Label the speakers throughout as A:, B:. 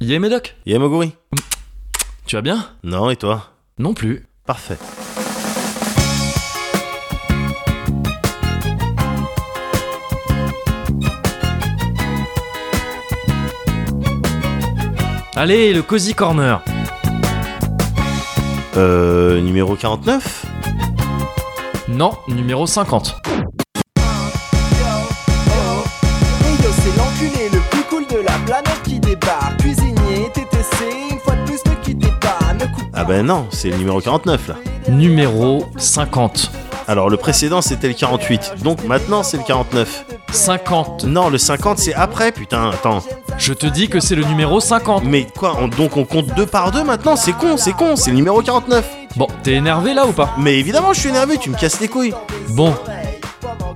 A: Yé Médoc,
B: Yamoguri
A: tu vas bien
B: Non, et toi
A: Non plus.
B: Parfait.
A: Allez, le Cozy Corner
B: Euh, numéro 49
A: Non, numéro 50.
C: Hey yo, c'est l'enculé le plus cool de la planète qui débarque. Cuisinier, TTC, une fois de plus, ne quittez pas, ne coupe
B: Ah ben non, c'est le numéro 49 là.
A: Numéro 50.
B: Alors le précédent c'était le 48, donc maintenant c'est le 49.
A: 50.
B: Non, le 50 c'est après, putain, attends.
A: Je te dis que c'est le numéro 50.
B: Mais quoi, on- donc on compte deux par deux maintenant C'est con, c'est con, c'est le numéro 49.
A: Bon, t'es énervé là ou pas
B: Mais évidemment, je suis énervé, tu me casses les couilles.
A: Bon,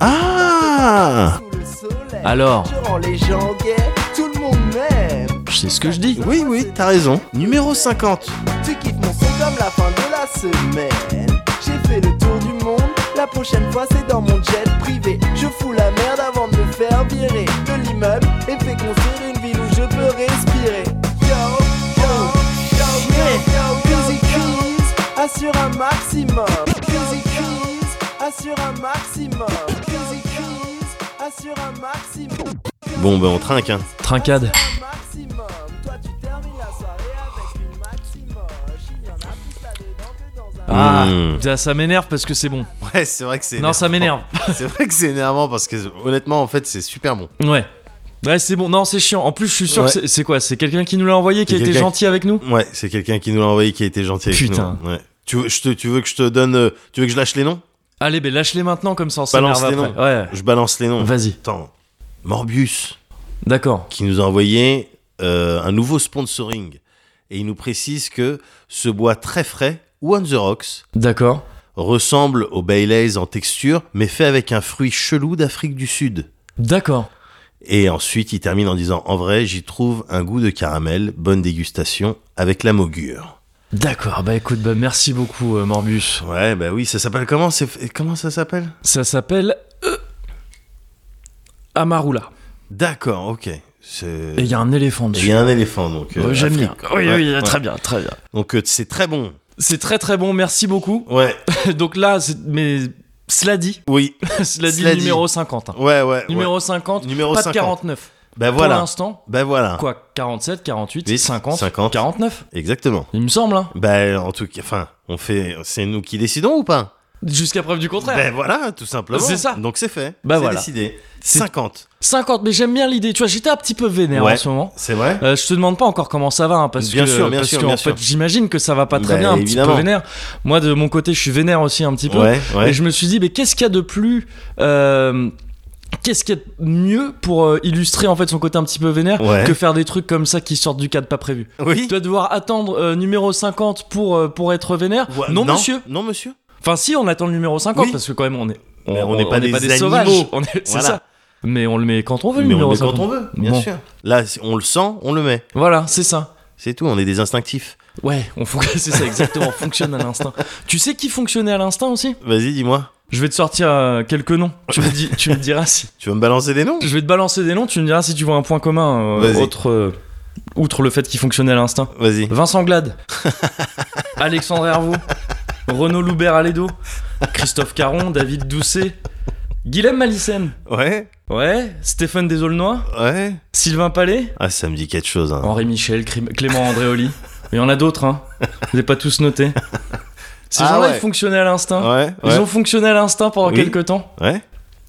B: Ah
C: Sous le soleil,
A: alors,
C: je rends les gens gays, tout le monde m'aime.
A: c'est ce que je dis.
B: Oui, oui, t'as raison. Numéro 50.
C: Tu kiffes mon son comme la fin de la semaine. J'ai fait le tour du monde, la prochaine fois c'est dans mon jet privé. Je fous la merde avant de me faire virer de l'immeuble et fais construire une ville où je peux respirer. Yo, yo, yo, yeah. Busy Quiz assure un maximum. Busy Quiz assure un maximum. Busy Quiz assure un maximum.
B: Bon, ben on trinque, hein.
A: Trincade.
C: Un maximum. Toi, tu termines la soirée avec une maximoche. Il y en a plus là-dedans que dans un.
A: Ah,
B: Mm.
A: ça- ça m'énerve parce que c'est bon.
B: Ouais, c'est vrai que c'est.
A: Non, ça m'énerve.
B: C'est vrai que c'est énervant parce que honnêtement, en fait, c'est super bon.
A: Ouais. Ouais, c'est bon. Non, c'est chiant. En plus, je suis sûr
B: Ouais.
A: que c'est- c'est quoi C'est quelqu'un qui nous l'a envoyé, qui a
B: C'est
A: été
B: quelqu'un-
A: gentil avec nous
B: Ouais, c'est quelqu'un qui nous l'a envoyé qui a été gentil avec
A: Putain.
B: nous. hein. Ouais. Tu, veux- je te- tu veux que je te donne. euh, Tu veux que je lâche les noms
A: Allez, ben lâche-les maintenant, comme ça on s'énerve
B: Balance
A: après.
B: les
A: Ouais,
B: Je balance les noms.
A: vas-y.
B: Attends. Morbius,
A: D'accord.
B: qui nous a envoyé euh, un nouveau sponsoring. Et il nous précise que ce bois très frais, ou on the rocks,
A: D'accord.
B: ressemble au Baileys en texture, mais fait avec un fruit chelou d'Afrique du Sud.
A: D'accord.
B: Et ensuite, il termine en disant En vrai, j'y trouve un goût de caramel, bonne dégustation, avec la mogure.
A: D'accord. Bah écoute, bah merci beaucoup, euh, Morbus.
B: Ouais, bah oui, ça s'appelle comment c'est- Comment ça s'appelle
A: Ça s'appelle euh, Amarula.
B: D'accord, ok.
A: Et il y a un éléphant
B: Il y
A: dessus.
B: a un éléphant, donc. euh,
A: Ouais, J'aime bien.
B: Afrique.
A: Oui,
B: Ouais,
A: oui,
B: ouais.
A: très bien, très bien.
B: Donc, euh, c'est très bon.
A: C'est très très bon, merci beaucoup.
B: Ouais,
A: Donc là, c'est- mais cela dit,
B: oui.
A: cela dit,
B: Cela dit.
A: numéro 50. hein.
B: Ouais, ouais.
A: Numéro 50,
B: Numéro
A: pas
B: 50.
A: de 49.
B: Ben
A: Pour
B: voilà.
A: l'instant,
B: Ben voilà.
A: quoi, 47, 48,
B: Oui,
A: 50,
B: 50.
A: 49,
B: Exactement.
A: il me semble. hein.
B: Ben, en tout cas, enfin, on fait. C'est nous qui décidons ou pas
A: Jusqu'à preuve du contraire.
B: Ben voilà, tout simplement.
A: C'est ça.
B: Donc, c'est fait.
A: Ben
B: c'est
A: voilà.
B: décidé.
A: C'est-
B: 50.
A: 50, mais j'aime bien l'idée. Tu vois, j'étais un petit peu vénère
B: Ouais.
A: en ce moment.
B: C'est vrai
A: Euh, je te demande pas encore comment ça va, hein, parce
B: Bien
A: que,
B: sûr, bien
A: parce
B: sûr,
A: que,
B: bien
A: en fait,
B: sûr.
A: j'imagine que ça va pas très
B: Bah,
A: bien, un petit
B: évidemment.
A: peu vénère. Moi, de mon côté, je suis vénère aussi un petit peu.
B: Ouais, ouais.
A: Et je me suis dit, mais qu'est-ce qu'il y a de plus. euh, Qu'est-ce qu'il y a de mieux pour euh, illustrer en fait son côté un petit peu vénère
B: Ouais.
A: que faire des trucs comme ça qui sortent du cadre pas prévu
B: Oui.
A: Tu vas devoir attendre euh, numéro 50 pour, euh, pour être vénère
B: Ouais,
A: non, monsieur
B: Non, monsieur.
A: Enfin si, on attend le numéro 50
B: Oui.
A: parce que quand même on est,
B: Mais on n'est pas des animaux.
A: sauvages. On est- C'est
B: Voilà.
A: ça. Mais on le met quand on veut le
B: Mais on
A: numéro
B: le met
A: 50.
B: quand on veut, bien
A: Bon.
B: sûr. Là, si on le sent, on le met.
A: Voilà, c'est ça.
B: C'est tout, on est des instinctifs.
A: Ouais, on faut c'est ça exactement, on fonctionne à l'instinct. Tu sais qui fonctionnait à l'instinct aussi
B: Vas-y, dis-moi.
A: Je vais te sortir euh, quelques noms. Tu me, dis, tu me diras si.
B: Tu veux me balancer des noms
A: Je vais te balancer des noms, tu me diras si tu vois un point commun euh,
B: Vas-y.
A: autre euh, outre le fait qu'il fonctionnait à l'instinct.
B: Vas-y.
A: Vincent Glade, Alexandre Hervaux, Renaud Loubert Alédo, Christophe Caron, David Doucet, Guilhem Malissen,
B: Ouais,
A: ouais, Stéphane Desaulnois,
B: ouais.
A: Sylvain Palais,
B: Ah, ça me dit quelque chose. hein.
A: Henri Michel, Cré- Clément Andréoli. Il y en a d'autres, hein. Vous n'avez pas tous noté. Ces
B: Ah
A: gens-là,
B: ouais.
A: ils fonctionnaient à l'instinct.
B: Ouais,
A: Ils
B: ouais.
A: ont fonctionné à l'instinct pendant
B: Oui.
A: quelques temps.
B: ouais.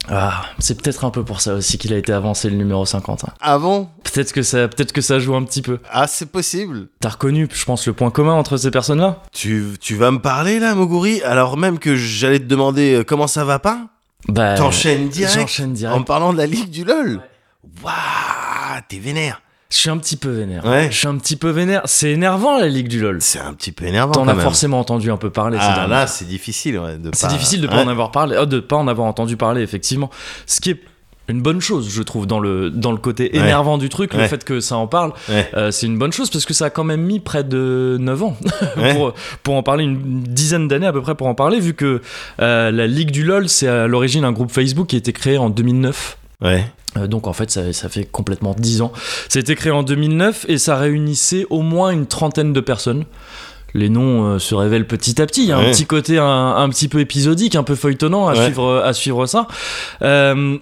A: Ah, c'est peut-être un peu pour ça aussi qu'il a été avancé le numéro 50. hein.
B: Ah bon
A: Peut-être que ça, peut-être que ça joue un petit peu.
B: Ah, c'est possible.
A: T'as reconnu, je pense, le point commun entre ces personnes-là.
B: Tu, tu vas me parler là, Moguri, alors même que j'allais te demander euh, comment ça va pas
A: Bah,
B: T'enchaînes direct
A: j'enchaîne direct.
B: en me parlant de la Ligue du LOL. Waouh, t'es vénère.
A: Je suis un petit peu vénère.
B: Ouais.
A: Je suis un petit peu vénère. C'est énervant la ligue du lol.
B: C'est un petit peu énervant
A: T'en
B: quand
A: as
B: même.
A: forcément entendu un peu parler. ces
B: Ah
A: derniers
B: là, c'est difficile. ouais, de
A: C'est
B: pas- Hein
A: difficile de pas
B: Bah, Ouais.
A: en avoir parlé, oh, de pas en avoir entendu parler effectivement. Ce qui est une bonne chose, je trouve, dans le dans le côté
B: Ouais.
A: énervant du truc, le
B: Ouais.
A: fait que ça en parle,
B: Ouais.
A: euh, c'est une bonne chose parce que ça a quand même mis près de 9 ans
B: Ouais.
A: pour pour en parler une dizaine d'années à peu près pour en parler, vu que euh, la Ligue du LOL c'est à l'origine un groupe Facebook qui a été créé en 2009.
B: Ouais.
A: Euh, Donc en fait, ça, ça fait complètement 10 ans. Ça a été créé en 2009 et ça réunissait au moins une trentaine de personnes. Les noms euh, se révèlent petit à petit. Il y a
B: Ouais.
A: un petit côté un, un petit peu épisodique, un peu feuilletonnant à,
B: Ouais.
A: suivre, à suivre ça. Euh,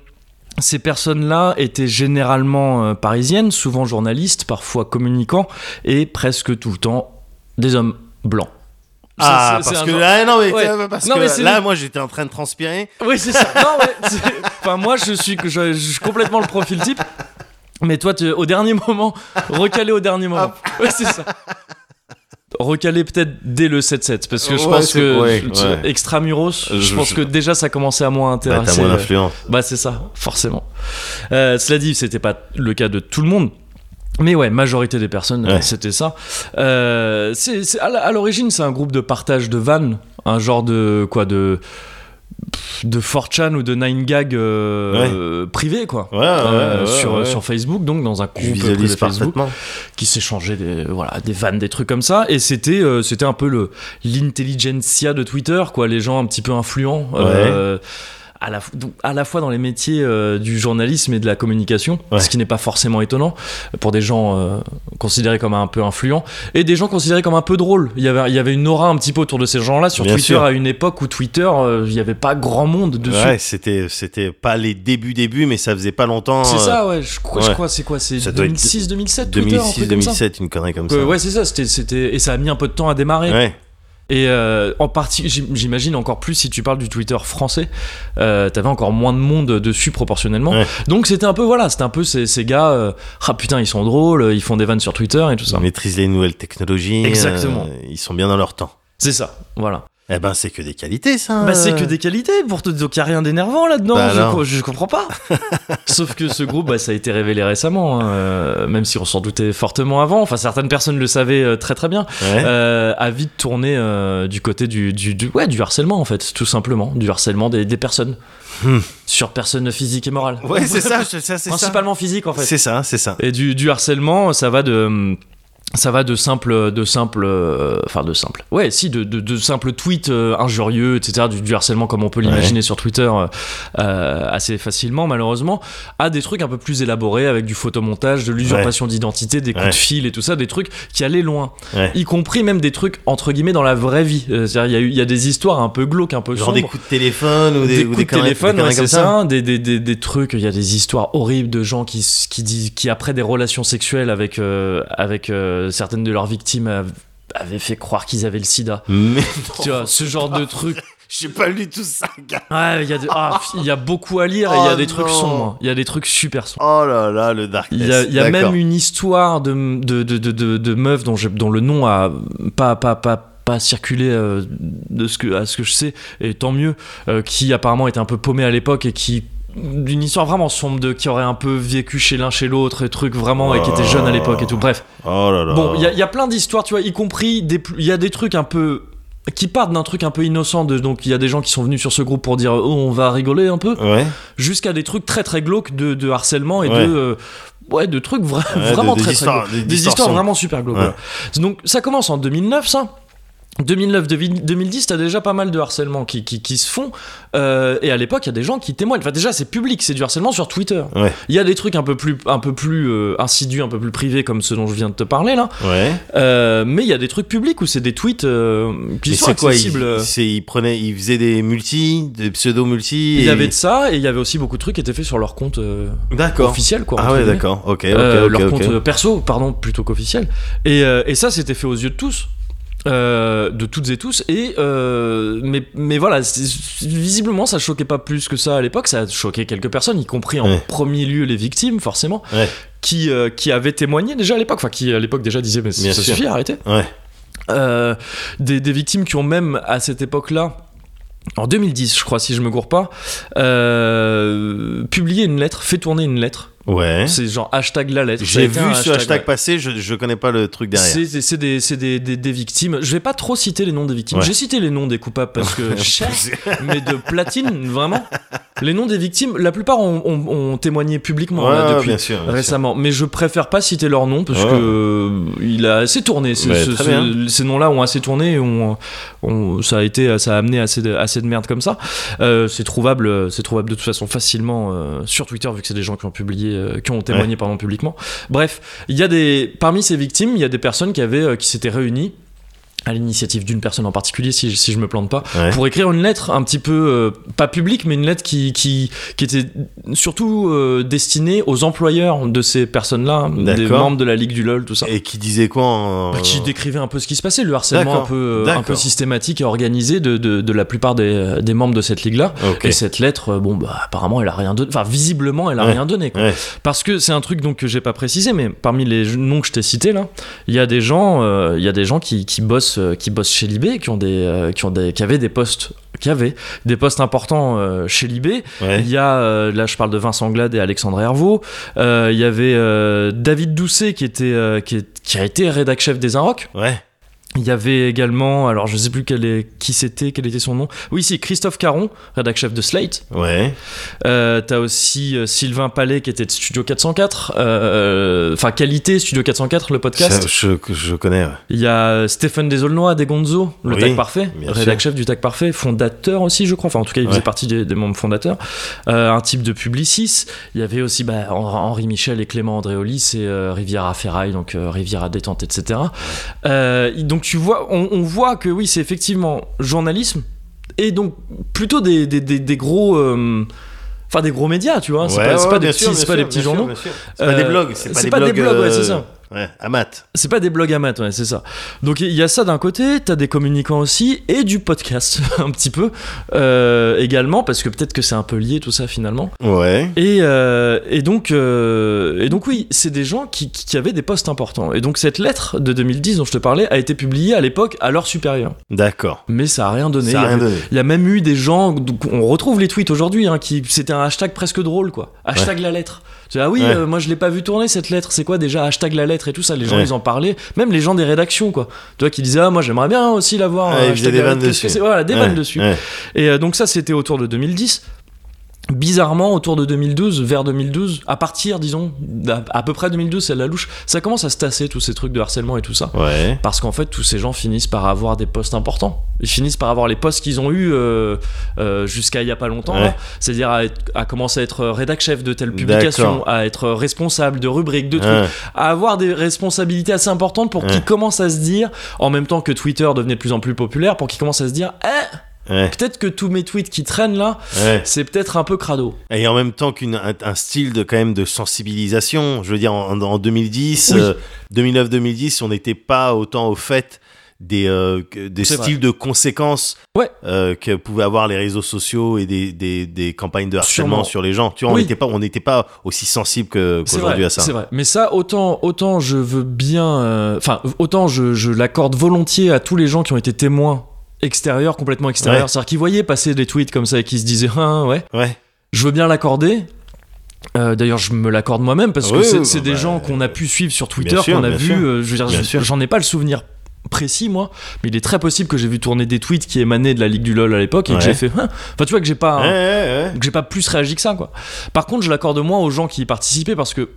A: ces personnes-là étaient généralement euh, parisiennes, souvent journalistes, parfois communicants et presque tout le temps des hommes blancs.
B: Ah,
A: C'est- c'est-
B: parce
A: c'est
B: que,
A: un-
B: ah, non, mais,
A: Ouais.
B: euh, parce
A: Non,
B: que
A: mais c'est-
B: là, moi, j'étais en train de transpirer.
A: Oui, c'est ça. Non, ouais, c'est- enfin, moi, je suis, que je, je suis complètement le profil type. Mais toi, tu- au dernier moment, recalé au dernier moment.
B: Ah.
A: Ouais, c'est ça. Recalé peut-être dès le 7-7, parce que je
B: Ouais,
A: pense
B: c'est-
A: que
B: ouais,
A: tu-
B: ouais.
A: extramuros, je,
B: Je-
A: pense
B: je-
A: que déjà ça commençait à moins
B: Bah, t'as
A: intéresser.
B: moins
A: euh,
B: d'influence.
A: bah c'est ça, forcément. Euh, cela dit, c'était pas le cas de tout le monde. Mais ouais, majorité des personnes,
B: Ouais.
A: c'était ça. Euh, c'est, c'est- à la- à l'origine, c'est un groupe de partage de vannes, un genre de quoi de pff, de 4chan ou de 9gag euh,
B: Ouais.
A: euh, privé quoi.
B: Ouais, ouais,
A: Euh,
B: ouais,
A: sur,
B: ouais.
A: sur Facebook, donc dans un
B: Je
A: groupe privé
B: visualise
A: Facebook
B: parfaitement.
A: qui s'échangeaient des euh, voilà des vannes des trucs comme ça et c'était euh, c'était un peu le l'intelligentsia de Twitter quoi les gens un petit peu influents euh, à la, f- donc, à la fois dans les métiers euh, du journalisme et de la communication,
B: Ouais.
A: ce qui n'est pas forcément étonnant pour des gens euh, considérés comme un peu influents et des gens considérés comme un peu drôles. Il y avait, il y avait une aura un petit peu autour de ces gens-là sur
B: Bien
A: Twitter
B: sûr.
A: à une époque où Twitter, euh, il n'y avait pas grand monde dessus.
B: Ouais, c'était, c'était pas les débuts, débuts, mais ça faisait pas longtemps.
A: c'est
B: euh,
A: ça, ouais, je crois, je
B: ouais.
A: crois c'est quoi C'est
B: Ça doit être
A: 2006, 2007, Twitter, un truc
B: 2006,
A: comme ça
B: 2007, une connerie comme
A: Ouais,
B: ça.
A: ouais, c'est ça, c'était, c'était, et ça a mis un peu de temps à démarrer.
B: Ouais.
A: Et euh, en partie, j'im- j'imagine encore plus si tu parles du Twitter français, euh, t'avais encore moins de monde dessus proportionnellement.
B: Ouais.
A: Donc c'était un peu, voilà, c'était un peu ces, ces gars, euh, ah putain, ils sont drôles, ils font des vannes sur Twitter et tout ça.
B: Ils maîtrisent les nouvelles technologies.
A: Exactement.
B: euh, ils sont bien dans leur temps.
A: C'est ça, voilà.
B: Eh ben, c'est que des qualités, ça.
A: Bah, c'est que des qualités, pour te dire qu'il n'y a rien d'énervant là-dedans,
B: Bah,
A: je,
B: non.
A: co- je comprends pas. Sauf que ce groupe, bah, ça a été révélé récemment, hein, euh, même si on s'en doutait fortement avant, enfin certaines personnes le savaient euh, très très bien.
B: Ouais.
A: euh, a vite tourné euh, du côté du, du, du- ouais, du harcèlement en fait, tout simplement, du harcèlement des, des personnes.
B: Hmm.
A: Sur personne physique et morale.
B: Ouais, c'est ça, c'est ça, c'est ça.
A: Principalement physique en fait.
B: C'est ça, c'est ça.
A: Et du, du harcèlement, ça va de... Ça va de simples, de simples, euh, enfin de simples, ouais, si, de, de, de simples tweets euh, injurieux, etc., du, du harcèlement comme on peut l'imaginer sur Twitter euh, euh, assez facilement, malheureusement, à des trucs un peu plus élaborés avec du photomontage, de l'usurpation d'identité, des coups
B: Ouais.
A: de fil et tout ça, des trucs qui allaient loin,
B: Ouais.
A: y compris même des trucs entre guillemets dans la vraie vie. Euh, C'est-à-dire, il y a eu- il y, a des histoires un peu glauques, un peu
B: Genre
A: sombres
B: des coups de téléphone ou des,
A: des,
B: ou
A: coups de
B: conneries-
A: téléphone, ouais,
B: conneries
A: c'est ça, hein. des, des, des, des trucs, il y a des histoires horribles de gens qui, s- qui, disent, qui après des relations sexuelles avec, euh, avec euh, certaines de leurs victimes, av- avaient fait croire qu'ils avaient le sida.
B: Mais
A: Tu vois, ce genre de truc.
B: j'ai pas lu tout ça, gars.
A: Ouais, il y, a des- ah, il y a beaucoup à lire et il y a
B: Oh
A: des trucs
B: non.
A: sombres. hein. Il y a des trucs super sombres.
B: Oh là là, le darkness.
A: Il y a, il y a
B: D'accord.
A: même une histoire de, de, de, de, de, de meuf dont, j'ai- dont le nom a pas, pas, pas, pas circulé euh, de ce que, à ce que je sais, et tant mieux, euh, qui apparemment était un peu paumée à l'époque et qui d'une histoire vraiment sombre de qui aurait un peu vécu chez l'un chez l'autre et truc vraiment et qui était jeune à l'époque et tout bref
B: Oh là là.
A: Bon, il y, a- il y a plein d'histoires, tu vois, y compris des pl- il y a des trucs un peu qui partent d'un truc un peu innocent. De, donc il y a des gens qui sont venus sur ce groupe pour dire oh on va rigoler un peu,
B: Ouais.
A: jusqu'à des trucs très très glauques de, de harcèlement et
B: Ouais.
A: de euh, ouais de trucs vra-
B: Ouais,
A: vraiment
B: des- des
A: très très
B: histoires-
A: glauques.
B: des
A: des,
B: histoires
A: histoires,
B: sont-
A: vraiment super glauques.
B: Ouais.
A: voilà. Donc ça commence en 2009 ça. 2009 devi- 2010 t'as déjà pas mal de harcèlement qui, qui, qui se font euh, et à l'époque il y a des gens qui témoignent enfin déjà c'est public c'est du harcèlement sur Twitter
B: Ouais.
A: il y a des trucs un peu plus un peu plus euh, insidieux un peu plus privés comme ceux dont je viens de te parler là
B: Ouais.
A: euh, mais il y a des trucs publics où c'est des tweets euh, qui
B: Mais
A: sont
B: c'est quoi
A: accessibles.
B: il, c'est, il prenait, il faisait des multis, des pseudo-multis.
A: il y
B: et-
A: avait de ça et il y avait aussi beaucoup de trucs qui étaient faits sur leur compte euh,
B: D'accord.
A: officiel, quoi.
B: Ah
A: entre
B: ouais,
A: guillemets.
B: d'accord. Ok, ok,
A: Euh,
B: ok.
A: leur
B: ok.
A: compte euh, perso, pardon, plutôt qu'officiel. Et, euh, et ça, c'était fait aux yeux de tous. euh, de toutes et tous et euh, mais, mais voilà c'est- visiblement ça choquait pas plus que ça à l'époque ça a choqué quelques personnes y compris en
B: Ouais.
A: premier lieu les victimes forcément
B: Ouais.
A: qui, euh, qui avaient témoigné déjà à l'époque enfin qui à l'époque déjà disaient mais
B: Bien
A: ça
B: sûr.
A: suffit arrêtez
B: Ouais.
A: Euh, des, des victimes qui ont même à cette époque-là, en 2010 je crois si je me gourre pas, euh, publié une lettre, fait tourner une lettre
B: Ouais.
A: C'est genre hashtag la lettre. Ça a
B: Hein J'ai
A: été
B: vu
A: un
B: ce hashtag
A: ouais.
B: passer, je, je connais pas le truc derrière.
A: C'est c'est des, c'est des, des- des victimes. Je vais pas trop citer les noms des victimes.
B: Ouais.
A: J'ai cité les noms des coupables parce que mais de platine, vraiment. Les noms des victimes, la plupart ont, ont- ont témoigné publiquement là,
B: Ouais,
A: depuis
B: bien sûr. bien sûr.
A: récemment. Mais je préfère pas citer leurs noms parce
B: Ouais.
A: que euh, il a assez tourné. Ce-
B: Ouais,
A: ce-
B: très
A: ce-
B: bien.
A: ces noms-là ont assez tourné. et ont- ont- ça a été, ça a amené assez de, assez de merde comme ça. Euh, c'est trouvable, euh, c'est trouvable de toute façon facilement euh, sur Twitter vu que c'est des gens qui ont publié, euh, qui ont témoigné pardon, publiquement. Bref, il y a des, parmi ces victimes, il y a des personnes qui avaient, euh, qui s'étaient réunies à l'initiative d'une personne en particulier, si, je- si je me plante pas,
B: Ouais.
A: pour écrire une lettre un petit peu, euh, pas publique, mais une lettre qui, qui, qui était surtout euh, destinée aux employeurs de ces personnes-là, des
B: D'accord.
A: membres de la Ligue du LOL, tout ça.
B: Et qui disait quoi en...
A: Bah, qui décrivait un peu ce qui se passait, le harcèlement un
B: D'accord,
A: peu, euh, un
B: d'accord.
A: peu systématique et organisé de, de, de la plupart des, des membres de cette ligue-là.
B: Ok.
A: Et cette lettre, euh, bon, bah, apparemment, elle a rien donné. Enfin, visiblement, elle a
B: Ouais.
A: rien donné. quoi.
B: Ouais.
A: Parce que c'est un truc donc que j'ai pas précisé, mais parmi les noms que je t'ai cités là, il y a des gens, euh, il y a des gens qui, qui bossent, euh, qui bossent chez Libé, qui ont des, euh, qui ont des, qui avaient des postes, qui avaient des postes importants euh, chez Libé.
B: Ouais.
A: Il y a, euh, là, je parle de Vincent Glade et Alexandre Hervaux. Euh, il y avait euh, David Doucet qui était, euh, qui, est- qui a été rédac chef des Inrocks.
B: Ouais.
A: Il y avait également, alors je sais plus quel est, qui c'était, quel était son nom. Oui, si Christophe Caron, rédac chef de Slate.
B: Ouais.
A: Euh, t'as aussi euh, Sylvain Palais qui était de Studio 404, euh, enfin qualité Studio 404 le
B: Ça,
A: podcast.
B: je, je connais. ouais.
A: Il y a euh, Stéphane Desolnois des Gonzo, le
B: Oui,
A: Tag Parfait,
B: bien
A: rédac chef du Tag Parfait, fondateur aussi je crois, enfin en tout cas il faisait
B: Ouais.
A: partie des, des membres fondateurs. Euh, un type de Publicis, il y avait aussi bah, Hen- Henri Michel et Clément Andréolis et euh, Riviera Ferraille, donc euh, Riviera Détente, etc. Euh, donc tu vois, on, on voit que oui c'est effectivement journalisme et donc plutôt des, des, des, des gros... euh, Enfin, des gros médias, tu vois. C'est
B: Ouais,
A: pas, c'est
B: ouais,
A: pas des
B: bien sûr,
A: petits, c'est
B: bien
A: pas des
B: sûr,
A: petits
B: bien sûr,
A: journaux.
B: bien sûr. C'est pas
A: Euh,
B: des blogs. C'est pas,
A: c'est
B: des,
A: pas des
B: blogs,
A: blogs, ouais,
B: euh,
A: c'est ça.
B: Ouais, à maths.
A: C'est pas des blogs à maths, ouais, c'est ça. Donc il y a ça d'un côté, t'as des communicants aussi, et du podcast, un petit peu, euh, également, parce que peut-être que c'est un peu lié tout ça finalement.
B: Ouais.
A: Et, euh, et, donc, euh, et donc, oui, c'est des gens qui, qui qui avaient des postes importants. Et donc cette lettre de 2010 dont je te parlais a été publiée à l'époque à leur supérieur.
B: D'accord.
A: Mais ça a rien donné.
B: Ça
A: Il y
B: a rien
A: avait-
B: donné.
A: Il y a même eu des gens, donc on retrouve les tweets aujourd'hui, hein, qui c'était un hashtag presque drôle, quoi. Hashtag la lettre. Tu dis, ah oui,
B: Ouais.
A: euh, moi je l'ai pas vu tourner cette lettre, c'est quoi déjà hashtag la lettre et tout ça, les gens
B: Ouais.
A: ils en parlaient, même les gens des rédactions, quoi. Tu vois, qui disaient, ah moi j'aimerais bien aussi l'avoir.
B: Ouais,
A: euh,
B: ils
A: hashtag
B: faisaient des
A: la
B: vannes
A: lettre, qu'est-ce que
B: dessus.
A: c'est Voilà, des
B: Ouais,
A: vannes dessus.
B: ouais.
A: Et euh, donc ça c'était autour de 2010. Bizarrement, autour de 2012, vers 2012, à partir, disons, d'à- à, peu près 2012, c'est la louche, ça commence à se tasser tous ces trucs de harcèlement et tout ça.
B: Ouais.
A: Parce qu'en fait, tous ces gens finissent par avoir des postes importants. Ils finissent par avoir les postes qu'ils ont eu euh, euh, jusqu'à il y a pas longtemps.
B: Ouais.
A: là. C'est-à-dire à, être- à commencer à être rédac chef de telle publication,
B: D'accord.
A: à être responsable de rubriques, de trucs,
B: Ouais.
A: à avoir des responsabilités assez importantes pour qu'ils
B: Ouais.
A: commencent à se dire, en même temps que Twitter devenait de plus en plus populaire, pour qu'ils commencent à se dire, eh,
B: Ouais.
A: peut-être que tous mes tweets qui traînent là,
B: Ouais.
A: c'est peut-être un peu crado.
B: Et en même temps qu'un un, un style de quand même de sensibilisation, je veux dire en, en 2010,
A: Oui.
B: euh, 2009-2010, on n'était pas autant au fait des euh, que- des
A: C'est
B: styles
A: vrai.
B: de conséquences
A: Ouais.
B: euh, que pouvaient avoir les réseaux sociaux et des, des, des campagnes de harcèlement
A: Sûrement.
B: sur les gens. Tu vois,
A: Oui.
B: on n'était pas on n'était pas aussi sensible que-
A: C'est
B: qu'aujourd'hui
A: vrai,
B: à ça.
A: C'est vrai. Mais ça, autant, autant je veux bien. euh, Enfin, autant je, je l'accorde volontiers à tous les gens qui ont été témoins extérieurs, complètement extérieurs.
B: Ouais.
A: C'est-à-dire qui voyaient passer des tweets comme ça et qui se disaient Ah, ouais,
B: Ouais.
A: je veux bien l'accorder. Euh, D'ailleurs, je me l'accorde moi-même parce que
B: Oui,
A: c'est
B: oui,
A: c'est
B: bah,
A: des
B: bah,
A: gens qu'on a pu suivre sur Twitter,
B: sûr,
A: qu'on a
B: bien
A: vu.
B: sûr.
A: euh, je veux dire,
B: Bien
A: je-
B: sûr.
A: j'en ai pas le souvenir précis moi mais il est très possible que j'ai vu tourner des tweets qui émanaient de la Ligue du LoL à l'époque et
B: Ouais.
A: que j'ai fait Ah. enfin tu vois que j'ai pas
B: Ouais, ouais, ouais.
A: que j'ai pas plus réagi que ça quoi par contre je l'accorde moins aux gens qui y participaient parce que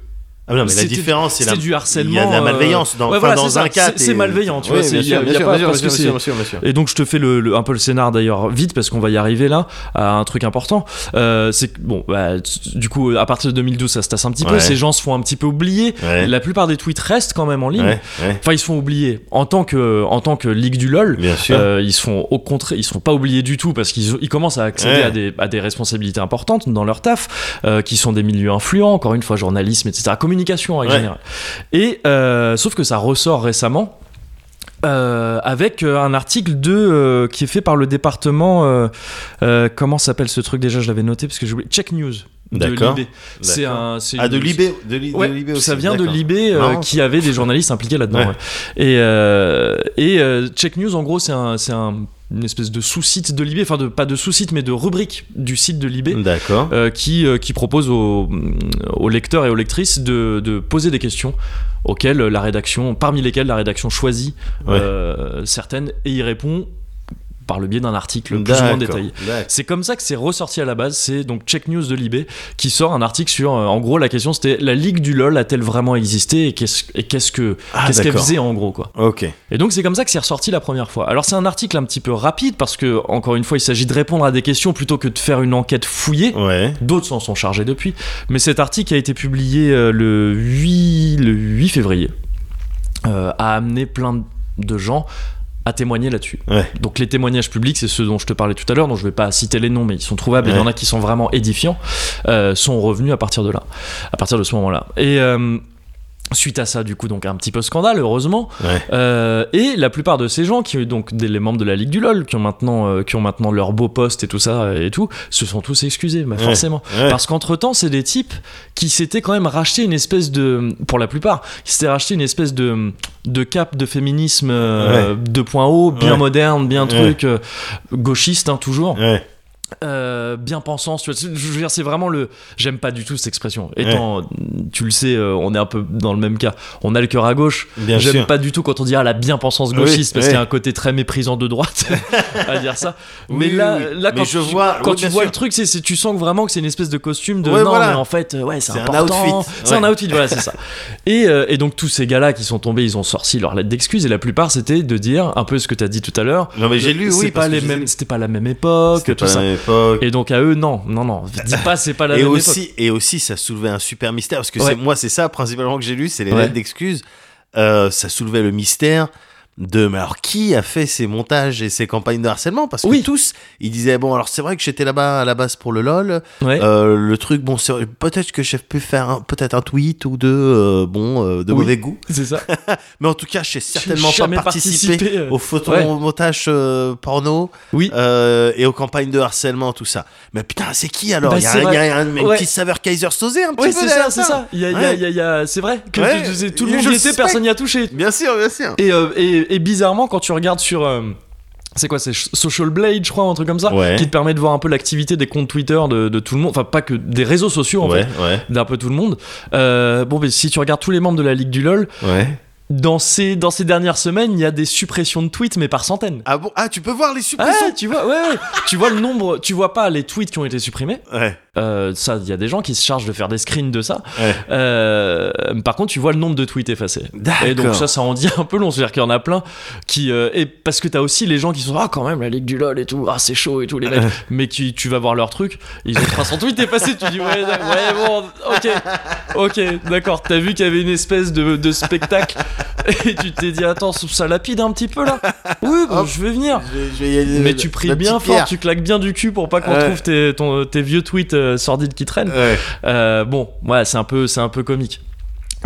B: Ah, non, mais la
A: C'était-
B: différence, c'est la-
A: c'était du harcèlement,
B: Il y a de la
A: euh,
B: malveillance dans,
A: ouais,
B: enfin,
A: voilà,
B: dans
A: c'est ça,
B: un cas.
A: c'est- c'est
B: t'es-
A: malveillant, tu
B: Oui,
A: vois,
B: bien
A: c'est-
B: sûr,
A: y a-
B: bien
A: y a
B: sûr,
A: pas-
B: bien sûr,
A: parce que
B: bien sûr,
A: c'est-
B: bien sûr, bien sûr.
A: Et donc je te fais le, le- un peu le scénar d'ailleurs vite parce qu'on va y arriver là à un truc important. Euh, c'est que, bon bah, t- du coup à partir de 2012 ça se tasse un petit peu.
B: Ouais.
A: Ces gens se font un petit peu oublier.
B: Ouais.
A: La plupart des tweets restent quand même en ligne.
B: Ouais, ouais,
A: Enfin ils se font oublier en tant que en tant que ligue du lol.
B: bien sûr.
A: euh, ils se font au contraire, ils se font pas oublier du tout parce qu'ils ils commencent à accéder
B: Ouais.
A: à, des, à des responsabilités importantes dans leur taf, euh, qui sont des milieux influents, encore une fois journalisme, etc. Communication en règle
B: Ouais.
A: générale. Et euh, sauf que ça ressort récemment euh, avec euh, un article de euh, qui est fait par le département euh, euh, comment s'appelle ce truc déjà je l'avais noté parce que j'ai oublié Check News de
B: D'accord.
A: Libé c'est
B: D'accord.
A: un c'est
B: Ah,
A: une-
B: de Libé, de Li- de
A: Ouais,
B: Libé aussi,
A: ça vient de
B: d'accord.
A: Libé euh,
B: Marrant,
A: qui avait des journalistes impliqués là-dedans
B: Ouais.
A: ouais. et euh, et euh, Check News en gros c'est un c'est un une espèce de sous-site de Libé, enfin de, pas de sous-site, mais de rubrique du site de Libé,
B: Mm. D'accord.
A: euh, qui, euh, qui propose aux, aux lecteurs et aux lectrices de, de poser des questions auxquelles la rédaction, parmi lesquelles la rédaction choisit
B: Ouais.
A: euh, certaines et y répond par le biais d'un article plus ou moins
B: D'accord,
A: détaillé.
B: d'accord.
A: C'est comme ça que c'est ressorti à la base, c'est donc Check News de Libé qui sort un article sur, euh, en gros la question c'était la ligue du LOL a-t-elle vraiment existé et qu'est-ce et qu'est-ce que
B: Ah,
A: qu'est-ce qu'elle
B: d'accord.
A: faisait en gros quoi.
B: Ok.
A: Et donc c'est comme ça que c'est ressorti la première fois. Alors c'est un article un petit peu rapide parce que encore une fois il s'agit de répondre à des questions plutôt que de faire une enquête fouillée.
B: Ouais.
A: D'autres s'en sont chargés depuis, mais cet article a été publié euh, le 8, le 8 février, euh, a amené plein de gens à témoigner là-dessus.
B: Ouais.
A: Donc les témoignages publics, c'est ceux dont je te parlais tout à l'heure, dont je vais pas citer les noms, mais ils sont trouvables, et il y en a qui sont vraiment édifiants, euh, sont revenus à partir de là, à partir de ce moment-là. Et euh, suite à ça, du coup, donc un petit peu scandale, heureusement,
B: Ouais.
A: euh, et la plupart de ces gens, qui donc des les membres de la Ligue du LOL, qui ont maintenant, euh, qui ont maintenant leur beau poste et tout ça euh, et tout, se sont tous excusés, bah,
B: Ouais.
A: forcément.
B: Ouais.
A: Parce qu'entre temps, c'est des types qui s'étaient quand même racheté une espèce de, pour la plupart, qui s'étaient racheté une espèce de, de cap de féminisme euh, de point haut, bien
B: Ouais.
A: moderne, bien
B: Ouais.
A: truc, euh, gauchiste, hein, toujours,
B: Ouais.
A: euh, bien pensant. Tu vois, je veux dire, c'est vraiment le. J'aime pas du tout cette expression. Étant, tu le sais, euh, on est un peu dans le même cas. On a le cœur à gauche.
B: Bien
A: J'aime
B: sûr.
A: pas du tout quand on dit ah, la bien-pensance
B: Oui,
A: gauchiste parce
B: oui.
A: qu'il y a un côté très méprisant de droite à dire ça. Mais
B: Oui,
A: là,
B: oui, oui.
A: là
B: Mais
A: quand
B: je
A: tu,
B: vois-
A: quand
B: oui,
A: tu
B: bien
A: vois
B: sûr.
A: le truc, c'est, c'est- tu sens que vraiment que c'est une espèce de costume de
B: Ouais,
A: non
B: voilà.
A: mais en fait euh, ouais c'est,
B: C'est un
A: important.
B: outfit.
A: C'est un
B: Ouais.
A: outfit, voilà c'est ça. Et, euh, et donc tous ces gars-là qui sont tombés, ils ont sorti leur lettre d'excuse et la plupart c'était de dire un peu ce que t'as dit tout à l'heure.
B: Non mais j'ai lu.
A: c'est
B: Oui.
A: pas
B: parce
A: les
B: que
A: mêmes,
B: j'ai-
A: c'était pas la même époque,
B: C'était
A: tout
B: pas la
A: ça.
B: même époque.
A: Et donc à eux non, non non, dis pas c'est pas la
B: et
A: même époque.
B: aussi, et aussi, ça soulevait un super mystère. Parce que
A: Ouais.
B: c'est- moi, c'est ça principalement que j'ai lu, c'est les
A: Ouais.
B: lettres d'excuses. Euh, ça soulevait le mystère de mais alors qui a fait ces montages et ces campagnes de harcèlement parce que
A: Oui.
B: tous ils disaient bon alors c'est vrai que j'étais là-bas à la base pour le lol
A: Ouais.
B: Euh, le truc bon c'est- peut-être que j'ai pu faire un- peut-être un tweet ou deux euh, bon euh, de
A: Oui.
B: mauvais goût
A: c'est ça.
B: mais en tout cas je sais certainement pas
A: Jamais
B: participé,
A: participé, euh,
B: aux photos
A: ouais.
B: au montage euh, porno
A: Oui.
B: euh, et aux campagnes de harcèlement, tout ça. Mais putain, c'est qui alors
A: Bah,
B: Il y a,
A: c'est
B: un-
A: vrai.
B: il y a un- une
A: Ouais.
B: petite saveur Kaiser Sosé un petit
A: Oui,
B: peu
A: c'est ça,
B: derrière
A: c'est ça. Il y a- il y a- il y a- il y a- c'est vrai que
B: Ouais.
A: tu- tu- tout le monde
B: Je
A: y
B: le
A: était,
B: suspecte.
A: personne n'y a touché.
B: Bien sûr, bien sûr.
A: Et, euh, et, et bizarrement, quand tu regardes sur. euh, c'est quoi, c'est Sh- Social Blade, je crois, un truc comme ça,
B: Ouais.
A: qui te permet de voir un peu l'activité des comptes Twitter de, de tout le monde, enfin pas que des réseaux sociaux en
B: ouais,
A: fait,
B: ouais,
A: d'un peu tout le monde. Euh, bon, mais si tu regardes tous les membres de la Ligue du LoL,
B: ouais.
A: dans ces, dans ces dernières semaines, il y a des suppressions de tweets, mais par centaines.
B: Ah bon Ah, tu peux voir les
A: Ah,
B: suppressions
A: tu vois, ouais, ouais. tu vois le nombre, tu vois pas les tweets qui ont été supprimés.
B: Ah Ouais,
A: Euh, ça, il y a des gens qui se chargent de faire des screens de ça.
B: ouais.
A: Euh, par contre, tu vois le nombre de tweets effacés.
B: D'accord.
A: Et donc ça, ça en dit un peu long. C'est-à-dire qu'il y en a plein qui... euh, et parce que t'as aussi les gens qui sont... Ah quand même, la Ligue du LOL et tout. Ah c'est chaud et tout, les mecs. Mais qui, tu vas voir leur truc. Ils ont 300 tweets effacés. Tu dis... Ouais, ouais bon. Ok. Ok. D'accord. T'as vu qu'il y avait une espèce de, de spectacle. Et tu t'es dit... Attends, ça lapide un petit peu là. Oui, bon,
B: Hop.
A: je vais venir.
B: Je vais- je vais y aller-
A: Mais tu pries
B: la
A: bien
B: petite
A: fort,
B: pierre.
A: tu claques bien du cul pour pas qu'on
B: Ouais.
A: trouve tes, ton- tes vieux tweets euh, sordides qui traînent.
B: Ouais.
A: Euh, bon, ouais, c'est un peu, c'est un peu comique.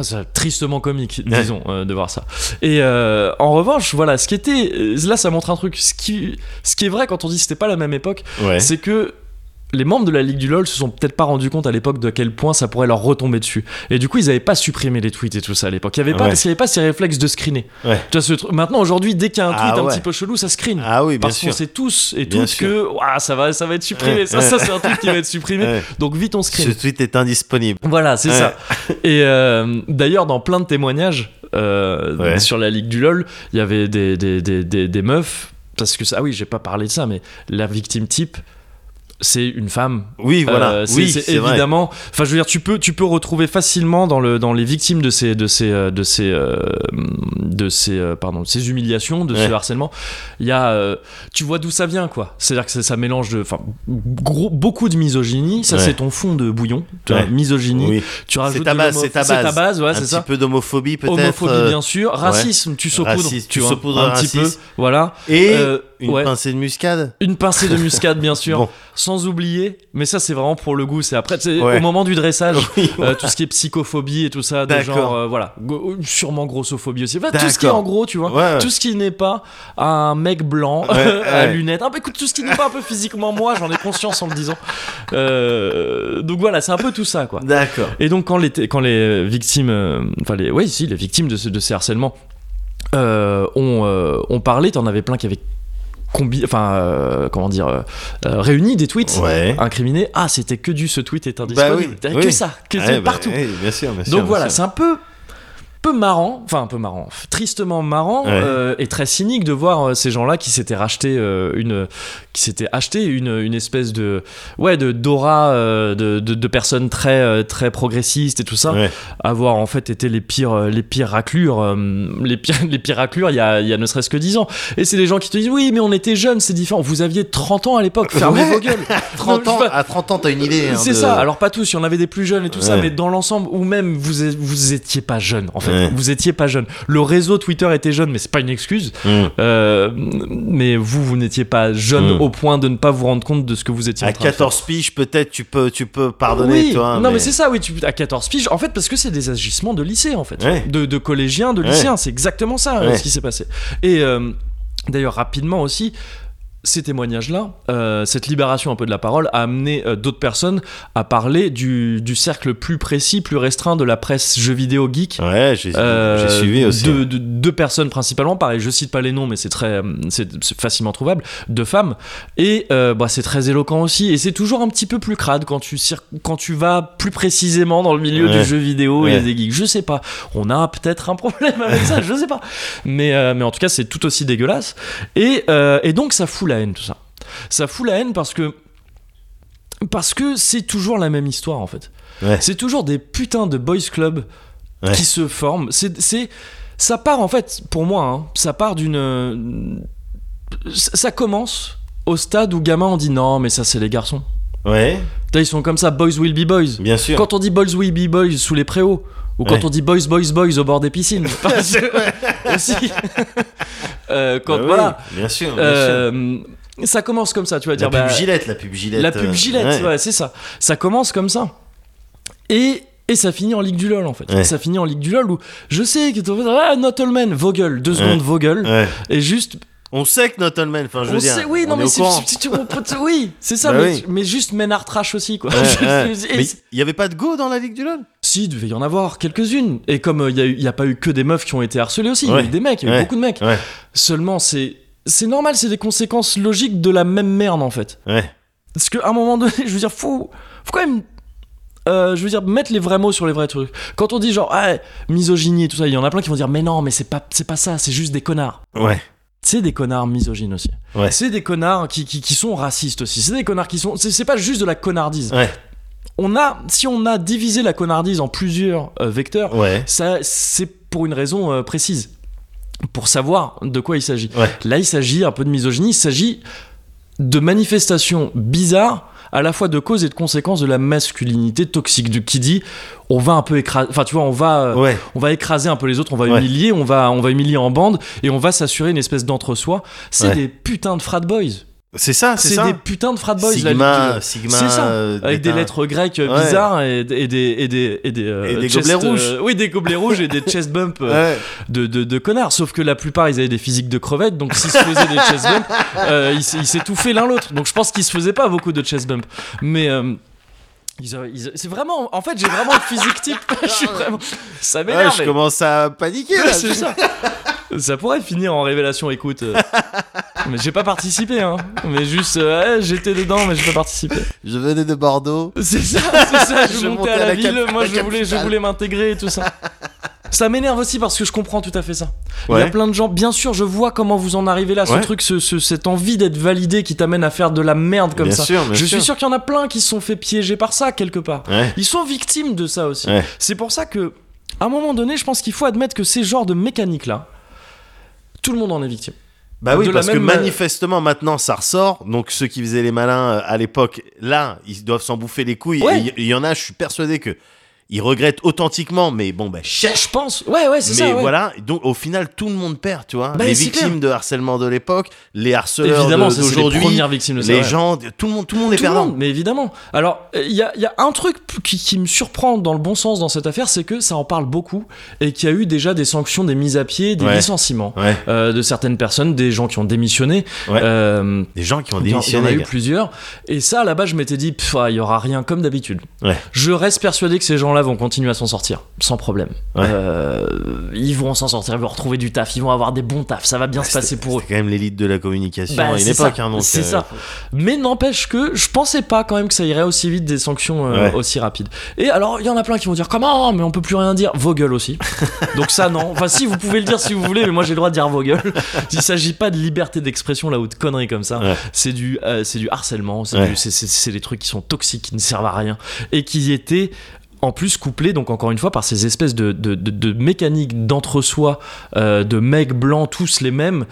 A: C'est tristement comique,
B: Ouais.
A: disons, euh, de voir ça. Et euh, en revanche, voilà, ce qui était, euh, là, ça montre un truc. Ce qui, ce qui est vrai quand on dit que c'était pas la même époque,
B: Ouais.
A: c'est que les membres de la Ligue du LoL se sont peut-être pas rendus compte à l'époque de quel point ça pourrait leur retomber dessus. Et du coup, ils avaient pas supprimé les tweets et tout ça à l'époque. Il y avait pas,
B: Ouais.
A: parce qu'il y avait pas ces réflexes de screener.
B: Ouais.
A: Tu vois, ce truc- maintenant, aujourd'hui, dès qu'il y a un tweet
B: Ah
A: un
B: ouais.
A: petit peu chelou, ça screen.
B: Ah oui, bien
A: parce qu'on
B: sûr.
A: sait tous et
B: Bien
A: toutes
B: sûr.
A: que Ouah, ça va, ça va être supprimé.
B: Ouais.
A: Ça, ça c'est un truc qui va être supprimé.
B: Ouais.
A: Donc vite, on
B: Ce
A: screen.
B: tweet est indisponible.
A: Voilà, c'est
B: Ouais.
A: ça. Et euh, d'ailleurs, dans plein de témoignages euh,
B: Ouais.
A: sur la Ligue du LOL, il y avait des, des, des, des, des meufs. Parce que ça, ah oui, j'ai pas parlé de ça, mais la victime type, c'est une femme.
B: Oui, voilà.
A: Euh, c'est-
B: oui,
A: c'est
B: c'est vrai.
A: évidemment. Enfin, je veux dire, tu peux, tu peux retrouver facilement dans, le, dans les victimes de ces, de ces, euh, de ces, euh, de ces, euh, pardon, de ces humiliations, de ce
B: Ouais.
A: harcèlement. Il y a, euh, tu vois d'où ça vient, quoi. C'est-à-dire que ça, ça mélange de, enfin, gros, beaucoup de misogynie. Ça,
B: Ouais.
A: c'est ton fond de bouillon. Tu vois,
B: Ouais.
A: misogynie.
B: Oui.
A: Tu rajoutes
B: C'est ta
A: de
B: base,
A: l'homo-
B: c'est ta
A: C'est ta
B: base.
A: base, ouais,
B: Un
A: c'est
B: petit
A: ça.
B: peu d'homophobie peut-être.
A: Homophobie,
B: euh,
A: bien sûr. Racisme, tu saupoudres.
B: Racisme, tu
A: vois,
B: saupoudres
A: un
B: le
A: petit peu.
B: racisme.
A: Voilà.
B: Et
A: Euh,
B: une
A: ouais.
B: pincée de muscade.
A: Une pincée de muscade, bien sûr.
B: Bon.
A: Sans oublier, mais ça, c'est vraiment pour le goût. C'est après, c'est
B: Ouais.
A: au moment du dressage.
B: Oui,
A: euh, tout ce qui est psychophobie et tout ça, de
B: D'accord.
A: genre, euh, voilà, Go- sûrement grossophobie aussi. Enfin, tout ce qui est
B: D'accord.
A: en gros, tu vois,
B: Ouais, ouais.
A: tout ce qui n'est pas un mec blanc
B: Ouais,
A: à
B: ouais.
A: lunettes. Ah, bah, écoute, tout ce qui n'est pas un peu physiquement moi, j'en ai conscience en le disant. Euh, donc voilà, c'est un peu tout ça, quoi.
B: D'accord.
A: Et donc quand les, quand les victimes, euh, enfin les, ouais, si, les victimes de, ce- de ces harcèlements euh, ont, euh, ont parlé, t'en avais plein qui avaient combi enfin euh, comment dire euh, euh, réuni des tweets
B: Ouais. Bah
A: incriminés ah c'était que du ce tweet est indisponible
B: oui,
A: T'as que
B: oui.
A: ça que
B: Ouais,
A: ça,
B: bah,
A: partout
B: ouais, bien sûr, bien sûr,
A: donc
B: bien
A: voilà
B: sûr.
A: c'est un peu peu marrant, enfin un peu marrant, tristement marrant
B: Ouais.
A: euh, et très cynique de voir euh, ces gens-là qui s'étaient racheté euh, une, qui s'étaient acheté une, une espèce de, ouais, de d'aura euh, de, de, de personnes très euh, très progressistes et tout ça,
B: Ouais.
A: avoir en fait été les pires euh, les pires raclures euh, les pires les pires raclures il y a, il y a ne serait-ce que 10 ans et c'est des gens qui te disent oui mais on était jeunes c'est différent vous aviez 30 ans à l'époque fermez
B: Ouais.
A: vos gueules
B: 30
A: Non,
B: ans,
A: je sais pas.
B: à 30 ans, t'as une idée. hein,
A: c'est
B: de-
A: ça alors pas tous il y en avait des plus jeunes et tout ça
B: Ouais.
A: mais dans l'ensemble ou même vous é- vous étiez pas jeune en fait
B: Ouais.
A: vous étiez pas jeune le réseau Twitter était jeune mais c'est pas une excuse
B: Mm.
A: Euh, mais vous vous n'étiez pas jeune
B: Mm.
A: au point de ne pas vous rendre compte de ce que vous étiez en
B: À
A: train de faire.
B: 14 piges, peut-être, tu peux, tu peux pardonner,
A: Oui.
B: toi.
A: non, mais, c'est ça, oui, tu, à 14 piges. En fait, parce que c'est des agissements de lycée, en fait.
B: Ouais.
A: De, de collégiens, de
B: Ouais.
A: lycéens. C'est exactement ça euh,
B: Ouais.
A: ce qui s'est passé. Et euh, d'ailleurs, rapidement aussi. Ces témoignages-là, euh, cette libération un peu de la parole, a amené euh, d'autres personnes à parler du, du cercle plus précis, plus restreint de la presse jeux vidéo geek.
B: Ouais, j'ai
A: Euh,
B: j'ai suivi aussi.
A: Deux, deux- deux personnes principalement, pareil, je cite pas les noms, mais c'est très, euh, c'est c'est facilement trouvable, deux femmes. Et euh, bah, c'est très éloquent aussi. Et c'est toujours un petit peu plus crade quand tu, cir- quand tu vas plus précisément dans le milieu
B: Ouais.
A: du jeu vidéo et
B: Ouais.
A: des geeks. Je sais pas. On a peut-être un problème avec ça, je sais pas. Mais, euh, mais en tout cas, c'est tout aussi dégueulasse. Et, euh, et donc, ça fout la haine, tout ça. Ça fout la haine parce que. Parce que c'est toujours la même histoire en fait.
B: Ouais.
A: C'est toujours des putains de boys club
B: Ouais.
A: qui se forment. C'est, c'est- ça part en fait, pour moi, hein, ça part d'une. Ça ça commence au stade où gamin on dit non, mais ça c'est les garçons.
B: Ouais,
A: Putain, Ils sont comme ça, boys will be boys.
B: bien sûr.
A: Quand on dit boys will be boys sous les préaux, ou quand
B: Ouais.
A: on dit boys boys boys au bord des piscines. Parce que- aussi. Euh, quand
B: Bah oui,
A: voilà.
B: Bien sûr. bien sûr.
A: Euh, ça commence comme ça, tu vas
B: La
A: dire.
B: pub
A: bah,
B: Gillette, la pub Gillette.
A: la pub
B: euh,
A: Gillette, ouais, c'est ça. Ça commence comme ça. Et, et ça finit en Ligue du LOL, en fait.
B: Ouais.
A: Ça finit en Ligue du LOL où je sais que. Ah, not all men, vos gueules, deux secondes, vos gueules.
B: Ouais.
A: Et juste.
B: On sait que Nottelman, enfin, je veux
A: on
B: dire.
A: sait, oui,
B: on
A: non,
B: est
A: mais
B: au
A: c'est.
B: courant.
A: c'est- on peut- Oui, c'est ça,
B: Bah
A: mais,
B: oui.
A: mais juste Ménard Trash aussi, quoi.
B: Ouais,
A: Je-
B: ouais.
A: et-
B: Mais il n'y avait pas de go dans la Ligue du LOL
A: Si, il devait y en avoir quelques-unes. Et comme euh, il n'y a, eu- il y a pas eu que des meufs qui ont été harcelées aussi, il y a
B: Ouais.
A: eu des mecs, il y a eu
B: Ouais.
A: beaucoup de mecs.
B: Ouais.
A: Seulement, c'est. C'est normal, c'est des conséquences logiques de la même merde, en fait.
B: Ouais.
A: Parce qu'à un moment donné, je veux dire, faut, faut quand même. euh, je veux dire, mettre les vrais mots sur les vrais trucs. Quand on dit genre, ah, misogynie et tout ça, il y en a plein qui vont dire, mais non, mais c'est pas, c'est pas ça, c'est juste des connards.
B: Ouais.
A: C'est des connards misogynes aussi.
B: Ouais.
A: C'est des connards qui, qui, qui sont racistes aussi. C'est des connards qui sont. C'est, c'est pas juste de la connardise.
B: Ouais.
A: On a, si on a divisé la connardise en plusieurs euh, vecteurs,
B: Ouais.
A: ça, c'est pour une raison euh, précise. Pour savoir de quoi il s'agit.
B: Ouais.
A: Là, il s'agit un peu de misogynie, il s'agit de manifestations bizarres à la fois de cause et de conséquence de la masculinité toxique du qui dit on va un peu écraser enfin tu vois on va euh,
B: Ouais.
A: on va écraser un peu les autres on va
B: Ouais.
A: humilier on va on va humilier en bande et on va s'assurer une espèce d'entre-soi c'est
B: Ouais.
A: des putains de frat boys
B: C'est ça, c'est
A: c'est
B: ça.
A: des putains de frat boys la Ligue
B: Sigma,
A: de-
B: Sigma.
A: C'est ça,
B: euh,
A: avec des
B: Détain.
A: lettres grecques euh,
B: Ouais.
A: bizarres et, et des et des et des, euh,
B: Et des
A: chest,
B: gobelets
A: euh,
B: rouges.
A: oui des gobelets rouges et des chest bumps euh,
B: Ouais.
A: de, de, de connards. Sauf que la plupart, ils avaient des physiques de crevettes, donc s'ils se faisaient des chest bumps, euh, ils s- ils s'étouffaient l'un l'autre. Donc je pense qu'ils se faisaient pas beaucoup de chest bumps. Mais. euh, ils avaient- ils avaient- c'est vraiment. En fait, j'ai vraiment le physique type. je suis vraiment. Ça
B: Ouais,
A: m'énerve.
B: je commence à paniquer
A: mais-
B: là.
A: c'est ça. Ça pourrait finir en révélation, écoute. euh, Mais j'ai pas participé, hein. Mais juste, euh, eh, j'étais dedans, mais j'ai pas participé.
B: Je venais de Bordeaux.
A: C'est ça, c'est ça, je,
B: Je
A: montais
B: montais
A: à
B: à
A: la,
B: la
A: ville,
B: cap-
A: moi
B: la
A: je voulais, je
B: capitale.
A: voulais m'intégrer et tout ça. Ça m'énerve aussi parce que je comprends tout à fait ça. Il y a
B: Ouais.
A: plein de gens, bien sûr, je vois comment vous en arrivez là, ce
B: Ouais.
A: truc, ce- ce- cette envie d'être validé qui t'amène à faire de la merde comme
B: Bien
A: ça.
B: sûr, bien
A: je
B: sûr.
A: suis sûr qu'il y en a plein qui se sont fait piéger par ça quelque part.
B: Ouais.
A: Ils sont victimes de ça aussi.
B: Ouais.
A: C'est pour ça que, à un moment donné, je pense qu'il faut admettre que ces genres de mécaniques là, tout le monde en est victime.
B: Bah oui,
A: De la
B: parce que
A: même- euh,
B: manifestement maintenant ça ressort. Donc ceux qui faisaient les malins euh, à l'époque, là, ils doivent s'en bouffer les couilles.
A: Ouais.
B: Et il y, y en a, je suis persuadé que ils regrettent authentiquement. Mais bon, bah chèche.
A: Je pense, ouais, ouais, c'est
B: Mais
A: ça. ouais.
B: voilà, donc au final tout le monde perd, tu vois.
A: Bah,
B: les
A: c'est
B: victimes de harcèlement de l'époque, les harceleurs
A: Évidemment,
B: de-
A: ça, c'est les
B: d'aujourd'hui,
A: premières victimes de ça.
B: les
A: ouais.
B: gens, tout le monde, tout le monde est
A: Tout le
B: perdant.
A: monde, mais évidemment. Alors, il y a, y a un truc p- qui, qui me surprend dans le bon sens dans cette affaire, c'est que ça en parle beaucoup et qu'il y a eu déjà des sanctions, des mises à pied, des
B: Ouais.
A: licenciements
B: Ouais.
A: euh, de certaines personnes, des gens qui ont démissionné.
B: Ouais.
A: Euh,
B: Des gens qui ont
A: il y en- il y en
B: démissionné.
A: a eu
B: gars.
A: plusieurs. Et ça, là-bas, je m'étais dit, Pff, ah, il y aura rien comme d'habitude.
B: Ouais.
A: Je reste persuadé que ces gens-là gens-là vont continuer à s'en sortir, sans problème.
B: Ouais.
A: Euh, ils vont s'en sortir, ils vont retrouver du taf, ils vont avoir des bons tafs, ça va bien se passer pour eux.
B: C'est quand même l'élite de la communication
A: Bah,
B: à une
A: c'est
B: époque,
A: ça,
B: hein, donc,
A: c'est
B: euh,
A: ça. Mais n'empêche que je pensais pas quand même que ça irait aussi vite des sanctions euh,
B: Ouais.
A: aussi rapides. Et alors, il y en a plein qui vont dire comment, mais on peut plus rien dire. Vos gueules aussi. Donc ça, non. Enfin, si, vous pouvez le dire si vous voulez, mais moi j'ai le droit de dire vos gueules. Il s'agit pas de liberté d'expression là ou de conneries comme ça.
B: Ouais.
A: C'est du, euh, c'est du harcèlement, c'est
B: Ouais.
A: du- c'est- c'est- c'est des trucs qui sont toxiques, qui ne servent à rien et qui étaient. En plus, couplés donc encore une fois, par ces espèces de, de, de- de mécaniques d'entre-soi, euh, de mecs blancs, tous les mêmes,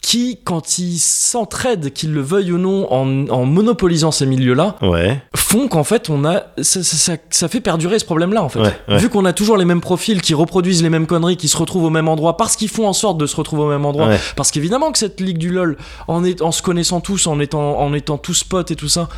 A: qui, quand ils s'entraident, qu'ils le veuillent ou non, en, en monopolisant ces milieux-là,
B: Ouais,
A: font qu'en fait, on a ça, ça- ça- ça fait perdurer ce problème-là, en fait.
B: Ouais, ouais.
A: Vu qu'on a toujours les mêmes profils qui reproduisent les mêmes conneries, qui se retrouvent au même endroit, parce qu'ils font en sorte de se retrouver au même endroit.
B: Ouais.
A: Parce qu'évidemment que cette ligue du LOL, en, est- en se connaissant tous, en étant, en étant tous potes et tout ça,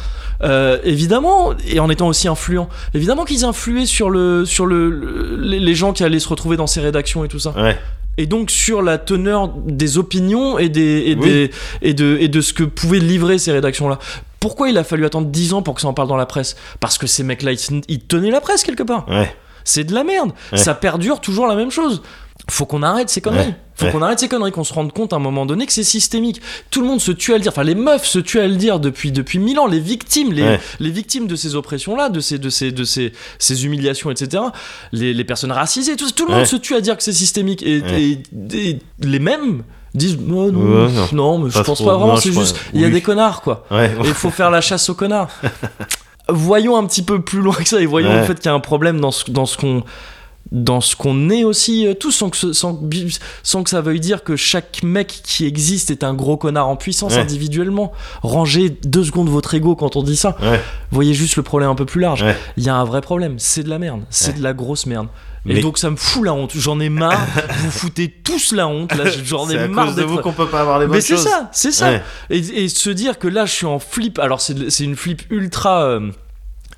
A: euh, évidemment, et en étant aussi influents, évidemment qu'ils influaient sur, le, sur le, le- les, les gens qui allaient se retrouver dans ces rédactions et tout ça
B: ouais.
A: et donc sur la teneur des opinions et, des, et,
B: Oui.
A: des- et de, et de ce que pouvaient livrer ces rédactions-là. Pourquoi il a fallu attendre 10 ans pour que ça en parle dans la presse Parce que ces mecs-là, ils, ils tenaient la presse quelque part.
B: ouais.
A: C'est de la merde.
B: Ouais.
A: Ça perdure toujours la même chose. Faut qu'on arrête ces conneries.
B: Ouais.
A: Faut
B: Ouais.
A: qu'on arrête ces conneries, qu'on se rende compte à un moment donné que c'est systémique. Tout le monde se tue à le dire. Enfin, les meufs se tuent à le dire depuis depuis mille ans. Les victimes, les,
B: Ouais.
A: les victimes de ces oppressions-là, de ces de ces de ces, ces humiliations, etc. Les, les personnes racisées, tout, tout le monde
B: Ouais.
A: se tue à dire que c'est systémique. Et,
B: Ouais.
A: et- et les mêmes disent non, non,
B: Ouais, non.
A: non, mais je
B: Pas
A: pense
B: trop.
A: pas vraiment.
B: Non,
A: C'est
B: je crois-
A: juste, il y a
B: oui.
A: des connards quoi.
B: ouais.
A: Et il faut faire la chasse aux connards. voyons un petit peu plus loin que ça et voyons
B: Ouais.
A: en fait qu'il y a un problème dans ce, dans ce qu'on dans ce qu'on est aussi euh, tous sans que, ce- sans, que- sans que ça veuille dire que chaque mec qui existe est un gros connard en puissance
B: Ouais.
A: individuellement rangez deux secondes votre ego quand on dit ça
B: Ouais.
A: voyez juste le problème un peu plus large il
B: Ouais.
A: y a un vrai problème c'est de la merde c'est
B: Ouais.
A: de la grosse merde
B: Mais-
A: et donc ça me fout la honte j'en ai marre vous foutez tous la honte là j'en
B: C'est
A: ai
B: à
A: marre
B: cause de
A: d'être
B: vous qu'on peut pas avoir les bonnes
A: mais c'est
B: choses.
A: ça, c'est ça.
B: Ouais.
A: Et, et se dire que là, je suis en flip. Alors, c'est c'est une flip ultra. euh,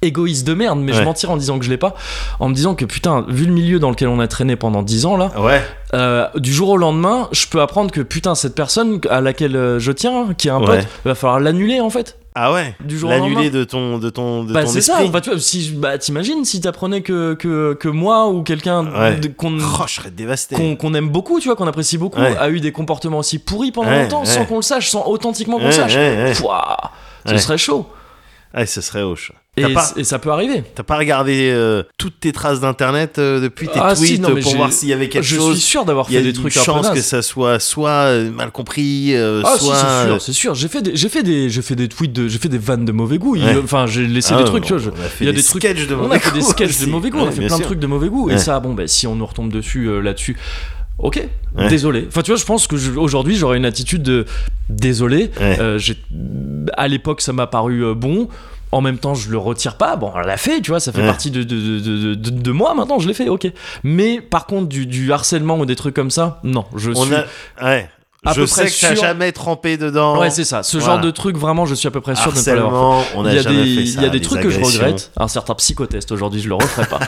A: égoïste de merde mais je
B: Ouais.
A: mentirais en disant que je l'ai pas en me disant que putain vu le milieu dans lequel on a traîné pendant 10 ans là
B: Ouais,
A: euh, du jour au lendemain je peux apprendre que putain cette personne à laquelle euh, je tiens qui est un
B: Ouais.
A: pote va falloir l'annuler en fait
B: ah ouais.
A: du jour au lendemain
B: L'annuler de ton, de ton, de
A: bah
B: ton
A: c'est
B: esprit.
A: ça Enfin, tu vois, si je- bah t'imagines si t'apprenais que, que que moi ou quelqu'un
B: Ouais.
A: de- qu'on
B: Oh, je serais dévasté.
A: qu'on qu'on aime beaucoup, tu vois, qu'on apprécie beaucoup,
B: Ouais.
A: a eu des comportements aussi pourris pendant
B: Ouais,
A: longtemps sans
B: ouais.
A: qu'on le sache, sans authentiquement qu'on
B: Ouais,
A: le sache.
B: ouais, ouais.
A: Pouah, ce
B: Ouais.
A: serait chaud.
B: Ouais, ce serait hoche.
A: Et,
B: T'as pas,
A: c- et ça peut arriver.
B: t'as pas regardé euh, toutes tes traces d'internet euh, depuis tes
A: Ah, si,
B: tweets
A: non, mais
B: pour
A: j'ai-
B: voir s'il y avait quelque
A: Je
B: chose.
A: suis sûr d'avoir
B: Il y a
A: fait des
B: une
A: trucs un peu
B: chance que
A: nazes.
B: ça soit soit euh, mal compris, euh,
A: Ah si,
B: soit.
A: c'est sûr, c'est sûr. J'ai fait des, j'ai fait des, j'ai fait des tweets de, j'ai fait des vannes de mauvais goût. Il-
B: Ouais.
A: Enfin, j'ai laissé
B: Ah,
A: des trucs,
B: on-
A: tu vois. je-
B: on a fait
A: il y a
B: des
A: des trucs-
B: sketchs de
A: On
B: mauvais
A: a fait des
B: goût
A: sketchs de
B: aussi.
A: mauvais goût, on a
B: Ouais,
A: fait
B: bien
A: plein de
B: sûr.
A: trucs de mauvais goût. Et
B: Ouais.
A: ça, bon, bah, si on nous retombe dessus euh, là-dessus, ok,
B: Ouais.
A: désolé. Enfin, tu vois, je pense que je- aujourd'hui j'aurais une attitude de désolé.
B: Ouais.
A: Euh, j'ai- à l'époque, ça m'a paru euh, bon. En même temps, je le retire pas. Bon, on l'a fait, tu vois, ça fait
B: Ouais.
A: partie de, de, de, de- de- de moi maintenant, je l'ai fait, ok. Mais par contre, du, du harcèlement ou des trucs comme ça, non, je
B: On
A: suis.
B: a, ouais.
A: à
B: Je
A: peu
B: sais
A: près
B: que t'as
A: sûr-
B: jamais trempé dedans.
A: Ouais, c'est ça. Ce genre
B: Voilà.
A: de truc, vraiment, je suis à peu près sûr de ne pas l'avoir fait.
B: harcèlement. On a
A: il y a
B: jamais
A: des,
B: fait ça.
A: il y a des
B: les
A: trucs que je
B: agressions.
A: regrette. Un certain psychotest aujourd'hui, je le referai pas.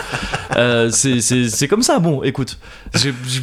A: Euh, c'est- c'est c'est comme ça. Bon, écoute, j'ai- j'ai-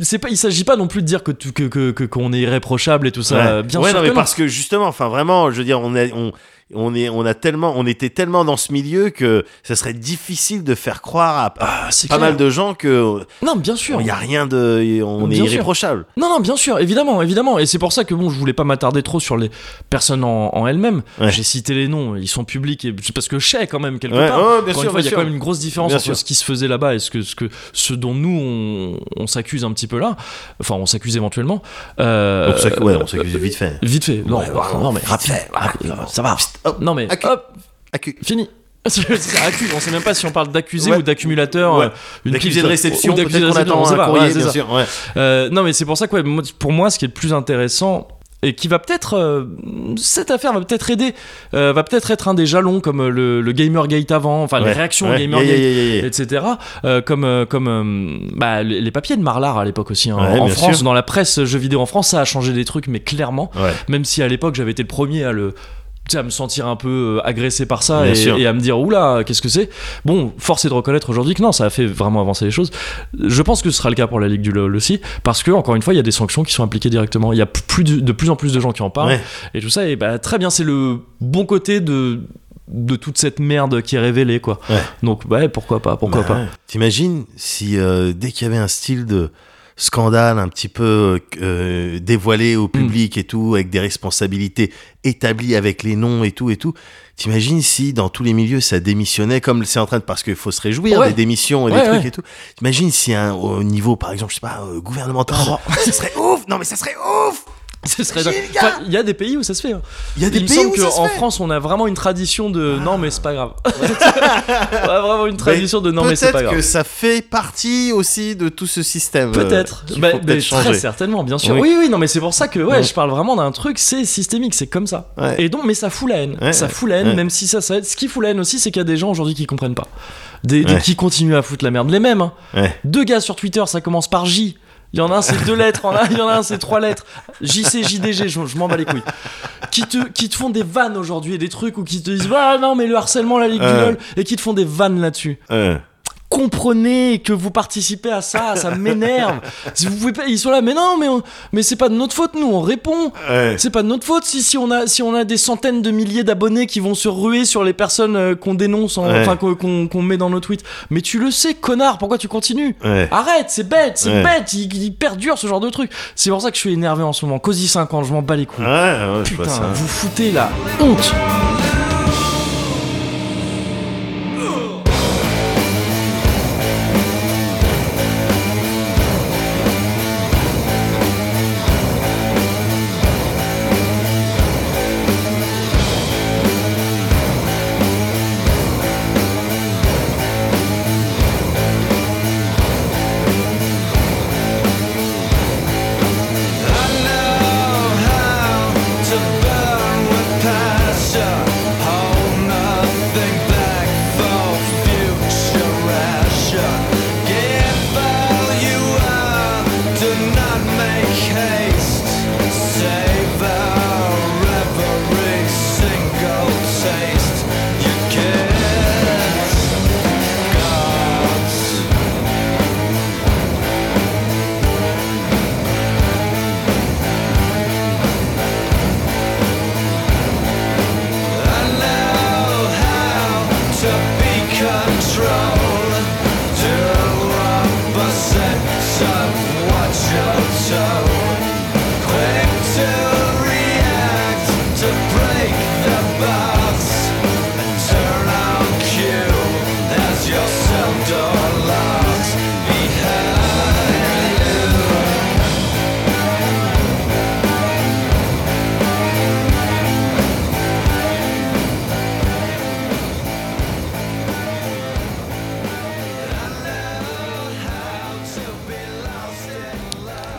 A: c'est pas, il s'agit pas non plus de dire que tu- que que- que- qu'on est irréprochable et tout ça.
B: Ouais.
A: euh, Bien
B: Ouais,
A: sûr
B: non,
A: que
B: mais
A: non.
B: parce que justement, enfin vraiment, je veux dire, on a, on, on est, on a tellement, on était tellement dans ce milieu que ça serait difficile de faire croire à, à
A: Ah, c'est
B: pas
A: clair.
B: mal de gens que
A: Non, bien sûr.
B: il y a rien de, on
A: Bien
B: est
A: sûr.
B: irréprochable.
A: Non, non, bien sûr, évidemment, évidemment. Et c'est pour ça que bon, je voulais pas m'attarder trop sur les personnes en, en elles-mêmes.
B: Ouais.
A: J'ai cité les noms, ils sont publics et c'est parce que je sais quand même quelque
B: Ouais,
A: part.
B: ouais, bien
A: Encore
B: sûr,
A: une fois, il
B: bien
A: y a
B: sûr.
A: quand même une grosse différence
B: Bien
A: entre
B: sûr.
A: ce qui se faisait là-bas et ce que ce que ce dont nous on, on s'accuse un petit peu là. Enfin, on s'accuse éventuellement. Euh,
B: on s'accuse, ouais, on s'accuse vite fait.
A: Vite fait. Euh, Non,
B: Ouais,
A: bah,
B: ouais,
A: non, mais
B: vite fait,
A: rapide,
B: rapide,
A: ça va.
B: Psst, hop,
A: Non mais
B: accu-
A: hop,
B: accu-
A: fini. C'est accu- on sait même pas si on parle d'accusé
B: Ouais.
A: ou d'accumulateur,
B: Ouais.
A: euh, une
B: D'accusé
A: pile,
B: de
A: ça.
B: réception,
A: Ou d'accusé
B: peut-être
A: de
B: qu'on
A: réception, on
B: attend
A: sait
B: un
A: pas.
B: courrier,
A: Ouais, c'est
B: bien
A: ça.
B: sûr. ouais.
A: Euh, non, mais c'est pour ça que ouais, moi, pour moi, ce qui est le plus intéressant et qui va peut-être euh, cette affaire va peut-être aider, euh, va peut-être être un des jalons comme euh, le, le Gamergate avant, enfin les
B: Ouais,
A: réactions au
B: ouais,
A: Gamergate.
B: yeah, yeah, yeah, yeah.
A: etc. euh, comme euh, comme euh, bah, les les papiers de Marlar à l'époque aussi hein.
B: Ouais,
A: en
B: bien
A: France
B: sûr.
A: dans la presse jeux vidéo en France ça a changé des trucs mais clairement
B: Ouais.
A: même si à l'époque j'avais été le premier à le tu sais, à me sentir un peu euh, agressé par ça
B: Bien
A: et,
B: sûr.
A: et à me dire oula qu'est-ce que c'est bon force est de reconnaître aujourd'hui que non ça a fait vraiment avancer les choses je pense que ce sera le cas pour la Ligue du LoL aussi parce que encore une fois il y a des sanctions qui sont appliquées directement il y a plus de, de plus en plus de gens qui en parlent
B: Ouais.
A: et tout ça et bah très bien c'est le bon côté de de toute cette merde qui est révélée, quoi.
B: Ouais.
A: Donc, ouais, pourquoi pas, pourquoi
B: Bah
A: pas.
B: ouais. T'imagines si euh, dès qu'il y avait un style de scandale un petit peu euh, dévoilé
A: Hmm.
B: au public et tout, avec des responsabilités établies avec les noms et tout et tout, t'imagines si dans tous les milieux ça démissionnait comme c'est en train de parce qu'il faut se réjouir
A: Ouais.
B: des démissions et
A: Ouais,
B: des trucs
A: ouais.
B: et tout. T'imagines si un au niveau par exemple je sais pas euh, gouvernemental,
A: Oh.
B: ça serait ouf. Non mais ça serait ouf.
A: Ce serait
B: Génial
A: dingue. Enfin, Il y a des pays où ça se fait. hein.
B: Il y a des
A: Il me
B: pays
A: semble
B: où
A: que
B: ça se
A: en
B: fait.
A: France, on a vraiment une tradition de
B: Ah.
A: non, mais c'est pas grave. on a vraiment une tradition de non, mais c'est pas
B: Peut-être
A: grave.
B: que ça fait partie aussi de tout ce système. euh,
A: Peut-être,
B: qu'il
A: Bah,
B: faut
A: mais
B: peut-être
A: très
B: changer.
A: certainement, bien sûr.
B: Oui.
A: Oui, oui, non, mais c'est pour ça que ouais,
B: Ouais.
A: je parle vraiment d'un truc, c'est systémique, c'est comme ça.
B: Ouais.
A: Et donc, mais ça fout la haine,
B: Ouais,
A: ça
B: ouais,
A: fout la haine,
B: ouais.
A: même si ça, ça aide. Ce qui fout la haine aussi, c'est qu'il y a des gens aujourd'hui qui comprennent pas, des, des-
B: Ouais.
A: qui continuent à foutre la merde. Les mêmes, hein.
B: Ouais.
A: deux gars sur Twitter, ça commence par J. Il y en a un, c'est deux lettres, en a- il y en a un, c'est trois lettres. JC, JDG, je, je m'en bats les couilles. Qui te, qui te font des vannes aujourd'hui et des trucs où qui te disent Ah non, mais le harcèlement, la Ligue
B: Euh.
A: du LOL, et qui te font des vannes là-dessus
B: Ouais.
A: comprenez que vous participez à ça, ça m'énerve. Si vous pouvez pas, ils sont là, mais non, mais on- mais c'est pas de notre faute, nous, on répond.
B: Ouais.
A: C'est pas de notre faute si, si on a si on a des centaines de milliers d'abonnés qui vont se ruer sur les personnes euh, qu'on dénonce, en-
B: Ouais.
A: enfin qu'on qu'on- qu'on met dans nos tweets. Mais tu le sais, connard, pourquoi tu continues
B: Ouais.
A: Arrête, c'est bête, c'est
B: Ouais.
A: bête, il, il perdure ce genre de truc. C'est pour ça que je suis énervé en ce moment. Cosy 50, je m'en bats les couilles.
B: Ouais, ouais, je vois
A: Ah, Putain,
B: ça.
A: vous foutez la honte.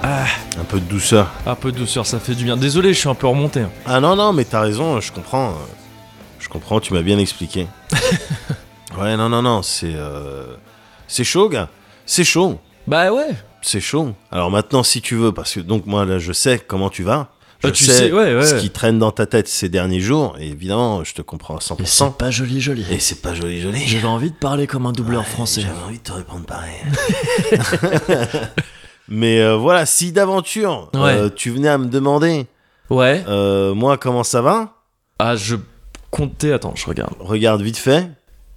B: Un peu de douceur.
A: Ah, Un peu de douceur, ça fait du bien. Désolé, je suis un peu remonté. hein.
B: Ah non, non, mais t'as raison, je comprends. euh, Je comprends, tu m'as bien expliqué. ouais, non, non, non, c'est. euh, C'est chaud, gars. C'est chaud.
A: Bah ouais.
B: C'est chaud. Alors maintenant, si tu veux, parce que donc moi, là, je sais comment tu vas. Je
A: Euh, tu sais, ouais, ouais.
B: ce qui traîne dans ta tête ces derniers jours. Et évidemment, je te comprends à 100%.
A: pas joli, joli.
B: Et c'est pas joli, joli.
A: J'avais envie de parler comme un doubleur
B: Ouais,
A: français.
B: J'avais envie de te répondre pareil. mais euh, voilà, si d'aventure,
A: Ouais.
B: euh, tu venais à me demander,
A: Ouais.
B: euh, moi, comment ça va
A: Ah, je comptais. Attends, je regarde.
B: regarde vite fait.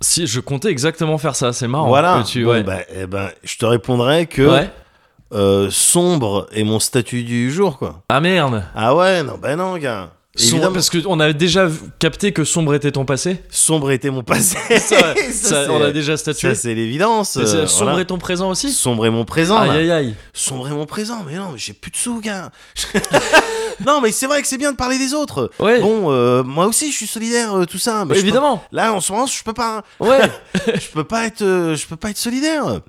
A: Si je comptais exactement faire ça, c'est marrant.
B: voilà.
A: que tu-
B: Bon,
A: Ah, ouais.
B: bah, eh ben, je te répondrai que
A: Ouais.
B: euh, sombre est mon statut du jour, quoi.
A: Ah merde.
B: Ah ouais, non, ben non, gars.
A: Sombre,
B: Évidemment,
A: parce qu'on a déjà v- capté que sombre était ton passé.
B: sombre était mon passé.
A: Ça,
B: Ça,
A: ça,
B: c'est-
A: on a déjà
B: ça,
A: statué.
B: c'est l'évidence.
A: Et c'est-
B: euh,
A: sombre
B: voilà.
A: est ton présent aussi.
B: Sombre est mon présent.
A: Aïe
B: là.
A: aïe aïe.
B: Sombre est mon présent, mais non, mais j'ai plus de sous, gars. non, mais c'est vrai que c'est bien de parler des autres.
A: Ouais.
B: Bon, euh, moi aussi, je suis solidaire, euh, tout ça. mais je peux-
A: Évidemment.
B: Là, en ce moment, je peux pas. hein.
A: Ouais.
B: je peux pas être euh, je peux pas être solidaire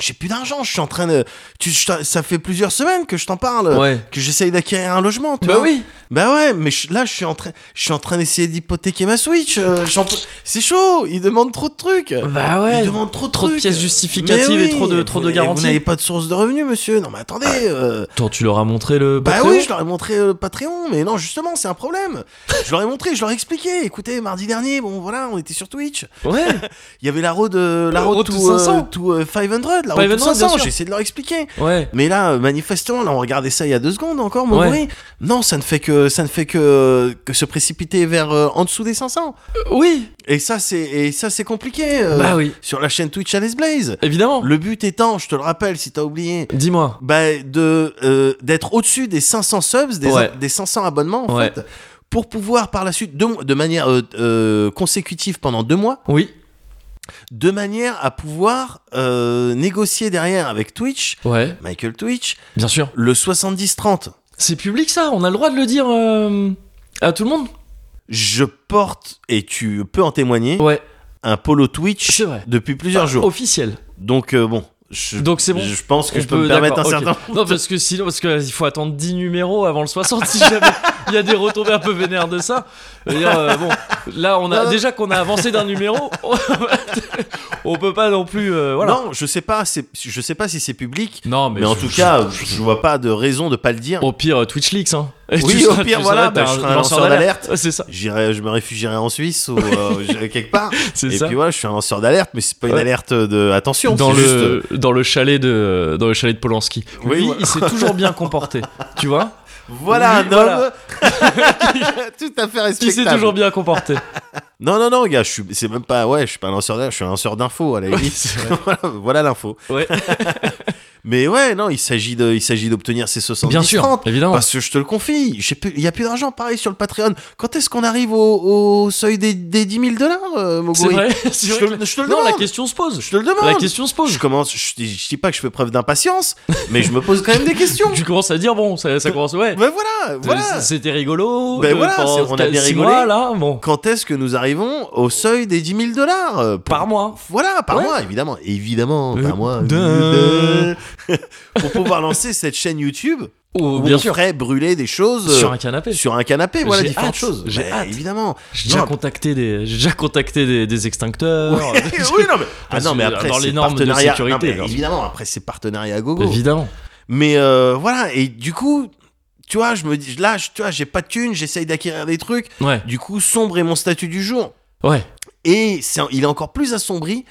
B: j'ai plus d'argent je suis en train de tu je t'en- ça fait plusieurs semaines que je t'en parle
A: Ouais.
B: que j'essaye d'acquérir un logement tu
A: bah
B: vois.
A: oui.
B: bah ouais mais je- là je suis en train je suis en train d'essayer d'hypothéquer ma Switch euh, j'en peux- c'est chaud il demande trop de trucs
A: Bah ouais.
B: il demande trop de
A: Trop de
B: trucs.
A: pièces justificatives
B: Mais
A: et trop de- trop de
B: vous-
A: garanties.
B: Vous n'avez pas de source de revenus, monsieur. Non, mais attendez. euh,
A: Attends, tu leur as montré le.
B: bah
A: Patreon
B: oui, je leur ai montré euh, le Patreon, mais non, justement, c'est un problème. je leur ai montré, je leur ai expliqué. Écoutez, mardi dernier, bon, voilà, on était sur Twitch.
A: Ouais.
B: Il y avait la road, euh, la
A: Euh,
B: road
A: road
B: to,
A: to 500.
B: euh, to, euh, 500. de la
A: Pas
B: route aux
A: événement, bien
B: 500,
A: sûr.
B: j'ai essayé de leur expliquer.
A: Ouais.
B: Mais là, euh, manifestement, là, on regardait ça il y a deux secondes encore,
A: Ouais.
B: mais non, ça ne fait que ça ne fait que, que se précipiter vers euh, en dessous des 500.
A: Oui.
B: Et ça, c'est et ça, c'est compliqué. euh,
A: Bah oui.
B: Sur la chaîne Twitch Alice Blaze.
A: Évidemment.
B: Le but étant, je te le rappelle, si t'as oublié,
A: Dis-moi.
B: bah, de euh, d'être au-dessus des 500 subs, des,
A: Ouais.
B: des 500 abonnements en
A: Ouais.
B: fait, pour pouvoir par la suite de, de manière euh, euh, consécutive pendant deux mois,
A: Oui.
B: de manière à pouvoir euh, négocier derrière avec Twitch,
A: Ouais.
B: Michael Twitch,
A: Bien sûr.
B: le 70-30.
A: C'est public ça. On a le droit de le dire euh, à tout le monde.
B: Je porte et tu peux en témoigner
A: Ouais.
B: un polo Twitch
A: C'est vrai.
B: depuis plusieurs jours.
A: Officiel.
B: Donc euh, bon, je,
A: Donc c'est bon.
B: je pense que
A: On
B: je peux
A: peut-
B: me permettre un
A: d'accord,
B: certain.
A: ok. Non, parce que sinon, parce que il faut attendre 10 numéros avant le 60 si jamais il y a des retombées un peu vénères de ça. Je veux dire, euh, bon, là, on a
B: Non.
A: déjà qu'on a avancé d'un numéro, on- on peut pas non plus. euh, voilà.
B: Non, je sais pas, c'est- je sais pas si c'est public,
A: Non,
B: mais, en tout cas, je, je vois pas de raison de pas le dire.
A: au pire euh, Twitch Leaks. Hein. Et
B: Oui,
A: tu
B: au
A: seras-
B: pire,
A: tu
B: voilà,
A: seras-
B: bah,
A: t'as
B: je serai un lanceur d'alerte.
A: Ouais, C'est ça,
B: J'irai, je me réfugierai en Suisse ou euh, j'irai quelque part.
A: c'est
B: Et
A: ça.
B: puis voilà, je suis un lanceur d'alerte, mais c'est pas une
A: Ouais.
B: alerte de attention.
A: dans
B: c'est
A: le
B: juste, euh,
A: dans le chalet de dans le chalet de Polanski.
B: Oui,
A: Lui,
B: voilà.
A: il s'est toujours bien comporté, tu vois.
B: voilà
A: Oui,
B: un homme tout à fait
A: Il
B: respectable.
A: s'est toujours bien comporté.
B: Non, non, non, gars, je suis, c'est même pas, ouais, je suis pas un lanceur d'alerte, je suis un lanceur d'infos à la
A: Oui,
B: limite.
A: c'est vrai.
B: voilà, voilà l'info.
A: Ouais,
B: Mais ouais, non, il s'agit de, il s'agit d'obtenir ces 70
A: bien sûr,
B: 30,
A: évidemment.
B: Parce que je te le confie, j'ai plus- il y a plus d'argent, pareil sur le Patreon. Quand est-ce qu'on arrive au, au seuil des, des 10 000 dollars,
A: C'est vrai. c'est
B: Je
A: vrai
B: te,
A: que-
B: je te le
A: non, la
B: demande.
A: question se pose.
B: Je te le demande.
A: La question se pose.
B: Je commence, je, dis- je dis pas que je fais preuve d'impatience, mais je me pose quand même des questions.
A: Tu commences à dire bon, ça, ça commence ouais. Euh,
B: Ben voilà, voilà.
A: C'était rigolo.
B: Ben
A: euh,
B: voilà,
A: pendant
B: c'est- on a bien
A: six
B: rigolé.
A: mois, là, bon,
B: Quand est-ce que nous arrivons au seuil des 10 000 dollars euh,
A: par mois.
B: Voilà, par
A: Ouais.
B: mois, évidemment. Évidemment,
A: Euh,
B: par mois.
A: dun.
B: Pour pouvoir lancer cette chaîne YouTube
A: Ou
B: où
A: Oh, bien
B: on
A: sûr
B: ferait brûler des choses euh,
A: sur un canapé.
B: sur un canapé, voilà,
A: J'ai
B: différentes
A: hâte,
B: choses.
A: j'ai
B: Ben,
A: hâte.
B: Évidemment.
A: J'ai déjà
B: Non.
A: contacté des j'ai déjà contacté des, des extincteurs.
B: oui, non, mais, ah, non, mais
A: Parce que
B: après,
A: dans
B: c'est
A: les normes de
B: partenariat.
A: sécurité,
B: non, mais
A: alors. Bah,
B: évidemment, après, c'est partenariat à gogo.
A: Évidemment.
B: Mais euh, voilà, et du coup, tu vois, je me dis, là, je- tu vois, j'ai pas de thunes, j'essaye d'acquérir des trucs.
A: Ouais.
B: Du coup, sombre est mon statut du jour.
A: Ouais.
B: Et c'est- il est encore plus assombri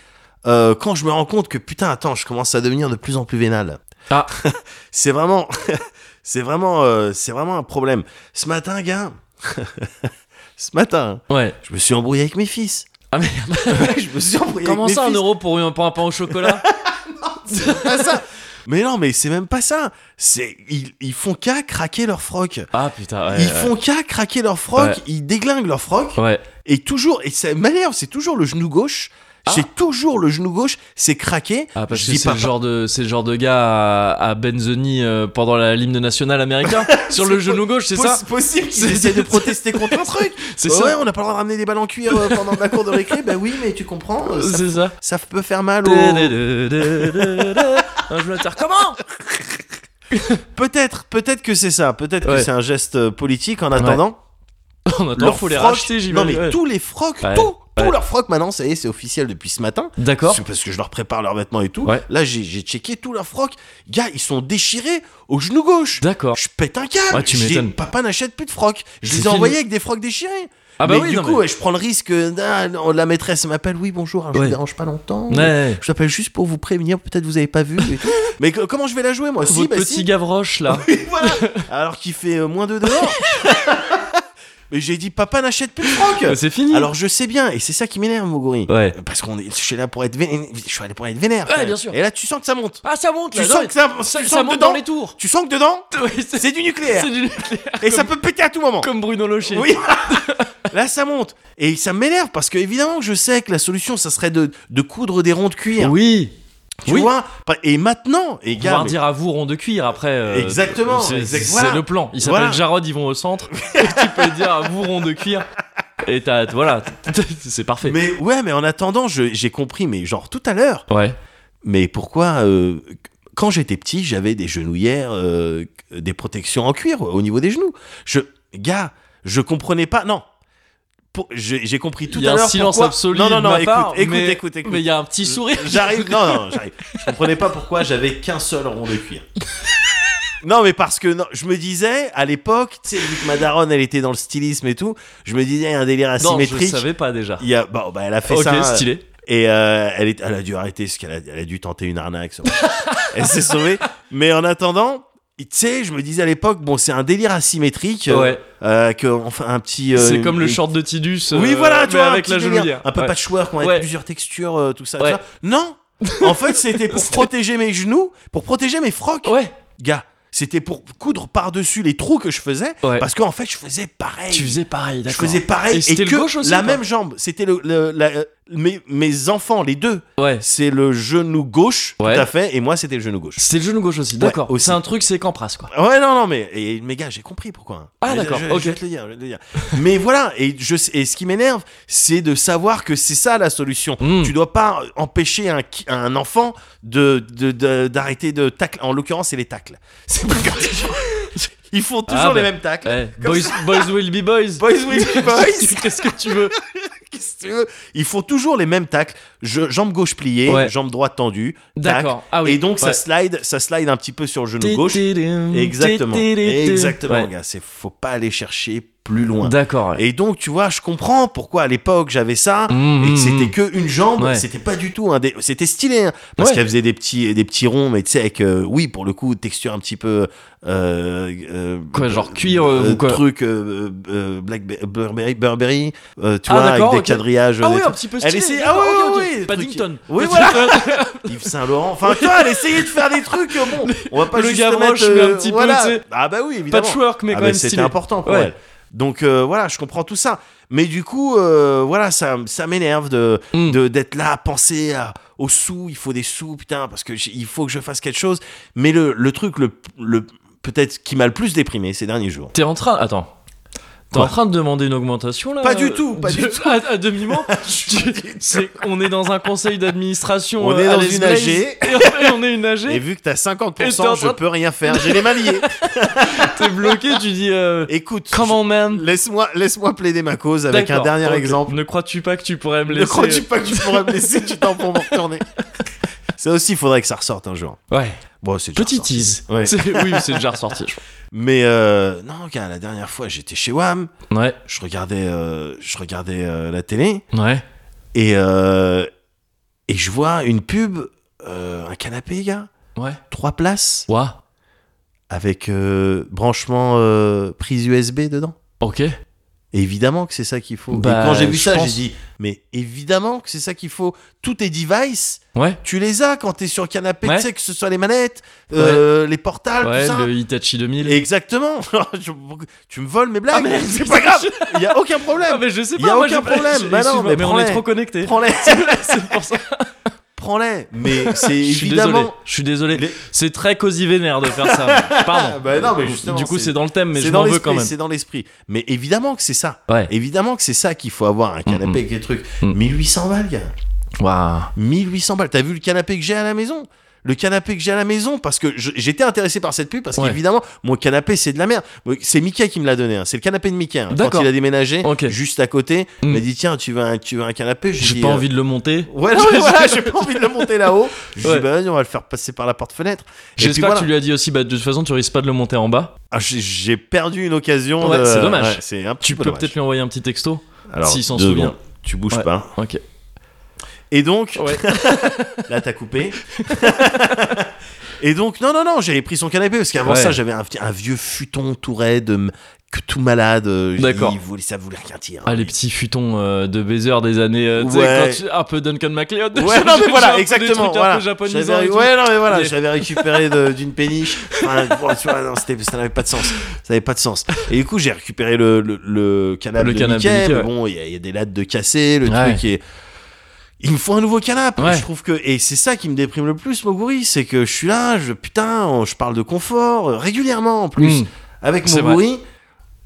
B: euh, quand je me rends compte que putain, attends, je commence à devenir de plus en plus vénal.
A: Ah.
B: c'est vraiment, c'est vraiment, euh, c'est vraiment un problème. Ce matin, gars, ce matin,
A: Ouais.
B: je me suis embrouillé avec mes fils.
A: Ah merde.
B: je me suis embrouillé
A: Comment
B: avec
A: ça
B: mes
A: un
B: fils.
A: euro pour, un- pour un pain au chocolat
B: C'est pas ça. Mais non, mais c'est même pas ça. C'est ils, ils font qu'à craquer leur froc.
A: Ah putain. Ouais,
B: ils
A: ouais.
B: font qu'à craquer leur froc.
A: Ouais.
B: Ils déglinguent leur froc.
A: Ouais.
B: Et toujours, et ça m'énerve, c'est toujours le genou gauche.
A: Ah.
B: C'est toujours le genou gauche, c'est craqué.
A: Ah parce
B: Je
A: que
B: dis
A: c'est
B: pas-
A: le genre de c'est le genre de gars à, à Benzoni euh, pendant la l'hymne national américain sur le
B: C'est
A: genou gauche, c'est
B: Poss-
A: ça
B: possible qu'ils
A: C'est-
B: essayent de protester contre un truc.
A: C'est
B: ouais,
A: ça.
B: on n'a pas le droit de ramener des balles en cuir euh, pendant la cour de récré. bah oui, mais tu comprends, euh, ça,
A: C'est ça.
B: ça peut faire mal au.
A: Je me tire comment
B: Peut-être, peut-être que c'est ça. Peut-être que
A: Ouais.
B: c'est un geste euh, politique. En attendant,
A: On attend,
B: leur
A: faut les
B: froc-
A: racheter, j'imagine.
B: Non, mais
A: Ouais.
B: tous les frocs,
A: Ouais.
B: tout, tout
A: Ouais.
B: leur froc maintenant, ça y est, c'est officiel depuis ce matin.
A: D'accord.
B: C'est parce que je leur prépare leurs vêtements et tout.
A: Ouais.
B: Là, j'ai j'ai checké tout leur froc. Gars, ils sont déchirés au genou gauche.
A: D'accord.
B: Je pète un câble.
A: Ouais, tu
B: Je dis,
A: m'étonnes.
B: Papa n'achète plus de froc. Je
A: C'est
B: les ai
A: fini.
B: envoyés avec des frocs déchirés.
A: Ah bah
B: Mais
A: oui,
B: du
A: non,
B: coup,
A: mais-
B: ouais, je prends le risque. euh, ah, non, la maîtresse m'appelle. Oui, bonjour. alors, Je
A: Ouais.
B: vous dérange pas longtemps.
A: Ouais, ouais.
B: Je t'appelle juste pour vous prévenir. Peut-être vous avez pas vu. et tout. mais que- comment je vais la jouer moi Si,
A: Votre
B: bah,
A: petit
B: si.
A: Gavroche là.
B: Voilà. Alors qu'il fait euh, moins de dehors. mais j'ai dit papa n'achète plus de froc.
A: Bah, c'est fini.
B: euh, Alors je sais bien et c'est ça qui m'énerve Moguri.
A: Ouais.
B: Parce qu'on est, je suis là pour être vénère. Je suis allé pour être vénère.
A: Ouais, bien sûr.
B: Et là tu sens que ça monte.
A: Ah ça monte.
B: Tu
A: là,
B: sens
A: non,
B: que ça,
A: ça,
B: tu
A: ça
B: sens que
A: monte
B: dedans,
A: dans les tours.
B: tu sens que dedans,
A: Oui, c'est
B: c'est du nucléaire.
A: c'est du nucléaire.
B: Et ça peut péter à tout moment.
A: Comme Bruno Locher.
B: Oui. Là, ça monte. Et ça m'énerve parce que, évidemment, je sais que la solution, ça serait de, de coudre des ronds de cuir.
A: Oui.
B: Tu
A: oui.
B: vois Et maintenant, et
A: Pouvoir
B: gars. mais-
A: dire à vous rond de cuir après. euh,
B: Exactement,
A: C'est
B: exact-
A: c'est
B: voilà.
A: le plan. Ils s'appellent
B: Voilà.
A: Jarod, ils vont au centre. et tu peux dire à vous rond de cuir. Et t'as voilà, c'est parfait.
B: Mais ouais, mais en attendant, je- j'ai compris, mais genre tout à l'heure.
A: Ouais.
B: Mais pourquoi. euh, quand j'étais petit, j'avais des genouillères, euh, des protections en cuir au niveau des genoux. Je. Gars, je comprenais pas. Non. Pour- J'ai j'ai compris tout
A: Il y a
B: à
A: un
B: l'heure.
A: silence
B: pourquoi-
A: absolu.
B: Non, non,
A: de
B: non,
A: ma
B: écoute,
A: part,
B: écoute,
A: mais-
B: écoute, écoute.
A: Mais il y a un petit sourire.
B: J'arrive, non, non, j'arrive. Je comprenais pas pourquoi j'avais qu'un seul rond de cuir. Non, mais parce que non, je me disais, à l'époque, tu sais, vu que ma daronne, elle était dans le stylisme et tout, je me disais, il y a un délire
A: Non, je
B: asymétrique.
A: savais pas déjà.
B: il y a, bon, bah, elle a fait
A: Ok,
B: ça. euh,
A: stylé.
B: Et euh, elle, est, elle a dû arrêter, parce qu'elle a, elle a dû tenter une arnaque. sûrement. elle s'est sauvée. Mais en attendant, tu sais, je me disais à l'époque, bon, c'est un délire asymétrique. euh,
A: Ouais.
B: euh, que, enfin, un petit. euh,
A: c'est
B: une-
A: comme le
B: une-
A: short de Tidus.
B: Oui,
A: euh,
B: voilà, tu
A: mais
B: vois,
A: avec
B: un
A: la
B: petit délire,
A: genouillère.
B: Un peu
A: Ouais.
B: patchwork, quoi,
A: Ouais.
B: avec plusieurs textures, euh, tout ça. tout
A: Ouais.
B: ça. Non En fait, c'était pour protéger mes genoux, pour protéger mes frocs,
A: Ouais.
B: gars. C'était pour coudre par-dessus les trous que je faisais,
A: Ouais.
B: parce qu'en fait, je faisais pareil.
A: Tu faisais pareil,
B: je
A: d'accord.
B: faisais pareil.
A: Et
B: Et,
A: c'était le
B: que
A: gauche aussi,
B: la
A: ou pas
B: même jambe. C'était le, le- la- euh, mes, mes enfants, les deux.
A: Ouais.
B: C'est le genou gauche,
A: Ouais.
B: tout à fait, et moi, c'était le genou gauche.
A: C'était le genou gauche aussi, d'accord.
B: aussi.
A: C'est un truc, c'est Campras, quoi.
B: Ouais, non, non, mais, et, mais gars, j'ai compris pourquoi. hein.
A: Ah,
B: Je-
A: d'accord,
B: je-
A: ok.
B: Je vais te le dire, je vais te le dire. mais voilà, et, je, et ce qui m'énerve, c'est de savoir que c'est ça la solution.
A: Mm.
B: Tu dois pas empêcher un, ki- un enfant de, de- de- d'arrêter de tacle. En l'occurrence, c'est les tacles. C'est pas quand- Ils font toujours
A: Ah, bah.
B: les mêmes tacles.
A: Ouais. Boys, boys will be boys.
B: Boys will be boys.
A: Qu'est-ce que tu veux
B: Qu'est-ce que tu veux Ils font toujours les mêmes tacles. Je- jambe gauche pliée,
A: Ouais.
B: jambe droite tendue. tacle.
A: D'accord. Ah oui.
B: Et donc, ça,
A: ouais.
B: slide, ça slide un petit peu sur le genou gauche. Exactement. Exactement,
A: Ouais.
B: gars. C'est faut pas aller chercher plus loin.
A: D'accord. ouais.
B: Et donc, tu vois, je comprends pourquoi à l'époque j'avais ça
A: Mmh,
B: et que
A: mmh,
B: c'était
A: mmh.
B: que une jambe.
A: Ouais.
B: C'était pas du tout. un dé- C'était stylé hein, parce
A: Ouais.
B: qu'elle faisait des petits, des petits ronds, mais tu sais avec euh, oui pour le coup texture un petit peu euh, euh,
A: Quoi, genre cuir, euh, ou quoi
B: truc euh, euh, Blackberry- Burberry, Burberry euh, tu
A: Ah,
B: vois avec
A: d'accord,
B: des
A: ok.
B: quadrillages.
A: Ah
B: des
A: oui, un
B: trucs.
A: petit peu
B: Elle
A: stylé.
B: essaie-
A: d'accord,
B: ah ouais,
A: ok, ok.
B: ouais, le truc qui-
A: Paddington.
B: Oui,
A: Le
B: voilà.
A: truc-
B: Yves Saint Laurent. Enfin, toi, elle essayait de faire des trucs. euh, Bon, on va pas
A: Le
B: juste
A: Gavroche,
B: mettre,
A: mais un
B: euh,
A: petit peu,
B: voilà.
A: tu sais.
B: Ah bah oui, évidemment.
A: Patchwork, mais
B: Ah
A: quand
B: bah,
A: même
B: c'était
A: stylé.
B: important pour
A: Ouais.
B: elle. Donc euh, voilà, je comprends tout ça. Mais du coup, euh, voilà, ça, ça m'énerve de
A: Mm.
B: de- d'être là à penser à- aux sous. Il faut des sous, putain, parce que j'ai- il faut que je fasse quelque chose. Mais le, le truc, le, le peut-être qui m'a le plus déprimé ces derniers jours.
A: T'es en train. Attends. T'es
B: Quoi
A: en train de demander une augmentation là
B: Pas du tout, pas du
A: tout. À, à demi-mot Tu- c'est- On est dans un conseil d'administration.
B: On
A: euh,
B: est
A: à
B: dans
A: Les
B: une
A: Blaze.
B: AG.
A: Et en fait, on est une AG.
B: Et vu que t'as 50%,
A: Et t'es en
B: je
A: train de-
B: peux rien faire. J'ai les mains liées.
A: T'es bloqué, tu dis. euh,
B: Écoute,
A: Come on, man.
B: je- laisse-moi laisse-moi plaider ma cause avec un
A: D'accord,
B: dernier
A: ok.
B: exemple.
A: Ne crois-tu pas que tu pourrais me laisser
B: Ne crois-tu pas que tu pourras me laisser tu temps pour me retourner Ça aussi, il faudrait que ça ressorte un jour.
A: Ouais.
B: Bon, c'est déjà
A: Petit
B: ressorti.
A: tease.
B: Ouais.
A: C'est- Oui, c'est déjà ressorti. je
B: Mais euh, non, gars, la dernière fois, j'étais chez Wam.
A: crois. Ouais.
B: Je regardais, euh, je regardais euh, la télé
A: Ouais.
B: et euh, et je vois une pub, euh, un canapé, gars,
A: Ouais.
B: trois places
A: Ouah.
B: avec euh, branchement euh, prise USB dedans.
A: Ok.
B: Et évidemment que c'est ça qu'il faut.
A: Bah,
B: et quand j'ai vu
A: je
B: ça,
A: pense-
B: j'ai dit, mais évidemment que c'est ça qu'il faut. Tous tes devices,
A: Ouais.
B: tu les as quand t'es sur le canapé,
A: Ouais.
B: tu sais que ce soit les manettes, euh, les portables,
A: Ouais,
B: tout ça.
A: le Hitachi 2000.
B: Exactement. Je- tu me voles mes blagues.
A: Ah, merde,
B: c'est pas grave. Il y a aucun
A: Ah,
B: problème.
A: mais je sais pas.
B: Y a
A: moi,
B: aucun
A: je-
B: problème.
A: je-
B: Bah non,
A: excuse-moi,
B: mais
A: mais on est
B: prends-les.
A: trop connectés.
B: Prends-les.
A: C'est pour ça.
B: Prends-les. Mais c'est
A: Je suis désolé.
B: évidemment.
A: Je suis désolé.
B: Les-
A: C'est très cosy vénère de faire ça. Pardon.
B: Bah non, mais justement,
A: du coup,
B: c'est-
A: c'est dans le thème, mais
B: c'est
A: je
B: dans
A: m'en veux
B: l'esprit,
A: quand même.
B: C'est dans l'esprit. Mais évidemment que c'est ça.
A: Ouais.
B: Évidemment que c'est ça qu'il faut avoir un canapé
A: Mhm.
B: avec des trucs.
A: Mhm.
B: 1800 balles, gars.
A: Waouh.
B: 1800 balles. T'as vu le canapé que j'ai à la maison Le canapé que j'ai à la maison parce que je- j'étais intéressé par cette pub parce
A: Ouais.
B: qu'évidemment mon canapé c'est de la merde. Moi, C'est Mickey qui me l'a donné. hein. C'est le canapé de Mickey. hein. Quand
A: D'accord.
B: il a déménagé,
A: Ok.
B: juste à côté, il
A: Mm.
B: m'a dit tiens tu veux un, tu veux un canapé
A: J'ai
B: dit,
A: pas
B: euh,
A: envie de le monter.
B: Ouais, non, mais voilà, j'ai pas envie de le monter là-haut. Je
A: Ouais.
B: dis, bah, vas-y, on va le faire passer par la porte-fenêtre. Et puis
A: J'espère
B: voilà.
A: que tu lui as dit aussi, bah, de toute façon, tu risques pas de le monter en bas.
B: Ah, j'ai- j'ai perdu une occasion.
A: Ouais,
B: de-
A: c'est dommage.
B: ouais, c'est un petit
A: Tu
B: peu
A: peux
B: dommage.
A: peut-être lui envoyer un petit texto.
B: Alors,
A: s'il s'en
B: deux
A: souvient.
B: secondes. Tu bouges
A: Ouais.
B: pas.
A: Ok.
B: Et donc,
A: Ouais.
B: Là, t'as coupé. et donc, non, non, non, j'avais pris son canapé parce qu'avant
A: Ouais.
B: ça, j'avais un, petit- un vieux futon tout raide, euh, que tout malade. euh,
A: D'accord.
B: il voulait- ça voulait rien dire.
A: Ah, les petits futons euh, de baiser des années. euh, tu sais,
B: Ouais.
A: quand tu- un peu Duncan MacLeod.
B: Ouais, non, mais
A: J'ai un
B: voilà,
A: peu Des
B: exactement.
A: trucs un
B: Voilà.
A: peu japonisants
B: J'avais-
A: et tout.
B: ouais, non, mais voilà,
A: Ok.
B: j'avais récupéré de- d'une péniche. Enfin, bon, tu vois, non, c'était- ça n'avait pas de sens. Ça n'avait pas de sens. Et du coup, j'ai récupéré le, le, le canapé
A: Le
B: de
A: canapé
B: Mickey.
A: de Mickey,
B: mais
A: ouais.
B: bon, il y, a- il y a des lattes de cassé, le
A: Ouais.
B: truc est. Il me faut un nouveau canapé.
A: Ouais.
B: Je trouve que et c'est ça qui me déprime le plus, Moguri, c'est que je suis là, je putain, on- je parle de confort euh, régulièrement en plus
A: Mm.
B: avec
A: C'est
B: Moguri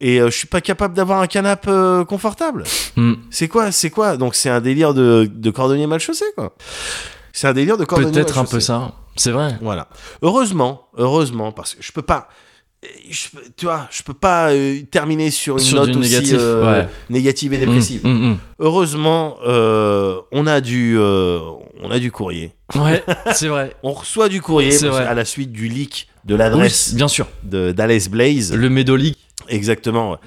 B: et euh, je suis pas capable d'avoir un canapé euh, confortable.
A: Hmm.
B: C'est quoi C'est quoi Donc c'est un délire de, de cordonnier mal chaussé, quoi. C'est un délire de cordonnier
A: Peut-être
B: mal
A: un peu
B: chaussé.
A: ça. C'est vrai.
B: Voilà. Heureusement, heureusement, parce que je peux pas. eh, je peux- tu vois, je peux pas euh, terminer sur une
A: Sur
B: note
A: du
B: aussi
A: négatif,
B: euh,
A: ouais.
B: négative et
A: Mm,
B: dépressive.
A: mm, mm.
B: Heureusement, euh, on a du, euh, on a du courrier.
A: mmh. Ouais, c'est vrai.
B: On reçoit du courrier
A: C'est
B: parce-
A: vrai.
B: à la suite du leak de
A: Oui,
B: l'adresse
A: bien sûr.
B: de d'Alex Blaze.
A: Le médolique.
B: Exactement. ouais.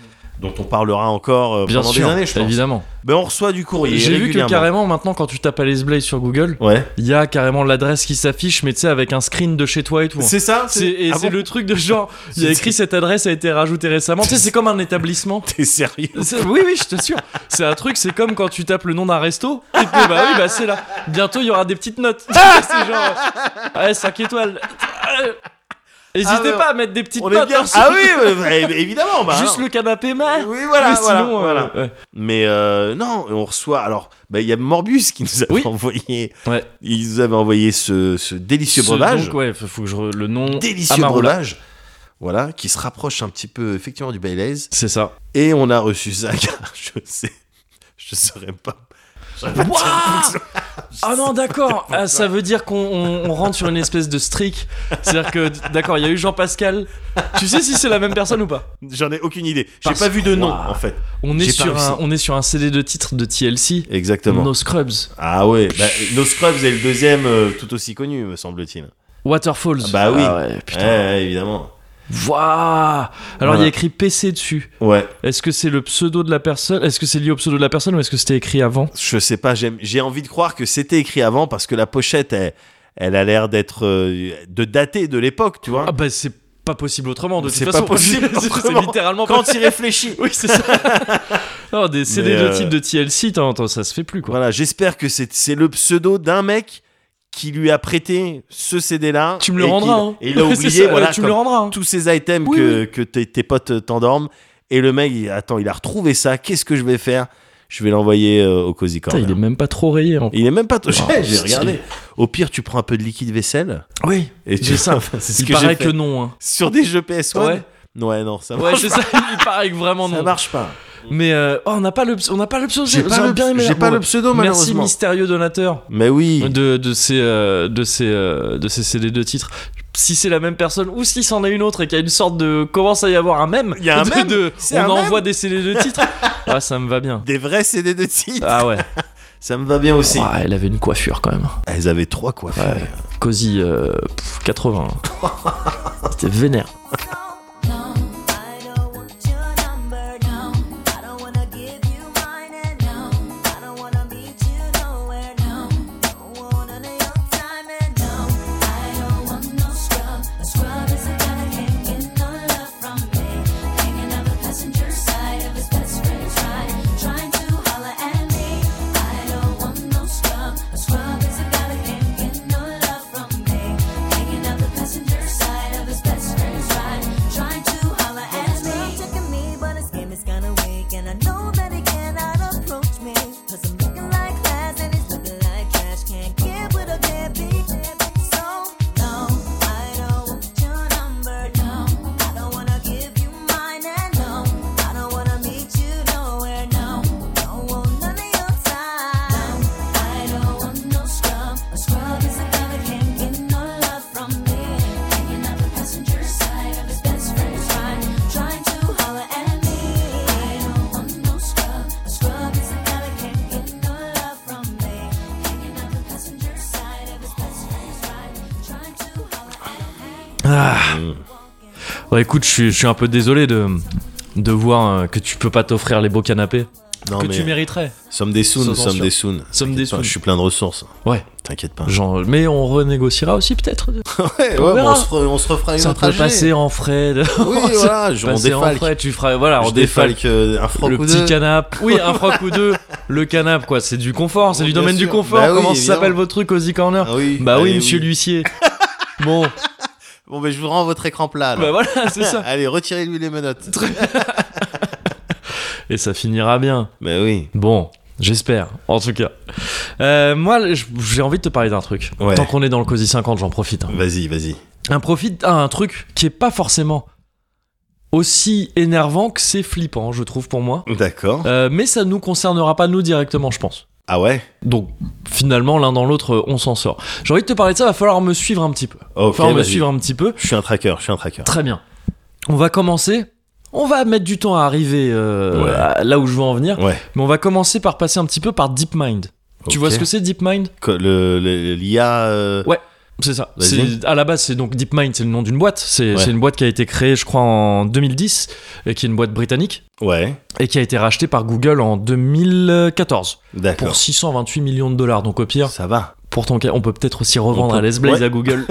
B: dont on parlera encore euh,
A: Bien
B: pendant
A: sûr,
B: des années, je pense.
A: évidemment.
B: Ben, on reçoit du courrier.
A: J'ai vu que
B: régulièrement.
A: carrément, maintenant, quand tu tapes Alice Blaze sur Google,
B: Ouais.
A: il y a carrément l'adresse qui s'affiche, mais tu sais, avec un screen de chez toi et tout. hein.
B: C'est ça
A: C'est- et
B: Ah
A: c'est
B: bon
A: le truc de genre, il y a écrit cette adresse a été rajoutée récemment. tu sais, c'est comme un établissement.
B: T'es sérieux
A: C'est- Oui, oui, je te sûr. C'est un truc, c'est comme quand tu tapes le nom d'un resto. Et que, bah oui, bah c'est là. Bientôt, il y aura des petites notes. c'est genre, euh, ouais, 5 étoiles. Euh, N'hésitez
B: Ah, mais
A: pas à mettre des petites
B: On est
A: notes.
B: bien.
A: hein, sur-
B: Ah oui, ouais, ouais, évidemment. Bah,
A: Juste
B: hein.
A: le canapé mal.
B: Oui, voilà,
A: Mais
B: voilà,
A: sinon, euh,
B: voilà.
A: ouais.
B: Mais euh, non, on reçoit. Alors, bah, il y a Morbius qui nous a
A: Oui.
B: envoyé.
A: Ouais.
B: Ils nous avaient envoyé ce, ce délicieux
A: Ce-
B: breuvage.
A: donc, ouais, faut faut que je re- le nom.
B: Délicieux
A: Amarula.
B: breuvage. Voilà, qui se rapproche un petit peu effectivement du Baileys.
A: C'est ça.
B: Et on a reçu ça, car je sais. Je saurais pas. je saurais pas dire
A: Wouah
B: ce que
A: Ah non, d'accord. Ah, ça veut dire qu'on on- on rentre sur une espèce de streak. C'est-à-dire que, d'accord, il y a eu Jean-Pascal. Tu sais si c'est la même personne ou pas
B: c'est. J'en ai aucune idée. J'ai
A: Parce-
B: pas vu de nom
A: Wouah.
B: en fait.
A: On est,
B: J'ai pas
A: sur
B: réussi.
A: un, on est sur un CD de titre de TLC.
B: Exactement.
A: No Scrubs.
B: Ah ouais, bah, No Scrubs est le deuxième euh, tout aussi connu, me semble-t-il.
A: Waterfalls.
B: Ah bah oui.
A: Ah ouais, putain.
B: Ouais, ouais, évidemment.
A: Waouh Alors il y
B: Voilà.
A: a écrit PC dessus.
B: Ouais,
A: Est-ce que c'est le pseudo de la personne Est-ce que c'est lié au pseudo de la personne ou est-ce que c'était écrit avant
B: je sais pas, j'aime- j'ai envie de croire que c'était écrit avant parce que la pochette, elle, elle a l'air d'être. euh, de dater de l'époque, tu vois.
A: Ah bah c'est pas possible autrement de toute
B: C'est pas
A: façon.
B: possible
A: C'est- c'est
B: autrement.
A: littéralement pas-
B: Quand il réfléchit.
A: Oui, c'est ça. non, des CD
B: Mais,
A: de
B: euh,
A: type de TLC, t'en- t'en- ça se fait plus quoi.
B: Voilà, j'espère que c'est c'est le pseudo d'un mec qui lui a prêté ce CD-là.
A: Tu me le
B: et
A: rendras.
B: qu'il-
A: hein.
B: Et il a
A: C'est
B: oublié,
A: ça,
B: voilà,
A: Tu me le
B: comme
A: rendras. hein.
B: tous ces items
A: Oui,
B: que, que tes, tes potes t'endorment. Et le mec, il, attends, il a retrouvé ça. Qu'est-ce que je vais faire Je vais l'envoyer euh, au Cozy
A: Putain,
B: Corner.
A: il est même pas trop rayé. En...
B: Il est même pas touché.
A: Oh,
B: J'ai
A: stylé.
B: regardé. Au pire, tu prends un peu de liquide vaisselle.
A: Oui.
B: Et tu
A: J'ai ça.
B: c'est ce
A: Il
B: que j'ai
A: paraît
B: fait.
A: que non. hein.
B: Sur des jeux PS1.
A: Ouais.
B: Ouais, non, ça
A: Ouais,
B: marche.
A: c'est ça. Il paraît que vraiment
B: ça
A: non.
B: marche pas.
A: Mais euh, oh, on n'a pas le on n'a pas le pseudo.
B: Mm. J'ai pas,
A: J'aurais
B: le,
A: bien aimé
B: j'ai
A: l'avoir.
B: pas le pseudo,
A: Merci
B: malheureusement.
A: mystérieux donateur
B: Mais oui.
A: de, de ces euh, de ces euh, de ces CD de titres. Si c'est la même personne ou si c'en est une autre et qu'il y a une sorte de commence à y avoir un même.
B: Il y a un
A: de-
B: mème.
A: de-
B: C'est
A: on
B: un
A: envoie des CD de titres. ah ça me va bien.
B: Des vrais CD de titre.
A: Ah ouais.
B: Ça me va bien aussi.
A: Ah, elle avait une coiffure quand même.
B: Elles avaient trois coiffures.
A: Ouais. Cosy euh, pff, 80. C'était vénère.
D: No, I don't want your number. No, I don't wanna give you mine. And no, I don't wanna meet you nowhere. No, don't want none of your time. And no, I don't want no scrub. A scrub is a guy that can't get no love from me. Hanging on the passenger side of his best friend's ride, trying to holler at me. I don't want no scrub. A scrub is a guy that can't get no love from me. Hanging on the passenger side of his best friend's ride, trying to holler at me. checking me, but his game is kinda weak, and I know that he cannot approach me. Cause I'm looking like class and he's looking like trash. Can't get with a baby. So, no, I don't want your number. No, I don't wanna give you mine. And no, I don't wanna meet you nowhere. No, don't want none of your time. I don't want no scrub. A scrub is a guy that can't get no love from me. Hanging out the passenger side of his best friend's ride, trying to holler at me. I don't want no scrub. A scrub is a guy that can't get no love from me. Hanging out the passenger side of his best friend's ride, trying to holler at me.
A: Ah. Bah écoute, je suis, je suis un peu désolé de, de voir euh, que tu peux pas t'offrir les beaux canapés
B: Non,
A: que
B: mais
A: tu mériterais.
B: sommes des soons,
A: Sois-en
B: sommes
A: sûr.
B: des soons.
A: Sommes des
B: T'inquiète pas,
A: soons.
B: Je suis plein de ressources.
A: Ouais.
B: T'inquiète pas.
A: Genre, mais on renégociera aussi peut-être.
B: Ouais, ouais,
A: On
B: bon,
A: verra.
B: on, se re- on se refera une
A: Ça
B: autre
A: peut
B: AG.
A: passer en frais. de-
B: Ah, Oui, voilà, je- on
A: passer en
B: défalque.
A: frais, tu feras. Voilà, on
B: Je défalque
A: défalque.
B: euh, un froc
A: Le
B: ou
A: petit
B: deux.
A: canap. Oui, un froc ou deux. Le canap, quoi. C'est du confort. C'est
B: Oui,
A: du
B: bien
A: domaine du
B: sûr.
A: confort.
B: Bah oui,
A: Comment ça
B: évidemment.
A: s'appelle votre truc, Cozy Corner
B: Ah oui.
A: Bah oui,
B: allez,
A: monsieur l'huissier. Bon,
B: Bon, mais je vous rends votre écran plat. là.
A: bah voilà, c'est ça.
B: Allez, retirez-lui les menottes.
A: Et ça finira bien.
B: Mais oui.
A: Bon, j'espère, en tout cas. Euh, moi, j- j'ai envie de te parler d'un truc.
B: Ouais.
A: Tant qu'on est dans le COSI 50, j'en profite. hein.
B: Vas-y, vas-y.
A: Un, profite ah, un truc qui est pas forcément aussi énervant que c'est flippant, je trouve, pour moi.
B: D'accord.
A: Euh, mais ça nous concernera pas nous directement, je pense.
B: Ah ouais
A: Donc, finalement, l'un dans l'autre, euh, on s'en sort. J'ai envie de te parler de ça, va falloir me suivre un petit peu.
B: Ok,
A: falloir me
B: vas-y.
A: suivre un petit peu.
B: Je suis un tracker, je suis un tracker.
A: Très bien. On va commencer. On va mettre du temps à arriver euh,
B: Ouais.
A: à- là où je veux en venir.
B: Ouais.
A: Mais on va commencer par passer un petit peu par DeepMind. Tu vois
B: Ok.
A: ce que c'est DeepMind
B: Que- le- le- L'IA. euh,
A: Ouais. C'est ça.
B: Vas-y.
A: C'est- À la base, c'est donc DeepMind, c'est le nom d'une boîte. C'est
B: Ouais.
A: c'est une boîte qui a été créée, je crois, en 2010, et qui est une boîte britannique,
B: Ouais,
A: et qui a été rachetée par Google en 2014 pour
B: d'accord.
A: 628 millions de dollars. Donc au pire,
B: Ça va.
A: pour ton cas, on peut peut-être aussi revendre
B: On peut-
A: à Les Blaze
B: Ouais.
A: à Google.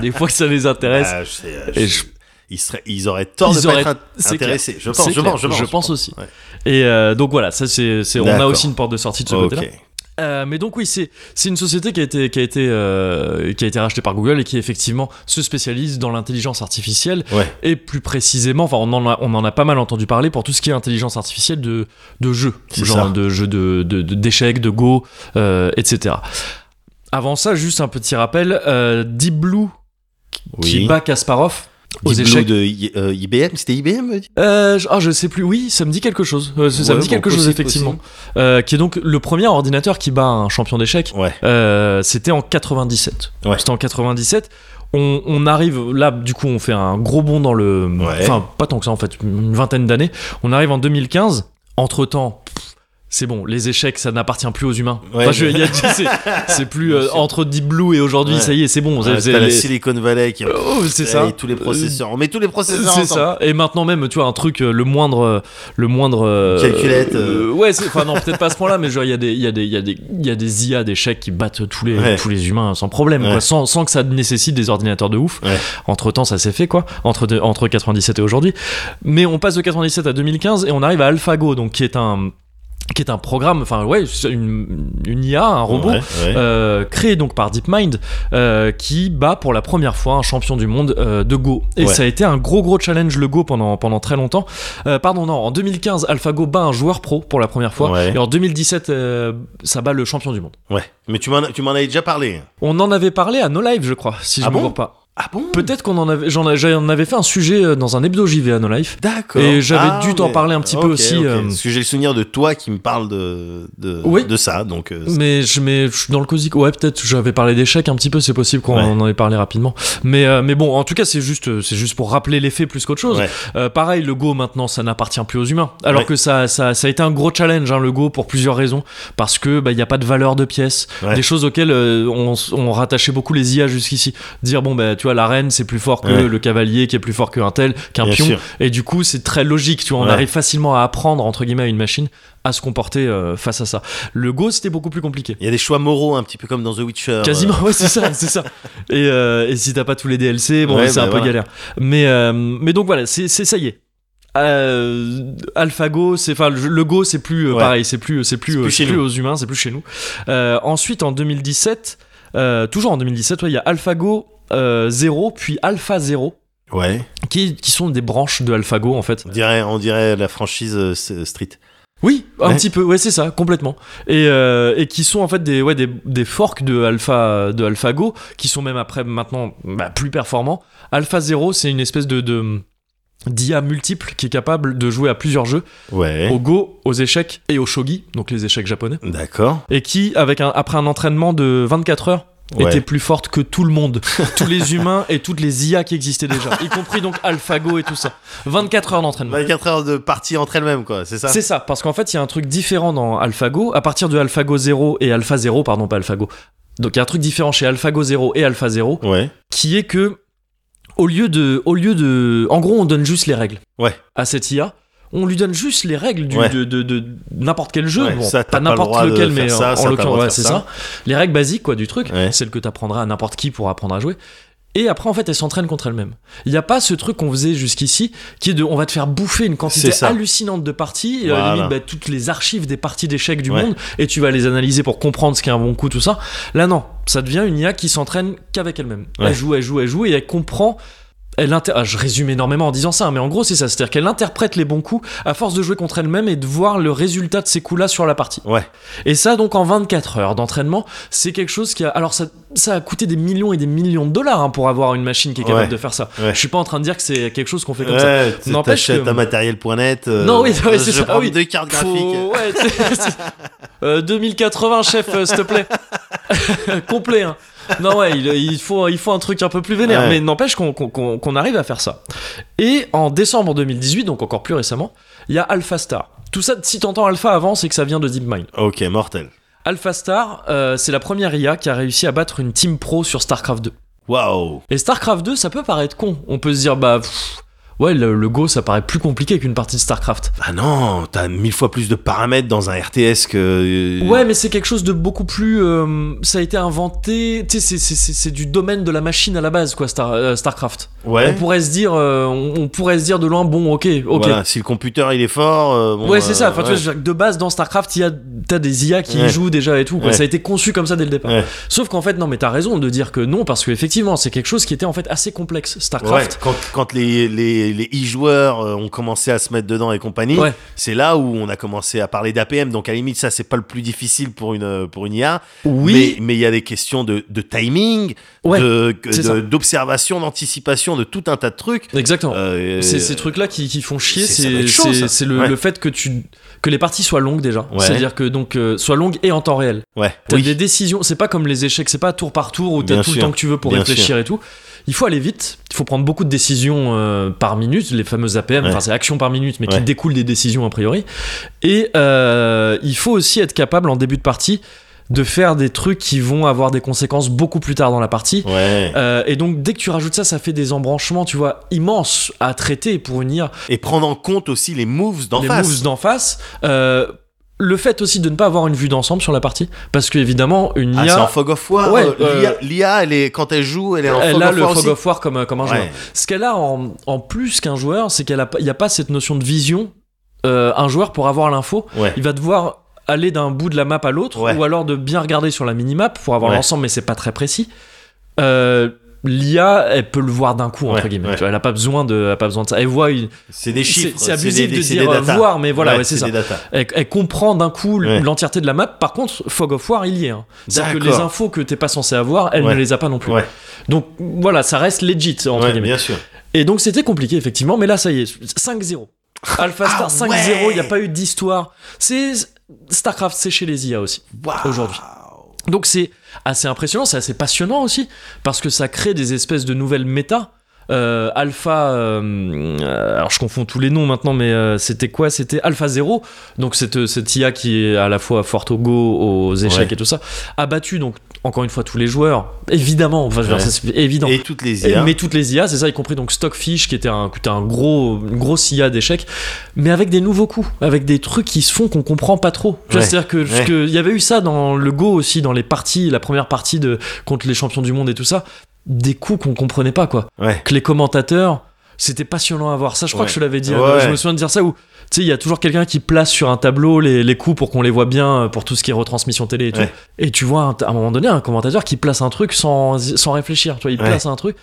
A: Des fois que ça les intéresse.
B: Ah, je sais, euh,
A: Et
B: je-
A: je-
B: Ils, seraient- ils auraient tort
A: Ils
B: de
A: auraient-
B: pas être int-
A: c'est clair.
B: intéressés. Je
A: C'est
B: pense, je
A: clair.
B: pense, je pense.
A: Je pense aussi.
B: Ouais.
A: Et euh, donc voilà, ça c'est, c'est- on a
B: D'accord.
A: aussi une porte de sortie de ce côté-là.
B: Ok.
A: Euh, mais donc oui, c'est c'est une société qui a été qui a été euh, qui a été rachetée par Google et qui effectivement se spécialise dans l'intelligence artificielle
B: Ouais.
A: et plus précisément, enfin on en a, on en a pas mal entendu parler pour tout ce qui est intelligence artificielle de de jeux,
B: C'est
A: genre
B: ça.
A: de jeux de de- de- d'échecs, de, go, euh, etc. Avant ça, juste un petit rappel, euh, Deep Blue qui
B: Oui.
A: bat Kasparov aux
B: Deep Blue
A: échecs.
B: de I- euh, IBM, c'était IBM euh,
A: Euh, je- ah, je sais plus. Oui, ça me dit quelque chose. Euh, ça
B: Ouais,
A: me dit
B: bon,
A: quelque chose
B: possible,
A: effectivement.
B: possible.
A: Euh, qui est donc le premier ordinateur qui bat un champion d'échecs.
B: Ouais.
A: Euh, c'était en 97.
B: Ouais.
A: C'était en 97. On, on arrive là, du coup, on fait un gros bond dans le.
B: Ouais.
A: Enfin, pas tant que ça en fait, une vingtaine d'années. On arrive en 2015. Entre temps. C'est bon, les échecs, ça n'appartient plus aux humains.
B: Ouais.
A: Enfin, je- il y a- c'est- c'est plus
B: Bien
A: euh,
B: sûr.
A: entre Deep Blue et aujourd'hui,
B: Ouais.
A: ça y est, c'est bon.
B: Ah,
A: c'est
B: t'as la
A: les-
B: Silicon Valley qui
A: Oh, c'est
B: Et
A: ça.
B: tous les processeurs. On met tous les processeurs
A: C'est ça.
B: ensemble.
A: Et maintenant même, tu vois, un truc, euh, le moindre, euh, le moindre. euh,
B: Calculette, euh.
A: euh, ouais, c'est- enfin non, peut-être pas à ce point-là, mais genre il y a des, il y a des, il y a des, il y a des IA, des chèques qui battent tous les,
B: Ouais.
A: tous les humains sans problème,
B: Ouais.
A: quoi, sans, sans que ça nécessite des ordinateurs de ouf.
B: Ouais.
A: Entre temps, ça s'est fait quoi, entre de- entre 97 et aujourd'hui. Mais on passe de 97 à 2015 et on arrive à AlphaGo, donc qui est un qui est un programme, enfin ouais, c'est une, une IA, un robot,
B: Ouais, ouais.
A: euh, créé donc par DeepMind, euh, qui bat pour la première fois un champion du monde euh, de Go. Et
B: Ouais.
A: ça a été un gros gros challenge le Go pendant, pendant très longtemps. Euh, pardon, non, en 2015, AlphaGo bat un joueur pro pour la première fois.
B: Ouais.
A: Et en 2017, euh, ça bat le champion du monde.
B: Ouais. Mais tu m'en as- tu m'en avais déjà parlé.
A: On en avait parlé à No Live, je crois, si je
B: Ah
A: ne me
B: bon
A: gourre pas.
B: Ah bon
A: Peut-être qu'on en avait, j'en, j'en avais fait un sujet euh, dans un hebdo JV à No Life.
B: D'accord. Ah,
A: Et j'avais dû t'en
B: mais-
A: parler un petit peu
B: ok,
A: aussi,
B: ok.
A: euh.
B: Parce que j'ai le souvenir de toi qui me parle de, de,
A: Oui.
B: de ça. Donc, euh,
A: Mais je, mais je suis dans le cosique. Ouais, peut-être j'avais parlé d'échecs un petit peu, c'est possible qu'on
B: Ouais.
A: en ait parlé rapidement. Mais, euh, mais bon, en tout cas, c'est juste, c'est juste pour rappeler les faits plus qu'autre chose.
B: Ouais.
A: Euh, pareil, le Go maintenant, ça n'appartient plus aux humains. Alors
B: Ouais.
A: que ça, ça, ça a été un gros challenge, hein, le Go, pour plusieurs raisons. Parce que bah, il n'y a pas de valeur de pièces,
B: Ouais.
A: des choses auxquelles euh, on, s- on rattachait beaucoup les IA jusqu'ici. Dire, bon, bah, tu vois, la reine, c'est plus fort que
B: Ouais.
A: le cavalier, qui est plus fort qu'un tel, qu'un
B: Bien
A: pion.
B: sûr.
A: Et du coup, c'est très logique, tu vois, on
B: Ouais.
A: arrive facilement à apprendre, entre guillemets, à une machine à se comporter euh, face à ça. Le Go, c'était beaucoup plus compliqué.
B: il y a des choix moraux un petit peu comme dans The Witcher.
A: Quasiment, ouais, c'est ça, c'est ça. Et, euh, et si t'as pas tous les DLC, bon,
B: Ouais,
A: c'est
B: bah
A: un peu
B: voilà.
A: galère. Mais, euh, mais donc voilà, c'est c'est- ça y est. Euh, AlphaGo, c'est enfin le le Go, c'est plus euh,
B: Ouais.
A: pareil, c'est plus c'est plus
B: C'est
A: euh,
B: plus
A: c'est
B: chez
A: plus
B: nous.
A: aux humains, c'est plus chez nous. Euh, ensuite, en 2017, euh, toujours en 2017, ouais, il y a AlphaGo euh, 0 puis Alpha 0
B: euh. Ouais.
A: qui, qui sont des branches de AlphaGo en fait.
B: On dirait, on dirait la franchise euh, s- Street.
A: Oui, un
B: Ouais.
A: petit peu, ouais, c'est ça, complètement. Et, euh, et qui sont en fait des, ouais, des, des forks de Alpha, de AlphaGo, qui sont même après maintenant bah, plus performants. Alpha 0, c'est une espèce de, de d'IA multiple qui est capable de jouer à plusieurs jeux,
B: Ouais.
A: au Go, aux échecs et au Shogi, donc les échecs japonais,
B: D'accord.
A: et qui, avec un, après un entraînement de 24 heures,
B: Ouais.
A: était plus forte que tout le monde, tous les humains et toutes les IA qui existaient déjà, y compris donc AlphaGo et tout ça. 24 heures d'entraînement.
B: 24 heures de partie entre elles-mêmes, quoi. C'est ça
A: C'est ça, parce qu'en fait, il y a un truc différent dans AlphaGo. À partir de AlphaGo 0 et Alpha 0, pardon, pas AlphaGo. Donc il y a un truc différent chez AlphaGo 0 et Alpha 0
B: Ouais.
A: qui est que au lieu de au lieu de en gros, on donne juste les règles.
B: Ouais.
A: À cette IA, on lui donne juste les règles du-
B: Ouais.
A: de, de- de n'importe quel jeu,
B: Ouais,
A: Bon,
B: ça,
A: pas
B: t'as pas le
A: n'importe
B: droit de
A: lequel,
B: faire
A: mais
B: ça,
A: en,
B: ça, t'as
A: en
B: pas le
A: l'occurrence,
B: droit de
A: ouais,
B: faire
A: c'est
B: ça.
A: ça. Les règles basiques quoi du truc,
B: Ouais.
A: celles que t'apprendras à n'importe qui pour apprendre à jouer. Et après, en fait, elles s'entraînent contre elles-mêmes. Il n'y a pas ce truc qu'on faisait jusqu'ici, qui est de, on va te faire bouffer une quantité
B: C'est ça.
A: hallucinante de parties, et à la
B: Voilà.
A: limite, bah, toutes les archives des parties d'échecs du
B: Ouais.
A: monde, et tu vas les analyser pour comprendre ce qu'est un bon coup, tout ça. Là, non, ça devient une IA qui s'entraîne qu'avec elle-même.
B: Ouais.
A: Elle joue, elle joue, elle joue, et elle comprend. Elle inter- ah, je résume énormément en disant ça, hein, mais en gros, c'est ça. C'est-à-dire qu'elle interprète les bons coups à force de jouer contre elle-même et de voir le résultat de ces coups-là sur la partie.
B: Ouais.
A: Et ça, donc, en 24 heures d'entraînement, c'est quelque chose qui a. Alors, ça, ça a coûté des millions et des millions de dollars hein, pour avoir une machine qui est capable
B: Ouais.
A: de faire ça.
B: Ouais.
A: Je suis pas en train de dire que c'est quelque chose qu'on fait comme ça.
B: Ouais, t-
A: N'empêche
B: t'achètes
A: que-
B: un matériel.net. euh,
A: Non, oui, ouais, c'est
B: je
A: ça,
B: prends
A: ah oui.
B: deux cartes
A: Faut-
B: graphiques.
A: ouais, c'est- c'est- Euh, 2080, chef, euh, s'il te plaît. Complet, hein. Non, ouais, il, il faut, il faut un truc un peu plus vénère.
B: Ouais.
A: Mais n'empêche qu'on qu'on- qu'on- qu'on arrive à faire ça. Et en décembre 2018, donc encore plus récemment, il y a AlphaStar. Tout ça, si t'entends Alpha avant, c'est que ça vient de DeepMind.
B: Ok, mortel.
A: Alpha Star, euh, c'est la première IA qui a réussi à battre une team pro sur StarCraft 2.
B: Waouh
A: Et StarCraft 2, ça peut paraître con. On peut se dire, bah. pff, ouais, le, le Go, ça paraît plus compliqué qu'une partie de StarCraft.
B: Bah non, t'as mille fois plus de paramètres dans un RTS que. euh,
A: Ouais, mais c'est quelque chose de beaucoup plus. euh, ça a été inventé. Tu sais, c'est- c'est- c'est c'est du domaine de la machine à la base, quoi, Star- euh, StarCraft. On
B: Ouais.
A: pourrait se dire, euh, on, on pourrait se dire de loin, bon, ok, ok.
B: Voilà, si le computer il est fort. euh, bon,
A: ouais, c'est ça.
B: euh,
A: Enfin, tu vois,
B: ouais.
A: je veux dire que de base, dans StarCraft, il y a, t'as des IA qui y
B: Ouais.
A: jouent déjà et tout. quoi.
B: Ouais.
A: Ça a été conçu comme ça dès le départ.
B: Ouais.
A: Sauf qu'en fait, non, mais t'as raison de dire que non, parce que effectivement, c'est quelque chose qui était en fait assez complexe,
B: Ouais,
A: StarCraft.
B: quand, quand les, les, les e-joueurs euh, ont commencé à se mettre dedans et compagnie,
A: Ouais.
B: c'est là où on a commencé à parler d'APM. Donc, à la limite, ça, c'est pas le plus difficile pour une, euh, pour une IA.
A: Oui.
B: Mais- Mais il y a des questions de, de timing,
A: Ouais,
B: de- que-
A: c'est ça.
B: de- d'observation, d'anticipation, de tout un tas de trucs.
A: Exactement.
B: Euh,
A: C'est ces trucs-là qui, qui font chier,
B: c'est- ça doit
A: c'est
B: être chaud,
A: c'est-
B: ça.
A: c'est le,
B: Ouais.
A: le fait que tu que les parties soient longues déjà.
B: Ouais.
A: C'est-à-dire que donc euh, soient longues et en temps réel.
B: Ouais,
A: T'as
B: oui.
A: des décisions, c'est pas comme les échecs, c'est pas tour par tour où t'as
B: Bien
A: tout le
B: sûr,
A: temps que tu veux pour
B: bien
A: réfléchir et tout. Il faut aller vite, il faut prendre beaucoup de décisions euh, par minute, les fameuses APM,
B: Ouais.
A: enfin c'est action par minute, mais qui
B: Ouais.
A: découlent des décisions a priori. Et euh, il faut aussi être capable en début de partie de faire des trucs qui vont avoir des conséquences beaucoup plus tard dans la partie.
B: Ouais.
A: Euh, et donc dès que tu rajoutes ça, ça fait des embranchements, tu vois, immenses à traiter pour une IA.
B: Et prendre en compte aussi les moves d'en
A: les
B: face.
A: moves d'en face. Euh, le fait aussi de ne pas avoir une vue d'ensemble sur la partie, parce que évidemment une
B: Ah, c'est en
A: IA,
B: fog of war.
A: Ouais,
B: euh,
A: euh,
B: l'IA- L'IA, elle est, quand elle joue, elle est en
A: elle
B: fog
A: a
B: of
A: le
B: war
A: fog
B: aussi.
A: of war comme, euh, comme un
B: Ouais.
A: joueur. Ce qu'elle a en, en plus qu'un joueur, c'est qu'elle n'y a, pas cette notion de vision. Euh, un joueur pour avoir l'info,
B: Ouais.
A: il va devoir aller d'un bout de la map à l'autre,
B: Ouais.
A: ou alors de bien regarder sur la minimap pour avoir
B: Ouais.
A: l'ensemble, mais c'est pas très précis. Euh, L'IA, elle peut le voir d'un coup, entre
B: Ouais,
A: guillemets.
B: ouais.
A: Tu vois, elle n'a pas, besoin de- elle a pas besoin de ça. Elle voit une,
B: C'est des
A: C'est-
B: chiffres.
A: c'est abusif
B: des-
A: de
B: c'est
A: dire, euh,
B: des data.
A: voir, mais voilà, ouais, c'est ça.
B: des data.
A: elle, elle comprend d'un coup
B: Ouais.
A: l'entièreté de la map. Par contre, Fog of War, il y est. hein. C'est-à-dire que les
B: D'accord.
A: infos que t'es pas censé avoir, elle
B: Ouais.
A: ne les a pas non plus.
B: Ouais.
A: Donc voilà, ça reste legit, entre
B: Ouais,
A: guillemets.
B: bien sûr.
A: Et donc c'était compliqué, effectivement, mais là, ça y est, 5-0. Alpha Star
B: Ah
A: 5-0, il
B: ouais
A: n'y a pas eu d'histoire. C'est StarCraft, c'est chez les IA aussi.
B: Waouh.
A: Aujourd'hui. Donc c'est assez impressionnant, c'est assez passionnant aussi, parce que ça crée des espèces de nouvelles méta. Euh, alpha, euh, euh, alors je confonds tous les noms maintenant, mais euh, c'était quoi C'était Alpha 0, donc cette, cette IA qui est à la fois forte au go, aux échecs
B: Ouais.
A: et tout ça, a battu donc encore une fois tous les joueurs, évidemment, enfin, je veux dire,
B: Ouais.
A: ça, c'est évident.
B: Et toutes les
A: Et-
B: IA.
A: Mais toutes les IA, c'est ça, y compris donc Stockfish, qui était un, qui était un gros, une grosse IA d'échecs, mais avec des nouveaux coups, avec des trucs qui se font qu'on comprend pas trop. Tu vois,
B: Ouais,
A: C'est-à-dire que, parce
B: ouais.
A: que il y avait eu ça dans le Go aussi, dans les parties, la première partie de contre les champions du monde et tout ça, des coups qu'on comprenait pas quoi.
B: Ouais.
A: Que les commentateurs, c'était passionnant à voir. Ça, je crois
B: Ouais.
A: que je te l'avais dit.
B: Ouais,
A: euh, Je
B: ouais.
A: me souviens de dire ça où. Tu sais, il y a toujours quelqu'un qui place sur un tableau les, les coups pour qu'on les voit bien euh, pour tout ce qui est retransmission télé et tout.
B: Ouais.
A: Et tu vois un- à un moment donné un commentateur qui place un truc sans, sans réfléchir. Tu vois, il
B: Ouais.
A: place un truc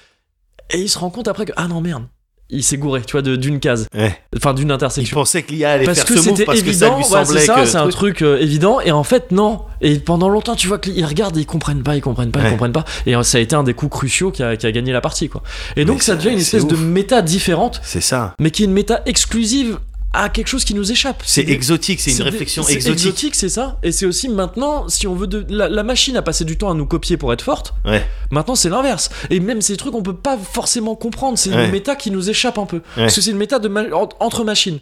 A: et il se rend compte après que ah non merde, il s'est gouré. Tu vois, de- d'une case,
B: Ouais.
A: enfin d'une
B: Il
A: intersection.
B: pensait que l'IA allait
A: Parce
B: faire
A: que
B: ce move
A: c'était
B: parce que ça
A: évident,
B: lui
A: voilà, c'est
B: semblait
A: ça,
B: que.
A: c'est un truc euh, évident, et en fait non. Et pendant longtemps, tu vois qu'ils regardent, et ils comprennent pas, ils comprennent pas, ils
B: Ouais.
A: comprennent pas. Et euh, ça a été un des coups cruciaux qui a, qui a gagné la partie, quoi. Et donc
B: Mais
A: ça
B: c'est-
A: devient une
B: c'est
A: espèce de
B: ouf.
A: méta différente
B: C'est ça.
A: mais qui est une méta exclusive à quelque chose qui nous échappe.
B: C'est
A: des-
B: exotique, c'est une
A: des-
B: réflexion
A: c'est
B: exotique.
A: exotique, c'est ça. Et c'est aussi maintenant, si on veut de la, la machine a passé du temps à nous copier pour être forte.
B: Ouais.
A: Maintenant, c'est l'inverse. Et même ces trucs, on peut pas forcément comprendre. C'est
B: Ouais.
A: une méta qui nous échappe un peu. Parce que c'est une méta de ma- en- entre machines.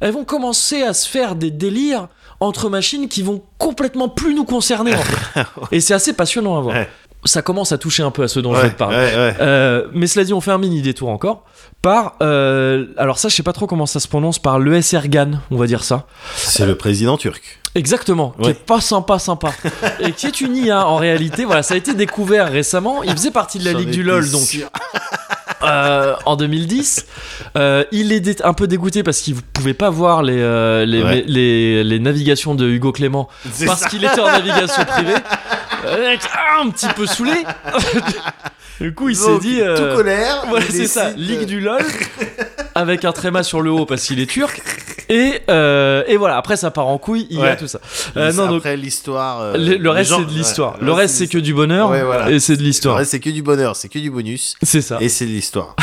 A: Elles vont commencer à se faire des délires entre machines qui vont complètement plus nous concerner. en fait. Et c'est assez passionnant à voir.
B: Ouais.
A: Ça commence à toucher un peu à ce dont je
B: Ouais,
A: veux te parler.
B: ouais, ouais.
A: Euh, mais cela dit, on fait un mini détour encore par. euh, alors ça, je sais pas trop comment ça se prononce par le Ergan, on va dire ça.
B: C'est le président turc.
A: Exactement. Qui
B: Ouais.
A: est pas sympa, sympa, et qui est une IA en réalité. Voilà, ça a été découvert récemment. Il faisait partie de la
B: J'en
A: Ligue du
B: étais
A: LoL, donc
B: sûr.
A: euh, en 2010. Euh, il est dé- un peu dégoûté parce qu'il pouvait pas voir les euh, les,
B: Ouais.
A: les les navigations de Hugo Clément
B: C'est
A: parce
B: ça.
A: qu'il était en navigation privée. Euh, un petit peu saoulé. du coup, il s'est
B: Donc,
A: dit.
B: Tout
A: euh,
B: colère.
A: voilà,
B: il
A: c'est ça,
B: décide,
A: Ligue
B: euh,
A: du LOL, avec un tréma sur le haut parce qu'il est turc. Et, euh, et voilà, après ça part en couille, il y a
B: Ouais.
A: tout ça. Euh, non, donc,
B: Après l'histoire. euh,
A: le, le
B: les
A: reste
B: gens-
A: c'est de l'histoire.
B: ouais,
A: le reste c'est que du bonheur
B: Ouais, voilà.
A: et c'est de
B: Le
A: l'histoire.
B: reste c'est que du bonheur, c'est que du bonus.
A: C'est ça.
B: Et c'est de l'histoire.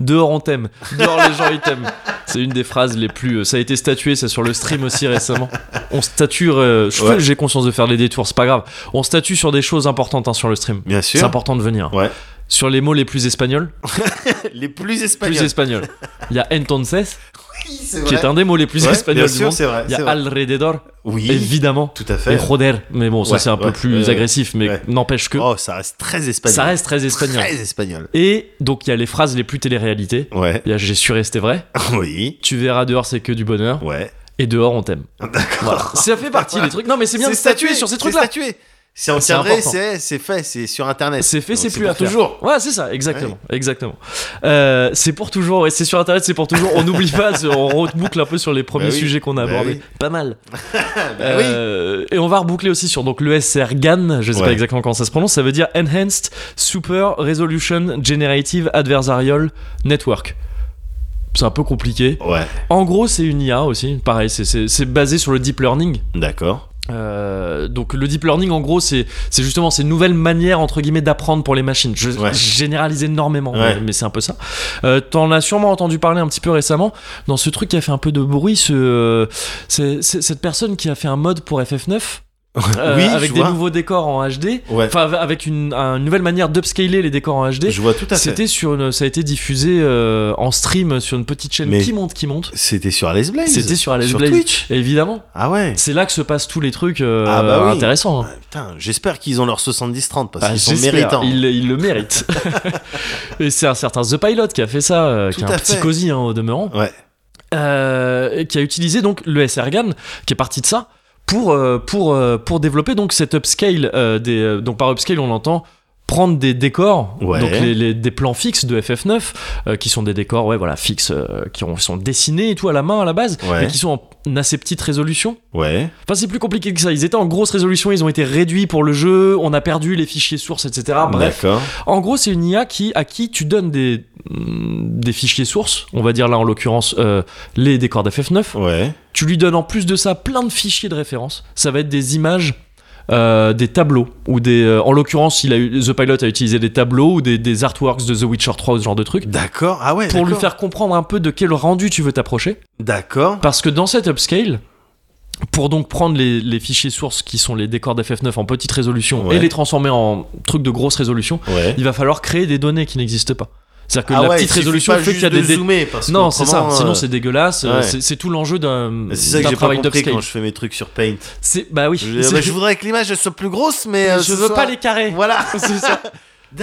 A: Dehors on t'aime. Dehors les gens ils t'aiment. C'est une des phrases les plus. euh, Ça a été statué ça sur le stream aussi récemment. On statue. euh, je-
B: Ouais.
A: J'ai conscience de faire des détours, c'est pas grave. On statue sur des choses importantes hein, sur le stream.
B: Bien
A: C'est
B: sûr.
A: important de venir.
B: Ouais.
A: Sur les mots les plus espagnols.
B: Les plus
A: Plus
B: espagnols.
A: espagnols. Il y a entonces.
B: c'est
A: qui est un des mots les plus
B: Ouais,
A: espagnols
B: bien
A: du
B: sûr,
A: monde.
B: c'est vrai,
A: Il y
B: c'est
A: a
B: vrai.
A: alrededor,
B: Oui,
A: évidemment.
B: tout à
A: Et
B: fait.
A: joder, mais bon, ça
B: Ouais,
A: c'est un peu
B: ouais,
A: plus
B: ouais,
A: agressif, mais
B: ouais.
A: n'empêche que
B: Oh, ça reste très espagnol.
A: ça reste très espagnol.
B: Très espagnol.
A: Et donc il y a les phrases les plus télé-réalité.
B: Ouais.
A: Il y a j'ai su rester vrai,
B: Oui.
A: tu verras dehors c'est que du bonheur,
B: Ouais.
A: et dehors on t'aime. Voilà. Ça fait partie des trucs. Non mais c'est bien de statuer
B: statué,
A: sur ces
B: c'est
A: trucs-là.
B: statué. C'est
A: C'est
B: encadré,
A: important.
B: c'est c'est fait, c'est sur internet.
A: C'est fait,
B: Donc
A: c'est plus
B: pour
A: à faire.
B: toujours.
A: Ouais, c'est ça, exactement, exactement. Euh, c'est pour toujours, ouais, c'est sur internet, c'est pour toujours. On n'oublie pas, c'est- on reboucle un peu sur les premiers
B: Bah oui,
A: sujets qu'on a
B: bah
A: abordés.
B: oui.
A: Pas mal.
B: Ah, bah oui.
A: Euh, Et on va reboucler aussi sur donc le SR GAN, je sais pas
B: Ouais.
A: exactement comment ça se prononce, ça veut dire Enhanced Super Resolution Generative Adversarial Network. C'est un peu compliqué.
B: Ouais,
A: En gros, c'est une IA aussi, pareil, c'est- c'est c'est basé sur le deep learning.
B: d'accord.
A: Euh, donc le deep learning en gros c'est c'est justement ces nouvelles manières entre guillemets d'apprendre pour les machines je
B: Ouais.
A: je généralise énormément
B: Ouais.
A: mais, mais c'est un peu ça euh, t'en as sûrement entendu parler un petit peu récemment dans ce truc qui a fait un peu de bruit ce euh, c'est- c'est- cette personne qui a fait un mode pour FF9 euh,
B: oui,
A: avec
B: je
A: des
B: vois.
A: nouveaux décors en HD
B: Ouais.
A: enfin av- avec une, un- une nouvelle manière d'upscaler les décors en HD
B: Je vois tout à fait.
A: c'était sur une- ça a été diffusé euh, en stream sur une petite chaîne
B: Mais-
A: qui monte qui monte
B: C'était sur Alice Blaze.
A: c'était sur Alice
B: Sur
A: Blaze.
B: Twitch.
A: évidemment
B: Ah ouais.
A: c'est là que se passent tous les trucs euh,
B: Ah bah oui.
A: intéressants.
B: Ah, putain, j'espère qu'ils ont leur 70-30 parce
A: Ah,
B: qu'ils sont
A: j'espère.
B: méritants.
A: Il, il le mérite. et c'est un certain The Pilot qui a fait ça, euh, qui
B: Tout
A: est un
B: à
A: petit
B: fait.
A: cosy hein, au demeurant,
B: Ouais.
A: euh, et qui a utilisé donc le SRGAN, qui est parti de ça, pour, euh, pour, euh, pour développer donc cet upscale. euh, des, euh, donc par upscale, on entend prendre des décors,
B: Ouais.
A: donc les, les- des plans fixes de FF9, euh, qui sont des décors ouais, voilà, fixes, euh, qui ont- sont dessinés et tout à la main à la base,
B: Ouais.
A: mais qui sont en assez petite résolution.
B: Ouais.
A: Enfin, c'est plus compliqué que ça. Ils étaient en grosse résolution, ils ont été réduits pour le jeu, on a perdu les fichiers sources, etc. Ah, Bref.
B: D'accord.
A: En gros, c'est une IA qui, à qui tu donnes des, mm, des fichiers sources, on va dire là en l'occurrence euh, les décors d'FF9.
B: Ouais.
A: Tu lui donnes en plus de ça plein de fichiers de référence. Ça va être des images. euh, des tableaux ou des euh, en l'occurrence il a eu, The Pilot a utilisé des tableaux ou des, des artworks de The Witcher 3 ou ce genre de truc
B: D'accord. Ah ouais.
A: pour lui
B: d'accord.
A: faire comprendre un peu de quel rendu tu veux t'approcher
B: D'accord.
A: parce que dans cet upscale, pour donc prendre les, les fichiers sources qui sont les décors d'FF9 en petite résolution
B: Ouais.
A: et les transformer en trucs de grosse résolution,
B: Ouais.
A: il va falloir créer des données qui n'existent pas. C'est-à-dire que
B: Ah
A: la
B: ouais, il
A: petite
B: suffit
A: résolution
B: pas
A: fait qu'il y a
B: juste
A: des.
B: de
A: dé-
B: zoomer, parce
A: Non, c'est ça,
B: qu'autrement,
A: sinon
B: euh,
A: c'est dégueulasse, euh,
B: ouais.
A: c'est c'est tout l'enjeu d'un
B: C'est ça
A: d'un
B: que j'ai pas
A: travail
B: compris
A: d'upscale.
B: quand je fais mes trucs sur Paint.
A: C'est- Bah oui,
B: Je, dis, ah bah,
A: C'est-
B: je voudrais que l'image elle soit plus grosse, mais euh,
A: je
B: ce
A: veux
B: soit-
A: pas les carrés.
B: Voilà.
A: C'est ça.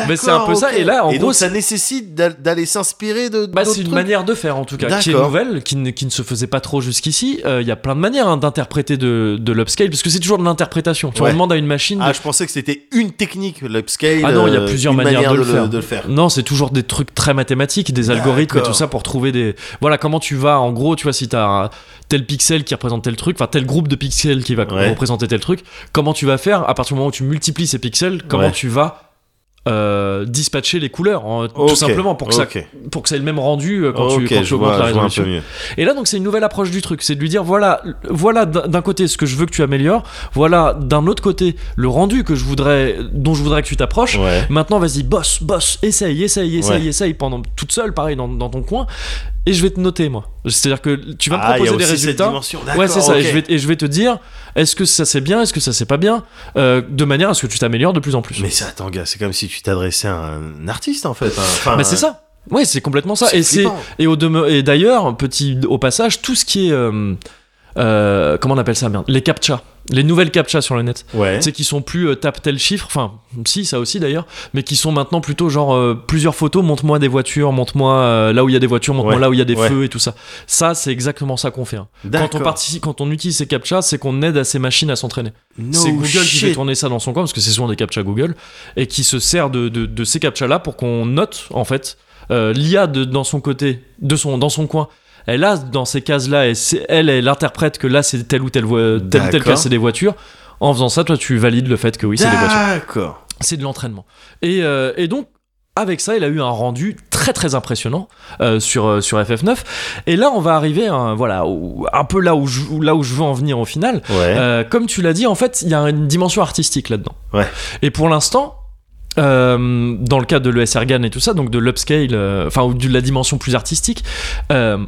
A: Mais c'est un
B: D'accord,
A: peu ça,
B: ok.
A: et là, en gros,
B: donc, ça
A: c'est-
B: nécessite d'a- d'aller s'inspirer de.
A: Bah,
B: d'autres
A: c'est une
B: trucs.
A: manière de faire en tout cas qui est
B: D'accord.
A: nouvelle, qui ne, qui ne se faisait pas trop jusqu'ici. Euh, Il y a plein de manières hein, d'interpréter de, de l'upscale, parce que c'est toujours de l'interprétation. Tu vois,
B: Ouais.
A: on demande à une machine de
B: Ah, je pensais que c'était une technique, l'upscale.
A: Ah non, il y a
B: euh,
A: plusieurs
B: une
A: manières
B: manière
A: de le faire.
B: De le faire.
A: Non, c'est toujours des trucs très mathématiques, des algorithmes et
B: D'accord.
A: tout ça pour trouver des. Voilà, comment tu vas, en gros, tu vois, si t'as un tel pixel qui représente tel truc, enfin tel groupe de pixels qui va
B: Ouais.
A: représenter tel truc, comment tu vas faire à partir du moment où tu multiplies ces pixels, comment
B: Ouais.
A: tu vas. euh, dispatcher les couleurs hein, tout
B: Ok,
A: simplement pour que
B: ok.
A: ça pour que ça ait le même rendu euh, quand
B: ok,
A: tu, quand tu
B: je
A: augmentes
B: vois,
A: la
B: je vois un
A: résolution
B: peu mieux.
A: et là donc c'est une nouvelle approche du truc c'est de lui dire voilà voilà d'un d'un côté ce que je veux que tu améliores voilà d'un autre côté le rendu que je voudrais dont je voudrais que tu t'approches
B: Ouais.
A: Maintenant, vas-y, bosse, bosse, essaye, essaye, essaye,
B: Ouais.
A: essaye, pendant toute seule, pareil, dans, dans ton coin, et je vais te noter, moi. C'est-à-dire que tu vas me
B: Ah, il y a
A: proposer des
B: aussi cette
A: résultats.
B: dimension.
A: Ouais,
B: D'accord,
A: c'est ça,
B: ok.
A: et, je vais, et je vais te dire, est-ce que ça c'est bien, est-ce que ça c'est pas bien, euh, de manière à ce que tu t'améliores de plus en plus.
B: Mais ça, attends, gars, c'est comme si tu t'adressais à un artiste en fait. hein. Enfin,
A: Bah, c'est ça. Ouais, c'est complètement ça.
B: c'est
A: Et c'est
B: flippant.
A: et au demeure- et d'ailleurs, petit au passage, tout ce qui est euh, euh, comment on appelle ça merde, les captcha, les nouvelles captcha sur le net.
B: Ouais.
A: Tu sais, qui sont plus euh, tape tel chiffre, enfin, si, ça aussi d'ailleurs, mais qui sont maintenant plutôt genre euh, plusieurs photos, montre-moi des voitures, montre-moi euh, là où il y a des voitures, montre-moi
B: Ouais,
A: là où il y a des
B: ouais.
A: feux et tout ça. Ça, c'est exactement ça qu'on fait. hein. Quand on
B: D'accord.
A: participe, quand on utilise ces captcha, c'est qu'on aide à ces machines à s'entraîner. c'est
B: No
A: Google qui
B: shit.
A: fait tourner ça dans son coin, parce que c'est souvent des captcha Google, et qui se sert de, de- de ces captcha là pour qu'on note, en fait, euh, l'IA de- dans son côté, de son, dans son coin. Elle a dans ces cases-là, elle, sait- elle, elle interprète que là c'est telle ou telle, voie- telle ou telle
B: D'accord. Ah.
A: case, c'est des voitures. En faisant ça, toi tu valides le fait que oui, c'est des voitures.
B: D'accord.
A: C'est de l'entraînement. Et, euh, et donc, avec ça, il a eu un rendu très très impressionnant euh, sur, euh, sur FF9. Et là, on va arriver hein, voilà, au- un peu là où, je, où- là où je veux en venir au final.
B: Ouais.
A: Euh, comme tu l'as dit, en fait, il y a une dimension artistique là-dedans.
B: Ouais.
A: Et pour l'instant, euh, dans le cas de l'ESR GAN et tout ça, donc de l'upscale, euh, enfin, ou de la dimension plus artistique, euh,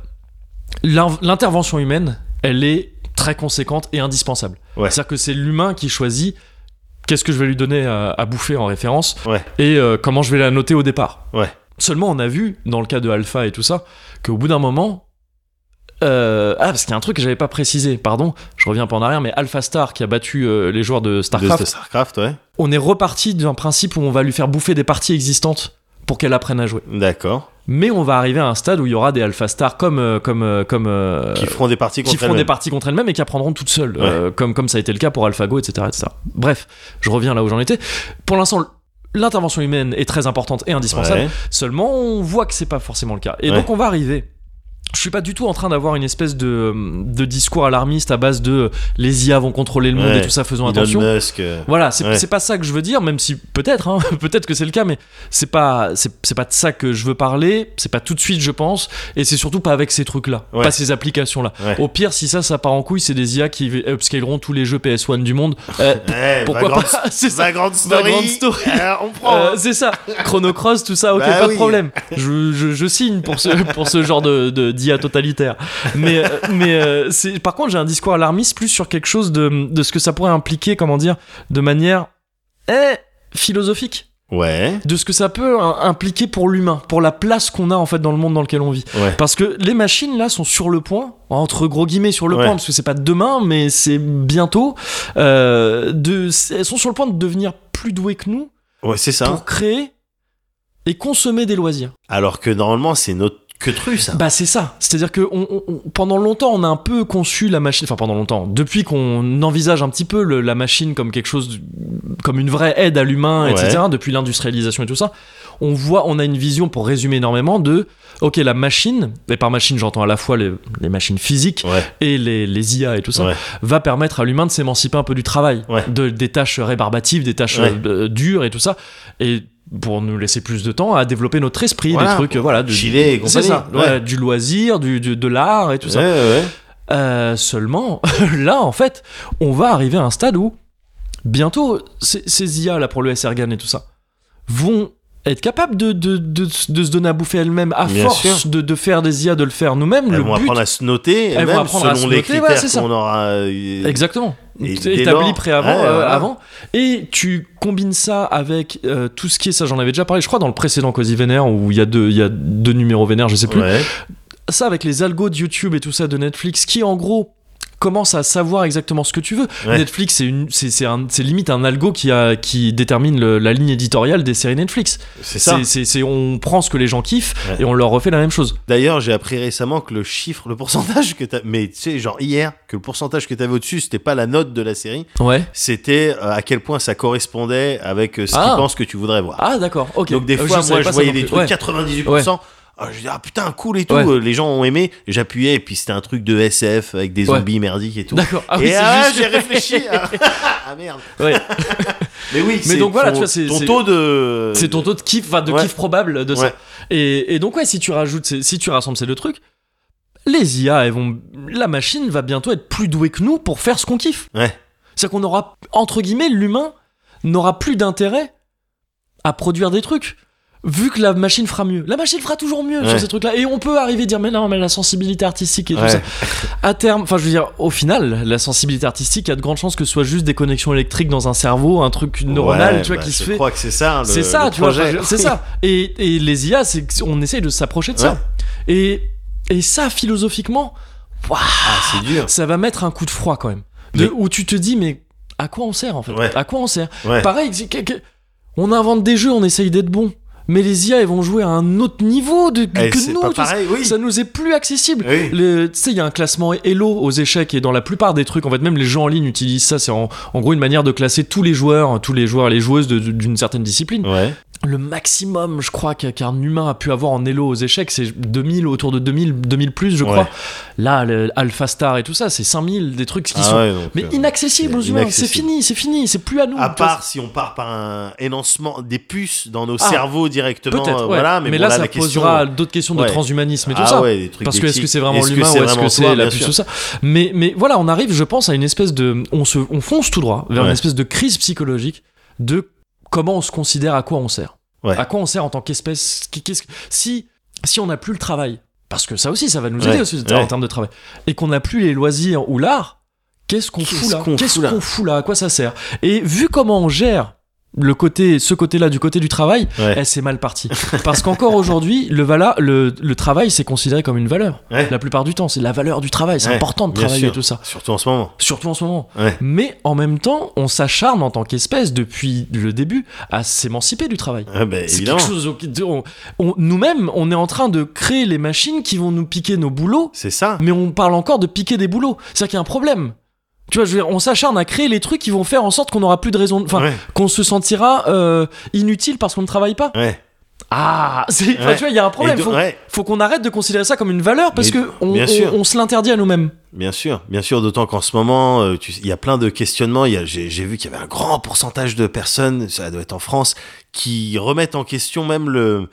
A: l'in- l'intervention humaine, elle est très conséquente et indispensable.
B: Ouais.
A: C'est-à-dire que c'est l'humain qui choisit qu'est-ce que je vais lui donner à, à bouffer en référence
B: Ouais.
A: et euh, comment je vais la noter au départ.
B: Ouais.
A: Seulement, on a vu, dans le cas de Alpha et tout ça, qu'au bout d'un moment, Euh, ah, parce qu'il y a un truc que j'avais pas précisé, pardon, je reviens un peu en arrière, mais Alpha Star qui a battu euh, les joueurs de
B: de,
A: StarCraft,
B: de Starcraft, ouais.
A: on est reparti d'un principe où on va lui faire bouffer des parties existantes pour qu'elle apprenne à jouer.
B: D'accord.
A: Mais on va arriver à un stade où il y aura des Alpha Stars comme, euh, comme, euh, comme, euh,
B: qui feront des parties contre
A: qui feront des parties contre elles-mêmes et qui apprendront toutes seules, euh, comme, comme ça a été le cas pour AlphaGo, etc., etc. Bref, je reviens là où j'en étais. Pour l'instant, l'intervention humaine est très importante et indispensable.
B: Ouais.
A: Seulement, on voit que c'est pas forcément le cas. Et
B: Ouais.
A: donc, on va arriver. Je suis pas du tout en train d'avoir une espèce de, de discours alarmiste à base de euh, les IA vont contrôler le monde
B: Ouais.
A: et tout ça, faisons
B: Elon
A: attention.
B: Musk. euh,
A: Voilà, c'est
B: Ouais.
A: c'est pas ça que je veux dire, même si peut-être, hein, peut-être que c'est le cas, mais c'est pas, c'est c'est pas de ça que je veux parler. C'est pas tout de suite, je pense, et c'est surtout pas avec ces trucs-là,
B: Ouais.
A: pas ces applications-là.
B: Ouais.
A: Au pire, si ça, ça part en couille, c'est des IA qui upscaleront tous les jeux PS1 du monde. Euh, p-
B: eh,
A: pourquoi
B: Vagrant-
A: pas C'est ça.
B: Vagrant Story.
A: Vagrant Story.
B: Euh, on prend.
A: Euh, c'est ça, Chrono Cross, tout ça, ok,
B: Bah
A: pas
B: oui.
A: de problème. Je, je- je signe pour ce, pour ce genre de, de- d'IA totalitaire. Mais, euh, mais euh, c'est, par contre, j'ai un discours alarmiste plus sur quelque chose de, de ce que ça pourrait impliquer, comment dire, de manière eh, philosophique.
B: Ouais.
A: De ce que ça peut hein, impliquer pour l'humain, pour la place qu'on a en fait dans le monde dans lequel on vit.
B: Ouais.
A: Parce que les machines là sont sur le point, entre gros guillemets sur le
B: Ouais.
A: point, parce que c'est pas demain, mais c'est bientôt. euh, de, elles sont sur le point de devenir plus douées que nous
B: Ouais, c'est ça.
A: pour créer et consommer des loisirs.
B: Alors que normalement, c'est notre que tru, ça.
A: Bah c'est ça. C'est-à-dire que on- on- on- pendant longtemps, on a un peu conçu la machine. Enfin pendant longtemps, depuis qu'on envisage un petit peu le- la machine comme quelque chose, de- comme une vraie aide à l'humain,
B: Ouais.
A: etc. Depuis l'industrialisation et tout ça, on voit, on a une vision pour résumer énormément de. Ok, la machine. Et par machine, j'entends à la fois les, les machines physiques
B: Ouais.
A: et les, les IA et tout ça
B: Ouais.
A: va permettre à l'humain de s'émanciper un peu du travail,
B: Ouais.
A: de, des tâches rébarbatives, des tâches
B: Ouais.
A: euh, dures et tout ça. Et pour nous laisser plus de temps à développer notre esprit,
B: Voilà.
A: des trucs, euh, voilà, de,
B: Chiller et
A: c'est
B: compagnie.
A: ça,
B: Ouais.
A: ouais, du loisir, du, du- de l'art et tout ça.
B: Ouais, ouais, ouais.
A: Euh, seulement, là, en fait, on va arriver à un stade où bientôt ces, ces IA là pour le SR GAN et tout ça vont être capables de, de, de- de se donner à bouffer elles-mêmes à
B: Bien
A: force
B: sûr.
A: de, de faire des IA, de le faire nous-mêmes.
B: Elles
A: Le
B: vont
A: but,
B: apprendre à se noter,
A: Elles vont
B: même
A: apprendre à
B: selon
A: se
B: les
A: noter, ouais,
B: critères
A: c'est ça.
B: qu'on aura. euh,
A: Exactement.
B: Et
A: T'es
B: dès
A: établi
B: lors,
A: pré avant,
B: ouais,
A: euh,
B: voilà.
A: avant. Et tu combines ça avec euh, tout ce qui est, ça j'en avais déjà parlé, je crois, dans le précédent Cosy Vénère, où il y, a deux- il y a deux numéros vénères, je sais plus.
B: Ouais.
A: Ça avec les algos de YouTube et tout ça de Netflix, qui en gros commence à savoir exactement ce que tu veux.
B: Ouais.
A: Netflix, c'est une- c'est c'est un- c'est limite un algo qui, a, qui détermine le- la ligne éditoriale des séries Netflix.
B: C'est ça.
A: C'est- c'est- c'est- on prend ce que les gens kiffent
B: Ouais.
A: et on leur refait la même chose.
B: D'ailleurs, j'ai appris récemment que le chiffre, le pourcentage que t'as, mais tu sais, genre hier, que le pourcentage que t'avais au-dessus, c'était pas la note de la série,
A: Ouais.
B: c'était euh, à quel point ça correspondait avec euh, ce
A: Ah.
B: qu'ils pensent que tu voudrais voir.
A: Ah d'accord, ok.
B: Donc des
A: Euh,
B: fois,
A: savais
B: moi,
A: pas
B: je
A: ça
B: voyais
A: non
B: des
A: plus.
B: trucs
A: Ouais.
B: 98%. ah, je dis ah putain cool et tout
A: Ouais.
B: euh, les gens ont aimé et j'appuyais et puis c'était un truc de SF avec des
A: Ouais.
B: zombies merdiques et tout
A: D'accord. Ah oui,
B: et
A: c'est
B: ah,
A: juste-
B: j'ai réfléchi à- ah merde
A: Ouais.
B: mais oui
A: Mais
B: c'est
A: donc voilà,
B: ton-
A: tu vois, c'est-
B: ton
A: c'est-
B: taux euh, de
A: C'est ton taux de kiff, enfin de
B: Ouais.
A: kiff probable de
B: Ouais.
A: ça. Et, et donc ouais, si tu rajoutes, ces- si tu rassembles ces deux trucs, les IA, elles vont, la machine va bientôt être plus douée que nous pour faire ce qu'on kiffe.
B: Ouais.
A: C'est-à-dire qu'on aura, entre guillemets, l'humain n'aura plus d'intérêt à produire des trucs. Vu que la machine fera mieux. La machine fera toujours mieux
B: Ouais.
A: sur ces trucs-là. Et on peut arriver à dire, mais non, mais la sensibilité artistique et tout
B: Ouais.
A: ça. À terme, enfin je veux dire, au final, la sensibilité artistique a de grandes chances que ce soit juste des connexions électriques dans un cerveau, un truc neuronal,
B: Ouais,
A: tu vois,
B: bah,
A: qui se
B: je
A: fait.
B: crois que c'est ça le-
A: C'est ça,
B: le
A: tu vois.
B: projet.
A: enfin, je- C'est ça. Et, et les IA, c'est que on essaye de s'approcher de
B: Ouais.
A: ça. Et, et ça, philosophiquement, ouah,
B: ah c'est dur
A: ça va mettre un coup de froid quand même. De-
B: Mais-
A: Où tu te dis, mais à quoi on sert en fait
B: Ouais.
A: À quoi on sert
B: ouais
A: Pareil, c'est que- que- on invente des jeux, on essaye d'être bon. Mais les IA, elles vont jouer à un autre niveau de,
B: Eh,
A: que
B: c'est
A: nous.
B: pas
A: tu vois,
B: pareil oui Eh
A: Ça nous est plus accessible.
B: Oui.
A: Le- Tu sais, il y a un classement Elo aux échecs et dans la plupart des trucs, en fait, même les gens en ligne utilisent ça. C'est en, en gros une manière de classer tous les joueurs, tous les joueurs et les joueuses de- d'une certaine discipline.
B: ouais
A: Le maximum, je crois, qu'un qu'un humain a pu avoir en Elo aux échecs, c'est 2000, autour de 2000, 2000 plus, je crois.
B: Ouais.
A: Là, le Alpha Star et tout ça, c'est 5000, des trucs qui
B: Ah
A: sont.
B: ouais, donc,
A: mais
B: euh,
A: inaccessibles aux humains, c'est
B: inaccessible.
A: fini, c'est fini, c'est plus à nous.
B: à
A: Tu vois,
B: part si on part par un élancement des puces dans nos
A: Ah,
B: cerveaux directement
A: Peut-être,
B: euh,
A: ouais.
B: voilà mais,
A: mais,
B: bon,
A: là,
B: là,
A: ça
B: la question euh,
A: posera d'autres questions de
B: Ouais.
A: transhumanisme et tout
B: ah
A: ça.
B: ouais, des trucs
A: Parce que est-ce que
B: d'éthique.
A: c'est vraiment
B: Est-ce que
A: l'humain ou est-ce
B: vraiment
A: que
B: toi,
A: c'est la
B: bien
A: puce
B: sûr.
A: tout ça mais, mais voilà, on arrive, je pense, à une espèce de. On, se, on fonce tout droit vers
B: Ouais.
A: une espèce de crise psychologique de comment on se considère, à quoi on sert.
B: Ouais.
A: À quoi on sert en tant qu'espèce. qui- qu'est-ce que- si, si on n'a plus le travail, parce que ça aussi, ça va nous aider
B: Ouais,
A: aussi,
B: ouais.
A: en termes de travail, et qu'on n'a plus les loisirs ou l'art, qu'est-ce qu'on
B: Qu'est-ce
A: fout là
B: qu'on
A: Qu'est-ce
B: fout là
A: qu'on fout là À quoi ça sert Et vu comment on gère le côté, ce côté-là du côté du travail,
B: Ouais.
A: eh, c'est mal parti. Parce qu'encore aujourd'hui, le, vala- le, le travail, c'est considéré comme une valeur.
B: Ouais.
A: La plupart du temps, c'est la valeur du travail. C'est
B: Ouais,
A: important de
B: bien
A: travailler
B: sûr.
A: et tout ça.
B: Surtout en ce moment.
A: Surtout en ce moment.
B: Ouais.
A: Mais en même temps, on s'acharne en tant qu'espèce depuis le début à s'émanciper du travail.
B: Ah, bah,
A: C'est
B: évidemment.
A: quelque chose. auquel- on- on- Nous-mêmes, on est en train de créer les machines qui vont nous piquer nos boulots,
B: C'est ça.
A: mais on parle encore de piquer des boulots. C'est-à-dire qu'il y a un problème. Tu vois, je veux dire, on s'acharne à créer les trucs qui vont faire en sorte qu'on n'aura plus de raison. de- Enfin,
B: Ouais,
A: qu'on se sentira euh, inutile parce qu'on ne travaille pas.
B: ouais.
A: Ah, c'est- enfin,
B: Ouais.
A: tu vois, il y a un problème.
B: Et do-
A: Faut,
B: ouais,
A: faut qu'on arrête de considérer ça comme une valeur parce
B: Mais-
A: que on,
B: bien
A: on-
B: sûr.
A: on se l'interdit à nous-mêmes.
B: Bien sûr, bien sûr, d'autant qu'en ce moment, euh, tu- il y a plein de questionnements. Il y a- J'ai j'ai vu qu'il y avait un grand pourcentage de personnes, ça doit être en France, qui remettent en question même le,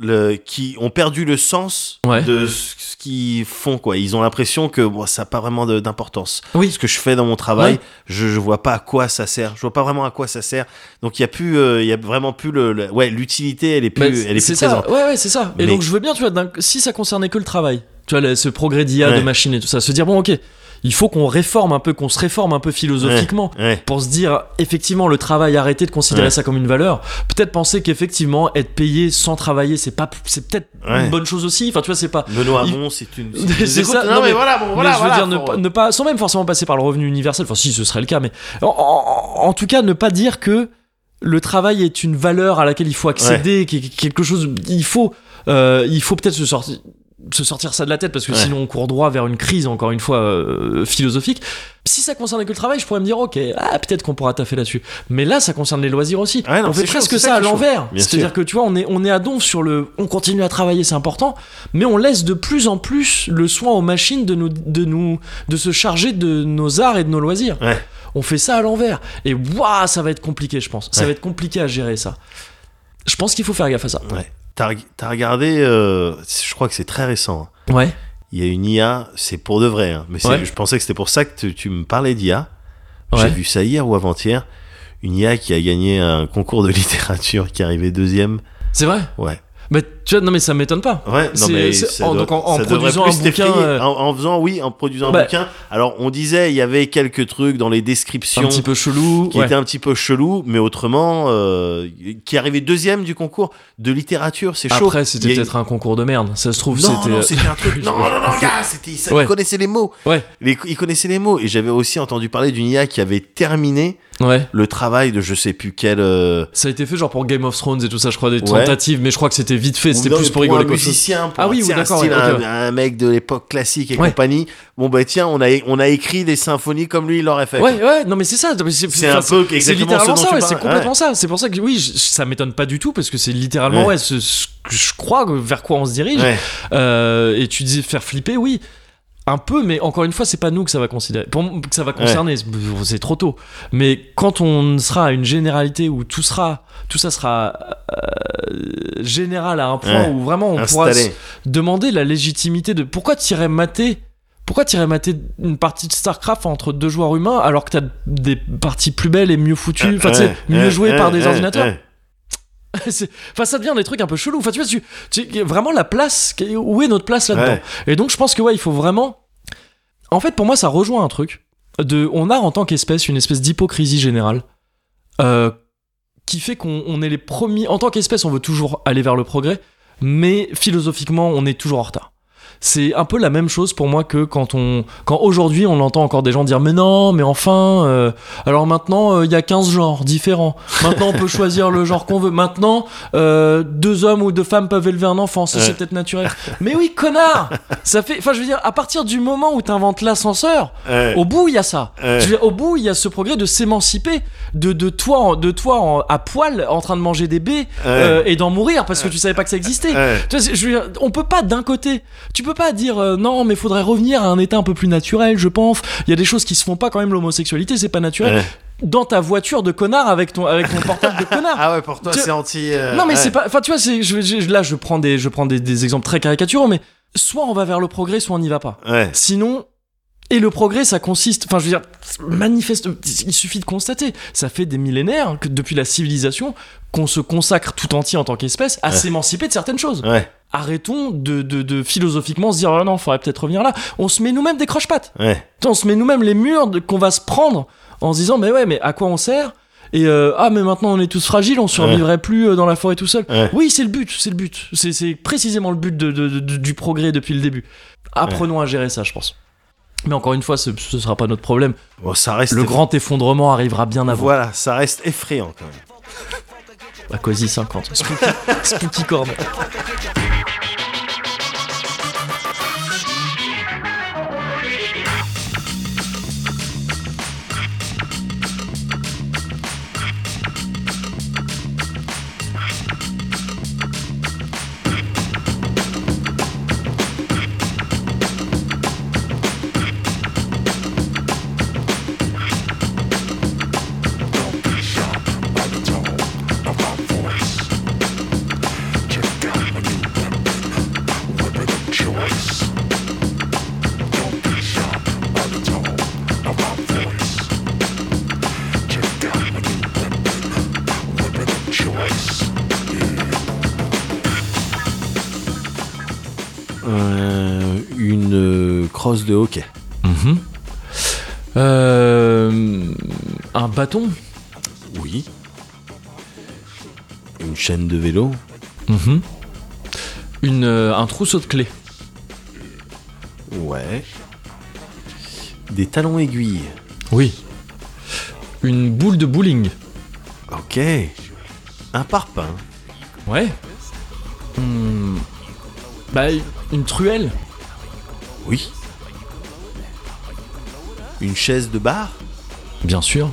B: le qui ont perdu le sens
A: Ouais.
B: de ce ce qu'ils font. Quoi. Ils ont l'impression que bon, ça n'a pas vraiment de- d'importance.
A: Oui.
B: Ce que je fais dans mon travail,
A: Ouais.
B: je ne vois pas à quoi ça sert. Je vois pas vraiment à quoi ça sert. Donc il y a plus, euh, il y a vraiment plus le, le- ouais, l'utilité. Elle est plus,
A: Bah,
B: elle est
A: c'est
B: plus
A: ça.
B: présente.
A: Ouais, ouais, c'est ça. Et
B: Mais-
A: donc je veux bien, tu vois, d'un- si ça concernait que le travail, tu vois, le- ce progrès d'IA,
B: Ouais.
A: de machine et tout ça, se dire bon, ok, il faut qu'on réforme un peu, qu'on se réforme un peu philosophiquement.
B: Ouais,
A: Pour se dire, effectivement, le travail, arrêter de considérer
B: Ouais.
A: ça comme une valeur. Peut-être penser qu'effectivement, être payé sans travailler, c'est pas, c'est peut-être
B: Ouais.
A: une bonne chose aussi. Enfin, tu vois, c'est pas.
B: Benoît
A: Il-
B: Hamon, c'est une.
A: C'est
B: si tu nous
A: ça,
B: écoutes,
A: non,
B: Non, mais,
A: mais-
B: voilà, bon, voilà,
A: mais je veux
B: voilà,
A: dire, ne,
B: faut-
A: pas- ne pas, sans même forcément passer par le revenu universel, enfin si ce serait le cas, mais en, en- en tout cas, ne pas dire que le travail est une valeur à laquelle il faut accéder, qui est quelque chose, il faut, euh, il faut peut-être se sortir se sortir ça de la tête parce que
B: Ouais.
A: sinon on court droit vers une crise encore une fois euh, philosophique si ça concernait que le travail je pourrais me dire ok ah, peut-être qu'on pourra taffer là-dessus mais là ça concerne les loisirs aussi
B: Ouais, non,
A: on fait
B: c'est chaud,
A: presque
B: c'est
A: ça,
B: ça
A: à
B: qui est chaud.
A: l'envers
B: Bien
A: c'est-à-dire
B: sûr.
A: que tu vois on est on est à donf sur le on continue à travailler c'est important mais on laisse de plus en plus le soin aux machines de nous, de nous, de se charger de nos arts et de nos loisirs.
B: Ouais.
A: On fait ça à l'envers. Et waouh, ça va être compliqué, je pense. Ça
B: Ouais.
A: va être compliqué à gérer ça. Je pense qu'il faut faire gaffe à ça.
B: Ouais. T'as reg- t'as regardé, euh, je crois que c'est très récent. hein.
A: Ouais.
B: Il y a une IA, c'est pour de vrai. hein, Mais c'est-
A: Ouais.
B: je pensais que c'était pour ça que tu, tu me parlais d'IA. J'ai
A: Ouais.
B: vu ça hier ou avant-hier. Une IA qui a gagné un concours de littérature, qui est arrivée deuxième.
A: C'est vrai.
B: Ouais.
A: Mais tu vois, non mais ça m'étonne pas.
B: Ouais, non
A: C'est-
B: mais
A: c'est-
B: ça
A: en-
B: doit-
A: donc en- en
B: ça devrait
A: produisant
B: plus
A: un
B: t'effrayer.
A: bouquin, euh,
B: En, en faisant, oui, en produisant un
A: Bah.
B: bouquin. Alors, on disait, il y avait quelques trucs dans les
A: Un
B: descriptions
A: petit peu chelou.
B: qui
A: ouais.
B: étaient un petit peu chelous, mais autrement, euh, qui est arrivé deuxième du concours de littérature. C'est chaud.
A: Après, c'était
B: Il y a-
A: peut-être un concours de merde. Ça se trouve,
B: Non, non,
A: c'était. euh,
B: c'était un truc. Non, non, non, gars, c'était, ça-
A: Ouais.
B: il connaissait les mots.
A: Ouais.
B: Les- il connaissait les mots. Et j'avais aussi entendu parler d'une IA qui avait terminé
A: Ouais.
B: le travail de je sais plus quel. euh,
A: Ça a été fait genre pour Game of Thrones et tout ça, je crois, des
B: Ouais.
A: tentatives, mais je crois que c'était vite fait. C'était
B: ou
A: plus
B: non,
A: pour rigoler
B: un
A: qu'autre chose.
B: musicien, pour
A: Ah
B: un-
A: oui,
B: tu
A: oui,
B: sais, un
A: d'accord,
B: style,
A: ouais,
B: un,
A: ok, ouais.
B: un mec de l'époque classique et
A: Ouais.
B: compagnie. Bon, bah tiens, on a, on a écrit des symphonies comme lui, il l'aurait fait.
A: Ouais, ouais, non mais c'est ça. C'est
B: C'est
A: enfin,
B: un peu
A: C'est
B: exactement ce
A: littéralement
B: dont
A: ça,
B: tu
A: ouais,
B: parles.
A: c'est complètement ça. C'est pour ça que oui, je- ça m'étonne pas du tout parce que c'est littéralement
B: Ouais.
A: ouais. ce, ce que je crois que- vers quoi on se dirige.
B: Ouais.
A: Euh, et tu disais faire flipper, oui, un peu, mais encore une fois, c'est pas nous que ça va considérer, pour, que ça va concerner. c'est- C'est trop tôt. Mais quand on sera à une généralité où tout sera, tout ça sera euh, général à un point
B: Ouais.
A: où vraiment on pourra se
B: Installé.
A: demander la légitimité de pourquoi tirer mater pourquoi tirer mater une partie de StarCraft entre deux joueurs humains alors que t'as des parties plus belles et mieux foutues, enfin tu sais,
B: Ouais,
A: mieux
B: ouais,
A: jouées
B: ouais,
A: par des
B: ouais,
A: ordinateurs
B: ouais.
A: C'est- Enfin ça devient des trucs un peu chelous. Enfin tu vois, tu, tu- vraiment la place, où est notre place là-dedans
B: Ouais.
A: Et donc je pense que ouais, il faut vraiment. En fait, pour moi, ça rejoint un truc. De, on a en tant qu'espèce une espèce d'hypocrisie générale euh, qui fait qu'on on est les premiers. En tant qu'espèce, on veut toujours aller vers le progrès, mais philosophiquement, on est toujours en retard. C'est un peu la même chose pour moi que quand on, quand aujourd'hui on entend encore des gens dire mais non, mais enfin, euh, alors maintenant euh, il y a 15 genres différents. Maintenant on peut choisir le genre qu'on veut. Maintenant euh, deux hommes ou deux femmes peuvent élever un enfant, ça
B: Ouais.
A: c'est peut-être naturel. Mais oui, connard Ça fait. Enfin, je veux dire, à partir du moment où t'inventes l'ascenseur,
B: Ouais.
A: au bout il y a ça.
B: Ouais.
A: Je veux dire, au bout il y a ce progrès de s'émanciper, de, de toi, en- de toi en- à poil en train de manger des baies euh, et d'en mourir parce que tu savais pas que ça existait.
B: Ouais.
A: Tu vois, c'est- je veux dire, on peut pas d'un côté, tu peux pas dire euh, non, mais faudrait revenir à un état un peu plus naturel, je pense. Il y a des choses qui se font pas quand même. L'homosexualité, c'est pas naturel.
B: Ouais.
A: Dans ta voiture de connard avec ton avec ton portable de connard.
B: Ah ouais, pour toi,
A: Tu-
B: c'est anti. euh,
A: Non mais
B: ouais.
A: c'est pas. Enfin tu vois, c'est, je, je- là je prends des je prends des, des exemples très caricaturaux, mais soit on va vers le progrès, soit on n'y va pas.
B: Ouais.
A: Sinon. Et le progrès, ça consiste, enfin je veux dire, manifeste, il suffit de constater, ça fait des millénaires, que depuis la civilisation, qu'on se consacre tout entier en tant qu'espèce à
B: Ouais.
A: s'émanciper de certaines choses.
B: Ouais.
A: Arrêtons de, de, de philosophiquement se dire, oh non, faudrait peut-être revenir là. On se met nous-mêmes des croche-pattes.
B: Ouais.
A: On se met nous-mêmes les murs de- qu'on va se prendre en se disant, mais ouais, mais à quoi on sert Et euh, ah, mais maintenant on est tous fragiles, on survivrait plus euh, dans la forêt tout seul.
B: Ouais.
A: Oui, c'est le but, c'est le but. C'est- C'est précisément le but de- de- de- du progrès depuis le début. Apprenons à gérer ça, je pense. Mais encore une fois, ce, ce sera pas notre problème.
B: Bon, ça reste
A: Le grand effondrement arrivera bien avant.
B: Voilà, ça reste effrayant quand même.
A: À Cozy 50. Spooky, spooky corn.
B: Euh, une euh, crosse de hockey.
A: Euh, un bâton
B: Oui. Une chaîne de vélo.
A: Une, euh, un trousseau de clés.
B: Ouais. Des talons aiguilles.
A: Oui. Une boule de bowling.
B: Ok. Un parpaing.
A: Ouais. Hmm. Bah, une truelle.
B: Oui. Une chaise de bar.
A: Bien sûr.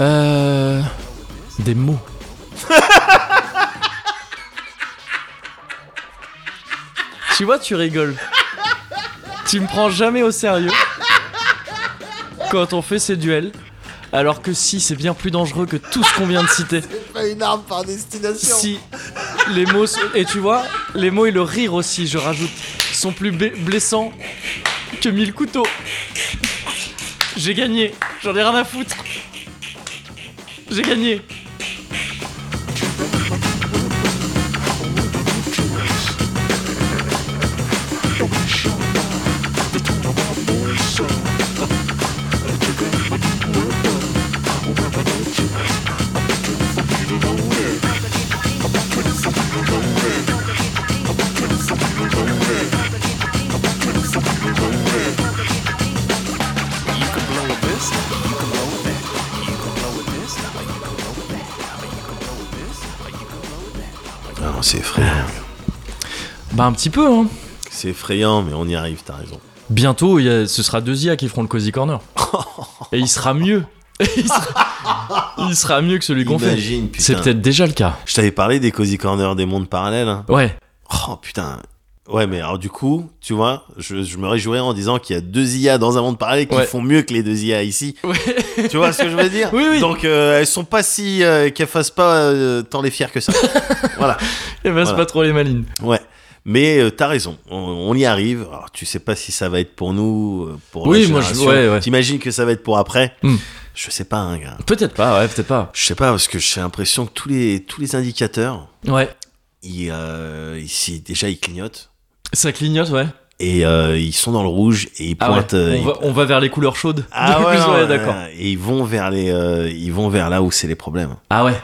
A: Euh, des mots. tu vois, tu rigoles. Tu me prends jamais au sérieux quand on fait ces duels. Alors que si, c'est bien plus dangereux que tout ce qu'on vient de citer.
C: Pas une arme par destination.
A: Si les mots sont- et tu vois, les mots et le rire aussi, je rajoute, sont plus ba- blessants que mille couteaux. J'ai gagné, j'en ai rien à foutre. J'ai gagné.
B: Ah, c'est effrayant.
A: Bah un petit peu hein.
B: C'est effrayant, mais on y arrive, t'as raison.
A: Bientôt, il y a- ce sera deux IA qui feront le cozy corner. Et il sera mieux. il, sera, il sera mieux que celui qu'on fait.
B: Imagine, putain.
A: C'est peut-être déjà le cas.
B: Je t'avais parlé des cozy corners des mondes parallèles. hein.
A: Ouais.
B: Oh putain. Ouais, mais alors du coup, tu vois, je, je me réjouirais en disant qu'il y a deux IA dans un monde parallèle qui
A: Ouais.
B: font mieux que les deux IA ici.
A: Ouais.
B: Tu vois ce que je veux dire
A: Oui, oui.
B: Donc euh, elles sont pas si euh, qu'elles fassent pas euh, tant les fiers que ça. voilà.
A: Et bah, c'est
B: Voilà.
A: pas trop les malines.
B: Ouais. Mais euh, t'as raison, on, on y arrive. Alors tu sais pas si ça va être pour nous, euh, pour
A: Oui,
B: la
A: moi, je-
B: génération.
A: ouais, ouais.
B: T'imagines que ça va être pour après
A: Hmm.
B: Je sais pas, hein, gars.
A: Peut-être pas, ouais, peut-être pas.
B: Je sais pas parce que j'ai l'impression que tous les tous les indicateurs,
A: Ouais.
B: ils, euh, ils- si- déjà ils clignotent.
A: Ça clignote, ouais.
B: et euh, ils sont dans le rouge et ils
A: Ah ouais,
B: pointent. euh,
A: on,
B: ils-
A: va, on va vers les couleurs chaudes.
B: Ah
A: De
B: ouais,
A: plus,
B: non,
A: ouais,
B: euh,
A: d'accord.
B: Et ils vont vers les, euh, ils vont vers là où c'est les problèmes.
A: Ah ouais.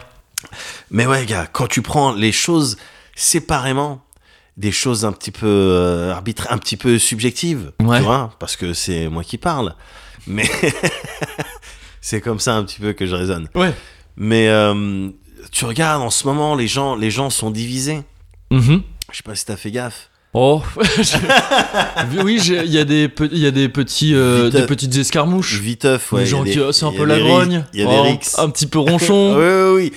B: Mais ouais, gars, quand tu prends les choses séparément, des choses un petit peu euh, arbitraires, un petit peu subjectives,
A: Ouais.
B: tu vois, parce que c'est moi qui parle, mais c'est comme ça un petit peu que je raisonne.
A: Ouais.
B: Mais euh, tu regardes en ce moment, les gens, les gens sont divisés.
A: Mhm.
B: Je sais pas si t'as fait gaffe.
A: Oh. Je- oui, j'ai- il y a des, pe- il y a des petits, euh,
B: Vite,
A: des
B: euh,
A: petites escarmouches.
B: Viteuf, ouais.
A: les
B: il y a
A: gens
B: des-
A: qui, oh, c'est un
B: il y
A: peu
B: a
A: la
B: des ri-
A: grogne.
B: Il y a
A: Oh,
B: des rixes.
A: Un petit peu ronchon. ouais.
B: Oui, oui, oui.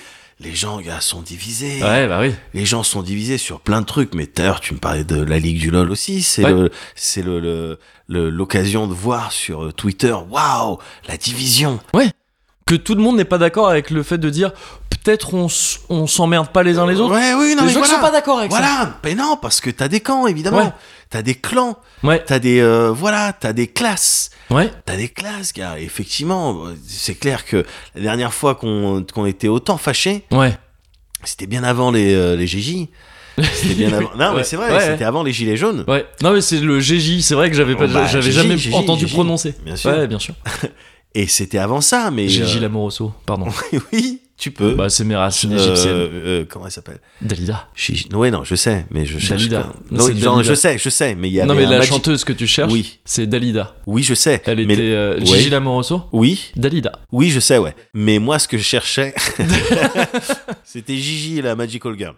B: Les gens, gars, sont divisés.
A: bah oui.
B: Les gens sont divisés sur plein de trucs. Mais d'ailleurs, tu me parlais de la Ligue du LOL aussi. C'est
A: Ouais.
B: le, c'est le, le- le- l'occasion de voir sur euh, Twitter, waouh, la division.
A: Que tout le monde n'est pas d'accord avec le fait de dire peut-être on, s- on s'emmerde pas les uns les autres.
B: Ouais, oui, non,
A: les
B: mais
A: gens qui
B: voilà.
A: sont pas d'accord avec
B: Voilà, mais non, parce que t'as des camps, évidemment.
A: Ouais.
B: T'as des clans.
A: ça. Ouais.
B: T'as des, euh, voilà, t'as des classes.
A: Ouais.
B: T'as des classes, gars. Effectivement, euh, c'est clair que la dernière fois qu'on, qu'on était autant fâchés,
A: Ouais.
B: C'était bien avant les, euh, les GJ. C'était bien avant. Non,
A: Ouais,
B: mais c'est vrai,
A: ouais. Bah.
B: c'était avant les Gilets jaunes.
A: Ouais. Non mais c'est le GG. C'est vrai que j'avais pas,
B: Bah,
A: j'avais
B: GG,
A: jamais
B: GG,
A: entendu
B: GG.
A: prononcer.
B: Bien sûr.
A: Ouais, bien sûr.
B: Et c'était avant ça, mais.
A: Gigi
B: euh,
A: Lamoroso, pardon.
B: oui, tu peux.
A: Bah, c'est mes racines
B: Euh,
A: égyptiennes.
B: euh, comment elle s'appelle
A: Dalida.
B: Gigi. Oui, non, je sais, mais je cherche.
A: Dalida.
B: pas.
A: Non,
B: Non,
A: c'est
B: genre,
A: Dalida.
B: je sais, je sais, mais il y a.
A: Non, mais la chanteuse que tu cherches,
B: Oui.
A: c'est Dalida.
B: Oui, je sais.
A: Elle
B: mais-
A: était euh,
B: ouais.
A: Gigi Lamoroso
B: Oui,
A: Dalida.
B: oui, je sais, ouais. Mais moi, ce que je cherchais, c'était Gigi, la Magical Girl.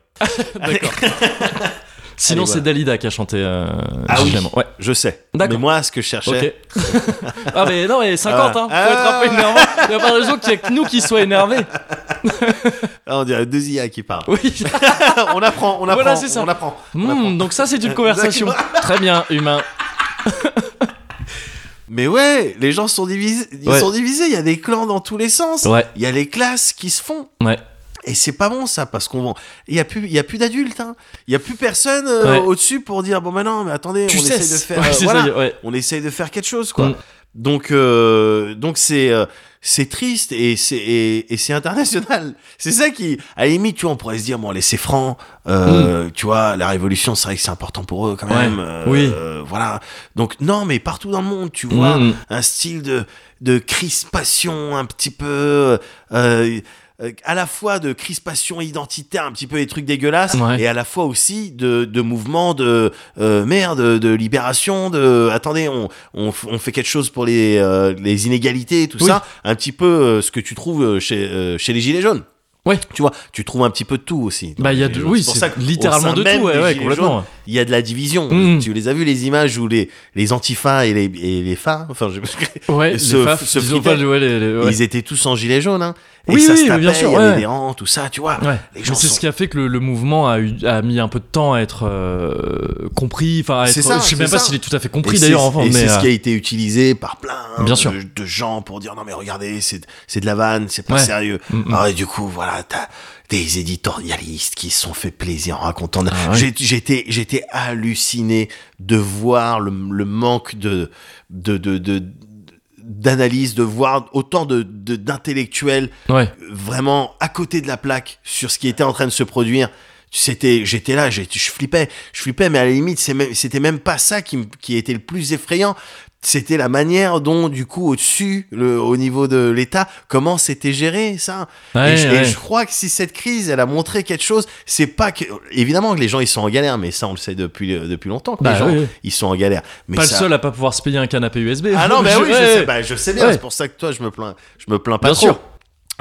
A: Sinon,
B: Allez,
A: c'est
B: voilà.
A: Dalida qui a chanté euh,
B: Ah
A: Gigi
B: oui.
A: Lamoroso. Ouais.
B: Je sais.
A: D'accord.
B: Mais moi, ce que je cherchais,
A: Ok. ah, mais non, mais 50, hein. Faut
B: Ah.
A: être un peu énervant. Il n'y a pas de raison qu'il y ait que nous qui soient énervés.
B: Ah, on dirait deux IA qui parlent.
A: Oui.
B: on apprend, on apprend,
A: Voilà, c'est ça.
B: on apprend. on
A: Hmm,
B: apprend.
A: donc, ça, c'est une conversation. Très bien, humain.
B: Mais ouais, les gens sont divisés. Ils
A: Ouais.
B: sont divisés. Il y a des clans dans tous les sens.
A: Ouais.
B: Il y a les classes qui se font.
A: Ouais.
B: Et c'est pas bon ça parce qu'on il y a plus il y a plus d'adultes hein. Il y a plus personne euh,
A: Ouais.
B: au-dessus pour dire bon maintenant mais attendez,
A: Tu
B: on
A: sais.
B: essaye de faire
A: Ouais,
B: euh,
A: c'est
B: voilà.
A: ça, ouais.
B: on essaye de faire quelque chose quoi.
A: Mm.
B: Donc euh, donc c'est euh, c'est triste et c'est et, et c'est international. C'est ça qui à la limite tu vois on pourrait se dire bon allez c'est franc euh, tu vois la révolution c'est vrai que c'est important pour eux quand
A: Mm. Ouais.
B: même. euh,
A: Oui.
B: euh, voilà. Donc non mais partout dans le monde tu vois
A: Mm.
B: un style de de crispation un petit peu euh, euh, à la fois de crispation identitaire, un petit peu des trucs dégueulasses,
A: Ouais.
B: et à la fois aussi de, de mouvements de euh, merde, de, de libération, de attendez, on, on, f- on fait quelque chose pour les, euh, les inégalités et tout
A: Oui.
B: ça, un petit peu euh, ce que tu trouves euh, chez, euh, chez les Gilets jaunes.
A: Ouais.
B: Tu vois, tu trouves un petit peu de tout aussi. dans
A: Bah, il y a
B: les
A: de-
B: Gilets
A: oui,
B: jaunes. pour
A: c'est
B: ça que au
A: littéralement
B: sein
A: de
B: même
A: tout, ouais,
B: des
A: ouais,
B: Gilets
A: complètement.
B: jaunes, Il y a de la division.
A: Mm.
B: Tu les as vu les images où les, les antifas et les, et les fas, enfin, je...
A: Ouais, les
B: se-
A: faf,
B: se
A: ils ont
B: fritaient.
A: pas ouais, les- les- ouais.
B: ils étaient tous en gilet jaune. Hein.
A: Oui,
B: et ça
A: oui,
B: se
A: mais
B: tapait,
A: bien sûr,
B: il y avait
A: ouais.
B: des rangs, tout ça, tu vois.
A: Ouais.
B: Les
A: Mais
B: gens
A: c'est
B: sont-
A: ce qui a fait que le, le mouvement a, eu- a mis un peu de temps à être euh, compris. Enfin, à être-
B: C'est ça,
A: je sais
B: c'est
A: même pas
B: ça.
A: s'il est tout à fait
B: Et
A: compris d'ailleurs.
B: c'est-
A: Enfin,
B: et
A: mais
B: c'est ce
A: euh,
B: qui a été utilisé par plein
A: Bien
B: de,
A: sûr.
B: de gens pour dire non mais regardez c'est c'est de la vanne c'est pas
A: Ouais.
B: sérieux
A: Mm, mm.
B: Ah, et du coup voilà t'as des éditorialistes qui se sont fait plaisir en racontant
A: Ah ouais.
B: J'ai- j'étais j'étais halluciné de voir le, le manque de de de, de- d'analyse de voir autant de de- d'intellectuels
A: ouais.
B: vraiment à côté de la plaque sur ce qui était en train de se produire. C'était, j'étais là, j'ai- je flippais, je flippais, mais à la limite, c'est même- c'était même pas ça qui, me- qui était le plus effrayant. C'était la manière dont, du coup, au-dessus, le- au niveau de l'État, comment c'était géré, ça.
A: Ouais,
B: et, je, et
A: ouais.
B: je crois que si cette crise, elle a montré quelque chose, c'est pas que, évidemment que les gens, ils sont en galère, mais ça, on le sait depuis, depuis longtemps que
A: Bah,
B: les gens,
A: oui, oui.
B: ils sont en galère. Mais
A: Pas
B: ça-
A: le seul à pas pouvoir se payer un canapé USB.
B: ah non, bah
A: Je- eh,
B: oui,
A: ouais,
B: je, sais,
A: ouais.
B: bah, je sais bien,
A: Ouais.
B: c'est pour ça que toi, je me plains, je me plains pas
A: Bien
B: trop.
A: sûr.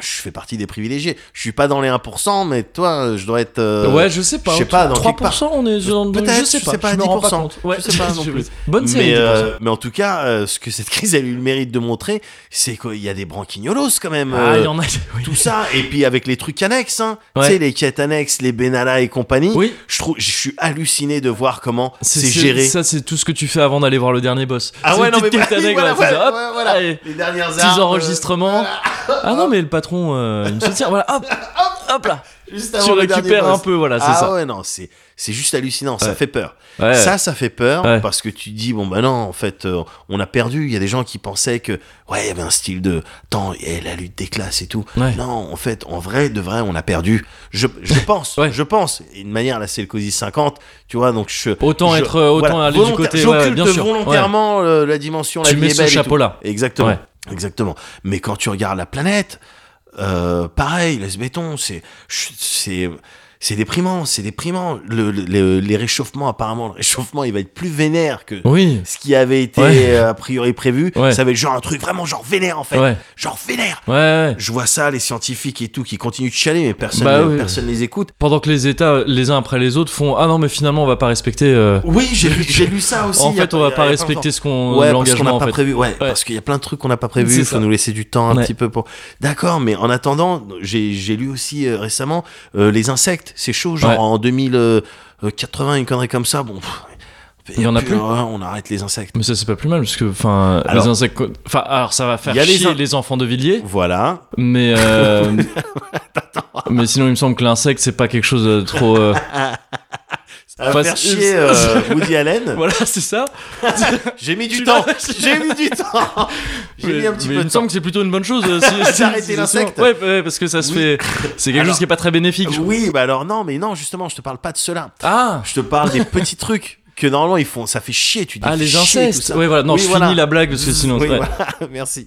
B: Je fais partie des privilégiés. Je suis pas dans les 1%, mais toi, je dois être. euh,
A: eh. ouais, je sais pas.
B: je sais pas, dans
A: 3%, on est dans
B: Peut-être,
A: je sais
B: je
A: pas,
B: sais pas,
A: je me rends pas
B: 10%.
A: compte. Ouais,
B: Je sais pas non plus.
A: Bonne série.
B: mais,
A: 10%.
B: euh, mais en tout cas, euh, ce que cette crise a eu le mérite de montrer, c'est qu'il y a des branquignolos quand même.
A: ah,
B: euh,
A: il y en a. oui.
B: Tout ça, et puis avec les trucs annexes, hein.
A: Ouais.
B: tu sais, les quêtes annexes, les Benalla et compagnie,
A: Oui.
B: je, trouve, je suis halluciné de voir comment
A: C'est-
B: c'est
A: c'est-
B: géré.
A: Ça, c'est tout ce que tu fais avant d'aller voir le dernier boss.
B: Ah
A: C'est
B: ouais,
A: une
B: non, mais
A: petite quête
B: voilà,
A: annexe,
B: voilà,
A: voilà,
B: voilà,
A: hop,
B: voilà, voilà.
A: allez.
B: les dernières armes,
A: Petits
B: euh,
A: enregistrements. Ah non, mais le patron, euh, il me soutient. Voilà, hop, hop là.
B: juste
A: Tu
B: avant le dernier
A: récupères un
B: boss.
A: peu, voilà, c'est
B: ah
A: ça.
B: ouais, non, c'est c'est juste hallucinant, ça
A: Ouais.
B: fait peur.
A: Ouais.
B: Ça, ça fait peur
A: Ouais.
B: parce que tu te dis, bon, ben non, en fait, euh, on a perdu. Il y a des gens qui pensaient que, ouais, il y avait un style de temps, et la lutte des classes et tout.
A: Ouais.
B: Non, en fait, en vrai, de vrai, on a perdu. Je, je pense,
A: Ouais.
B: je pense. Et De manière, là, c'est le COSI 50, tu vois, donc je.
A: Autant
B: je-
A: être, euh, autant aller du
B: volontaire-
A: côté, ouais,
B: J'occulte
A: bien sûr.
B: volontairement euh, la dimension, la
A: Tu
B: vie
A: mets
B: est
A: ce
B: belle et tout.
A: chapeau-là.
B: Exactement.
A: Ouais.
B: Exactement. Mais quand tu regardes la planète, euh, pareil, le béton, c'est, c'est, c'est déprimant, c'est déprimant. Le, le- le- les réchauffements, apparemment, le réchauffement, il va être plus vénère que
A: Oui.
B: ce qui avait été
A: Ouais.
B: euh, a priori prévu.
A: Ouais.
B: Ça va être genre un truc vraiment genre vénère en fait,
A: Ouais.
B: genre vénère.
A: Ouais, ouais.
B: Je vois ça, les scientifiques et tout qui continuent de chialer, mais personne,
A: Bah oui.
B: personne les écoute.
A: Pendant que les États, les uns après les autres, font Ah non, mais finalement, on va pas respecter. euh,
B: Oui, j'ai lu, j'ai lu ça aussi.
A: en
B: il y a
A: fait, on va
B: il y a
A: pas
B: longtemps.
A: respecter ce qu'on.
B: Ouais, parce qu'on n'a
A: euh, l'engagement,
B: pas
A: en fait.
B: prévu. Ouais, parce qu'il y a plein de trucs qu'on n'a pas prévu.
A: C'est
B: Il faut
A: ça.
B: nous laisser du temps un
A: Ouais.
B: petit peu pour. D'accord, mais en attendant, j'ai j'ai lu aussi euh, récemment euh, les insectes. C'est chaud, genre
A: Ouais.
B: en 2080, une connerie comme ça. Bon, pff,
A: Il y en a plus.
B: ouais, on arrête les insectes.
A: Mais ça, c'est pas plus mal, parce que, enfin,
B: Alors-
A: les insectes. Enfin, alors, ça va faire
B: Il y a les
A: chier
B: in-
A: les, enfants de Villiers,
B: Voilà.
A: mais. euh, mais sinon, il me semble que l'insecte, c'est pas quelque chose de trop. euh,
B: Ça va
A: Enfin,
B: faire
A: c'est-
B: chier euh, Woody Allen.
A: voilà, c'est ça.
B: J'ai mis du
A: Tu
B: temps.
A: l'as-
B: J'ai mis du temps. J'ai
A: mais,
B: mis un petit
A: mais
B: peu
A: il
B: de
A: me
B: temps.
A: semble que c'est plutôt une bonne chose. euh, si- si-
B: D'arrêter
A: si- si-
B: l'insecte.
A: Ouais, ouais, parce que ça se
B: Oui.
A: fait. C'est quelque
B: Alors-
A: chose qui est pas très bénéfique. je-
B: Oui, bah alors non, mais non, justement, je te parle pas de cela.
A: Ah
B: Je te parle des petits trucs que normalement ils font. Ça fait chier, tu dis.
A: Ah, les
B: chier, tout
A: incestes
B: ça.
A: Ouais, voilà, non,
B: Oui,
A: je
B: voilà.
A: finis la blague parce que sinon.
B: Oui,
A: ouais.
B: voilà, merci.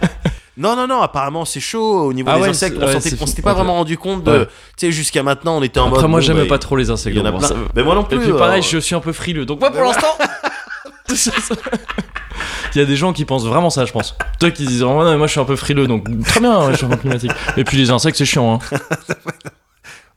B: non, non, non, apparemment c'est chaud au niveau
A: Ah
B: des
A: ouais,
B: insectes.
A: c'est-
B: On
A: ouais,
B: s'était
A: c'est
B: on
A: fou.
B: s'était pas
A: Ouais.
B: vraiment rendu compte de.
A: Ouais.
B: Tu sais, jusqu'à maintenant on était en mode.
A: Après, moi,
B: bon,
A: j'aimais
B: bah,
A: pas trop les insectes.
B: Il y en a
A: bon,
B: plein.
A: ça-
B: Mais moi non plus.
A: Et puis pareil,
B: hein.
A: je suis un peu frileux. Donc moi pour l'instant, il y a des gens qui pensent vraiment ça, je pense. Toi qui disent, oh, non, mais moi je suis un peu frileux, donc très bien, ouais, changement climatique. Et puis les insectes, c'est chiant. Hein.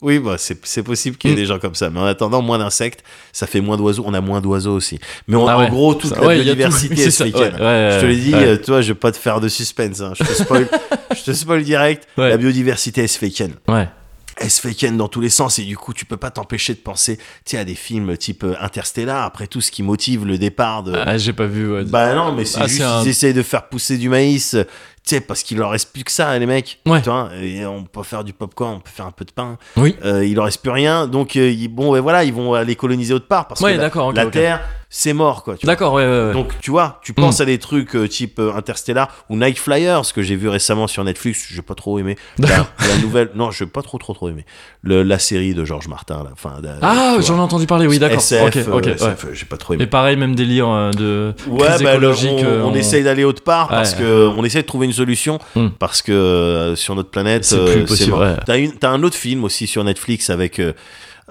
B: Oui, bah, c'est c'est possible qu'il y ait
A: Mm.
B: des gens comme ça. Mais en attendant, moins d'insectes, ça fait moins d'oiseaux. On a moins d'oiseaux aussi. Mais on-
A: Ah
B: en
A: ouais.
B: gros, toute
A: Ça-
B: la
A: ouais, il y a tout-
B: biodiversité
A: c'est
B: est
A: ça,
B: ce week-end.
A: ouais, ouais,
B: je te l'ai dit,
A: ouais.
B: euh, toi, je vais pas te faire de suspense. hein. Je te spoil, je te spoil direct.
A: Ouais.
B: La biodiversité est ce week-end.
A: Ouais.
B: Elle se fait ken dans tous les sens et du coup tu peux pas t'empêcher de penser tu sais, à des films type euh, Interstellar après tout ce qui motive le départ de
A: Ah, j'ai pas vu. ouais.
B: euh, bah non mais c'est
A: Ah,
B: juste
A: c'est un-
B: qu'ils essayent de faire pousser du maïs euh, tu sais parce qu'il leur reste plus que ça les mecs
A: Ouais.
B: tu vois, et on peut faire du popcorn on peut faire un peu de pain
A: Oui.
B: Euh, il leur reste plus rien donc euh, ils- bon ouais, voilà ils vont aller coloniser autre part parce
A: Ouais,
B: que la,
A: d'accord, ok,
B: la
A: ok.
B: terre c'est mort quoi tu vois.
A: D'accord, Hmm. ouais, ouais, ouais.
B: Donc tu vois, tu penses à des trucs euh, type euh, Interstellar ou Night Flyers que j'ai vu récemment sur Netflix, j'ai pas trop aimé. La,
A: D'accord.
B: la nouvelle, non, j'ai pas trop trop trop aimé. Le- la série de Georges Martin, la fin.
A: ah, j'en ai entendu parler, oui, d'accord.
B: SF,
A: ok,
B: euh,
A: ok. ouais.
B: SF, j'ai pas
A: Et
B: trop aimé.
A: pareil, même délire euh, de.
B: Ouais,
A: crise
B: bah, le-
A: écologique,
B: on,
A: euh,
B: on essaye d'aller autre part parce
A: Ouais.
B: que on essaye de trouver une solution
A: Hmm.
B: parce que euh, sur notre planète,
A: C'est
B: euh,
A: plus possible,
B: mort.
A: ouais.
B: T'as une- t'as un autre film aussi sur Netflix avec. euh,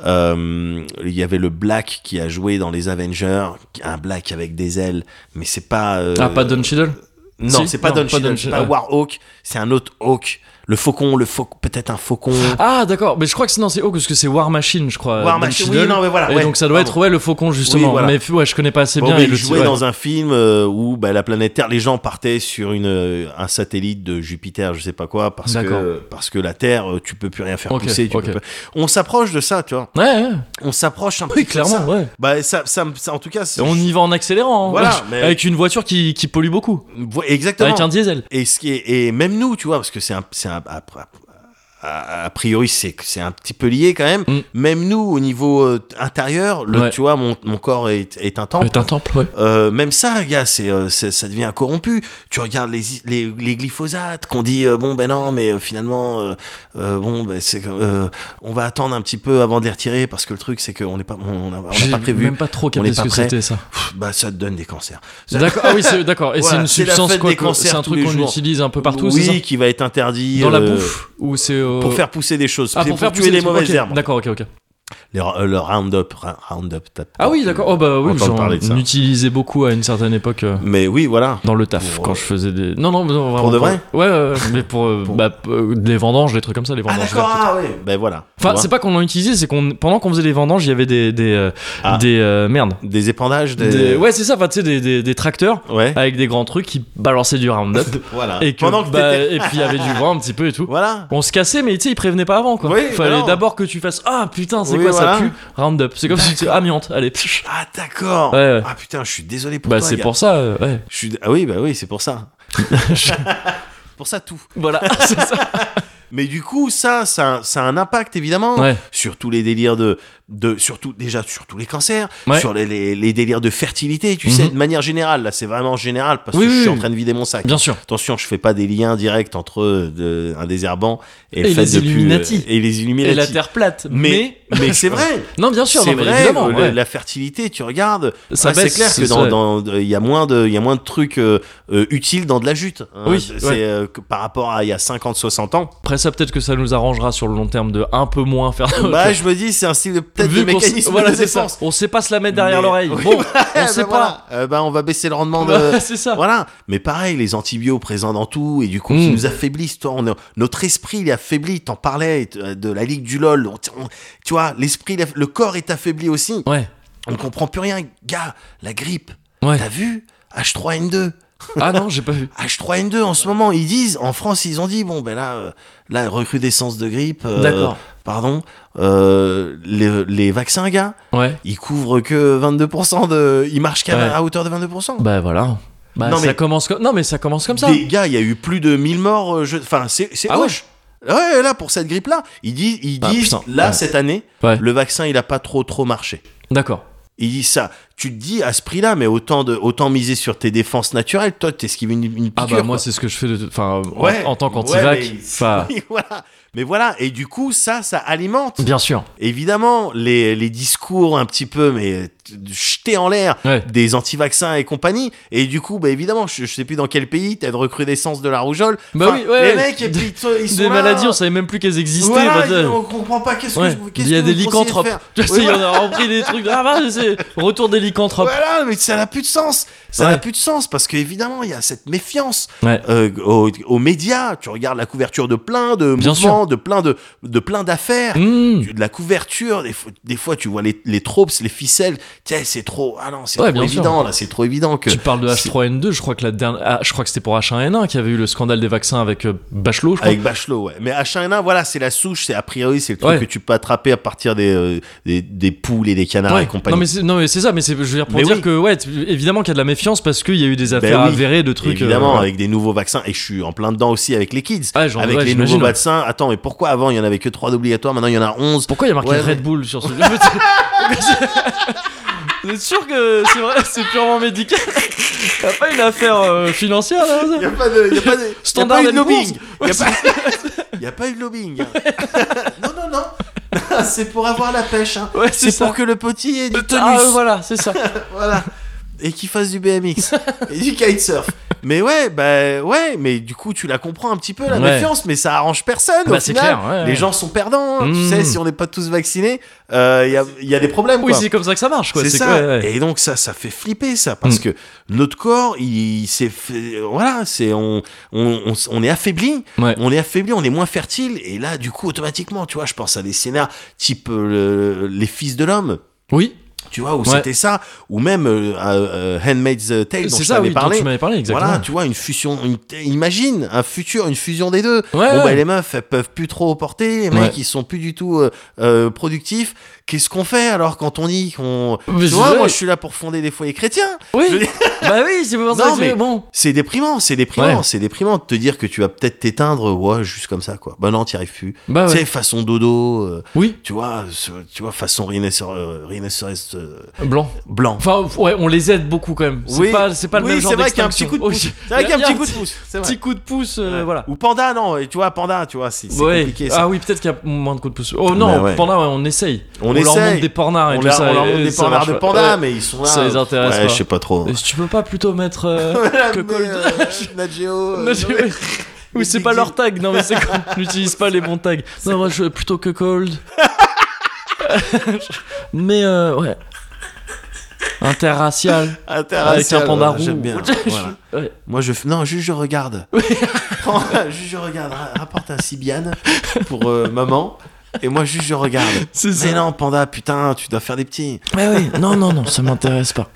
B: euh, il y avait le Black qui a joué dans les Avengers, un Black avec des ailes, mais c'est pas. euh,
A: Ah, pas Don Cheadle
B: non,
A: Si
B: c'est pas
A: Non,
B: Don
A: pas
B: Cheadle,
A: Don
B: c'est
A: Cheadle,
B: pas
A: ouais.
B: Warhawk, c'est un autre Hawk. Le faucon, le faucon, peut-être un faucon.
A: Ah, d'accord, mais je crois que c'est non, c'est oh, parce que c'est War Machine, je crois.
B: War
A: Don
B: Machine,
A: Cheadle.
B: oui, non, mais voilà,
A: Et
B: ouais,
A: donc ça doit
B: pardon.
A: être, ouais, le faucon, justement.
B: voilà.
A: Mais ouais, je connais pas assez
B: Bon,
A: bien.
B: mais
A: et
B: il
A: le-
B: jouait
A: ouais.
B: dans un film euh, où bah, la planète Terre, les gens partaient sur une, euh, un satellite de Jupiter, je sais pas quoi, parce que,
A: D'accord.
B: parce que la Terre, euh, tu peux plus rien faire
A: Ok,
B: pousser. tu
A: ok.
B: peux pas- On s'approche de ça, tu vois.
A: Ouais, ouais.
B: On s'approche un
A: Oui,
B: peu.
A: clairement, ouais.
B: Bah, ça, ça, me- ça- en tout cas, c'est-
A: On y va en accélérant. hein.
B: Voilà, mais-
A: Avec une voiture qui, qui pollue beaucoup.
B: Ouais, Exactement.
A: Avec un diesel.
B: Et, ce qui est- et même nous, tu vois, parce que c'est un, c'est un- a, a- a priori, c'est c'est un petit peu lié quand même.
A: Mm.
B: Même nous, au niveau euh, intérieur, le,
A: Ouais.
B: tu vois, mon, mon corps est, est un temple.
A: Avec un temple, ouais.
B: Euh, même ça, gars, c'est, euh, c'est- ça devient corrompu. Tu regardes les, les, les glyphosates qu'on dit euh, bon ben non, mais euh, finalement euh, euh, bon ben c'est euh, on va attendre un petit peu avant de les retirer parce que le truc c'est qu'on n'est pas on n'a
A: J'ai
B: pas prévu.
A: même pas trop
B: On
A: capté
B: est
A: ce
B: pas
A: que
B: prêt.
A: c'était ça.
B: Pff, bah ça te donne des cancers. Ça-
A: D'accord. Ah oui, c'est d'accord. Et c'est
B: Voilà, c'est
A: une
B: la
A: substance
B: fête
A: quoi
B: des
A: que-
B: cancers
A: c'est un
B: tous
A: truc
B: les
A: qu'on
B: jours.
A: utilise un peu partout,
B: oui,
A: c'est
B: qui va être interdit
A: ça Dans la
B: euh,
A: bouffe ou c'est euh,
B: pour faire pousser des choses,
A: ah,
B: c'est
A: pour faire
B: tuer
A: pousser
B: les
A: trucs,
B: mauvaises
A: ok.
B: herbes.
A: D'accord, ok, ok.
B: Le, euh, le Roundup, Ra- Roundup. t'as-
A: Ah oui,
B: t'as-
A: d'accord. Oh bah oui,
B: entendre
A: j'en
B: parler de ça.
A: utilisais beaucoup à une certaine époque euh,
B: Mais oui, voilà.
A: dans le taf
B: Pour- euh,
A: quand je faisais des. Non, non, non, vraiment.
B: de vrai
A: pas- Ouais, ouais, ouais, mais pour, euh,
B: Pour-
A: bah, euh, des vendanges, des trucs comme ça, les
B: Ah
A: vendanges.
B: d'accord,
A: vertes.
B: ah oui. Ben voilà. Tu
A: Enfin,
B: vois.
A: c'est pas qu'on en utilisait, c'est qu'on pendant qu'on faisait les vendanges, il y avait des des euh,
B: Ah.
A: des euh, merde.
B: des épandages, des,
A: Des- Ouais, c'est ça. Enfin, tu sais, des- des des tracteurs
B: ouais.
A: avec des grands trucs qui balançaient du Roundup.
B: Voilà.
A: et que,
B: Ah. Pendant que
A: bah, euh,
B: t'étais-
A: et puis il y avait du vent un petit peu et tout.
B: Voilà.
A: On se cassait, mais tu sais, ils prévenaient pas avant quoi.
B: Oui,
A: Fallait
B: alors.
A: d'abord que tu fasses Ah putain, c'est
B: Oui,
A: quoi ça
B: voilà.
A: pue Roundup. C'est comme si tu amiante, allez. pfiou.
B: Ah d'accord.
A: Ouais, ouais.
B: Ah putain, je suis désolé pour
A: Bah,
B: toi.
A: c'est
B: gars.
A: pour ça, euh, ouais.
B: Je suis... Ah oui, bah oui, c'est pour ça. pour ça tout.
A: Voilà, c'est ça.
B: Mais du coup, ça, ça, ça a un impact évidemment
A: Ouais.
B: sur tous les délires de, de surtout déjà sur tous les cancers,
A: Ouais.
B: sur les, les, les délires de fertilité. Tu sais,
A: Mhm.
B: de manière générale, là, c'est vraiment général parce
A: Oui,
B: que je
A: oui,
B: suis en
A: oui.
B: train de vider mon sac.
A: Bien sûr.
B: Attention, je fais pas des liens directs entre euh, de- un désherbant et, le
A: Et
B: fait
A: les
B: de plus- euh,
A: Illuminati.
B: et les Illuminati.
A: Et la terre plate.
B: Mais,
A: Mais.
B: mais c'est vrai.
A: Non, bien sûr,
B: c'est
A: non, mais
B: vrai,
A: évidemment.
B: euh,
A: ouais.
B: la fertilité, tu regardes,
A: Ça
B: ah, c'est
A: baisse,
B: clair que
A: c'est
B: dans-
A: ça.
B: dans- euh, il y a moins de il y a moins de trucs euh, euh, utiles dans de la jute. hein.
A: Oui,
B: c'est
A: ouais.
B: euh, que par rapport à il y a 50 60 ans.
A: Après, ça, peut-être que ça nous arrangera sur le long terme de un peu moins faire.
B: Bah, je me dis c'est un style de- peut-être
A: Vu
B: de
A: qu'on s-
B: mécanisme
A: voilà,
B: de
A: c'est ça.
B: défense.
A: On sait pas se la mettre derrière
B: Mais-
A: l'oreille.
B: Oui,
A: bon,
B: Eh,
A: on sait pas.
B: bah, voilà. Euh, bah, on va baisser le rendement de
A: Bah, c'est ça.
B: Voilà, mais pareil, les antibiotiques présents dans tout et du coup qui
A: Mm.
B: nous affaiblissent. Toi, on est- notre esprit il est affaibli. T'en parlais euh, de la ligue du lol. On- on- tu vois, l'esprit, il est- le corps est affaibli aussi.
A: Ouais.
B: On comprend plus rien, gars. La grippe.
A: Ouais.
B: T'as vu H3N2.
A: Ah non, j'ai pas vu.
B: H3N2 en ce moment, ils disent, en France, ils ont dit, bon, ben là, euh, la recrudescence de grippe, euh,
A: D'accord.
B: pardon, euh, les, les vaccins, gars,
A: Ouais.
B: ils couvrent que 22% de. Ils marchent qu'à
A: Ouais.
B: à hauteur de 22%.
A: Bah voilà. Bah,
B: Non,
A: ça
B: mais-
A: commence comme... Non mais ça commence comme ça.
B: Les gars, il y a eu plus de 1000 morts, euh, je- enfin, c'est c'est
A: Ah ouais.
B: moche. Ouais, là, pour cette grippe-là, ils disent, ils
A: Ah,
B: disent
A: putain.
B: là,
A: Ouais.
B: cette année,
A: Ouais.
B: le vaccin, il a pas trop, trop marché.
A: D'accord.
B: Il dit ça. Tu te dis à ce prix-là, mais autant, de, autant miser sur tes défenses naturelles. Toi, t'esquives une, une piqûre.
A: Ah bah moi
B: quoi.
A: c'est ce que je fais de enfin en-
B: Ouais,
A: en, tant
B: ouais,
A: qu'antivac.
B: mais-
A: enfin,
B: Oui, voilà. Mais voilà. Et du coup, ça, ça alimente.
A: bien sûr.
B: Évidemment, les, les discours un petit peu, mais t- jetés en l'air
A: Ouais.
B: des anti-vaccins et compagnie. Et du coup, bah, évidemment, je, je sais plus dans quel pays, t'as de recrudescence de la rougeole.
A: Bah
B: Enfin,
A: oui, ouais,
B: les
A: ouais.
B: mecs, et puis ils sont- ils sont
A: Des
B: là.
A: maladies, on savait même plus qu'elles existaient.
B: Voilà,
A: bah, t'as-
B: on comprend pas qu'est-ce
A: Ouais.
B: que je- qu'est-ce
A: Il y a
B: que
A: des
B: vous conseillez de
A: lycanthropes.
B: faire
A: Tu sais,
B: Oui,
A: il y en
B: voilà.
A: a repris des trucs. Ah bah, c'est retour des lycanthropes.
B: Voilà, mais ça n'a plus de sens. Ça
A: Ouais.
B: n'a plus de sens parce qu'évidemment, il y a cette méfiance
A: Ouais.
B: euh, aux, aux médias. Tu regardes la couverture de plein de
A: Bien
B: mouvements, de plein de, de plein d'affaires.
A: Mmh.
B: Tu- De la couverture, des fois, des fois tu vois les, les tropes, les ficelles. Tiens, c'est trop. Ah non, c'est
A: Ouais,
B: trop
A: bien sûr.
B: évident là, c'est trop évident que.
A: Tu parles de
B: c'est-
A: H3N2, je crois que la dernière, ah, je crois que c'était pour H1N1 qu'il y avait eu le scandale des vaccins avec euh, Bachelot, je crois.
B: Avec Bachelot, ouais. Mais H1N1, voilà, c'est la souche, c'est a priori, c'est le truc
A: Ouais.
B: que tu peux attraper à partir des, euh, des, des poules et des canards
A: Ouais.
B: et compagnie.
A: Non mais c'est, non mais c'est ça, mais c'est, je veux dire pour
B: Mais
A: dire
B: oui. Ben
A: que ouais, tu- évidemment qu'il y a de la méfiance parce qu'il y a eu des affaires
B: oui.
A: avérées de trucs. euh,
B: Évidemment,
A: voilà.
B: avec des nouveaux vaccins. Et je suis en plein dedans aussi avec les kids.
A: Ouais, j'en-
B: avec
A: ouais,
B: les
A: j'imagine,
B: nouveaux
A: ouais.
B: vaccins. Attends, mais pourquoi avant il y en avait que 3 d'obligatoires, maintenant il y en a 11
A: Pourquoi il y a marqué
B: Ouais,
A: Red
B: ouais.
A: Bull sur ce Vous êtes sûr que c'est vrai, c'est purement médical Y a pas une affaire euh, financière là ça
B: Il n'y a pas de, il y a pas de- il y a
A: Standard
B: pas eu de
A: and
B: lobbying. Il
A: Poor's.
B: n'y a, pas- il y a pas eu de lobbying. hein. non, non, non. c'est pour avoir la pêche. hein.
A: Ouais,
B: C'est
A: c'est ça.
B: pour que le petit ait du tonus.
A: Ah euh, voilà, c'est ça.
B: Voilà. Et qu'il fasse du BMX et du kitesurf. Mais ouais, bah ouais, mais du coup tu la comprends un petit peu la
A: Ouais.
B: méfiance, mais ça arrange personne.
A: Bah,
B: au
A: c'est
B: final,
A: clair, ouais,
B: les
A: ouais.
B: gens sont perdants. hein. Tu
A: Mm.
B: sais, si on n'est pas tous vaccinés, euh, il y, a, il y a des problèmes.
A: Oui,
B: quoi.
A: c'est comme ça que ça marche quoi.
B: C'est ça.
A: quoi, ouais.
B: Et donc ça, ça fait flipper ça, parce
A: Mm.
B: que notre corps, il, s'est, fait- voilà, c'est on, on, on s- on est affaibli,
A: Ouais.
B: on est affaibli, on est moins fertile, et là du coup automatiquement, tu vois, je pense à des scénarios type euh, le- les fils de l'homme.
A: Oui,
B: Tu vois, où
A: Ouais.
B: c'était ça, ou même euh, euh, Handmaid's Tale dont
A: c'est
B: je
A: ça
B: t'avais
A: oui, dont
B: parlé.
A: tu m'avais parlé exactement.
B: Voilà, tu vois, une fusion, une, imagine un futur, une fusion des deux.
A: Ouais, ouais.
B: bon, bah, les meufs, elles peuvent plus trop porter, les
A: Ouais.
B: mecs, ils sont plus du tout euh, euh, productifs. Qu'est-ce qu'on fait alors quand on dit qu'on.
A: Mais
B: Tu
A: c'est
B: vois,
A: vrai.
B: moi, je suis là pour fonder des foyers chrétiens.
A: Oui.
B: Je veux dire-
A: Bah oui, c'est pour ça
B: Non,
A: que c'est
B: mais-
A: bon.
B: C'est déprimant, c'est déprimant,
A: Ouais.
B: c'est déprimant de te dire que tu vas peut-être t'éteindre, ouais, juste comme ça, quoi. Bah non, t'y arrives plus.
A: Bah
B: Tu
A: ouais.
B: sais, façon dodo, euh,
A: Oui,
B: tu vois, ce- tu vois, façon rhinocéros, euh, rhinocéros euh,
A: blanc.
B: blanc.
A: Enfin, ouais, on les aide beaucoup quand même. C'est pas, c'est pas le
B: oui,
A: même genre
B: c'est vrai qu'il y a un petit coup de pouce.
A: d'extinction. Oh,
B: C'est vrai qu'il y a un
A: Il
B: petit coup de pouce. c'est vrai.
A: Petit coup de pouce, euh,
B: Ouais.
A: voilà.
B: Ou panda, non, et tu vois, panda, tu vois, c'est c'est
A: Ouais.
B: compliqué ça.
A: Ah oui, peut-être qu'il y a moins de coups de pouce. Oh
B: Bah
A: non,
B: ouais.
A: pendant ouais, on essaye.
B: On
A: leur
B: essaye.
A: montre des pornards et
B: on,
A: tout
B: leur-
A: ça.
B: on leur
A: et
B: montre des
A: ça
B: pandas
A: marche
B: de
A: pas.
B: panda,
A: Ouais.
B: mais ils sont là.
A: Ça les intéresse
B: Ouais,
A: pas.
B: je sais pas trop.
A: Est-ce que Tu peux pas plutôt mettre euh,
B: Voilà,
A: Coco-
B: mais, euh, Nat Geo, euh,
A: Non, j'ai-
B: ouais.
A: Ou c'est pas leur tag, non mais c'est qu'on n'utilise pas les bons tags. Non, moi je plutôt que cold. mais euh, ouais. Interracial. Avec
B: Interracial,
A: un panda
B: ouais,
A: roux.
B: Ah, J'aime bien. voilà.
A: Ouais.
B: Moi, je. f- Non, juste je regarde. Prends- juste je regarde. Ra- Rapporte un Sibian pour euh, maman. Et moi, juste je regarde.
A: C'est ça.
B: Mais non, panda, putain, tu dois faire des petits.
A: Ouais, ouais. Non, non, non, ça m'intéresse pas.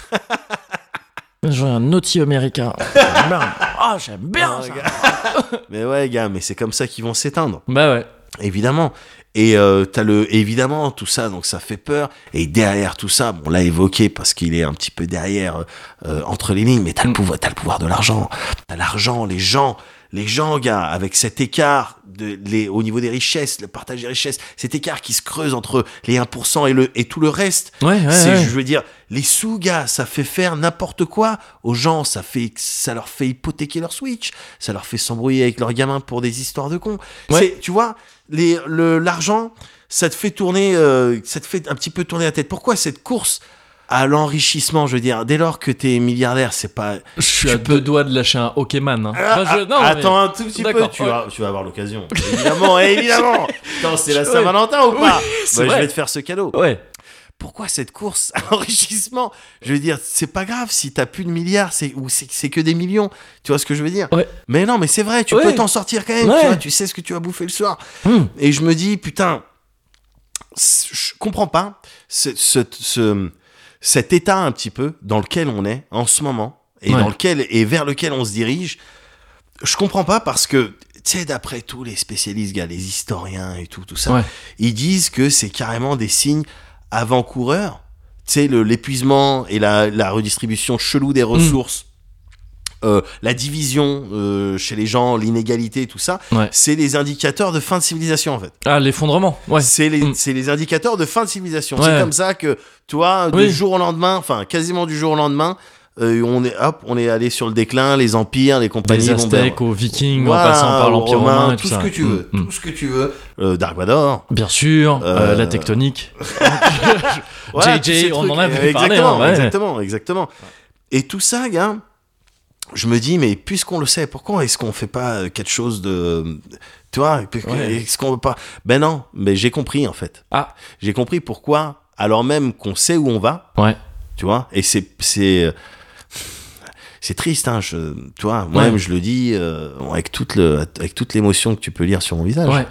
A: J'ai un naughty américain. Ah, j'aime bien
B: Non,
A: ça.
B: gars. mais ouais, gars, mais c'est comme ça qu'ils vont s'éteindre.
A: Bah ouais.
B: évidemment. Et euh, t'as le évidemment tout ça, donc ça fait peur. Et derrière tout ça, bon, on l'a évoqué parce qu'il est un petit peu derrière euh, entre les lignes, mais t'as le pouvoir, t'as le pouvoir de l'argent, t'as l'argent, les gens, les gens, gars, avec cet écart de les au niveau des richesses, le partage des richesses, cet écart qui se creuse entre les 1% et le et tout le reste.
A: Ouais, ouais.
B: C'est,
A: ouais.
B: je veux dire, les sous, gars, ça fait faire n'importe quoi aux gens, ça fait, ça leur fait hypothéquer leur Switch, ça leur fait s'embrouiller avec leurs gamins pour des histoires de cons.
A: Ouais.
B: C'est, tu vois, les, le, l'argent, ça te fait tourner, euh, ça te fait un petit peu tourner la tête. Pourquoi cette course à l'enrichissement, je veux dire, dès lors que t'es milliardaire, c'est pas.
A: Je suis à deux doigts de lâcher un Pokémon. Hein. Enfin, je- non, mais-
B: Ah, Attends un tout petit peu,
A: D'accord,
B: tu,
A: ouais.
B: vas, tu vas avoir l'occasion. évidemment, évidemment. Attends, c'est la
A: Ouais.
B: Saint-Valentin ou pas
A: c'est
B: Bah, Je
A: vrai.
B: vais te faire ce cadeau
A: Ouais.
B: pourquoi cette course à l'enrichissement Je veux dire, c'est pas grave si t'as plus de milliards, c'est ou c'est c'est que des millions. Tu vois ce que je veux dire
A: Ouais.
B: Mais non, mais c'est vrai, tu
A: Ouais.
B: peux t'en sortir quand même.
A: Ouais.
B: Tu, vois, tu sais ce que tu vas bouffer le soir.
A: Hmm.
B: Et je me dis, putain, c- je comprends pas ce- ce- ce- cet état un petit peu dans lequel on est en ce moment et
A: Ouais.
B: dans lequel et vers lequel on se dirige. Je comprends pas parce que tu sais, d'après tous les spécialistes, gars, les historiens et tout, tout ça,
A: Ouais.
B: ils disent que c'est carrément des signes
A: Hmm.
B: avant-coureurs. Tu sais, le- l'épuisement et la, la redistribution chelou des ressources euh, la division euh, chez les gens, l'inégalité et tout ça,
A: Ouais.
B: c'est les indicateurs de fin de civilisation en fait.
A: Ah, l'effondrement, ouais.
B: C'est les,
A: Mm.
B: c'est les indicateurs de fin de civilisation.
A: Ouais.
B: C'est comme ça que, toi, du
A: Oui.
B: jour au lendemain, enfin quasiment du jour au lendemain, euh, on est hop, on est allé sur le déclin, les empires, les compagnies,
A: Des
B: bon, ben,
A: Aztèques aux Vikings,
B: voilà,
A: en passant par
B: aux
A: l'Empire
B: Romains,
A: romain et
B: tout,
A: tout,
B: ce
A: ça.
B: que tu veux,
A: Mm, mm.
B: tout ce que tu veux. Euh, Dark Vador.
A: Bien sûr, euh,
B: Euh,
A: la tectonique.
B: Voilà,
A: JJ,
B: tous ces
A: on
B: trucs.
A: en avait
B: Euh,
A: parlé,
B: Exactement,
A: hein, ouais.
B: exactement, exactement. Et tout ça, gars, je me dis, mais puisqu'on le sait, pourquoi est-ce qu'on fait pas euh, quelque chose de. Tu vois, puisque-
A: Ouais.
B: est-ce qu'on veut pas. Ben non, mais j'ai compris en fait.
A: Ah.
B: J'ai compris pourquoi, alors même qu'on sait où on va,
A: Ouais.
B: tu vois, et c'est. c'est c'est triste, hein, je, tu vois, moi-même
A: Ouais.
B: je le dis euh, avec toute le, avec toute l'émotion que tu peux lire sur mon visage.
A: Ouais.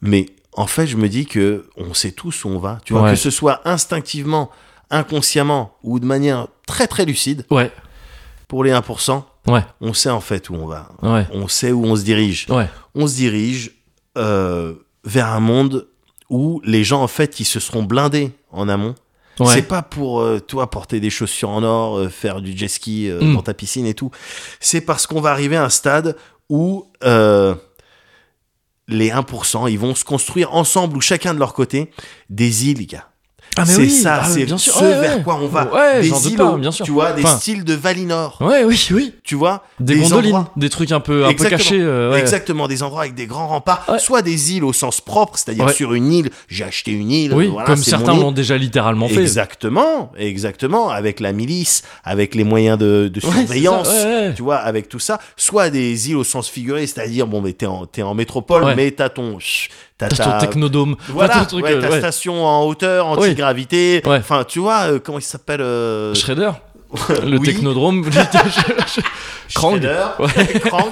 B: Mais en fait, je me dis que on sait tous où on va. Tu vois,
A: Ouais.
B: que ce soit instinctivement, inconsciemment ou de manière très très lucide,
A: Ouais.
B: pour les 1%,
A: Ouais.
B: on sait en fait où on va.
A: Ouais.
B: On sait où on se dirige.
A: Ouais.
B: On se dirige euh, vers un monde où les gens en fait ils se seront blindés en amont. C'est
A: Ouais.
B: pas pour euh, toi porter des chaussures en or, euh, faire du jet ski euh,
A: Mm.
B: dans ta piscine et tout. C'est parce qu'on va arriver à un stade où euh, les 1%, ils vont se construire ensemble ou chacun de leur côté des îles, gars.
A: Ah, mais
B: c'est
A: oui,
B: ça,
A: ah,
B: c'est
A: bien sûr.
B: ce
A: ouais,
B: vers
A: ouais.
B: quoi on va.
A: Ouais, j'en
B: des
A: doute
B: îles,
A: pas,
B: aux-
A: bien sûr.
B: tu vois, des
A: Enfin,
B: styles de Valinor,
A: Ouais, oui, oui.
B: tu vois,
A: Des, gondolines,
B: endroits-
A: des trucs un peu, un peu
B: Exactement.
A: cachés. euh, ouais.
B: Exactement, des endroits avec des grands remparts,
A: Ouais.
B: soit des îles au sens propre, c'est-à-dire
A: Ouais.
B: sur une île, j'ai acheté une île,
A: Oui,
B: voilà,
A: comme
B: c'est
A: certains
B: mon île.
A: l'ont déjà littéralement fait.
B: Exactement, exactement, avec la milice, avec les moyens de, de
A: Ouais, c'est ça,
B: surveillance,
A: ouais, ouais.
B: tu vois, avec tout ça. Soit des îles au sens figuré, c'est-à-dire, bon, mais t'es en, t'es en métropole,
A: Ouais.
B: mais t'as ton. chut, T'as
A: T'as
B: ta-
A: ton technodome. t'as
B: Voilà,
A: ton truc,
B: ouais,
A: euh,
B: ta
A: ouais.
B: station en hauteur, anti-gravité.
A: Ouais.
B: Enfin, tu vois, euh, comment il s'appelle euh,
A: Shredder, le
B: oui,
A: technodrome. Krang.
B: Shredder, Krang.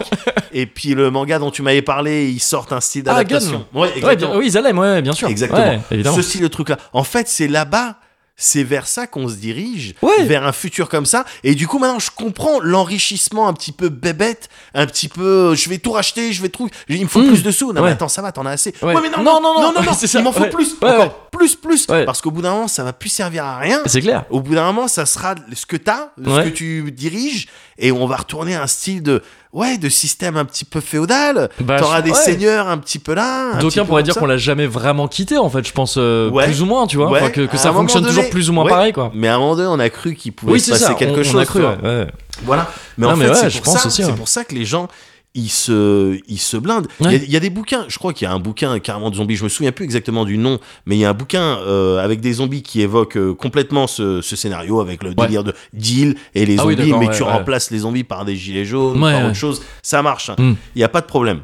B: Et puis le manga dont tu m'avais parlé, ils sortent un style
A: Ah,
B: d'adaptation. ouais,
A: Ouais,
B: exactement.
A: bien, oui, Zalem, ouais, bien sûr.
B: Exactement.
A: Ouais, évidemment.
B: Ceci le truc là. En fait, c'est là-bas, c'est vers ça qu'on se dirige,
A: Ouais.
B: vers un futur comme ça. Et du coup, maintenant, je comprends l'enrichissement un petit peu bébête, un petit peu, euh, je vais tout racheter, je vais tout, il me faut
A: Mm.
B: plus de sous. Non,
A: Ouais.
B: mais attends, ça va, t'en as assez.
A: Ouais.
B: mais non,
A: Non, non, non,
B: non,
A: ouais, c'est ça,
B: il m'en faut
A: ouais.
B: plus,
A: Ouais,
B: encore
A: ouais.
B: plus, plus,
A: Ouais.
B: parce qu'au bout d'un moment, ça va plus servir à rien.
A: C'est clair.
B: Au bout d'un moment, ça sera ce que t'as, ce
A: Ouais.
B: que tu diriges, et on va retourner à un style de, ouais, de système un petit peu féodal.
A: Bah,
B: T'auras
A: je-
B: des
A: ouais.
B: seigneurs un petit peu là. un petit
A: D'aucuns
B: peu
A: pourraient
B: comme
A: dire
B: ça.
A: qu'on l'a jamais vraiment quitté, en fait, je pense, euh,
B: Ouais.
A: plus ou moins, tu vois.
B: Ouais,
A: Enfin, que, que
B: à un
A: ça
B: moment
A: fonctionne
B: donné,
A: toujours plus ou moins
B: ouais.
A: pareil, quoi.
B: Mais à un moment donné, on a cru qu'il pouvait
A: Oui,
B: se
A: c'est
B: passer
A: ça.
B: quelque
A: on,
B: chose.
A: on a cru,
B: tu
A: ouais.
B: vois.
A: ouais.
B: Voilà. Mais
A: Non,
B: en
A: mais
B: fait,
A: ouais,
B: c'est
A: je
B: pour,
A: pense
B: ça-
A: aussi,
B: c'est
A: ouais.
B: pour ça que les gens, ils se, ils se blindent. Il y a-
A: Ouais.
B: il y, a des bouquins, je crois qu'il y a un bouquin carrément de zombies, je me souviens plus exactement du nom, mais il y a un bouquin euh, avec des zombies qui évoque euh, complètement ce, ce scénario avec le délire de deal et les
A: Ah oui,
B: zombies,
A: d'accord,
B: mais
A: ouais,
B: tu
A: ouais.
B: remplaces les zombies par des gilets jaunes,
A: Ouais,
B: par
A: ouais.
B: autre chose. Ça marche. hein. Il
A: Mm.
B: n'y a pas de problème.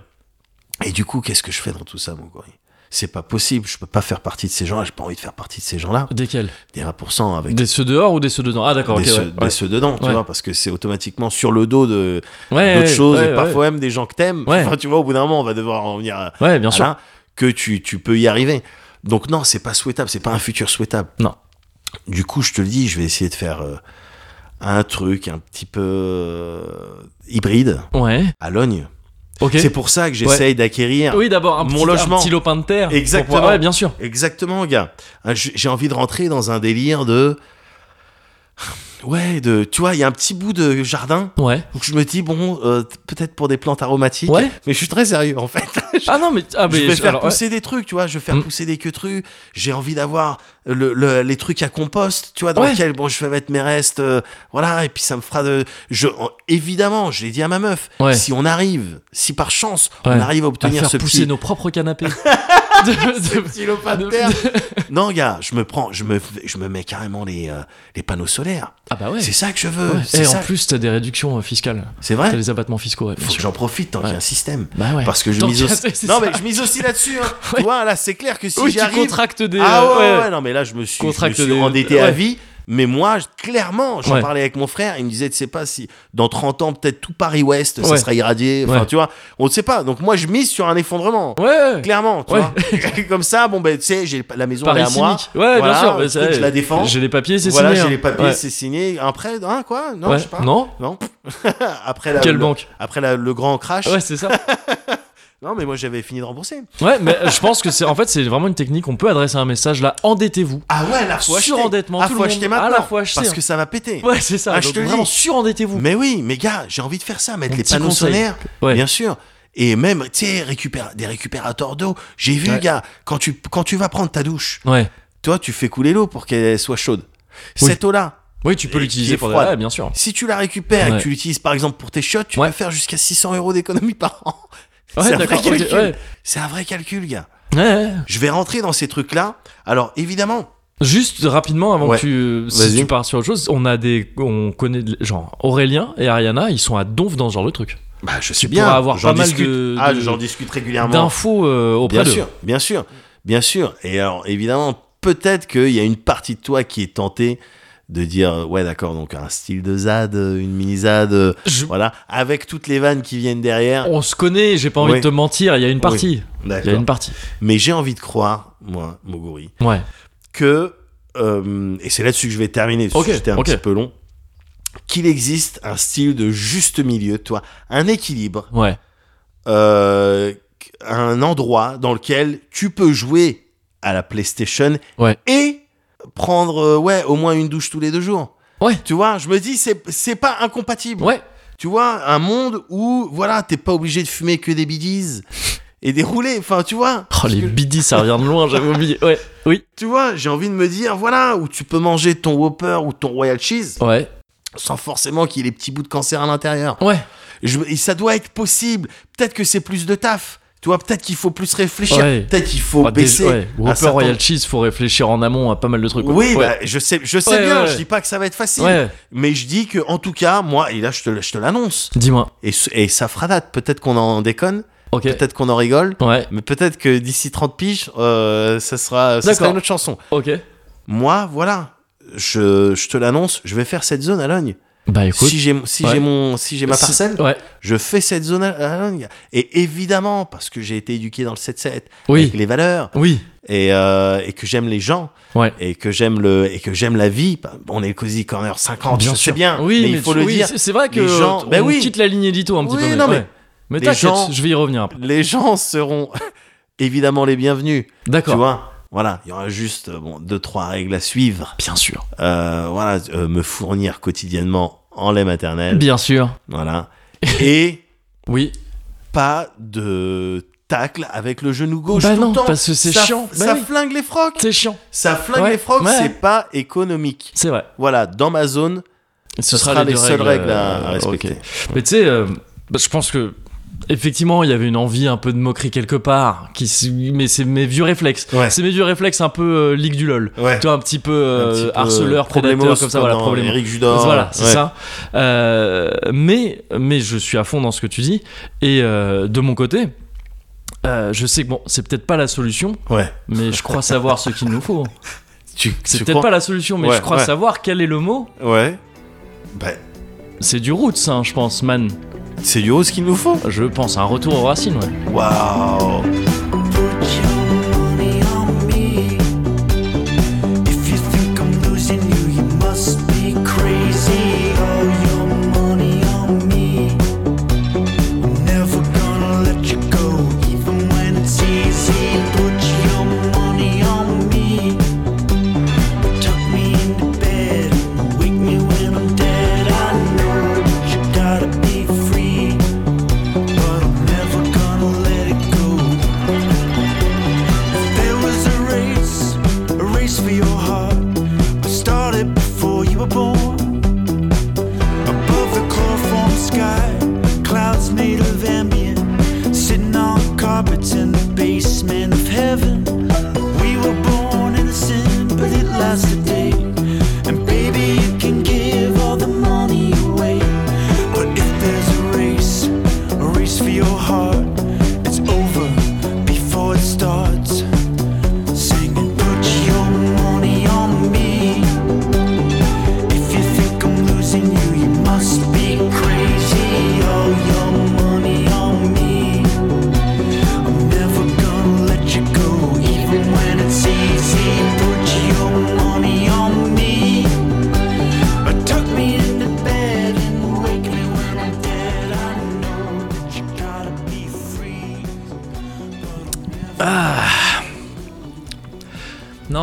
B: Et du coup, qu'est-ce que je fais dans tout ça, mon gorille c'est pas possible, je peux pas faire partie de ces gens-là, j'ai pas envie de faire partie de ces gens-là.
A: Desquels
B: Des 1% avec
A: Des ceux dehors ou des ceux dedans Ah, d'accord,
B: des,
A: ok,
B: ceux,
A: ouais.
B: des ceux dedans, tu
A: Ouais.
B: vois, parce que c'est automatiquement sur le dos de
A: Ouais,
B: d'autres
A: ouais,
B: choses,
A: ouais,
B: et parfois même des gens que t'aimes.
A: Ouais.
B: Enfin, tu vois, au bout d'un moment, on va devoir en venir à,
A: Ouais, Ouais, bien
B: à
A: sûr.
B: là que tu, tu peux y arriver. Donc non, c'est pas souhaitable, c'est pas un futur souhaitable.
A: Non.
B: Du coup, je te le dis, je vais essayer de faire euh, un truc un petit peu euh, hybride
A: Ouais,
B: à Logne.
A: ok.
B: C'est pour ça que j'essaye d'acquérir.
A: Ah Oui, d'abord un,
B: Mon
A: petit- un
B: logement.
A: petit lopin de terre. pour
B: Exactement.
A: pouvoir- Ouais, bien sûr.
B: Exactement, gars. Hein, j- J'ai envie de rentrer dans un délire de. Ouais, de, tu vois, il y a un petit bout de jardin
A: Ouais.
B: Donc je me dis, bon, euh, peut-être pour des plantes aromatiques.
A: Ouais.
B: Mais je suis très sérieux en fait.
A: Ah non, mais. Ah,
B: je
A: mais
B: vais faire
A: alors, ouais.
B: pousser des trucs, tu vois. Je vais faire
A: Mm.
B: pousser des queutrus. J'ai envie d'avoir le, le- les trucs à compost, tu vois, dans
A: Ouais.
B: lesquels, bon, je vais mettre mes restes. euh, voilà, et puis ça me fera de. Je, en- évidemment, je l'ai dit à ma meuf,
A: Ouais.
B: si on arrive, si par chance,
A: Ouais.
B: on arrive à
A: à
B: obtenir
A: faire
B: ce
A: pousser
B: petit.
A: nos propres canapés. De- de-
B: petit lopin de
A: de-
B: terre. non, gars, je me prends, je me, je me mets carrément les, euh, les panneaux solaires.
A: Ah bah ouais.
B: C'est ça que je veux.
A: Ouais.
B: C'est
A: Et
B: ça.
A: en plus, t'as des réductions euh, fiscales.
B: C'est
A: T'as
B: vrai.
A: les abattements fiscaux, ouais, bien
B: Faut que
A: sûr.
B: j'en profite tant qu'il y a un système.
A: Bah ouais.
B: Parce que je
A: Tant
B: mise
A: qu'il y a-
B: aussi.
A: c'est
B: Non,
A: ça.
B: mais je mise aussi là-dessus. Hein.
A: Ouais.
B: Tu vois, là, c'est clair que si
A: oui,
B: j'y
A: tu
B: arrive.
A: contractes des. euh,
B: ah ouais, ouais,
A: ouais.
B: ouais, non, mais là, je me suis, je me
A: Contracte
B: suis
A: des-
B: endetté à
A: ouais.
B: vie. Mais moi, je- clairement, j'en
A: Ouais.
B: parlais avec mon frère. Il me disait, tu sais pas si dans 30 ans, peut-être tout Paris-Ouest, ça
A: Ouais.
B: sera irradié. Enfin,
A: Ouais.
B: tu vois, on ne sait pas. Donc, moi, je mise sur un effondrement.
A: Ouais.
B: Clairement, tu
A: Ouais.
B: vois. Comme ça, bon, ben, tu sais, j'ai la maison, elle est
A: Paris
B: à moi.
A: cynique. Ouais,
B: Voilà,
A: bien sûr. mais
B: le
A: ça,
B: truc, je la
A: euh,
B: défends.
A: J'ai les papiers, c'est
B: Voilà,
A: signé.
B: j'ai
A: hein.
B: les papiers,
A: Ouais.
B: c'est signé. Un prêt, hein, quoi Non,
A: Ouais.
B: je sais pas.
A: Non
B: Non. Après la-
A: Quelle
B: le-
A: banque
B: Après la- le grand crash.
A: Ouais, c'est ça.
B: Non, mais moi j'avais fini de rembourser.
A: Ouais, mais je pense que c'est en fait c'est vraiment une technique. On peut adresser un message là. Endettez-vous.
B: Ah ouais, à la fois acheter.
A: Surendettement,
B: À
A: tout
B: faut
A: le
B: acheter
A: monde.
B: maintenant.
A: À la fois acheter,
B: Parce
A: hein.
B: que ça va péter.
A: Ouais, c'est ça.
B: Ah, je
A: Donc
B: te le
A: vraiment
B: dis.
A: surendettez-vous.
B: Mais oui, mais gars, j'ai envie de faire ça, mettre
A: Mon
B: les
A: petit
B: panneaux
A: conseil.
B: solaires,
A: Ouais.
B: bien sûr. Et même, tu sais, récupère, des récupérateurs d'eau. J'ai vu,
A: Ouais.
B: gars, quand tu, quand tu vas prendre ta douche,
A: Ouais.
B: toi, tu fais couler l'eau pour qu'elle soit chaude.
A: Oui.
B: Cette eau-là,
A: Oui, tu peux
B: Et qui
A: l'utiliser
B: est
A: pour.
B: froide.
A: Ouais, bien sûr.
B: si tu la récupères et
A: Ouais.
B: que tu l'utilises, par exemple, pour tes shots, tu
A: Ouais.
B: vas faire jusqu'à 600 euros d'économie par an.
A: Ouais,
B: C'est un vrai
A: d'accord, ok,
B: calcul.
A: ouais.
B: C'est un vrai calcul, gars.
A: Ouais, ouais.
B: Je vais rentrer dans ces trucs-là. Alors, évidemment,
A: Juste rapidement avant
B: Ouais.
A: que tu, si
B: Vas-y.
A: tu pars sur autre chose, on a des, on connaît de- genre Aurélien et Ariana, ils sont à donf dans ce genre de truc.
B: bah, je sais
A: Tu
B: bien.
A: pourras avoir
B: j'en
A: pas mal
B: discute.
A: de-
B: Ah,
A: de-
B: j'en discute régulièrement.
A: D'infos euh, auprès
B: Bien
A: d'eux.
B: sûr, bien sûr, bien sûr. Et alors, évidemment, peut-être qu'il y a une partie de toi qui est tentée de dire euh, ouais d'accord donc un style de zad euh, une mini zad euh,
A: Je-
B: voilà avec toutes les vannes qui viennent derrière
A: On se connaît, j'ai pas envie
B: Oui.
A: de te mentir, il y a une partie. Il y a
B: D'accord.
A: une partie.
B: mais j'ai envie de croire moi Moguri
A: Ouais.
B: que euh, et c'est là-dessus que je vais terminer parce
A: Ok,
B: que c'était un
A: ok.
B: petit peu long qu'il existe un style de juste milieu toi un équilibre
A: Ouais.
B: euh, un endroit dans lequel tu peux jouer à la PlayStation
A: Ouais.
B: et prendre euh, ouais au moins une douche tous les deux jours.
A: Ouais.
B: Tu vois, je me dis c'est c'est pas incompatible.
A: Ouais.
B: Tu vois, un monde où voilà, t'es pas obligé de fumer que des bidis et des roulés, enfin tu vois.
A: Oh, les bidis, ça revient de loin, j'avais oublié. Ouais. Oui.
B: Tu vois, j'ai envie de me dire voilà, où tu peux manger ton Whopper ou ton Royal Cheese
A: Ouais.
B: sans forcément qu'il y ait les petits bouts de cancer à l'intérieur.
A: Ouais.
B: Je- et ça doit être possible. Peut-être que c'est plus de taf. Tu vois, peut-être qu'il faut plus réfléchir.
A: Ouais.
B: Peut-être qu'il faut
A: Bah, déjà-
B: baisser.
A: ouais.
B: un
A: Whopper
B: certain-
A: Royal Cheese, faut réfléchir en amont à pas mal de trucs.
B: Oui,
A: ouais.
B: bah, je sais, je sais
A: Ouais,
B: bien.
A: ouais,
B: Je
A: ouais.
B: dis pas que ça va être facile,
A: Ouais.
B: mais je dis que en tout cas, moi, et là, je te, je te l'annonce.
A: Dis-moi.
B: Et, ce- et ça fera date. Peut-être qu'on en déconne.
A: Ok.
B: Peut-être qu'on en rigole.
A: Ouais.
B: Mais peut-être que d'ici 30 piges, euh, ça sera, ça sera
A: D'accord.
B: une autre chanson.
A: Ok.
B: Moi, voilà. Je, je te l'annonce. Je vais faire cette zone à Logne.
A: Bah écoute.
B: Si j'ai, si
A: Ouais.
B: j'ai mon, si j'ai ma
A: si-
B: parcelle.
A: Ouais.
B: Je fais cette zone à à Londres. Et évidemment, parce que j'ai été éduqué dans le 7-7,
A: Oui.
B: avec les valeurs,
A: Oui.
B: et, euh, et que j'aime les gens,
A: Ouais.
B: et que j'aime le, et que j'aime la vie. Bah, On est le Cozy Corner 50, je sais bien.
A: Oui,
B: mais il faut
A: tu-
B: le
A: oui,
B: dire.
A: c'est- C'est vrai que
B: les gens-
A: on
B: Ben oui.
A: quitte la ligne édito un petit
B: Oui,
A: peu.
B: non, mais
A: ouais. mais
B: les
A: t'inquiète,
B: gens-
A: je vais y revenir après.
B: Les gens seront évidemment les bienvenus. Tu
A: D'accord.
B: vois. Voilà. Il y aura juste, euh, bon, deux, trois règles à suivre.
A: Bien sûr.
B: Euh, voilà. euh, me fournir quotidiennement en lait maternel.
A: Bien sûr.
B: Voilà. et
A: Oui.
B: pas de tacle avec le genou gauche
A: Bah
B: tout
A: non,
B: le temps.
A: parce que c'est
B: Ça-
A: chiant. Bah
B: ça
A: oui.
B: flingue les frocs.
A: C'est chiant.
B: Ça flingue
A: Ouais,
B: les frocs,
A: ouais.
B: c'est pas économique.
A: C'est vrai.
B: Voilà, dans ma zone, ce sera, les,
A: deux
B: seules règles à,
A: euh,
B: à respecter.
A: ok. Mais tu sais, euh, bah, je pense que. Effectivement, il y avait une envie un peu de moquerie quelque part, qui, s- mais c'est mes vieux réflexes.
B: Ouais.
A: C'est mes vieux réflexes un peu euh, ligue du lol.
B: Ouais.
A: Tu vois, un petit peu,
B: Un petit
A: euh,
B: peu
A: harceleur, prédateur,
B: Problemos,
A: comme ça, voilà,
B: dans
A: problème.
B: Eric Judor.
A: Voilà, c'est
B: Ouais.
A: ça. Euh, mais, mais je suis à fond dans ce que tu dis. Et euh, de mon côté, euh, je sais que bon, c'est peut-être pas la solution,
B: Ouais.
A: mais je crois savoir ce qu'il nous faut.
B: Tu,
A: C'est
B: tu
A: peut-être pas
B: crois-
A: la solution, mais
B: Ouais,
A: je crois
B: ouais.
A: savoir quel est le mot.
B: Ouais. Bah,
A: C'est du roots, hein, je pense, man.
B: c'est du haut ce qu'il nous faut.
A: Je pense, un retour aux racines, ouais.
B: Waouh.
E: If you think I'm losing you, you must be crazy. All your money on me. I'm never gonna let you go, even when it's easy. Put your money on me. Tuck me into bed, wake me when I'm dead. I know that you gotta be free, but I'm never gonna let it go.
C: Oh,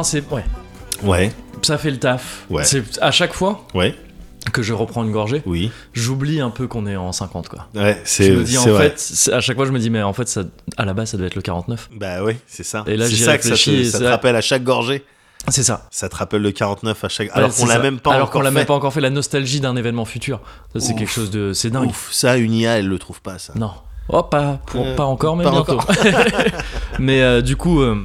A: fin, c'est. Ouais,
B: Ouais,
A: ça fait le taf.
B: Ouais.
A: C'est à chaque fois
B: ouais,
A: que je reprends une gorgée,
B: oui.
A: j'oublie un peu qu'on est en 50, quoi.
B: Ouais,
A: Je
B: c'est
A: me dis, en
B: c'est vrai.
A: fait, c'est- à chaque fois, je me dis, mais en fait, ça, à la base, ça doit être le 49.
B: Bah oui, c'est ça.
A: Et là,
B: c'est
A: j'y
B: ça que ça
A: réfléchis
B: te,
A: et
B: ça te
A: c'est-
B: rappelle à chaque gorgée.
A: C'est ça.
B: Ça te rappelle le 49 à chaque. Alors
A: Ouais,
B: qu'on
A: c'est
B: l'a
A: ça.
B: même pas
A: Alors
B: encore
A: qu'on l'a
B: fait.
A: même pas encore fait, la nostalgie d'un événement futur. Ça, c'est
B: Ouf.
A: quelque chose de. C'est dingue.
B: Ouf, ça, une IA, elle le trouve pas, ça.
A: Non. Oh, pas, pour-
B: Euh,
A: pas encore, mais
B: pas
A: bientôt. mais euh, du coup, euh,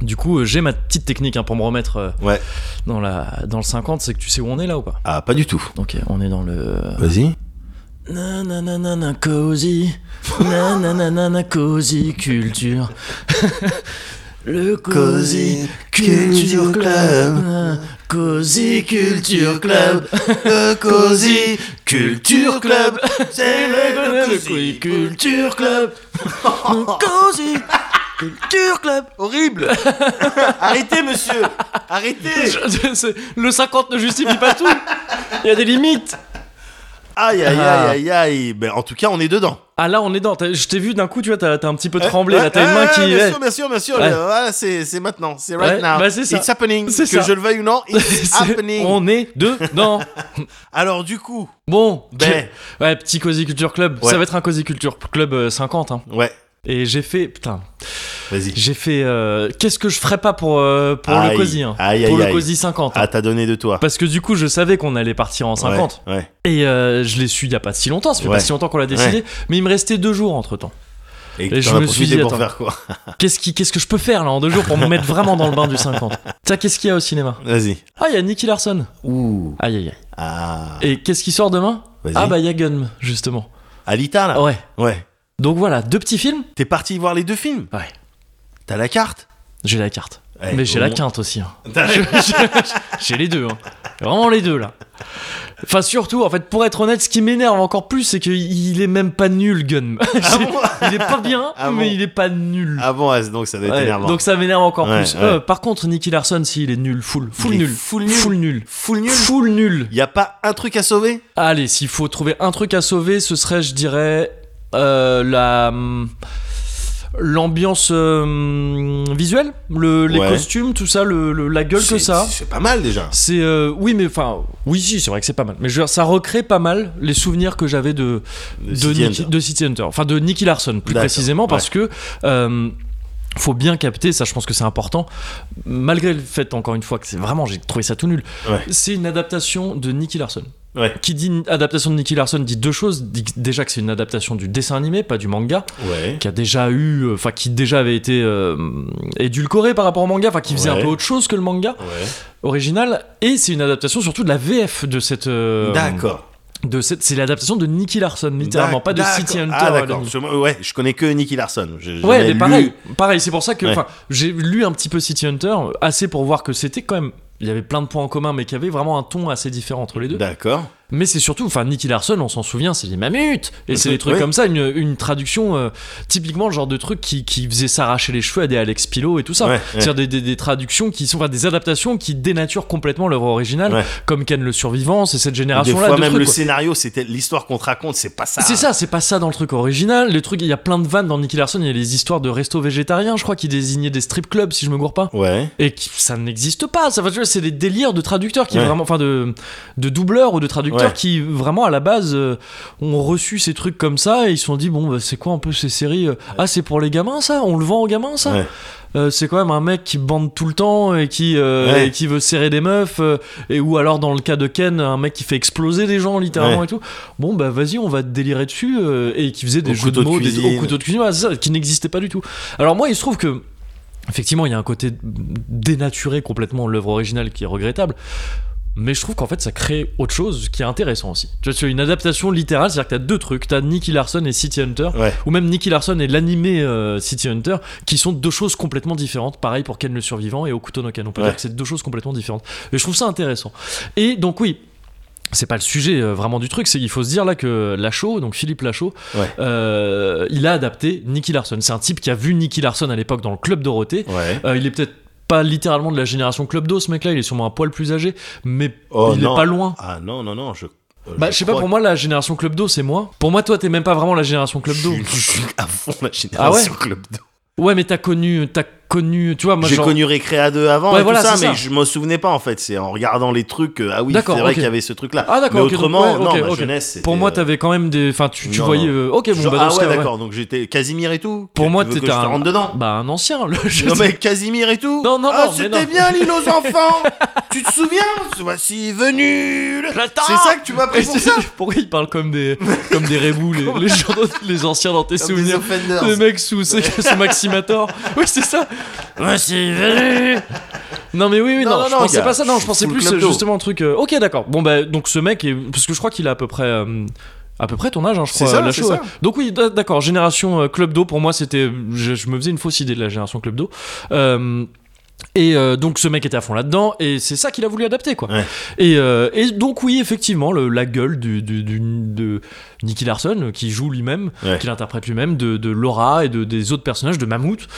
A: du coup euh, j'ai ma petite technique hein, pour me remettre euh,
B: Ouais.
A: dans, la, dans le 50, c'est que tu sais où on est là ou pas
B: Ah, pas du tout.
A: Ok, on est dans le.
B: Vas-y.
A: Nananana cozy, nananana cozy culture. Le cozy culture club, cozy culture club,
B: le
A: Cozy Culture Club.
B: c'est
A: le Cozy culture club, cozy culture club.
B: Horrible Arrêtez, monsieur Arrêtez
A: Le 50 ne justifie pas tout. Il y a des limites.
B: Aïe, aïe, aïe, aïe, aïe Ben, En tout cas, on est dedans.
A: Ah là, on est dans. t'as- Je t'ai vu d'un coup, tu vois, t'as t'as un petit peu tremblé.
B: Ouais,
A: là, t'as une
B: Eh, ouais,
A: main
B: ouais,
A: qui.
B: Ah, Bien
A: ouais.
B: sûr, bien sûr, bien sûr.
A: Ouais.
B: Le- voilà, c'est c'est maintenant. C'est right
A: Ouais,
B: now.
A: bah, c'est ça.
B: It's happening.
A: C'est ça.
B: que je le veuille ou non, it's
A: C'est-
B: happening.
A: On est dedans.
B: Alors, du coup,
A: Bon,
B: Ben.
A: que- ouais, petit Cozy Culture Club.
B: Ouais.
A: Ça va être un Cozy Culture Club euh, 50. hein.
B: ouais,
A: Et j'ai fait, putain,
B: vas-y.
A: j'ai fait. euh, Qu'est-ce que je ferais pas pour euh, pour
B: Aïe.
A: le Cozy hein.
B: Aïe,
A: Pour
B: aïe,
A: le
B: aïe.
A: Cozy 50. hein.
B: Ah, t'as donné de toi.
A: Parce que du coup, je savais qu'on allait partir en 50.
B: Ouais, ouais.
A: Et euh, je l'ai su il y a pas si longtemps. Ça fait
B: Ouais.
A: pas si longtemps qu'on l'a décidé. Mais il me restait deux jours entre temps.
B: Et,
A: Et
B: que
A: je
B: t'en as
A: me suis
B: profité
A: dit,
B: pour
A: attends.
B: faire quoi
A: Qu'est-ce qui, qu'est-ce que je peux faire là en deux jours pour me mettre vraiment dans le bain du 50 Tiens, qu'est-ce qu'il y a au cinéma
B: Vas-y.
A: Ah, il y a Nicky Larson.
B: Ouh.
A: Aïe aïe aïe.
B: Ah.
A: Et qu'est-ce qui sort demain
B: Vas-y.
A: Ah bah il y a Gun justement.
B: Alita, là
A: Ouais.
B: Ouais.
A: Donc voilà, deux petits films.
B: T'es parti voir les deux films
A: Ouais.
B: T'as la carte
A: J'ai la carte.
B: Ouais,
A: mais j'ai
B: au
A: la
B: moins-
A: quinte aussi. hein. J'ai les deux. hein. Vraiment les deux là. Enfin surtout, en fait, pour être honnête, ce qui m'énerve encore plus, c'est qu'il est même pas nul, Gun. il est pas bien,
B: Ah
A: mais
B: bon
A: il est pas nul.
B: Ah bon, ouais, donc ça doit être
A: Ouais,
B: énervant.
A: donc ça m'énerve encore
B: Ouais,
A: plus.
B: ouais.
A: Euh, par contre, Nicky Larson, s'il est nul, full, full
B: Il est
A: nul,
B: full nul.
A: full nul,
B: Full nul
A: full nul.
B: Y a pas un truc à sauver
A: Allez, s'il faut trouver un truc à sauver, ce serait, je dirais, euh, la hum, l'ambiance euh, visuelle, le, les
B: Ouais.
A: costumes, tout ça, le, le- la gueule que
B: C'est-
A: ça.
B: C'est pas mal déjà.
A: C'est euh, oui, mais enfin oui, si, c'est vrai que c'est pas mal. Mais je veux dire, ça recrée pas mal les souvenirs que j'avais de de,
B: City
A: Nicky-
B: Hunter.
A: de City Hunter, enfin de Nicky Larson plus
B: D'accord,
A: précisément, parce que euh, faut bien capter, ça je pense que c'est important, malgré le fait encore une fois que c'est vraiment, j'ai trouvé ça tout nul.
B: Ouais.
A: C'est une adaptation de Nicky Larson.
B: Ouais.
A: Qui dit adaptation de Nicky Larson dit deux choses. Dit déjà que c'est une adaptation du dessin animé, pas du manga,
B: Ouais.
A: qui a déjà eu, euh, enfin qui déjà avait été euh, édulcoré par rapport au manga, enfin qui faisait
B: Ouais.
A: un peu autre chose que le manga
B: Ouais.
A: original et c'est une adaptation surtout de la VF de cette euh,
B: D'accord.
A: de cette c'est l'adaptation de Nicky Larson littéralement
B: D'ac-
A: pas de
B: d'accord.
A: City Hunter
B: Ah
A: euh,
B: d'accord.
A: l'anime.
B: Parce que moi, Ouais, je connais que Nicky Larson. Je- j'en
A: ouais
B: ai
A: mais
B: lu-
A: pareil pareil c'est pour ça que
B: Ouais.
A: enfin j'ai lu un petit peu City Hunter assez pour voir que c'était quand même il y avait plein de points en commun mais qu'il y avait vraiment un ton assez différent entre les deux
B: D'accord.
A: mais c'est surtout enfin Nicky Larson on s'en souvient c'est les mammouths et c'est
B: Mm-hmm. Oui.
A: des trucs comme ça une, une traduction euh, typiquement le genre de truc qui, qui faisait s'arracher les cheveux à des Alex Pillow et tout ça
B: Ouais, ouais.
A: c'est-à-dire des, des- des traductions qui sont enfin, des adaptations qui dénaturent complètement l'œuvre originale
B: Ouais.
A: comme Ken le survivant, c'est cette
B: Des
A: génération-là.
B: fois
A: de
B: même
A: trucs,
B: le
A: quoi.
B: scénario, c'était l'histoire qu'on te raconte, c'est pas ça.
A: C'est ça, c'est pas ça dans le truc original. Le truc, il y a plein de vannes dans Nicky Larson. Il y a les histoires de resto végétariens, je crois, qui désignaient des strip clubs, si je me gourre pas.
B: Ouais.
A: Et qui- ça n'existe pas. Ça, va, tu vois, c'est des délires de traducteurs qui
B: Ouais.
A: vraiment, enfin de, de doubleurs ou de traducteurs
B: Ouais.
A: qui vraiment à la base euh, ont reçu ces trucs comme ça et ils se sont dit bon, bah, c'est quoi un peu ces séries euh, Ah, c'est pour les gamins ça On le vend aux gamins ça
B: Ouais.
A: Euh, c'est quand même un mec qui bande tout le temps et qui, euh,
B: Ouais.
A: et qui veut serrer des meufs, euh, et ou alors dans le cas de Ken, un mec qui fait exploser des gens littéralement
B: Ouais.
A: et tout. Bon, bah vas-y, on va te délirer dessus, euh, et qui faisait des
B: Au
A: jeux de
B: couteau de
A: mots, des-
B: cuisine.
A: au couteau de cuisine, voilà, c'est ça, qui n'existait pas du tout. Alors moi, il se trouve que. Effectivement, il y a un côté dénaturé complètement l'œuvre originale qui est regrettable, mais je trouve qu'en fait ça crée autre chose qui est intéressant aussi. Tu vois, c'est une adaptation littérale, c'est-à-dire que t'as deux trucs, t'as Nicky Larson et City Hunter,
B: Ouais.
A: ou même Nicky Larson et l'animé euh, City Hunter, qui sont deux choses complètement différentes. Pareil pour Ken le Survivant et Okuto no Ken. On peut
B: Ouais.
A: dire que c'est deux choses complètement différentes. Et je trouve ça intéressant. Et donc oui. C'est pas le sujet euh, vraiment du truc, c'est qu'il faut se dire là que Lachaud, donc Philippe Lachaud,
B: Ouais.
A: euh, il a adapté Nicky Larson. C'est un type qui a vu Nicky Larson à l'époque dans le club Dorothée.
B: Ouais.
A: Euh, il est peut-être pas littéralement de la génération club d'eau ce mec-là, il est sûrement un poil plus âgé, mais
B: Oh,
A: il
B: non.
A: est pas loin.
B: Ah non non non, je. euh,
A: Bah, je sais pas,
B: crois
A: pour moi, la génération Club d'eau, c'est moi. Pour moi, toi, t'es même pas vraiment la génération
B: que
A: Club
B: je
A: d'eau.
B: suis- Je suis à fond la génération
A: Ah
B: Club d'eau.
A: Ouais, mais t'as connu, t'as connu, tu vois, moi
B: J'ai
A: genre-
B: connu Récréa 2 avant
A: Ouais,
B: et
A: voilà,
B: tout ça,
A: c'est
B: mais
A: ça.
B: je m'en souvenais pas en fait. C'est en regardant les trucs. euh, ah oui, c'est
A: D'accord,
B: vrai
A: ok.
B: qu'il y avait ce truc-là.
A: Ah d'accord,
B: Mais
A: ok, donc,
B: autrement,
A: ouais,
B: non,
A: ok,
B: ma
A: ok.
B: jeunesse. c'était,
A: Pour moi,
B: euh,
A: t'avais quand même des. Enfin, tu, tu
B: non,
A: voyais.
B: non.
A: euh, ok, bon,
B: genre,
A: bah, dans
B: ah
A: ce
B: ouais,
A: cas, ouais.
B: d'accord. Donc j'étais Casimir et tout.
A: Pour
B: Tu
A: moi,
B: veux que
A: t'étais
B: je te
A: un-
B: rentre dedans.
A: Bah, un ancien, le jeu.
B: Non mais Casimir et tout.
A: Non, non,
B: Ah,
A: non, mais
B: c'était
A: non.
B: bien l'île aux enfants. tu te souviens Ce Voici venu. le-
A: J'attends.
B: C'est ça que tu m'as pris
A: Et
B: pour
A: c'est-
B: ça.
A: Pourquoi ils parlent comme des, comme des rébous, les, les, gens dans- les anciens dans tes
B: Comme des
A: souvenirs
B: Offenders.
A: Le mec sous, c'est- sous Maximator. Oui, c'est ça. Ouais, c'est venu. Non, mais oui, oui, non,
B: Non, non,
A: je
B: non,
A: pensais
B: gars,
A: pas ça. Non,
B: je
A: je
B: suis
A: pensais
B: full
A: plus
B: klepto.
A: euh, justement un truc. euh, ok, d'accord. Bon, bah, donc ce mec est. Parce que je crois qu'il a à peu près. euh, à peu près ton âge, hein, je
B: C'est
A: crois.
B: ça,
A: euh, la
B: c'est
A: chose,
B: ça.
A: ouais. Donc oui, d- d'accord. Génération euh, Club d'eau, pour moi, c'était. Je, je me faisais une fausse idée de la génération Club d'eau. Euh, et euh, donc ce mec était à fond là-dedans et c'est ça qu'il a voulu adapter quoi.
B: Ouais.
A: Et, euh, et donc oui effectivement le- la gueule du, du- du- de Nicky Larson qui joue lui-même,
B: Ouais.
A: qui l'interprète lui-même, de, de Laura et de, des autres personnages de Mammouth.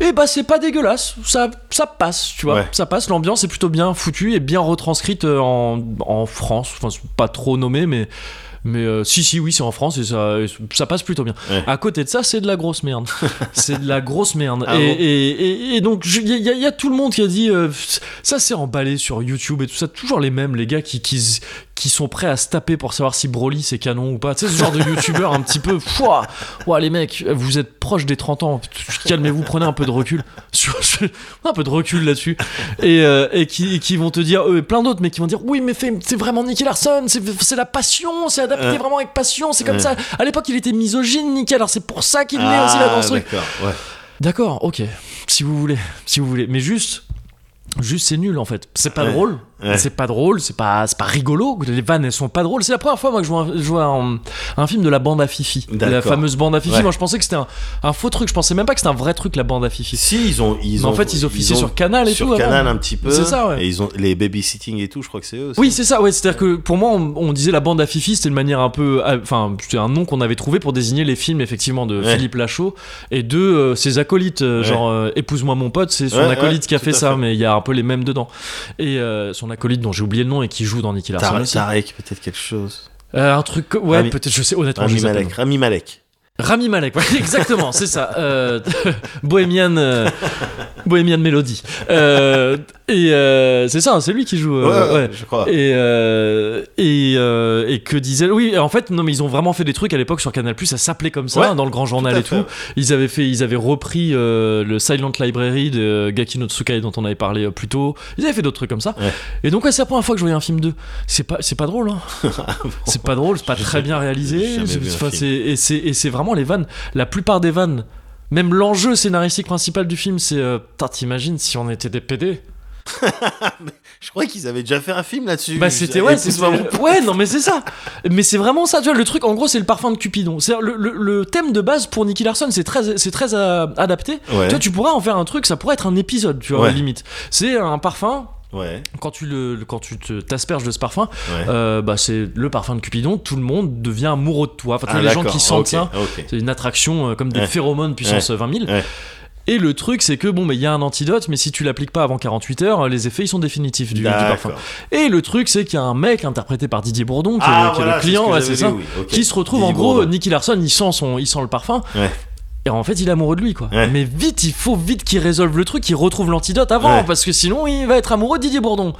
A: Et bah c'est pas dégueulasse, ça, ça passe tu vois,
B: Ouais.
A: ça passe. L'ambiance est plutôt bien foutue et bien retranscrite euh, en, en France, enfin c'est pas trop nommé mais mais euh, si si oui c'est en France et ça et ça passe plutôt bien.
B: Ouais.
A: À côté de ça c'est de la grosse merde, c'est de la grosse merde.
B: Ah
A: et,
B: bon
A: et, et- et donc, il y, a- y a- y a tout le monde qui a dit euh, ça, c'est emballé sur YouTube et tout ça. Toujours les mêmes, les gars qui, qui, s- qui sont prêts à se taper pour savoir si Broly c'est canon ou pas. Tu sais, ce genre de youtubeur un petit peu. Pouah, ouah, les mecs, vous êtes proche des 30 ans. Calmez-vous, prenez un peu de recul. Sur- sur- un peu de recul là-dessus. Et, euh, et qui, et qui vont te dire, eux et plein d'autres, mais qui vont dire oui, mais fais- c'est vraiment Nicky Larson, c'est c'est la passion, c'est adapté
B: Ouais.
A: vraiment avec passion, c'est comme
B: Ouais.
A: ça. À l'époque, il était misogyne, Nicky, alors c'est pour ça qu'il est aussi là dans ce truc.
B: Ah, d'accord. Ouais.
A: D'accord, ok. Si vous voulez, si vous voulez. Mais juste, juste c'est nul en fait. C'est pas
B: Ouais.
A: drôle.
B: Ouais.
A: C'est pas drôle. C'est pas, c'est pas rigolo. Les vannes elles sont pas drôles. C'est la première fois moi que je vois, un, je vois un, un film de la bande à Fifi. La
B: D'accord.
A: fameuse bande à Fifi.
B: Ouais.
A: Moi je pensais que c'était un, un faux truc. Je pensais même pas que c'était un vrai truc la bande à Fifi.
B: Si ils ont ils
A: Mais
B: ont.
A: en fait ils officiaient
B: ont-
A: sur Canal et
B: sur
A: tout. avant.
B: Canal un petit peu.
A: C'est ça, ouais.
B: Et ils ont les babysitting et tout. Je crois que c'est eux. aussi.
A: Oui, c'est ça, ouais. C'est-à-dire que pour moi, on, on disait la bande à Fifi, c'était une manière un peu. ah, Enfin, c'était un nom qu'on avait trouvé pour désigner les films, effectivement, de
B: Ouais.
A: Philippe Lachaud et de euh, ses acolytes. euh,
B: Ouais.
A: Genre, euh, Épouse-moi mon pote, c'est son
B: Ouais,
A: acolyte
B: ouais,
A: qui a
B: tout
A: fait
B: à
A: ça,
B: fait.
A: mais il y a un peu les mêmes dedans. Et euh, son acolyte dont j'ai oublié le nom et qui joue dans Nicky Larson.
B: Tar-
A: aussi.
B: Tarek peut-être quelque chose.
A: Euh, un truc. que- Ouais,
B: Rami-
A: peut-être, je sais, honnêtement, je
B: Rami
A: sais pas.
B: Malek. Rami Malek.
A: Rami Malek, ouais, exactement, c'est ça. Euh, Bohemian, euh, Bohemian Melody. Euh, et euh, c'est ça, c'est lui qui joue. euh, ouais.
B: je crois.
A: Et, euh, et, euh, et que disait oui en fait non mais ils ont vraiment fait des trucs à l'époque sur Canal ça s'appelait comme ça
B: Ouais,
A: hein, dans le grand journal
B: à
A: et
B: fait,
A: tout
B: ouais.
A: ils avaient fait ils avaient repris euh, le Silent Library de euh, Gaki no Tsukai dont on avait parlé euh, plus tôt ils avaient fait d'autres trucs comme ça
B: Ouais.
A: et donc ouais, c'est la première fois que je voyais un film d'eux c'est pas c'est pas drôle hein.
B: Ah
A: c'est pas drôle c'est pas
B: J'ai
A: très
B: jamais-
A: bien
B: j'ai
A: réalisé
B: jamais
A: C'est-
B: vu un
A: enfin,
B: film.
A: c'est- et c'est et c'est vraiment les vannes la plupart des vannes même l'enjeu scénaristique principal du film c'est euh, putain t'imagines si on était des PD
B: Je crois qu'ils avaient déjà fait un film là-dessus.
A: Bah c'était
B: Et
A: ouais,
B: puis,
A: c'était-
B: c'est vraiment-
A: ouais, non mais c'est ça. Mais c'est vraiment ça, tu vois le truc. En gros, c'est le parfum de Cupidon. C'est le, le- le thème de base pour Nicky Larson, c'est très c'est très euh, adapté.
B: Ouais.
A: Tu vois, tu pourrais en faire un truc, ça pourrait être un épisode, tu vois
B: Ouais.
A: limite. C'est un parfum.
B: Ouais.
A: Quand tu le quand tu te- t'asperges de ce parfum,
B: Ouais.
A: euh, bah c'est le parfum de Cupidon. Tout le monde devient amoureux de toi. Enfin, tu vois,
B: Ah,
A: les gens
B: d'accord,
A: qui sentent
B: ok,
A: ça.
B: ok.
A: C'est une attraction euh, comme des
B: Ouais.
A: phéromones puissance euh, 20 000.
B: Ouais.
A: Et le truc, c'est que bon, mais il y a un antidote, mais si tu l'appliques pas avant 48 heures, les effets ils sont définitifs du, du
B: D'accord.
A: parfum. Et le truc, c'est qu'il y a un mec interprété par Didier Bourdon, qui, est, le-
B: Ah,
A: qui est
B: voilà,
A: le client,
B: c'est
A: ouais,
B: ce
A: c'est
B: que
A: ça,
B: j'avais lu, oui, ok.
A: qui se retrouve
B: Didier
A: en gros,
B: Bourdon.
A: Nicky Larson, il sent, son, il sent le parfum.
B: Ouais.
A: Et en fait, il est amoureux de lui, quoi.
B: Ouais.
A: Mais vite, il faut vite qu'il résolve le truc, qu'il retrouve l'antidote avant,
B: Ouais.
A: parce que sinon, il va être amoureux de Didier Bourdon.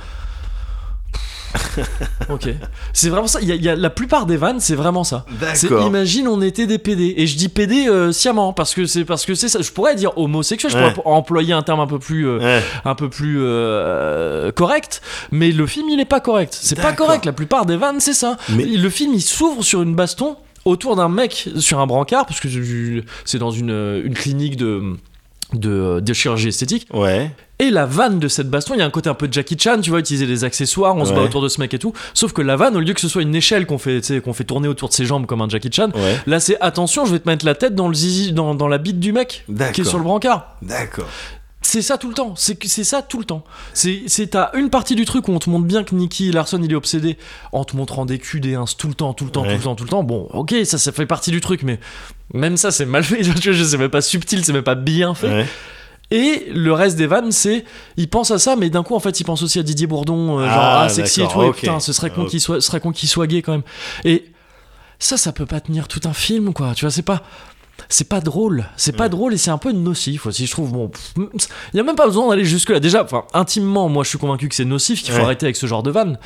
A: ok. C'est vraiment ça. Il y a- il y a, la plupart des vannes, c'est vraiment ça. C'est
B: D'accord.
A: imagine on était des PD et je dis PD euh, sciemment parce que c'est parce que c'est ça je pourrais dire homosexuel je
B: Ouais.
A: pourrais employer un terme un peu plus euh,
B: Ouais.
A: un peu plus euh, correct mais le film il est pas correct c'est pas
B: D'accord.
A: correct la plupart des vannes c'est ça
B: Mais-
A: le film il s'ouvre sur une baston autour d'un mec sur un brancard parce que je- c'est dans une, une clinique de de, de chirurgie esthétique
B: Ouais.
A: et la vanne de cette baston, il y a un côté un peu Jackie Chan, tu vois, utiliser des accessoires, on se
B: Ouais.
A: bat autour de ce mec et tout. Sauf que la vanne, au lieu que ce soit une échelle qu'on fait, tu sais, qu'on fait tourner autour de ses jambes comme un Jackie Chan,
B: Ouais.
A: là c'est attention, je vais te mettre la tête dans le zizi, dans, dans la bite du mec qui est
B: D'accord.
A: sur le brancard.
B: D'accord.
A: C'est ça tout le temps, c'est que- c'est ça tout le temps. C'est c'est- t'as une partie du truc où on te montre bien que Nicky Larson il est obsédé en te montrant des culs, des ins tout le temps, tout le temps, tout
B: Ouais.
A: le temps, tout le temps. Bon, ok, ça ça fait partie du truc, mais même ça c'est mal fait. Je, je sais même pas subtil, c'est même pas bien fait.
B: Ouais.
A: Et le reste des vannes, c'est il pense à ça, mais d'un coup, en fait, il pense aussi à Didier Bourdon, euh, genre
B: Ah,
A: ah, sexy et tout.
B: d'accord,
A: Et
B: ok. Ah,
A: putain, ce serait con
B: Ok.
A: qu'il soit, ce serait con qu'il soit gay quand même. Et ça, ça peut pas tenir tout un film, quoi. Tu vois, c'est pas. c'est pas drôle, c'est pas drôle et c'est un peu nocif aussi, je trouve. Bon, pff, il y a même pas besoin d'aller jusque là. Déjà, enfin, intimement, moi, je suis convaincu que c'est nocif, qu'il faut
B: Ouais.
A: arrêter avec ce genre de vanne.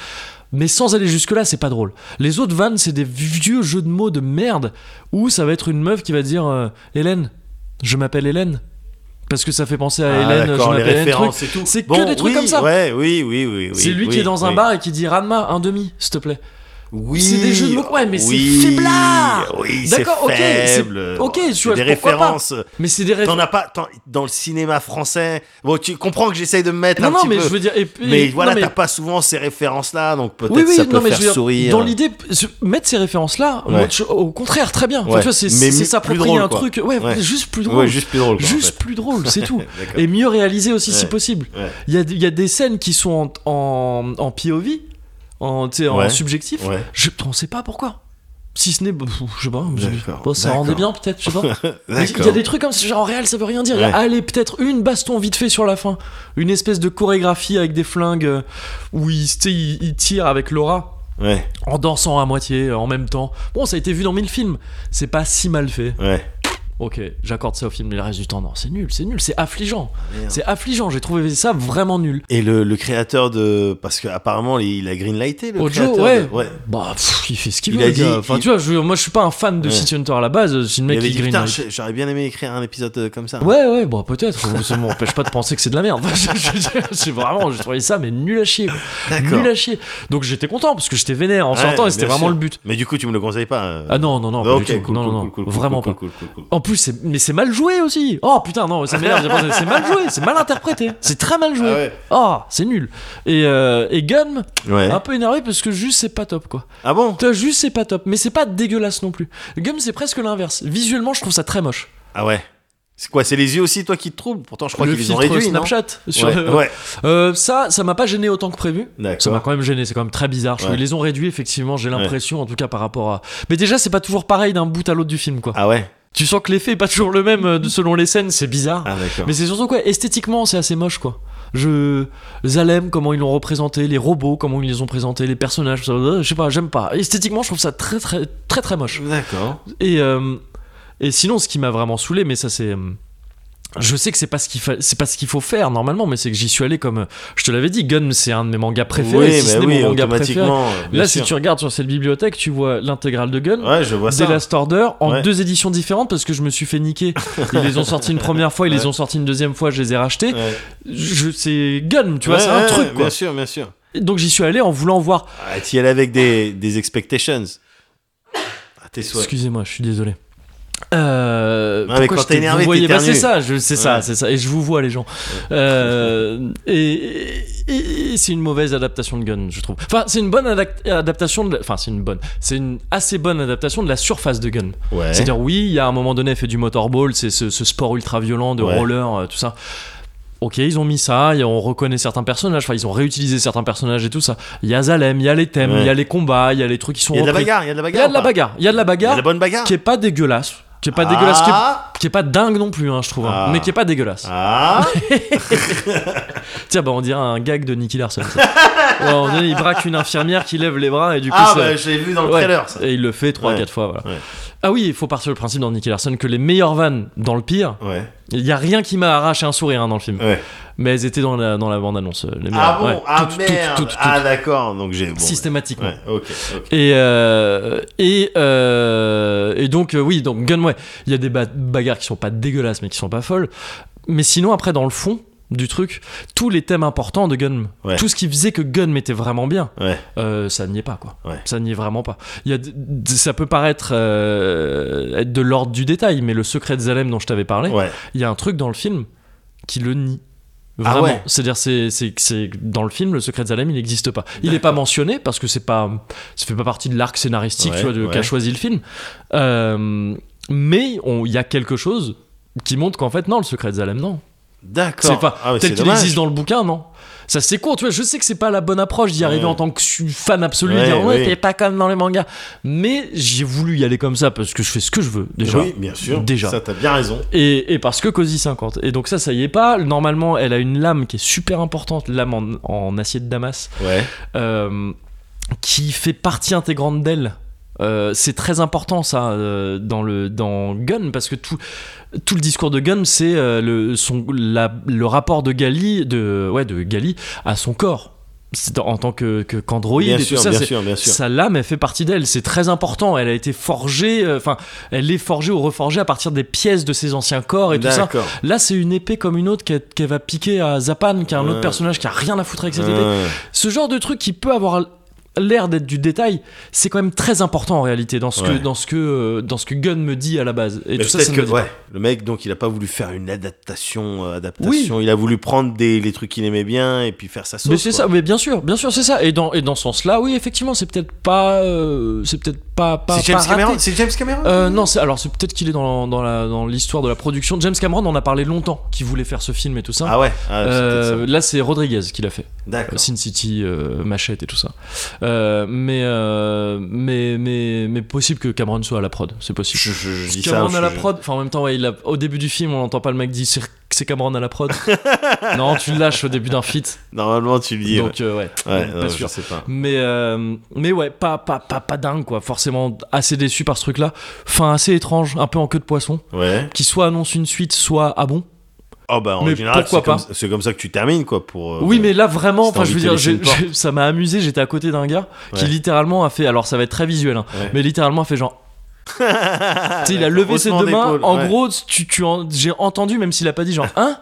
A: Mais sans aller jusque-là, c'est pas drôle. Les autres vannes, c'est des vieux jeux de mots de merde où ça va être une meuf qui va dire euh, Hélène, je m'appelle Hélène. Parce que ça fait penser à
B: Ah,
A: Hélène, je
B: d'accord, les
A: m'appelle Hélène. truc.
B: références et tout.
A: C'est que
B: Bon,
A: des trucs
B: oui,
A: comme ça.
B: Ouais, oui, oui, oui. oui,
A: C'est lui
B: oui,
A: qui est dans un
B: oui.
A: bar et qui dit Ranma, un demi, s'il te plaît.
B: Oui.
A: C'est des jeux de mots, ouais, mais c'est
B: oui,
A: faiblard.
B: Oui, c'est
A: D'accord, ok, c'est-
B: faible.
A: ok, tu
B: C'est
A: vois,
B: des
A: pourquoi pas. Euh,
B: références.
A: Mais c'est des
B: T'en
A: références.
B: as pas t'en- dans le cinéma français. Bon, tu comprends que j'essaye de me mettre
A: Non,
B: un
A: non,
B: petit
A: mais
B: peu.
A: je veux dire. et puis-
B: mais
A: non,
B: voilà,
A: mais-
B: t'as pas souvent ces références-là, donc peut-être
A: Oui, oui,
B: ça peut
A: non, mais
B: faire
A: je veux dire,
B: sourire.
A: dans l'idée, se- mettre ces références-là,
B: Ouais.
A: moi, je- au contraire, très bien. Enfin,
B: Ouais.
A: tu vois, c'est
B: Mais
A: c'est
B: plus
A: s'approprier
B: drôle,
A: un
B: quoi.
A: truc, ouais,
B: Ouais.
A: juste plus drôle.
B: Ouais, juste plus drôle. quoi, en
A: Juste
B: fait.
A: plus drôle, c'est tout.
B: D'accord.
A: Et mieux réalisé aussi si
B: Ouais.
A: possible.
B: Ouais.
A: Il y a, il y a des scènes qui sont en, en, en POV, en, tu sais, en
B: Ouais.
A: subjectif.
B: Ouais.
A: Je, on sait pas pourquoi. Si ce n'est, pff, je sais pas,
B: D'accord,
A: bon, ça
B: d'accord.
A: rendait bien peut-être, je sais pas. Mais Il y a
B: D'accord.
A: des trucs comme ça, genre en réel ça veut rien dire.
B: Ouais.
A: Allez, peut-être une baston vite fait sur la fin. Une espèce de chorégraphie avec des flingues euh, où il, tu sais, il- il tire avec Laura
B: Ouais,
A: en dansant à moitié, euh, en même temps. Bon, ça a été vu dans mille films. C'est pas si mal fait.
B: ouais.
A: Ok, j'accorde ça au film, mais le reste du temps, non, c'est nul, c'est nul, c'est affligeant.
B: Merde.
A: C'est affligeant, j'ai trouvé ça vraiment nul.
B: Et le, le créateur de. Parce qu'apparemment, il il a greenlighté le
A: Ojo,
B: créateur
A: ouais.
B: de- ouais.
A: Bah, pff, il fait ce qu'il
B: Il
A: veut.
B: a
A: le
B: dit-
A: gars. Enfin,
B: il-
A: tu vois, je, veux dire, moi je suis pas un fan de
B: Ouais.
A: City Hunter à la base, c'est une
B: Il
A: mec
B: avait
A: qui
B: dit,
A: green
B: putain,
A: light.
B: j'ai- j'aurais bien aimé écrire un épisode euh, comme ça.
A: Ouais, ouais, bon, peut-être. Ça m'empêche pas de penser que c'est de la merde. Je- je- je- C'est vraiment, j'ai trouvé ça, mais nul à chier.
B: D'accord.
A: Nul à chier. Donc j'étais content parce que j'étais vénère en
B: Ouais,
A: sortant
B: bien
A: et c'était vraiment
B: sûr.
A: le but.
B: Mais du coup, tu me le conseilles pas. euh.
A: Ah non, non, non,
B: Ah,
A: pas
B: ok,
A: du tout.
B: cool,
A: non,
B: cool,
A: non,
B: cool, cool,
A: non,
B: cool,
A: vraiment
B: cool,
A: pas.
B: cool, cool, cool, cool.
A: En plus, c'est- mais c'est mal joué aussi. Oh putain, non, ça m'énerve. j'ai pensé, c'est mal joué, c'est mal interprété. C'est très mal joué.
B: Ah ouais.
A: Oh, c'est nul. Et, euh, et Gun,
B: Ouais.
A: un peu énervé parce que juste c'est pas top quoi.
B: Ah bon
A: Toi, juste c'est pas top, mais c'est pas dégueulasse non plus. Gun, c'est presque l'inverse. Visuellement, je trouve ça très moche.
B: Ah ouais. C'est quoi C'est les yeux aussi, toi, qui te troublent Pourtant, je crois
A: le
B: qu'ils les ont
A: filtre
B: réduits. non
A: Snapchat sur
B: ouais.
A: le-
B: ouais.
A: Euh, ça, ça m'a pas gêné autant que prévu.
B: D'accord.
A: Ça m'a quand même gêné, c'est quand même très bizarre. Je trouve.
B: Ouais.
A: Ils les ont réduits, effectivement, j'ai l'impression, en tout cas par rapport à. Mais déjà, c'est pas toujours pareil d'un bout à l'autre du film, quoi.
B: Ah ouais.
A: Tu sens que l'effet est pas toujours le même euh, de- selon les scènes, c'est bizarre.
B: Ah d'accord.
A: Mais c'est surtout quoi, esthétiquement, c'est assez moche, quoi. Je. Zalem, comment ils l'ont représenté, les robots, comment ils les ont présentés, les personnages, ça, euh, je sais pas, j'aime pas. Esthétiquement, je trouve ça très, très, très, très moche.
B: D'accord.
A: Et, euh, et sinon, ce qui m'a vraiment saoulé, mais ça c'est. euh, Je sais que c'est pas ce qu'il fa- c'est pas ce qu'il faut faire normalement, mais c'est que j'y suis allé comme euh, je te l'avais dit. Gun, c'est un de mes mangas préférés.
B: oui,
A: si
B: bah
A: ce n'est
B: oui,
A: mon manga préféré.
B: automatiquement. euh, bien
A: Là, si
B: sûr.
A: tu regardes sur cette bibliothèque, tu vois l'intégrale de Gun.
B: Ouais, je vois
A: The
B: ça.
A: Last Order en
B: Ouais.
A: deux éditions différentes parce que je me suis fait niquer. Ils les ont sortis une première fois, ils les
B: Ouais.
A: ont sortis une deuxième fois, je les ai rachetés.
B: Ouais.
A: Je, c'est Gun, tu vois,
B: Ouais,
A: c'est un
B: ouais,
A: truc quoi.
B: Bien sûr, bien sûr.
A: Et Donc j'y suis allé en voulant voir.
B: Ah, t'y allais avec des, des expectations. Ah, tes souhaits.
A: Excusez-moi, je suis désolé. Euh,
B: Non, mais
A: pourquoi
B: quand
A: je
B: t'es
A: t'ai-
B: énervé,
A: vous voyez, bah, c'est
B: t'éternues.
A: ça, je- c'est ça,
B: Ouais.
A: c'est ça, et je vous vois les gens. Euh, et et- et c'est une mauvaise adaptation de Gun, je trouve. Enfin, c'est une bonne adac- adaptation de, la- enfin c'est une bonne, c'est une assez bonne adaptation de la surface de Gun.
B: Ouais.
A: C'est-à-dire oui, il y a un moment donné, elle fait du motorball, c'est ce, ce sport ultra violent de
B: Ouais.
A: roller, euh, tout ça. Ok, ils ont mis ça, et on reconnaît certains personnages, enfin ils ont réutilisé certains personnages et tout ça. Il y a Zalem, il y a les thèmes, il
B: Ouais.
A: y a les combats, il y a les trucs qui sont
B: Il y a de la
A: repris.
B: bagarre, il y a de la
A: Il
B: bagarre.
A: y a de la
B: ou pas
A: bagarre, il y a de la
B: Il y a
A: bagarre
B: de la bonne bagarre.
A: qui est pas dégueulasse, qui est pas
B: Ah.
A: dégueulasse, qui est, qui est pas dingue non plus, hein, je trouve, hein,
B: Ah.
A: mais qui est pas dégueulasse.
B: Ah,
A: Tiens, bah on dirait un gag de Nicky Larson. ça. Ouais, on dirait, il braque une infirmière qui lève les bras et du coup.
B: ah
A: ça-
B: bah, je l'ai vu dans le
A: Ouais,
B: trailer, ça.
A: Et il le fait 3-4
B: Ouais.
A: fois. voilà.
B: Ouais.
A: Ah oui, il faut partir du principe dans Nicky Larson que les meilleures vannes dans le pire,
B: Ouais.
A: il y a rien qui m'a arraché un sourire hein, dans le film.
B: ouais.
A: Mais elles étaient dans la, dans la bande-annonce. euh, les meilleures.
B: Ah bon
A: Ouais,
B: Ah
A: toutes, toutes,
B: merde
A: toutes, toutes,
B: Ah d'accord, donc j'ai. Bon,
A: systématiquement.
B: Ouais, ok. ok.
A: Et, euh, et, euh, et donc, euh, oui, donc Gunway, il y a des ba- bagarres qui sont pas dégueulasses, mais qui sont pas folles. Mais sinon, après, dans le fond du truc, tous les thèmes importants de Gun,
B: Ouais.
A: tout ce qui faisait que Gun était vraiment bien,
B: Ouais.
A: euh, ça n'y est pas, quoi.
B: Ouais.
A: Ça n'y est vraiment pas. Il y a d- d- ça peut paraître euh, être de l'ordre du détail, mais le secret de Zalem dont je t'avais parlé,
B: Ouais.
A: il y a un truc dans le film qui le nie.
B: Ah
A: Vraiment.
B: ouais.
A: C'est-à-dire, c'est, c'est, c'est- dans le film, le secret de Salem, il n'existe pas. Il n'est pas mentionné parce que c'est pas, ça fait pas partie de l'arc scénaristique
B: Ouais,
A: tu vois, de,
B: ouais.
A: qu'a choisi le film. Euh, mais on- il y a quelque chose qui montre qu'en fait, non, le secret de Salem, non.
B: D'accord.
A: C'est pas
B: Ah, mais
A: tel
B: c'est
A: qu'il
B: dommage.
A: existe dans le bouquin, non. Ça c'est court, tu vois. Je sais que c'est pas la bonne approche d'y arriver
B: Ouais.
A: en tant que su- fan absolu,
B: Ouais,
A: dire ouais,
B: ouais.
A: t'es pas comme dans les mangas. Mais j'ai voulu y aller comme ça parce que je fais ce que je veux déjà.
B: Oui, bien sûr.
A: Déjà.
B: Ça, t'as bien raison.
A: Et, et parce que Cozy 50. Et donc ça, ça y est pas. Normalement, elle a une lame qui est super importante, lame en, en acier de damas,
B: Ouais.
A: euh, qui fait partie intégrante d'elle Euh, c'est très important ça euh, dans le dans Gun parce que tout tout le discours de Gun c'est euh, le son la- le rapport de Gali de ouais de Gali à son corps C'est en tant que que- qu'androïde
B: bien
A: et
B: sûr,
A: tout ça
B: bien
A: c'est-
B: sûr, bien sûr.
A: sa lame, elle fait partie d'elle. C'est très important. Elle a été forgée, euh, enfin, elle est forgée ou reforgée à partir des pièces de ses anciens corps et tout ça.
B: D'accord.
A: Là, c'est une épée comme une autre qu'elle qu'elle va piquer à Zapan, qui est un
B: Ouais.
A: autre personnage qui a rien à foutre avec cette épée.
B: Ouais.
A: Ce genre de truc qui peut avoir l'air d'être du détail, c'est quand même très important en réalité dans ce que
B: Ouais.
A: dans ce que euh, dans ce que Gunn me dit à la base. Et
B: Mais
A: tout ça,
B: peut-être
A: ça me
B: que
A: dit-
B: ouais, le mec donc il a pas voulu faire une adaptation euh, adaptation, il a voulu prendre des les trucs qu'il aimait bien et puis faire sa sauce.
A: Mais c'est
B: quoi.
A: ça, mais bien sûr, bien sûr, c'est ça. Et dans et dans ce sens-là, oui, effectivement, c'est peut-être pas, euh, c'est peut-être pas pas.
B: C'est James
A: pas raté.
B: Cameron, c'est James Cameron.
A: Euh, non, c'est- alors c'est peut-être qu'il est dans, dans la- dans l'histoire de la production. James Cameron en a parlé longtemps, qu'il voulait faire ce film et tout ça.
B: ah ouais, ah, c'est
A: Euh,
B: peut-être ça.
A: là, c'est Rodriguez qui l'a fait, Euh,
B: D'accord.
A: Sin City, euh, Machette et tout ça. Euh, mais, euh, mais, mais, mais possible que Cameron soit à la prod, c'est possible.
B: Je, je- je dis ça.
A: Cameron
B: je-
A: à la
B: je-
A: prod, enfin en même temps, ouais, il a- au début du film, on n'entend pas le mec dire c'est- c'est Cameron à la prod. non, tu le lâches au début d'un feat,
B: Normalement tu le dis. ouais.
A: donc euh, ouais,
B: Ouais,
A: Donc,
B: non,
A: pas
B: je
A: sûr.
B: sais pas.
A: Mais, euh, mais ouais, pas, pas, pas, pas dingue, quoi. Forcément, assez déçu par ce truc-là. Fin assez étrange, un peu en queue de poisson.
B: Ouais.
A: Qui soit annonce une suite, soit ah bon.
B: Oh bah en
A: Mais
B: général, c'est
A: pourquoi
B: comme,
A: pas
B: c'est comme ça que tu termines quoi pour. euh,
A: oui, mais là vraiment,
B: si t'as
A: enfin, je veux
B: envie
A: dire,
B: de téléfilmer
A: j'ai- j'ai- ça m'a amusé. J'étais à côté d'un gars qui
B: Ouais.
A: littéralement a fait, alors ça va être très visuel, hein,
B: Ouais.
A: mais littéralement a fait genre. Tu sais, il a levé ses
B: Haussement
A: deux mains.
B: d'épaule,
A: en
B: ouais.
A: gros, tu, tu en- j'ai entendu, même s'il a pas dit genre hein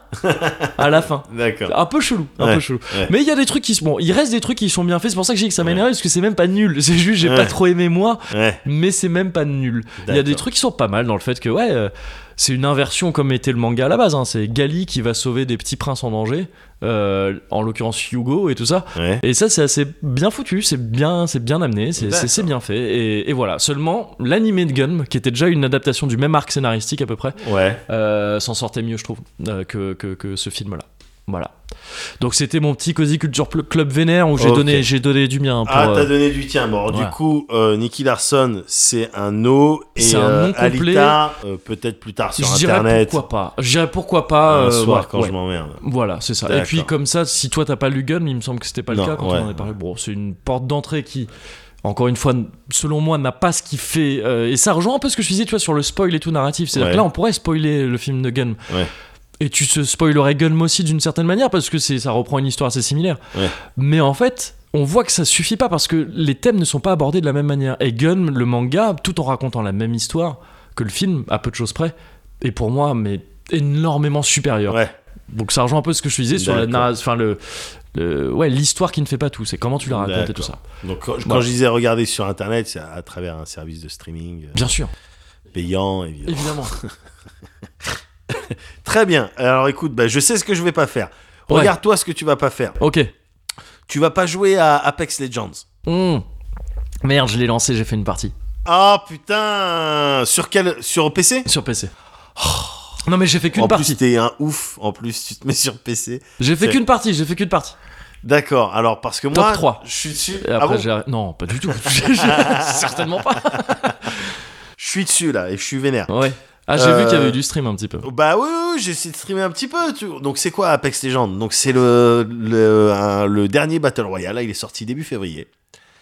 A: à la fin.
B: D'accord.
A: Un peu chelou, un
B: Ouais,
A: peu chelou.
B: ouais.
A: Mais il y a des trucs qui se bon, il reste des trucs qui sont bien faits. C'est pour ça que j'ai dit que ça m'a
B: Ouais.
A: énervé parce que c'est même pas nul. C'est juste j'ai
B: Ouais.
A: pas trop aimé moi.
B: Ouais.
A: mais c'est même pas nul. Il y a des
B: D'accord.
A: trucs qui sont pas mal dans le fait que, ouais, euh, c'est une inversion comme était le manga à la base. hein. C'est Gali qui va sauver des petits princes en danger, euh, en l'occurrence Hugo et tout ça.
B: Ouais.
A: Et ça, c'est assez bien foutu, c'est bien, c'est bien amené, c'est-
B: D'accord.
A: c'est c'est bien fait. Et, et voilà. Seulement, l'animé de Gun, qui était déjà une adaptation du même arc scénaristique à peu près,
B: Ouais.
A: euh, s'en sortait mieux, je trouve, euh, que, que, que ce film-là. Voilà. Donc c'était mon petit Cozy Culture Pl- Club Vénère où j'ai
B: Ok.
A: donné, j'ai donné du mien. Pour,
B: Ah,
A: euh,
B: t'as donné du tien. Bon,
A: voilà.
B: du coup, euh, Nicky Larson, c'est un no. Et
A: C'est un
B: euh,
A: nom complet.
B: Alita, euh, peut-être plus tard sur
A: je dirais
B: Internet.
A: pourquoi pas. Je dirais pourquoi pas.
B: un
A: euh,
B: soir
A: ouais,
B: quand
A: ouais.
B: je m'emmerde.
A: Voilà, c'est ça. Et
B: D'accord.
A: puis comme ça, si toi t'as pas lu Gun, il me semble que c'était pas le
B: Non,
A: cas quand
B: ouais.
A: on en a parlé. Bon, c'est une porte d'entrée qui, encore une fois, n- selon moi, n'a pas ce qu'il fait. euh, et ça rejoint un peu ce que je disais, tu vois, sur le spoil et tout narratif. C'est-à-dire
B: Ouais.
A: que là, on pourrait spoiler le film de Gun.
B: Ouais.
A: Et tu se spoilerais Gun aussi d'une certaine manière parce que c'est, ça reprend une histoire assez similaire.
B: Ouais.
A: Mais en fait. On voit que ça suffit pas parce que les thèmes ne sont pas abordés de la même manière. Et Gun, le manga, tout en racontant la même histoire que le film, à peu de choses près, est pour moi mais énormément supérieur.
B: Ouais.
A: Donc ça rejoint un peu ce que je te disais sur la
B: D'accord.
A: narra- enfin le, le- ouais l'histoire qui ne fait pas tout, c'est comment tu la racontes et
B: D'accord.
A: tout ça.
B: Donc quand, quand
A: Voilà.
B: je disais regarder sur Internet, c'est à, à travers un service de streaming euh,
A: Bien sûr,
B: payant, évidemment.
A: évidemment.
B: Très bien. Alors écoute, bah, je sais ce que je vais pas faire.
A: Ouais.
B: Regarde-toi ce que tu vas pas faire.
A: ok.
B: Tu vas pas jouer à Apex Legends.
A: Hmm. Merde, je l'ai lancé, j'ai fait une partie
B: Ah putain Sur quel Sur PC
A: sur PC. Non mais j'ai fait qu'une
B: Oh. En plus
A: partie.
B: t'es un ouf. En plus tu te mets sur PC.
A: J'ai fait
B: c'est-
A: qu'une partie, j'ai fait qu'une partie.
B: D'accord. Alors parce que
A: Top
B: moi,
A: 3.
B: je suis dessus.
A: Et
B: Ah
A: après
B: bon
A: j'ai arrêté- non pas du tout, certainement pas.
B: je suis dessus là et je suis vénère.
A: Ouais. Ah j'ai
B: Euh,
A: vu qu'il y avait eu du stream un petit peu.
B: Bah oui, oui, oui, j'ai essayé de streamer un petit peu. tu- Donc c'est quoi Apex Legends Donc c'est le le, un- le dernier Battle Royale. Là, il est sorti début février.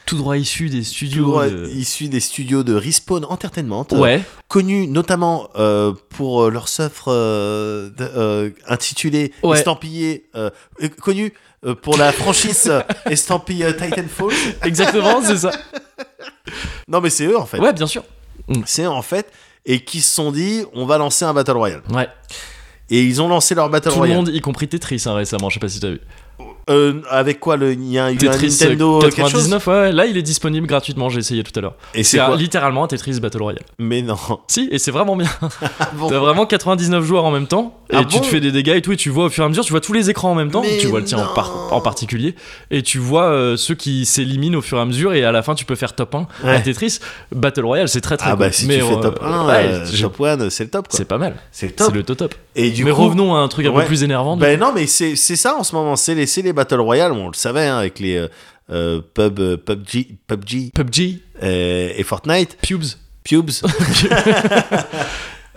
A: Tout droit issu des
B: Du
A: studios.
B: droit
A: de-
B: issu des studios de Respawn Entertainment, euh,
A: Ouais.
B: connus notamment euh, pour euh, leur offre euh, de- euh, intitulée
A: Ouais.
B: estampillée, euh, euh, connus euh, pour la franchise euh, estampillée euh, Titanfall.
A: Exactement, c'est ça.
B: Non mais c'est eux en fait.
A: Ouais, bien sûr.
B: C'est eux en fait et qui se sont dit on va lancer un Battle Royale.
A: Ouais.
B: Et ils ont lancé leur Battle
A: Tout
B: Royale.
A: le monde, y compris Tetris hein, récemment, je sais pas si t'as vu.
B: Euh, avec quoi le il y a eu un
A: Tetris euh,
B: Nintendo euh, quelque chose
A: 99, ouais, ouais, là il est disponible gratuitement, j'ai essayé tout à l'heure.
B: Et c'est
A: C'est un-
B: quoi
A: littéralement un Tetris Battle Royale.
B: Mais non.
A: Si, et c'est vraiment bien.
B: Ah bon
A: T'as vraiment 99 joueurs en même temps, et
B: Ah
A: tu
B: bon
A: te fais des dégâts et tout, et tu vois au fur et à mesure, tu vois tous les écrans en même temps,
B: Mais
A: tu vois le tien en, par-
B: non.
A: en particulier, et tu vois euh, ceux qui s'éliminent au fur et à mesure, et à la fin tu peux faire top 1 à
B: Ouais.
A: Tetris. Battle Royale, c'est très très
B: Ah bah
A: cool.
B: si
A: Mais,
B: tu fais
A: euh,
B: top 1,
A: ouais,
B: euh,
A: je-
B: top 1, c'est le top quoi.
A: c'est pas mal,
B: C'est le
A: c'est
B: top.
A: le top top.
B: Et du
A: mais
B: coup,
A: revenons à un truc un
B: ouais.
A: peu plus énervant. du
B: Ben non mais c'est c'est ça en ce moment, c'est les, c'est les Battle Royale, on le savait hein, avec les euh, euh, pub, euh, PUBG, PUBG
A: PUBG,
B: euh, et Fortnite,
A: Pubes.
B: Pubes.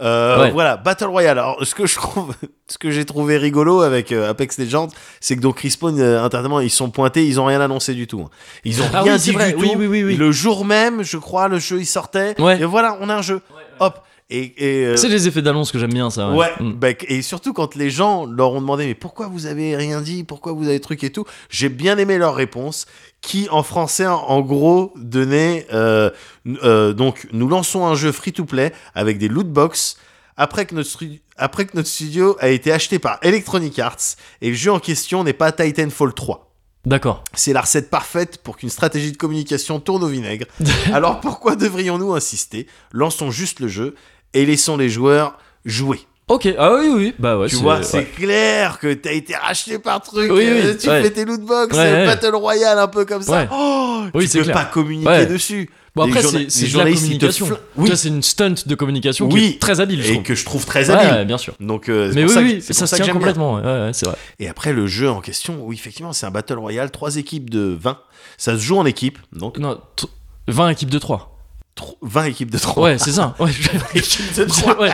B: Euh,
A: Ouais.
B: Voilà, Battle Royale. Alors, ce que je trouve, ce que j'ai trouvé rigolo avec euh, Apex Legends, c'est que donc Respawn, euh, internement, ils sont pointés, ils ont rien annoncé du tout. Ils ont
A: Ah
B: rien
A: oui, c'est
B: dit
A: vrai.
B: du
A: Oui,
B: tout.
A: oui, oui, oui.
B: Le jour même, je crois, le jeu il sortait.
A: Ouais.
B: Et voilà, on a un jeu. Hop. Et, et, euh,
A: C'est les effets d'annonce que j'aime bien, ça.
B: Ouais,
A: Mm.
B: bah, et surtout quand les gens leur ont demandé mais pourquoi vous avez rien dit, pourquoi vous avez truc et tout, j'ai bien aimé leur réponse qui en français en, en gros donnait euh, n- euh, donc nous lançons un jeu free to play avec des loot box après que notre stru- après que notre studio a été acheté par Electronic Arts et le jeu en question n'est pas Titanfall 3.
A: D'accord.
B: C'est la recette parfaite pour qu'une stratégie de communication tourne au vinaigre. Alors pourquoi devrions-nous insister Lançons juste le jeu et laissons les joueurs jouer.
A: Ok, ah oui, oui, bah ouais.
B: Tu
A: c'est-
B: vois,
A: ouais.
B: c'est clair que t'as été racheté par truc.
A: Oui,
B: euh,
A: oui,
B: tu
A: ouais.
B: fais tes lootbox,
A: Ouais,
B: euh,
A: ouais.
B: Battle Royale un peu comme ça.
A: Ouais.
B: Oh,
A: Oui,
B: tu
A: c'est
B: peux
A: clair.
B: pas communiquer
A: Ouais.
B: dessus.
A: Bon,
B: Les
A: après,
B: journa-
A: c'est-
B: les
A: c'est de la
B: journalistes, ils te
A: communication.
B: fla- Oui,
A: Ça, c'est une stunt de communication
B: Oui.
A: qui est très habile, je
B: et
A: trouve.
B: que je trouve très
A: Ouais,
B: habile.
A: ouais, bien sûr.
B: Donc, euh, c'est
A: Mais
B: pour
A: oui,
B: ça que-
A: oui,
B: c'est
A: ça
B: pour
A: se
B: que
A: tient
B: j'aime bien.
A: complètement. Ouais, ouais, c'est vrai.
B: Et après, le jeu en question, oui, effectivement, c'est un Battle Royale, trois équipes de 20. Ça se joue en équipe, donc
A: Non, t- 20 équipes de 3.
B: tro- 20 équipes de 3.
A: Ouais, c'est ça. Ouais, je-
B: équipes de
A: je-
B: 3,
A: ouais.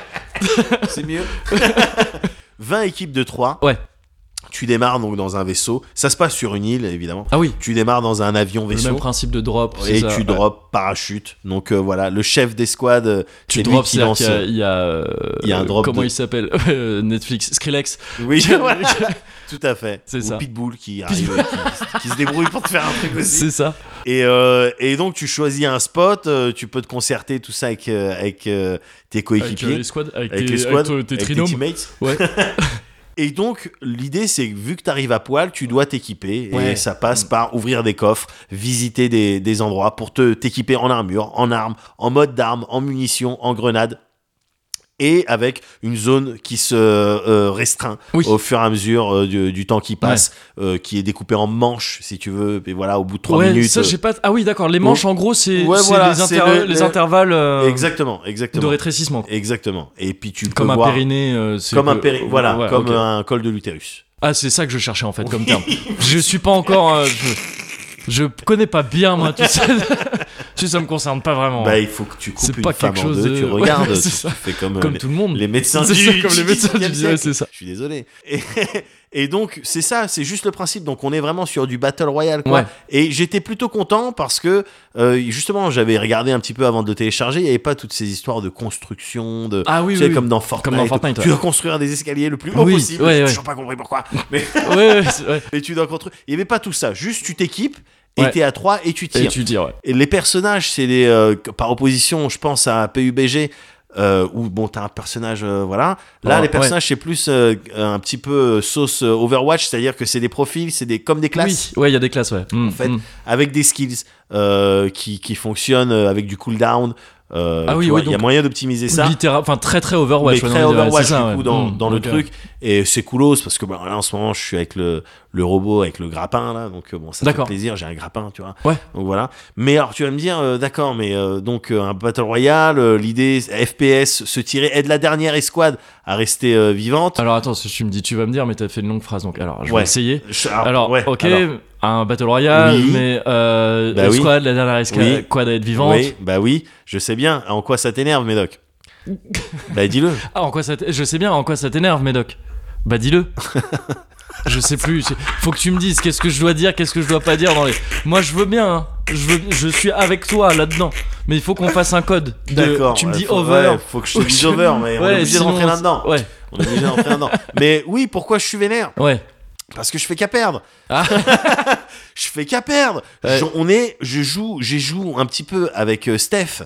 B: c'est mieux. 20 équipes de 3.
A: Ouais.
B: Tu démarres donc dans un vaisseau. Ça se passe sur une île, évidemment.
A: Ah oui,
B: Tu démarres dans un avion
A: le
B: vaisseau.
A: même principe de drop. c'est
B: et
A: ça,
B: tu
A: ouais.
B: drops parachute. Donc euh, voilà, le chef d'escouade, euh,
A: Tu
B: c'est lui
A: drops,
B: qui
A: c'est-à-dire
B: lance.
A: qu'il y a- il y a. euh,
B: Il y a un drop
A: Comment
B: de-
A: il s'appelle Euh, Netflix, Skrillex.
B: Oui, voilà, tout à fait.
A: C'est
B: Ou
A: ça.
B: Pitbull qui arrive, euh, qui, qui se débrouille pour te faire un truc aussi.
A: C'est ça.
B: Et, euh, et donc tu choisis un spot, euh, tu peux te concerter tout ça avec, euh, avec euh, tes
A: Avec euh,
B: coéquipiers,
A: les squads, avec,
B: avec
A: tes,
B: les squads,
A: avec, euh, tes
B: avec tes
A: trinômes.
B: teammates.
A: Ouais.
B: Et donc, l'idée, c'est que vu que tu arrives à poil, tu dois t'équiper.
A: Ouais.
B: Et ça passe par ouvrir des coffres, visiter des, des endroits pour te t'équiper en armure, en armes, en mode d'armes, en munitions, en grenades. Et avec une zone qui se euh, restreint
A: Oui.
B: au fur et à mesure euh, du, du temps qui passe, euh, qui est découpé en manches, si tu veux. Et voilà, au bout de trois
A: Ouais,
B: minutes.
A: ça,
B: euh,
A: j'ai pas. Ah oui, d'accord, les manches, en gros, c'est
B: Ouais,
A: c'est
B: voilà,
A: les,
B: c'est
A: interv-
B: le-
A: les
B: le-
A: intervalles euh,
B: exactement,
A: de
B: exactement.
A: rétrécissement. quoi.
B: Exactement. Et puis tu
A: Comme
B: peux
A: un
B: voir
A: périnée. euh, c'est
B: comme un
A: que-
B: péri- voilà,
A: ouais,
B: comme
A: ok.
B: un col de l'utérus.
A: Ah, c'est ça que je cherchais en fait comme terme. Je suis pas encore. euh, je... je connais pas bien moi, tu sais. tu sais, ça me concerne pas vraiment.
B: Bah, il faut que tu coupes
A: Oh. C'est
B: une
A: pas
B: femme
A: quelque
B: en
A: chose
B: deux,
A: de-
B: tu
A: Ouais,
B: regardes,
A: c'est
B: tu-
A: ça.
B: tu fais comme, euh,
A: comme
B: les-
A: tout le monde.
B: les médecins
A: C'est
B: du
A: ça, comme les médecins du-
B: 19e
A: ouais,
B: siècle.
A: c'est ça.
B: Je suis désolé. Et, et donc, c'est ça, c'est juste le principe. Donc, on est vraiment sur du Battle Royale. Quoi.
A: Ouais.
B: Et j'étais plutôt content parce que, euh, justement, j'avais regardé un petit peu avant de le télécharger. Il n'y avait pas toutes ces histoires de construction, de.
A: Ah oui,
B: tu
A: oui,
B: sais,
A: oui.
B: comme dans Fortnite.
A: dans Fortnite,
B: tu
A: ouais.
B: dois construire des escaliers le plus haut
A: Oui,
B: possible.
A: ouais,
B: J'ai
A: ouais.
B: toujours pas compris pourquoi. Mais
A: Ouais, ouais, c'est- ouais.
B: et tu dois construire. Il n'y avait pas tout ça. Juste, tu t'équipes, et
A: Ouais.
B: t'es à 3 et tu tires.
A: Et tu dis, ouais.
B: Et les personnages, c'est les euh, par opposition, je pense à PUBG euh, où bon t'as un personnage euh, voilà.
A: Ah,
B: Là
A: Ouais,
B: les personnages c'est plus euh, un petit peu sauce euh, Overwatch, c'est-à-dire que c'est des profils, c'est des comme des classes
A: Oui, ouais, il y a des classes, ouais. Mm,
B: en fait
A: mm.
B: avec des skills euh, qui qui fonctionnent euh, avec du cooldown. Euh,
A: Ah
B: tu
A: oui,
B: vois,
A: oui,
B: il y a
A: donc-
B: moyen d'optimiser ça.
A: Littéra- enfin très très Overwatch.
B: mais
A: ouais,
B: très
A: non, mais, ouais,
B: Overwatch
A: c'est ça,
B: du coup
A: ouais.
B: dans,
A: Mm,
B: dans le
A: donc, euh,
B: truc et c'est coolos parce que bah, là en ce moment je suis avec le, le robot avec le grappin là donc euh, bon ça fait
A: D'accord.
B: plaisir j'ai un grappin tu vois
A: Ouais.
B: donc voilà mais alors tu vas me dire euh, d'accord mais euh, donc euh, un battle royale euh, l'idée FPS se tirer aide la dernière escouade à rester euh, vivante
A: Alors attends, si tu me dis, tu vas me dire, mais t'as fait une longue phrase, donc alors je
B: Ouais.
A: vais essayer.
B: Je- ah,
A: Alors,
B: ouais,
A: ok,
B: alors,
A: un battle royale,
B: Oui.
A: mais euh,
B: Bah oui.
A: squad, la dernière
B: Oui.
A: escalade, quad à être vivante.
B: oui bah oui je sais bien en quoi ça t'énerve Médoc bah dis-le
A: Ah, en quoi ça t- Je sais bien en quoi ça t'énerve, Médoc. Bah dis-le. je sais plus. c'est- Faut que tu me dises qu'est-ce que je dois dire, qu'est-ce que je dois pas dire dans les. Moi, je veux bien. hein. Je, veux... je suis avec toi là-dedans. Mais il faut qu'on fasse un code. de-
B: d'accord
A: Tu me
B: ouais,
A: dis
B: faut-
A: over.
B: ouais, faut que je te dise over mais on est obligé de
A: sinon,
B: rentrer
A: on-
B: là-dedans
A: Ouais,
B: on est obligé de rentrer là-dedans mais oui pourquoi je suis vénère
A: ouais.
B: Parce que je fais qu'à perdre.
A: Ah.
B: je fais qu'à perdre.
A: Ouais.
B: Je- on est, je joue, j'ai joue un petit peu avec euh, Steph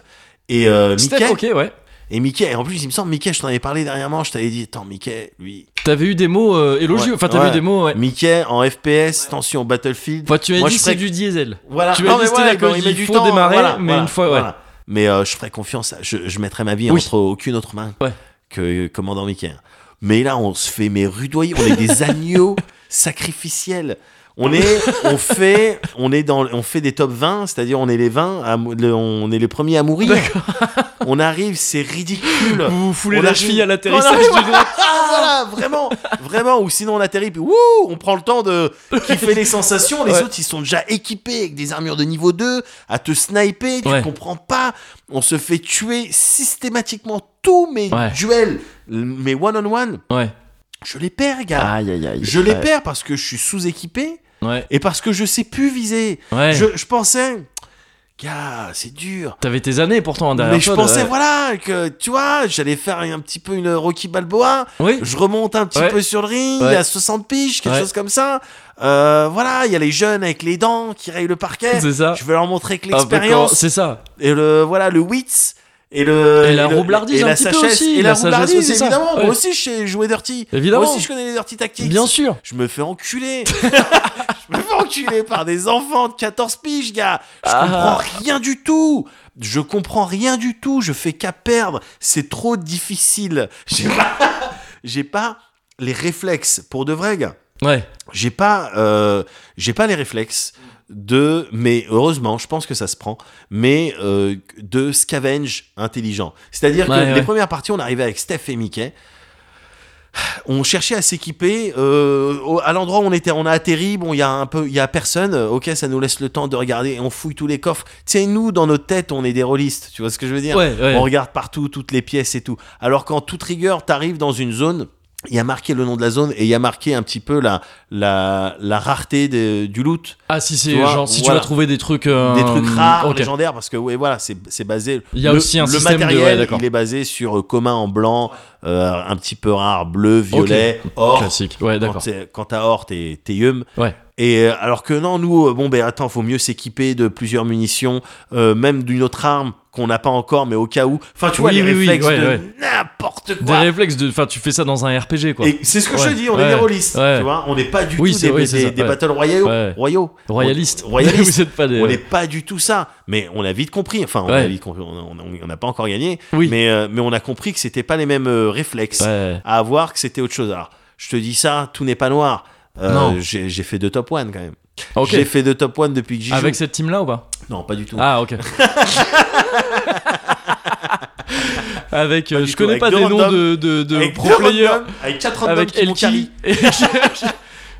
B: et euh,
A: Steph,
B: Mickey.
A: ok, ouais.
B: Et Mickey. Et en plus, il me semble, Mickey, je t'en avais parlé dernièrement. Je t'avais dit, attends, Mickey, lui.
A: T'avais eu des mots euh, élogieux.
B: Ouais,
A: Enfin, t'avais
B: ouais.
A: eu des mots, ouais.
B: Mickey en FPS, tension Battlefield.
A: Enfin, tu m'as
B: Moi,
A: dit
B: je ferais-
A: c'est du diesel.
B: Voilà.
A: tu m'as
B: Non,
A: dit,
B: mais
A: c'était
B: voilà,
A: d'accord,
B: quand il
A: il
B: met du
A: faut
B: temps,
A: démarrer,
B: voilà,
A: mais
B: voilà,
A: une fois, ouais.
B: voilà. Mais euh, je ferais confiance. à- Je, je mettrais ma vie
A: Oui.
B: entre aucune autre main
A: Ouais.
B: que euh, commandant Mickey. Mais là, on se fait mais rudoyer. On est des agneaux sacrificiels. On est, on fait, on est dans, on fait des top 20, c'est-à-dire on est les 20, à mou- le- on est les premiers à mourir. On arrive, c'est ridicule.
A: Vous vous foulez
B: On
A: la
B: arrive-
A: cheville à
B: On
A: l'atterrissage
B: arrive-
A: du drone.
B: Ah, voilà, vraiment, vraiment. Ou sinon on atterrit, puis wouh, on prend le temps de kiffer les sensations. Les
A: Ouais.
B: autres, ils sont déjà équipés avec des armures de niveau 2 à te sniper. Tu
A: Ouais.
B: comprends pas. On se fait tuer systématiquement tous mes
A: Ouais.
B: duels, mes one on one.
A: Ouais.
B: Je les perds, gars.
A: Aïe, aïe, aïe.
B: Je les
A: Ouais.
B: perds parce que je suis sous-équipé
A: Ouais.
B: et parce que je sais plus viser.
A: Ouais.
B: Je, je pensais, gars, c'est dur.
A: T'avais tes années pourtant derrière
B: mais je
A: toi,
B: pensais,
A: ouais.
B: voilà, que tu vois, j'allais faire un petit peu une Rocky Balboa.
A: Oui.
B: Je remonte un petit
A: Ouais.
B: peu sur le ring,
A: Ouais.
B: à 60 piges, quelque
A: Ouais.
B: chose comme ça. Euh, voilà, il y a les jeunes avec les dents qui rayent le parquet.
A: C'est ça.
B: Je veux leur montrer que
A: Un peu quand-
B: l'expérience
A: C'est ça.
B: et le voilà le wits et le
A: Et la
B: le-
A: roublardise
B: et
A: un
B: la
A: petit peu
B: sagesse,
A: aussi,
B: et la,
A: la sagesse
B: roublardise
A: aussi, ça.
B: évidemment.
A: Ouais.
B: Moi aussi, je sais jouer dirty.
A: Évidemment.
B: Moi aussi, je connais les dirty tactics.
A: Bien sûr.
B: Je me fais enculer. je me fais enculer par des enfants de 14 piges, gars. Je
A: Ah.
B: comprends rien du tout. Je comprends rien du tout. Je fais qu'à perdre. C'est trop difficile. J'ai pas, j'ai pas les réflexes pour de vrai, gars.
A: Ouais.
B: J'ai pas, euh, j'ai pas les réflexes de, mais heureusement, je pense que ça se prend, mais euh, de scavenge intelligent. C'est-à-dire
A: Ouais,
B: que
A: ouais.
B: les premières parties, on arrivait avec Steph et Mickey. On cherchait à s'équiper euh, au- à l'endroit où on était. On a atterri. Bon, il y a un peu, il y a personne. Euh, Ok, ça nous laisse le temps de regarder. Et on fouille tous les coffres. Tu sais, nous, dans notre tête, on est des rôlistes. Tu vois ce que je veux dire
A: Ouais, ouais.
B: on regarde partout, toutes les pièces et tout. Alors qu'en toute rigueur, t'arrives dans une zone, il y a marqué le nom de la zone et il y a marqué un petit peu la, la, la rareté de- du loot.
A: Ah, si c'est
B: Tu vois,
A: genre, si tu
B: voilà.
A: vas trouver des trucs. euh,
B: Des trucs rares,
A: ok.
B: légendaires, parce que ouais, voilà, c'est c'est basé.
A: Il y a
B: le,
A: aussi un
B: le
A: système de- ouais,
B: matériel,
A: d'accord.
B: il est basé sur euh, commun en blanc, euh, un petit peu rare, bleu, violet,
A: Ok.
B: or.
A: Classique. Ouais,
B: Quand
A: Ah, d'accord.
B: t'es- Quand t'as or, t'es t'es yum.
A: Ouais.
B: Et euh, alors que non, nous, euh, bon, ben attends, faut mieux s'équiper de plusieurs munitions, euh, même d'une autre arme qu'on n'a pas encore, mais au cas où. Enfin, tu vois,
A: Oui,
B: les
A: oui, oui,
B: réflexes
A: ouais,
B: de
A: ouais.
B: n'importe
A: Des
B: quoi.
A: réflexes de. Enfin, tu fais ça dans un RPG, quoi.
B: Et c'est ce que je
A: Ouais,
B: te dis, on
A: ouais,
B: est des rôlistes,
A: ouais.
B: tu vois, on n'est pas du
A: Oui,
B: tout
A: c'est-
B: des,
A: oui,
B: des-
A: c'est ça,
B: des
A: ouais.
B: battle royaux,
A: Ouais.
B: royaux,
A: Royaliste.
B: royaliste.
A: Vous êtes pas des.
B: On n'est pas du tout ça, mais on a vite compris. Enfin, on
A: Ouais.
B: a vite compris, on a- on a- on n'a pas encore gagné,
A: Oui.
B: mais euh, mais on a compris que c'était pas les mêmes euh, réflexes
A: Ouais.
B: à avoir, que c'était autre chose. Alors, je te dis ça, tout n'est pas noir. Euh,
A: Non.
B: J'ai j'ai fait deux top one quand même.
A: Ok.
B: J'ai fait deux top 1 depuis que j'y
A: Avec
B: joue.
A: cette team là ou pas
B: Non, pas du tout.
A: Ah ok. avec euh,
B: du
A: je
B: tout,
A: connais
B: avec
A: pas
B: deux
A: des noms
B: randoms,
A: de, de, de
B: avec
A: pro
B: deux
A: players
B: randoms, avec 4 randoms
A: avec
B: qui m'ont carry.
A: Elki. Et-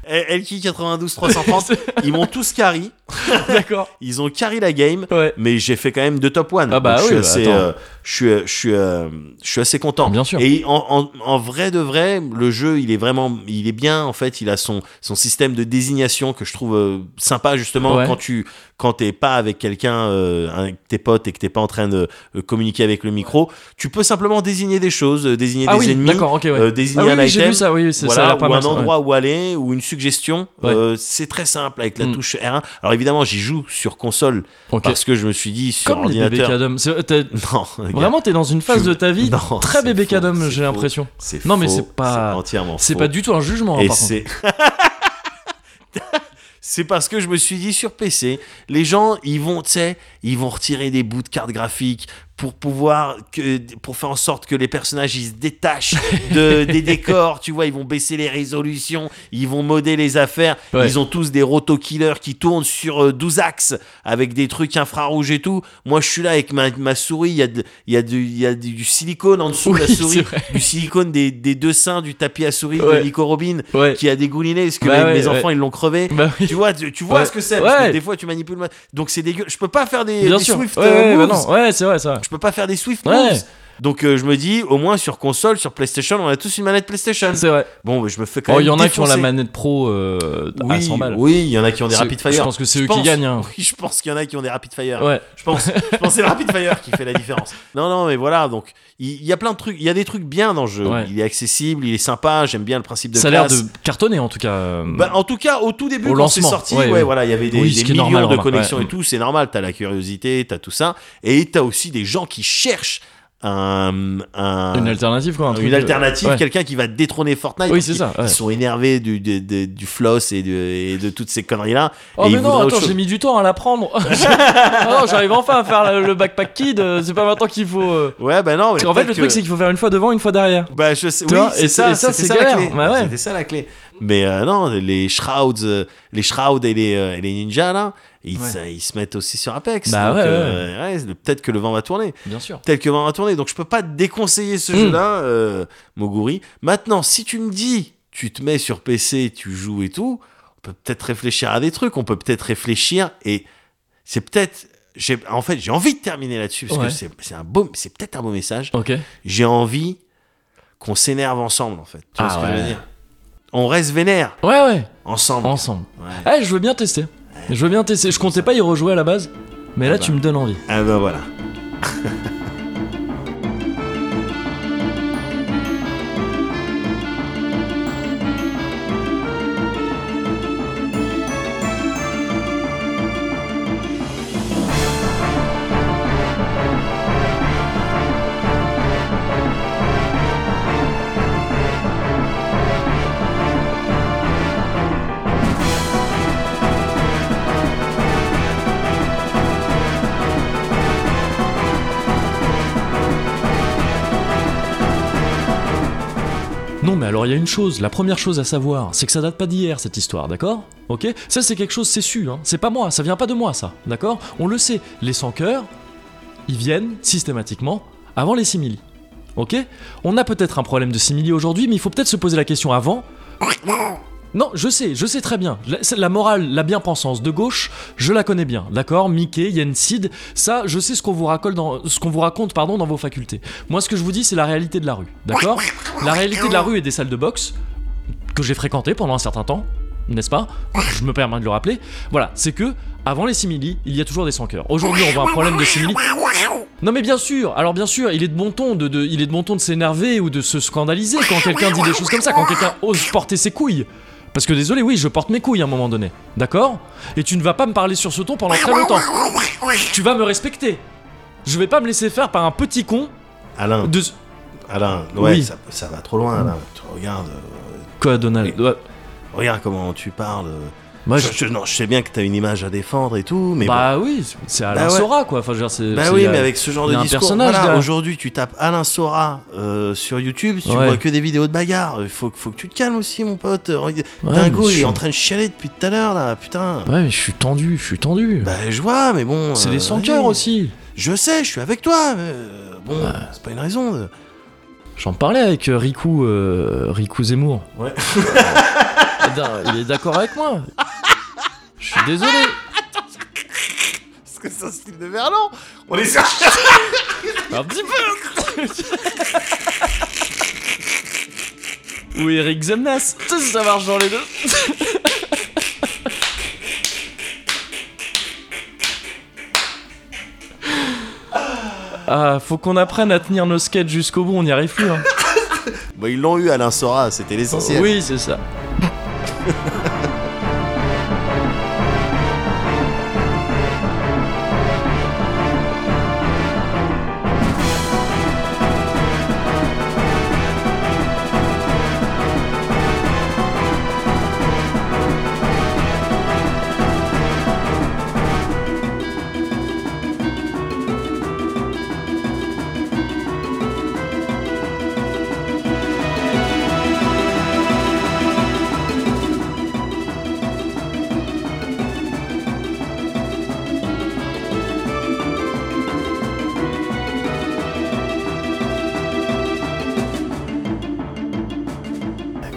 B: Eh, Elki 92 330, ils m'ont tous carry.
A: D'accord.
B: Ils ont carry la game,
A: Ouais.
B: mais j'ai fait quand même deux top 1.
A: Ah bah
B: je suis
A: oui, bah
B: assez,
A: attends.
B: euh, je suis, euh, je suis, euh, je suis assez content.
A: Bien sûr.
B: Et en, en- en vrai de vrai, le jeu, il est vraiment, il est bien. En fait, il a son, son système de désignation que je trouve euh, sympa justement
A: Ouais.
B: quand tu, quand t'es pas avec quelqu'un, euh, avec tes potes et que t'es pas en train de euh, communiquer avec le micro, tu peux simplement désigner des choses, euh, désigner
A: Ah
B: des
A: oui,
B: ennemis,
A: d'accord, ok ouais.
B: euh,
A: ah
B: désigner
A: oui,
B: un
A: oui, j'ai
B: item.
A: vu ça, oui, oui, c'est- ça a
B: Voilà,
A: l'air pas
B: ou
A: mal.
B: un
A: ça, ouais.
B: endroit où aller, ou une suggestion.
A: Ouais.
B: Euh, c'est très simple avec la
A: Mm.
B: touche R1. Alors évidemment, j'y joue sur console
A: Ok.
B: parce que je me suis dit sur
A: Comme les bébés
B: ordinateur.
A: cadom. C'est- t'es-
B: Non, regarde,
A: Vraiment, t'es dans une phase
B: Je-
A: de ta vie
B: Non,
A: très
B: c'est
A: bébé
B: faux,
A: cadom,
B: c'est
A: j'ai
B: faux.
A: l'impression.
B: c'est
A: Non, mais
B: faux,
A: c'est pas-
B: c'est entièrement
A: C'est
B: faux.
A: pas du tout un jugement. hein,
B: Et
A: par contre.
B: c'est. C'est parce que je me suis dit sur PC, les gens, ils vont, tu sais, ils vont retirer des bouts de cartes graphiques pour pouvoir, que, pour faire en sorte que les personnages, ils se détachent de, des décors, tu vois, ils vont baisser les résolutions, ils vont modder les affaires,
A: Ouais.
B: ils ont tous des roto-killers qui tournent sur euh, 12 axes avec des trucs infrarouges et tout. Moi, je suis là avec ma, ma souris, il y a, de- il y a, du, il y a du, du silicone en dessous de
A: Oui,
B: la
A: c'est
B: souris,
A: vrai.
B: du silicone des, des deux seins du tapis à souris
A: Ouais.
B: de Nico Robin
A: Ouais.
B: qui a dégouliné parce que
A: Bah
B: mes,
A: ouais,
B: mes
A: ouais.
B: enfants ils l'ont crevé.
A: Bah oui.
B: Tu vois, tu, tu vois
A: Ouais.
B: ce que c'est. parce
A: Ouais.
B: que Des fois, tu manipules. ma- Donc c'est dégueu. Je peux pas faire des,
A: Bien
B: des
A: sûr.
B: Swift
A: ouais, ouais,
B: euh,
A: bah
B: moves.
A: non. Ouais, c'est vrai, c'est vrai.
B: Je peux pas faire des Swift
A: Ouais.
B: moves. Donc euh, je me dis, au moins sur console, sur PlayStation, on a tous une manette PlayStation.
A: C'est vrai.
B: Bon, bah, je me fais quand
A: Oh,
B: même.
A: il y en a qui ont la
B: défoncer.
A: manette pro euh, à
B: Oui,
A: 100 balles.
B: oui, il y en a qui ont des
A: C'est-
B: rapid fire.
A: je pense que c'est eux qui
B: pense-
A: gagnent, hein.
B: Oui, je pense qu'il y en a qui ont des rapid fire.
A: Ouais.
B: Je pense, je pense que c'est le rapid fire qui fait la différence. Non, non, mais voilà. Donc il il y, a plein de trucs. Il y a des trucs bien dans le jeu.
A: Ouais.
B: Il est accessible, il est sympa. J'aime bien le principe de
A: Ça a l'air
B: classe.
A: de cartonner en tout cas. euh,
B: Bah, en tout cas, au tout début,
A: Au
B: quand c'est
A: lancement,
B: sorti,
A: ouais,
B: ouais,
A: ouais.
B: voilà, il y avait des,
A: Oui,
B: des
A: ce qui est
B: millions
A: normal,
B: de
A: remarque,
B: connexions
A: ouais.
B: et tout, c'est normal, t'as la curiosité, t'as tout ça, et t'as aussi des gens qui cherchent un, un-
A: Une alternative quoi. un truc
B: une
A: de-
B: alternative,
A: ouais.
B: quelqu'un qui va détrôner Fortnite.
A: Oui,
B: parce
A: c'est
B: qu'ils-
A: ça, ouais.
B: Ils sont énervés du, de- de- du floss et de, et de toutes ces conneries-là.
A: Oh
B: et
A: mais
B: ils
A: non,
B: voudraient autre
A: attends,
B: chose.
A: j'ai mis du temps à l'apprendre. Ah non, j'arrive enfin à faire le, le backpack kid. euh, C'est pas maintenant qu'il faut. euh,
B: Ouais, bah non, mais
A: En fait,
B: peut-être
A: le truc
B: que-
A: c'est qu'il faut faire une fois devant, une fois derrière.
B: Bah, je sais,
A: Tu
B: oui,
A: vois, et c'est- et
B: c'est ça,
A: ça, c'est
B: c'était ça la
A: galère.
B: clé.
A: Bah ouais.
B: C'était ça la clé. Mais euh, non, les Shrouds, euh, les Shrouds et les, euh, et les ninjas, là, ils,
A: Ouais.
B: ça- ils se mettent aussi sur Apex.
A: Bah
B: Donc,
A: ouais,
B: euh, ouais, le- peut-être que le vent va tourner.
A: Bien sûr.
B: Peut-être que le vent va tourner. Donc, je peux pas te déconseiller
A: Hmm.
B: ce jeu-là, euh, Moguri. Maintenant, si tu me dis, tu te mets sur PC, tu joues et tout, on peut peut-être réfléchir à des trucs. On peut peut-être réfléchir et c'est peut-être. j'ai- En fait, j'ai envie de terminer là-dessus parce
A: Ouais.
B: que c'est- c'est un beau- c'est peut-être un beau message
A: Ok.
B: j'ai envie qu'on s'énerve ensemble en fait. Tu vois
A: Ah
B: ce que je veux
A: ouais.
B: dire On reste vénère
A: Ouais, ouais,
B: ensemble.
A: ensemble.
B: Ouais.
A: Ah, je veux bien tester. Je veux bien tester. Je comptais pas y rejouer à la base, mais là,
B: bah.
A: tu me donnes envie.
B: Ah ben voilà.
A: Non, mais alors il y a une chose, la première chose à savoir, c'est que ça date pas d'hier cette histoire, d'accord Ok Ça c'est quelque chose, c'est su, hein. c'est pas moi, ça vient pas de moi ça, d'accord On le sait, les sans-cœurs, ils viennent systématiquement avant les simili. Ok On a peut-être un problème de simili aujourd'hui, mais il faut peut-être se poser la question avant. Non, je sais, je sais très bien. La, c'est- la morale, la bien-pensance de gauche, je la connais bien, d'accord Mickey, Yensid, ça, je sais ce qu'on vous, racole dans- ce qu'on vous raconte pardon, dans vos facultés. Moi, ce que je vous dis, c'est la réalité de la rue, d'accord La réalité de la rue et des salles de boxe que j'ai fréquentées pendant un certain temps, n'est-ce pas Je me permets de le rappeler. Voilà, c'est que avant les simili, il y a toujours des sans cœurs. Aujourd'hui, on voit un problème de simili. Non mais bien sûr, alors bien sûr, il est de bon ton de, de- il est de bon ton de s'énerver ou de se scandaliser quand quelqu'un dit des choses comme ça, quand quelqu'un ose porter ses couilles. Parce que désolé, oui, je porte mes couilles à un moment donné, d'accord Et tu ne vas pas me parler sur ce ton pendant très longtemps. Tu vas me respecter. Je vais pas me laisser faire par un petit con
B: Alain,
A: de
B: Alain, ouais,
A: Oui.
B: ça, ça va trop loin Alain. Tu regardes, euh,
A: quoi, Donald. Ouais.
B: regarde comment tu parles. euh.
A: Moi, je-
B: je, je- non, je sais bien que t'as une image à défendre et tout, mais bon.
A: bah oui, c'est Alain
B: Bah ouais.
A: Sora quoi. Enfin, je veux dire, c'est.
B: Bah
A: c'est-
B: oui,
A: euh,
B: mais avec ce genre
A: il y
B: de
A: a un
B: discours,
A: personnage,
B: voilà,
A: là.
B: aujourd'hui tu tapes Alain Sora euh, sur YouTube, tu
A: Ouais.
B: vois que des vidéos de bagarre. Il faut, faut que tu te calmes aussi, mon pote. Euh, Regarde-
A: Ouais,
B: Dingo,
A: mais je
B: il est
A: suis-
B: en train de chialer depuis tout à l'heure, là, putain.
A: Ouais, mais je suis tendu, je suis tendu.
B: Bah, je vois, mais bon.
A: c'est
B: euh,
A: des sans cœurs
B: ouais.
A: aussi.
B: Je sais, je suis avec toi. mais, euh, bon, c'est pas une raison. euh. de-
A: J'en parlais avec euh, Riku, euh, Riku Zemmour.
B: Ouais.
A: Euh, putain, il est d'accord avec moi. Je suis désolé.
B: Parce que c'est un style de Verlan. On est sur.
A: Un petit peu. Ou Eric Zemnas. Tu sais, Ça marche dans les deux. Ah, faut qu'on apprenne à tenir nos skates jusqu'au bout, on n'y arrive plus. hein.
B: Bah, ils l'ont eu, Alain Sora, c'était l'essentiel.
A: Oui, c'est ça.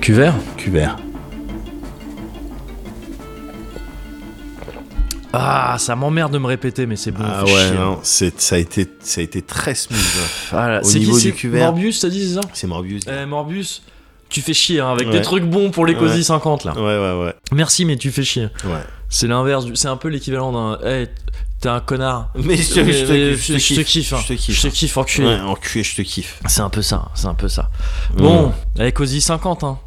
A: Cuvert
B: Cubert.
A: Ah, ça m'emmerde de me répéter, mais c'est bon.
B: Ah
A: fait
B: ouais,
A: chier.
B: non, c'est- ça, a été, ça a été très smooth. hein.
A: Ah là,
B: Au
A: c'est qui
B: niveau du
A: c'est
B: cuvert.
A: Morbius, t'as dit, c'est ça
B: C'est Morbius.
A: Eh, Morbius, tu fais chier hein, avec des
B: Ouais.
A: trucs bons pour les
B: Ouais.
A: cosy 50 là.
B: Ouais, ouais,
A: Merci, mais tu fais chier.
B: ouais. ouais.
A: C'est l'inverse, du- c'est un peu l'équivalent d'un. Eh, t'es un connard.
B: Mais je te,
A: Mais-
B: je te-
A: mais
B: je te
A: je te kiffe. hein.
B: Je te kiffe.
A: Je te kiffe, enculé.
B: Ouais, enculé, je te kiffe.
A: C'est un peu ça, c'est un peu ça. Bon, avec Cozy 50, hein.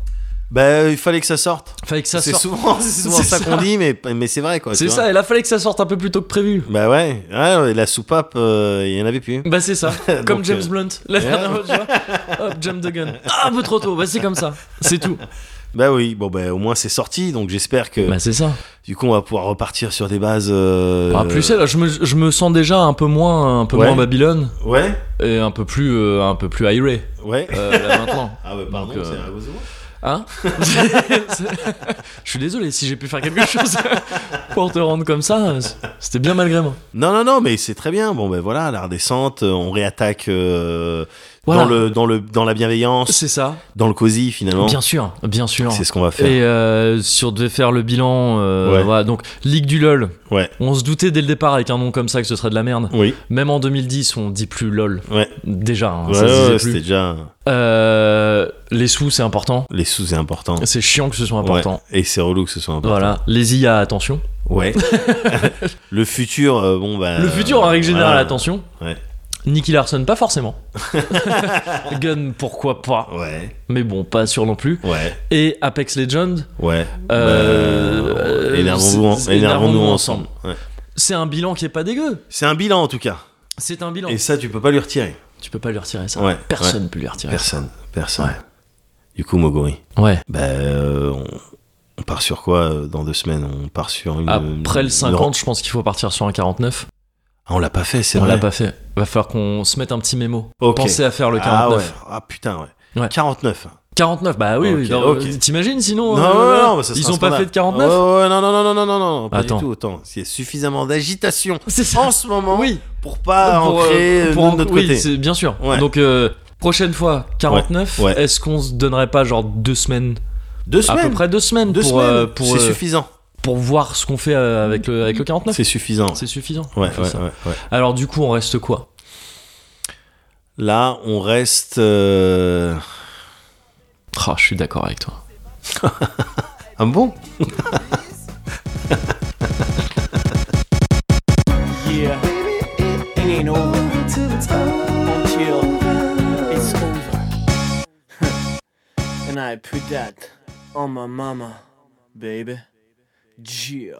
B: Bah, il fallait que ça sorte.
A: Fallait que ça
B: C'est
A: sorte.
B: souvent, c'est souvent
A: C'est
B: ça,
A: ça.
B: qu'on dit, mais, mais c'est vrai, quoi.
A: C'est
B: tu
A: ça,
B: vois.
A: et là, fallait que ça sorte un peu plus tôt que prévu.
B: Bah ouais, ouais, la soupape, euh, il y en avait plus.
A: Bah, c'est ça, comme
B: Donc,
A: James
B: euh,
A: Blunt, la dernière fois, tu vois. Hop, jump the gun. Ah, un peu trop tôt, bah, c'est comme ça, c'est tout.
B: Bah oui, bon, bah au moins c'est sorti, donc j'espère que
A: Bah, c'est ça.
B: du coup on va pouvoir repartir sur des bases. euh,
A: Ah, plus celle, je me, je me sens déjà un peu moins, un peu
B: Ouais.
A: moins Babylone
B: Ouais,
A: et un peu plus, euh, un peu plus iré
B: ouais.
A: euh, là maintenant.
B: Ah bah pardon,
A: Donc, euh,
B: c'est un gros mot.
A: Hein Je suis désolé si j'ai pu faire quelque chose pour te rendre comme ça. C'était bien malgré moi.
B: Non, non, non, mais c'est très bien. Bon, ben voilà, la redescente, euh, on réattaque euh,
A: Voilà.
B: dans, le, dans, le, dans la bienveillance,
A: C'est ça.
B: dans le cosy finalement.
A: Bien sûr, bien sûr.
B: C'est ce qu'on va faire.
A: Et euh, si on devait faire le bilan, euh,
B: Ouais.
A: voilà, donc Ligue du LOL,
B: Ouais.
A: on se doutait dès le départ avec un nom comme ça que ce serait de la merde.
B: Oui.
A: Même en 2010, on dit plus LOL.
B: Ouais.
A: Déjà, hein,
B: Ouais,
A: ça se disait
B: ouais,
A: plus.
B: c'était déjà.
A: Euh, les sous, c'est important.
B: Les sous, c'est important.
A: C'est chiant que ce soit important.
B: Ouais. Et c'est relou que ce soit important.
A: Voilà, les IA, attention.
B: Ouais. le futur, euh, bon, bah.
A: Le futur en règle générale,
B: voilà.
A: attention.
B: Ouais.
A: Nicky Larson, pas forcément. Gun, pourquoi pas.
B: Ouais.
A: Mais bon, pas sûr non plus.
B: Ouais.
A: Et Apex Legends,
B: Ouais.
A: Euh,
B: Bah,
A: euh,
B: énervons-nous en-
A: c'est-
B: énervons-nous
A: énervons-nous
B: ensemble. Ouais.
A: c'est un bilan qui est pas dégueu.
B: C'est un bilan en tout cas.
A: C'est un bilan.
B: Et ça, tu peux pas lui retirer.
A: Tu peux pas lui retirer ça.
B: Ouais,
A: Personne peut lui retirer ça.
B: Personne. Personne. Du coup, Mogori,
A: Ouais.
B: bah, euh, on, on part sur quoi euh, dans deux semaines On part sur une.
A: Après le
B: Euh, une-
A: 50, je pense qu'il faut partir sur un 49.
B: Ah, on l'a pas fait, c'est
A: On
B: vrai.
A: l'a pas fait. Va falloir qu'on se mette un petit mémo.
B: Ok.
A: Pensez à faire le
B: Ah
A: 49.
B: ouais. Ah putain, ouais.
A: Ouais.
B: 49.
A: 49, bah oui,
B: Ok,
A: oui, non,
B: ok.
A: t'imagines sinon
B: Non,
A: euh,
B: non,
A: voilà,
B: non, mais ça
A: ils
B: sera
A: ont
B: un
A: pas
B: scandale.
A: fait de 49
B: Ouais, ouais, non, non, non, non, non, non, non, pas
A: Attends.
B: du tout. Attends, il y a suffisamment d'agitation
A: C'est ça.
B: en ce moment
A: Oui.
B: pour pas en
A: euh,
B: créer euh,
A: pour
B: nous
A: en-
B: de notre
A: oui,
B: côté.
A: c'est- bien sûr.
B: Ouais.
A: Donc euh, prochaine fois 49,
B: Ouais, ouais.
A: est-ce qu'on se donnerait pas genre deux semaines,
B: Deux
A: à
B: semaines.
A: peu près deux semaines
B: Deux
A: pour
B: semaines.
A: euh, pour
B: c'est
A: euh,
B: suffisant.
A: pour voir ce qu'on fait euh, avec le avec le 49
B: C'est suffisant.
A: C'est suffisant.
B: Ouais,
A: On fait
B: ouais,
A: ça.
B: ouais, ouais.
A: Alors du coup, on reste quoi
B: Là, on reste. euh,
A: Ah, je suis d'accord avec toi.
B: Ah bon
F: Yeah,
C: Baby, it
F: it ain't over
C: over till it's over.
F: until it's over. and I put that on my mama, baby. Yeah.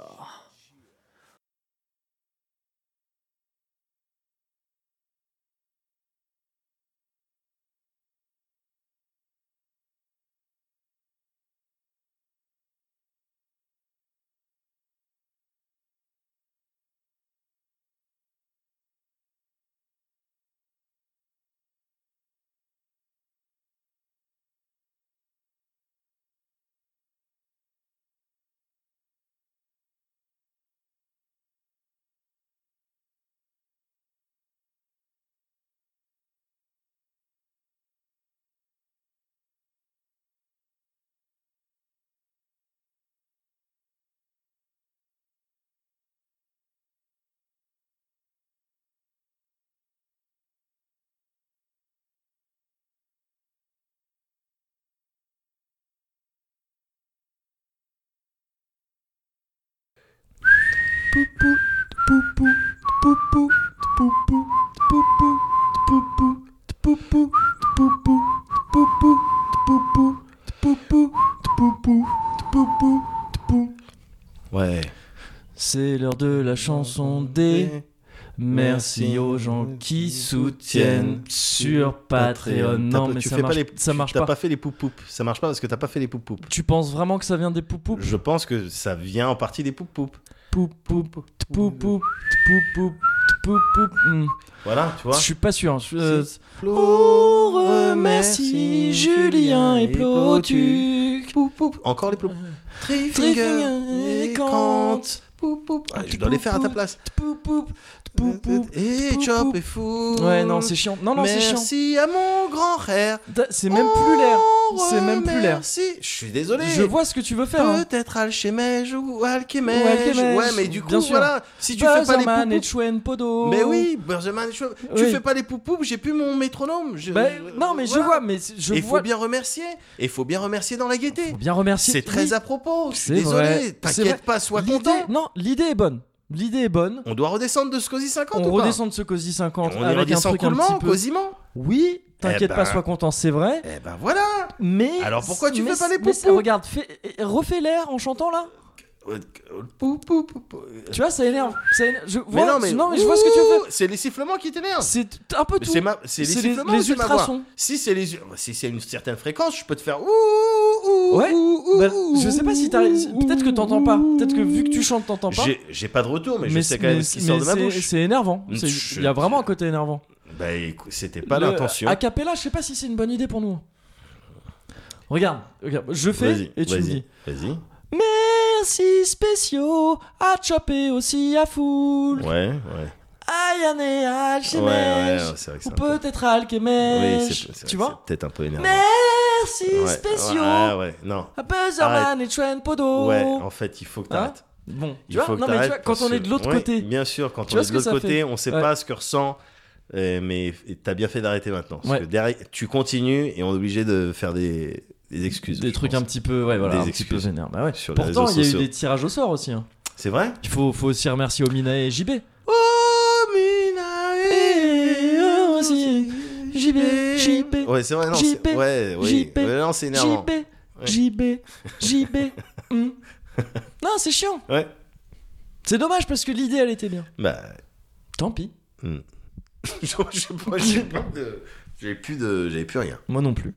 B: Ouais.
A: C'est l'heure de la chanson des merci aux gens qui soutiennent sur Patreon. Non, mais
B: tu
A: ça
B: fais
A: marche,
B: pas les,
A: ça
B: tu-
A: marche
B: T'as
A: pas.
B: pas fait les poup Ça marche pas parce que t'as pas fait les poup
A: Tu penses vraiment que ça vient des poupous
B: Je pense que ça vient en partie des poup
A: Pou, pou, pou, pou, pou, pou, pou, pou, hmm.
B: Voilà, tu
A: Je
B: vois.
A: suis pas sûr. je- euh,
B: On
A: remercie Julien et Plotuc.
B: Encore les plots.
A: Euh, Trifinger et Kant.
B: Ah, je dois les faire à ta place.
A: pou, pou, pou, pou.
B: Et
A: pou,
B: Chop
A: pou.
B: est fou.
A: Ouais, non, c'est chiant. Non, non, c'est chiant.
B: Merci à mon grand frère.
A: T'as- C'est même plus l'air.
B: On
A: C'est même plus l'air.
B: remercie- Je suis désolé.
A: Je vois ce que tu veux faire. hein.
B: Peut-être Alchemège ou Alchemège.
A: Ou Alchemège,
B: Ouais, mais du coup,
A: bien sûr.
B: voilà. Si tu fais pas les
A: Buzzerman et
B: poupoupes.
A: Chuen Podo.
B: Mais oui, Benjamin, tu tu
A: Oui.
B: fais pas les poupoupes, j'ai plus mon métronome. Je-
A: Bah,
B: je-
A: non, mais
B: Euh, voilà.
A: je vois, mais c'est- je
B: Et il
A: vois.
B: faut bien remercier. Et il faut bien remercier dans la gaieté.
A: Faut bien remercier.
B: C'est très
A: Oui,
B: à propos. Je suis
A: c'est vrai,
B: désolé.
A: c'est vrai.
B: T'inquiète pas, sois
A: l'idée-
B: content.
A: Non, l'idée est bonne. L'idée est bonne.
B: On doit redescendre de ce COSI 50
A: on
B: ou pas
A: redescend de ce COSI 50
B: On y
A: avec un
B: redescend
A: truc un petit
B: coolement,
A: peu.
B: cosiment.
A: Oui, t'inquiète
B: Eh
A: pas,
B: ben.
A: sois content, c'est vrai.
B: Eh ben voilà.
A: Mais.
B: Alors pourquoi tu
A: mais-
B: fais pas les
A: mais ça-
B: poupous
A: Regarde, fais- refais l'air en chantant là.
B: Pou, pou, pou, pou.
A: Tu vois, ça énerve. ça énerve. Je, voilà, je vois ce que tu veux faire.
B: Ouh, C'est les sifflements qui t'énervent.
A: C'est un peu
B: Mais
A: tout.
B: C'est ma... c'est les
A: C'est les-
B: sifflements
A: les
B: ou c'est ma voix
A: ultrasons.
B: Si c'est les si c'est une certaine fréquence, je peux te faire ouh, ouh, ouh,
A: Ouais.
B: ouh, ouh,
A: Bah,
B: ouh,
A: je sais pas si t'as. Peut-être que t'entends pas. Peut-être que vu que tu chantes, t'entends pas.
B: J'ai j'ai pas de retour, mais, je sais quand même ce qui
A: mais
B: sort de ma
A: c'est-
B: bouche. Mm,
A: C'est énervant.
B: Je-
A: C'est- Il y a vraiment un côté énervant.
B: Bah écoute, c'était pas
A: Le-
B: l'intention.
A: A cappella, je sais pas si c'est une bonne idée pour nous. Regarde, regarde, je fais
B: Vas-y,
A: E et tu me dis.
B: vas-y, vas-y.
A: Merci spéciaux à choper aussi à foule.
B: Ouais, ouais.
A: Aïe, ané,
B: Ouais, ouais, ouais, c'est vrai que c'est
A: Ou
B: un peu-
A: peut-être
B: Oui,
A: Alchemèche.
B: c'est- c'est vrai
A: tu
B: que
A: vois
B: c'est Peut-être un peu énervant.
A: Merci
B: Ouais,
A: spéciaux
B: Ouais, ouais, non.
A: à Buzzerman et Trent Podo.
B: Ouais, en fait, il faut que
A: Hein
B: t'arrêtes.
A: Bon, tu
B: Il
A: vois,
B: faut que
A: non, mais tu
B: t'arrêtes
A: vois, quand
B: parce
A: on
B: que-
A: est de l'autre
B: Oui,
A: côté,
B: Bien sûr, quand
A: Tu
B: on
A: vois
B: est
A: ce
B: de
A: que
B: l'autre
A: ça
B: côté,
A: fait
B: on sait
A: Ouais.
B: pas ce que ressent. euh, mais t'as bien fait d'arrêter maintenant. Parce
A: Ouais.
B: que derrière, tu continues et on est obligé de faire des, des excuses.
A: des
B: je
A: trucs
B: pense.
A: un petit peu, ouais, voilà,
B: Des
A: un petit peu
B: excuses.
A: vénères. Bah ouais.
B: Sur les
A: Pourtant, il y
B: réseaux
A: a eu
B: sociaux.
A: des tirages au sort aussi. hein.
B: C'est vrai
A: Il faut, faut aussi remercier Omina et JB. JB, JB,
B: Ouais, c'est vrai, non.
A: JP,
B: c'est- Ouais, oui.
A: JP,
B: Ouais, non, c'est énervant.
A: JB, JB, JB. hmm. Non, c'est chiant.
B: Ouais.
A: C'est dommage parce que l'idée, elle était bien.
B: Bah.
A: Tant pis.
B: hmm. je sais pas, j'ai pas de- J'ai plus de. J'avais plus rien.
A: Moi non plus.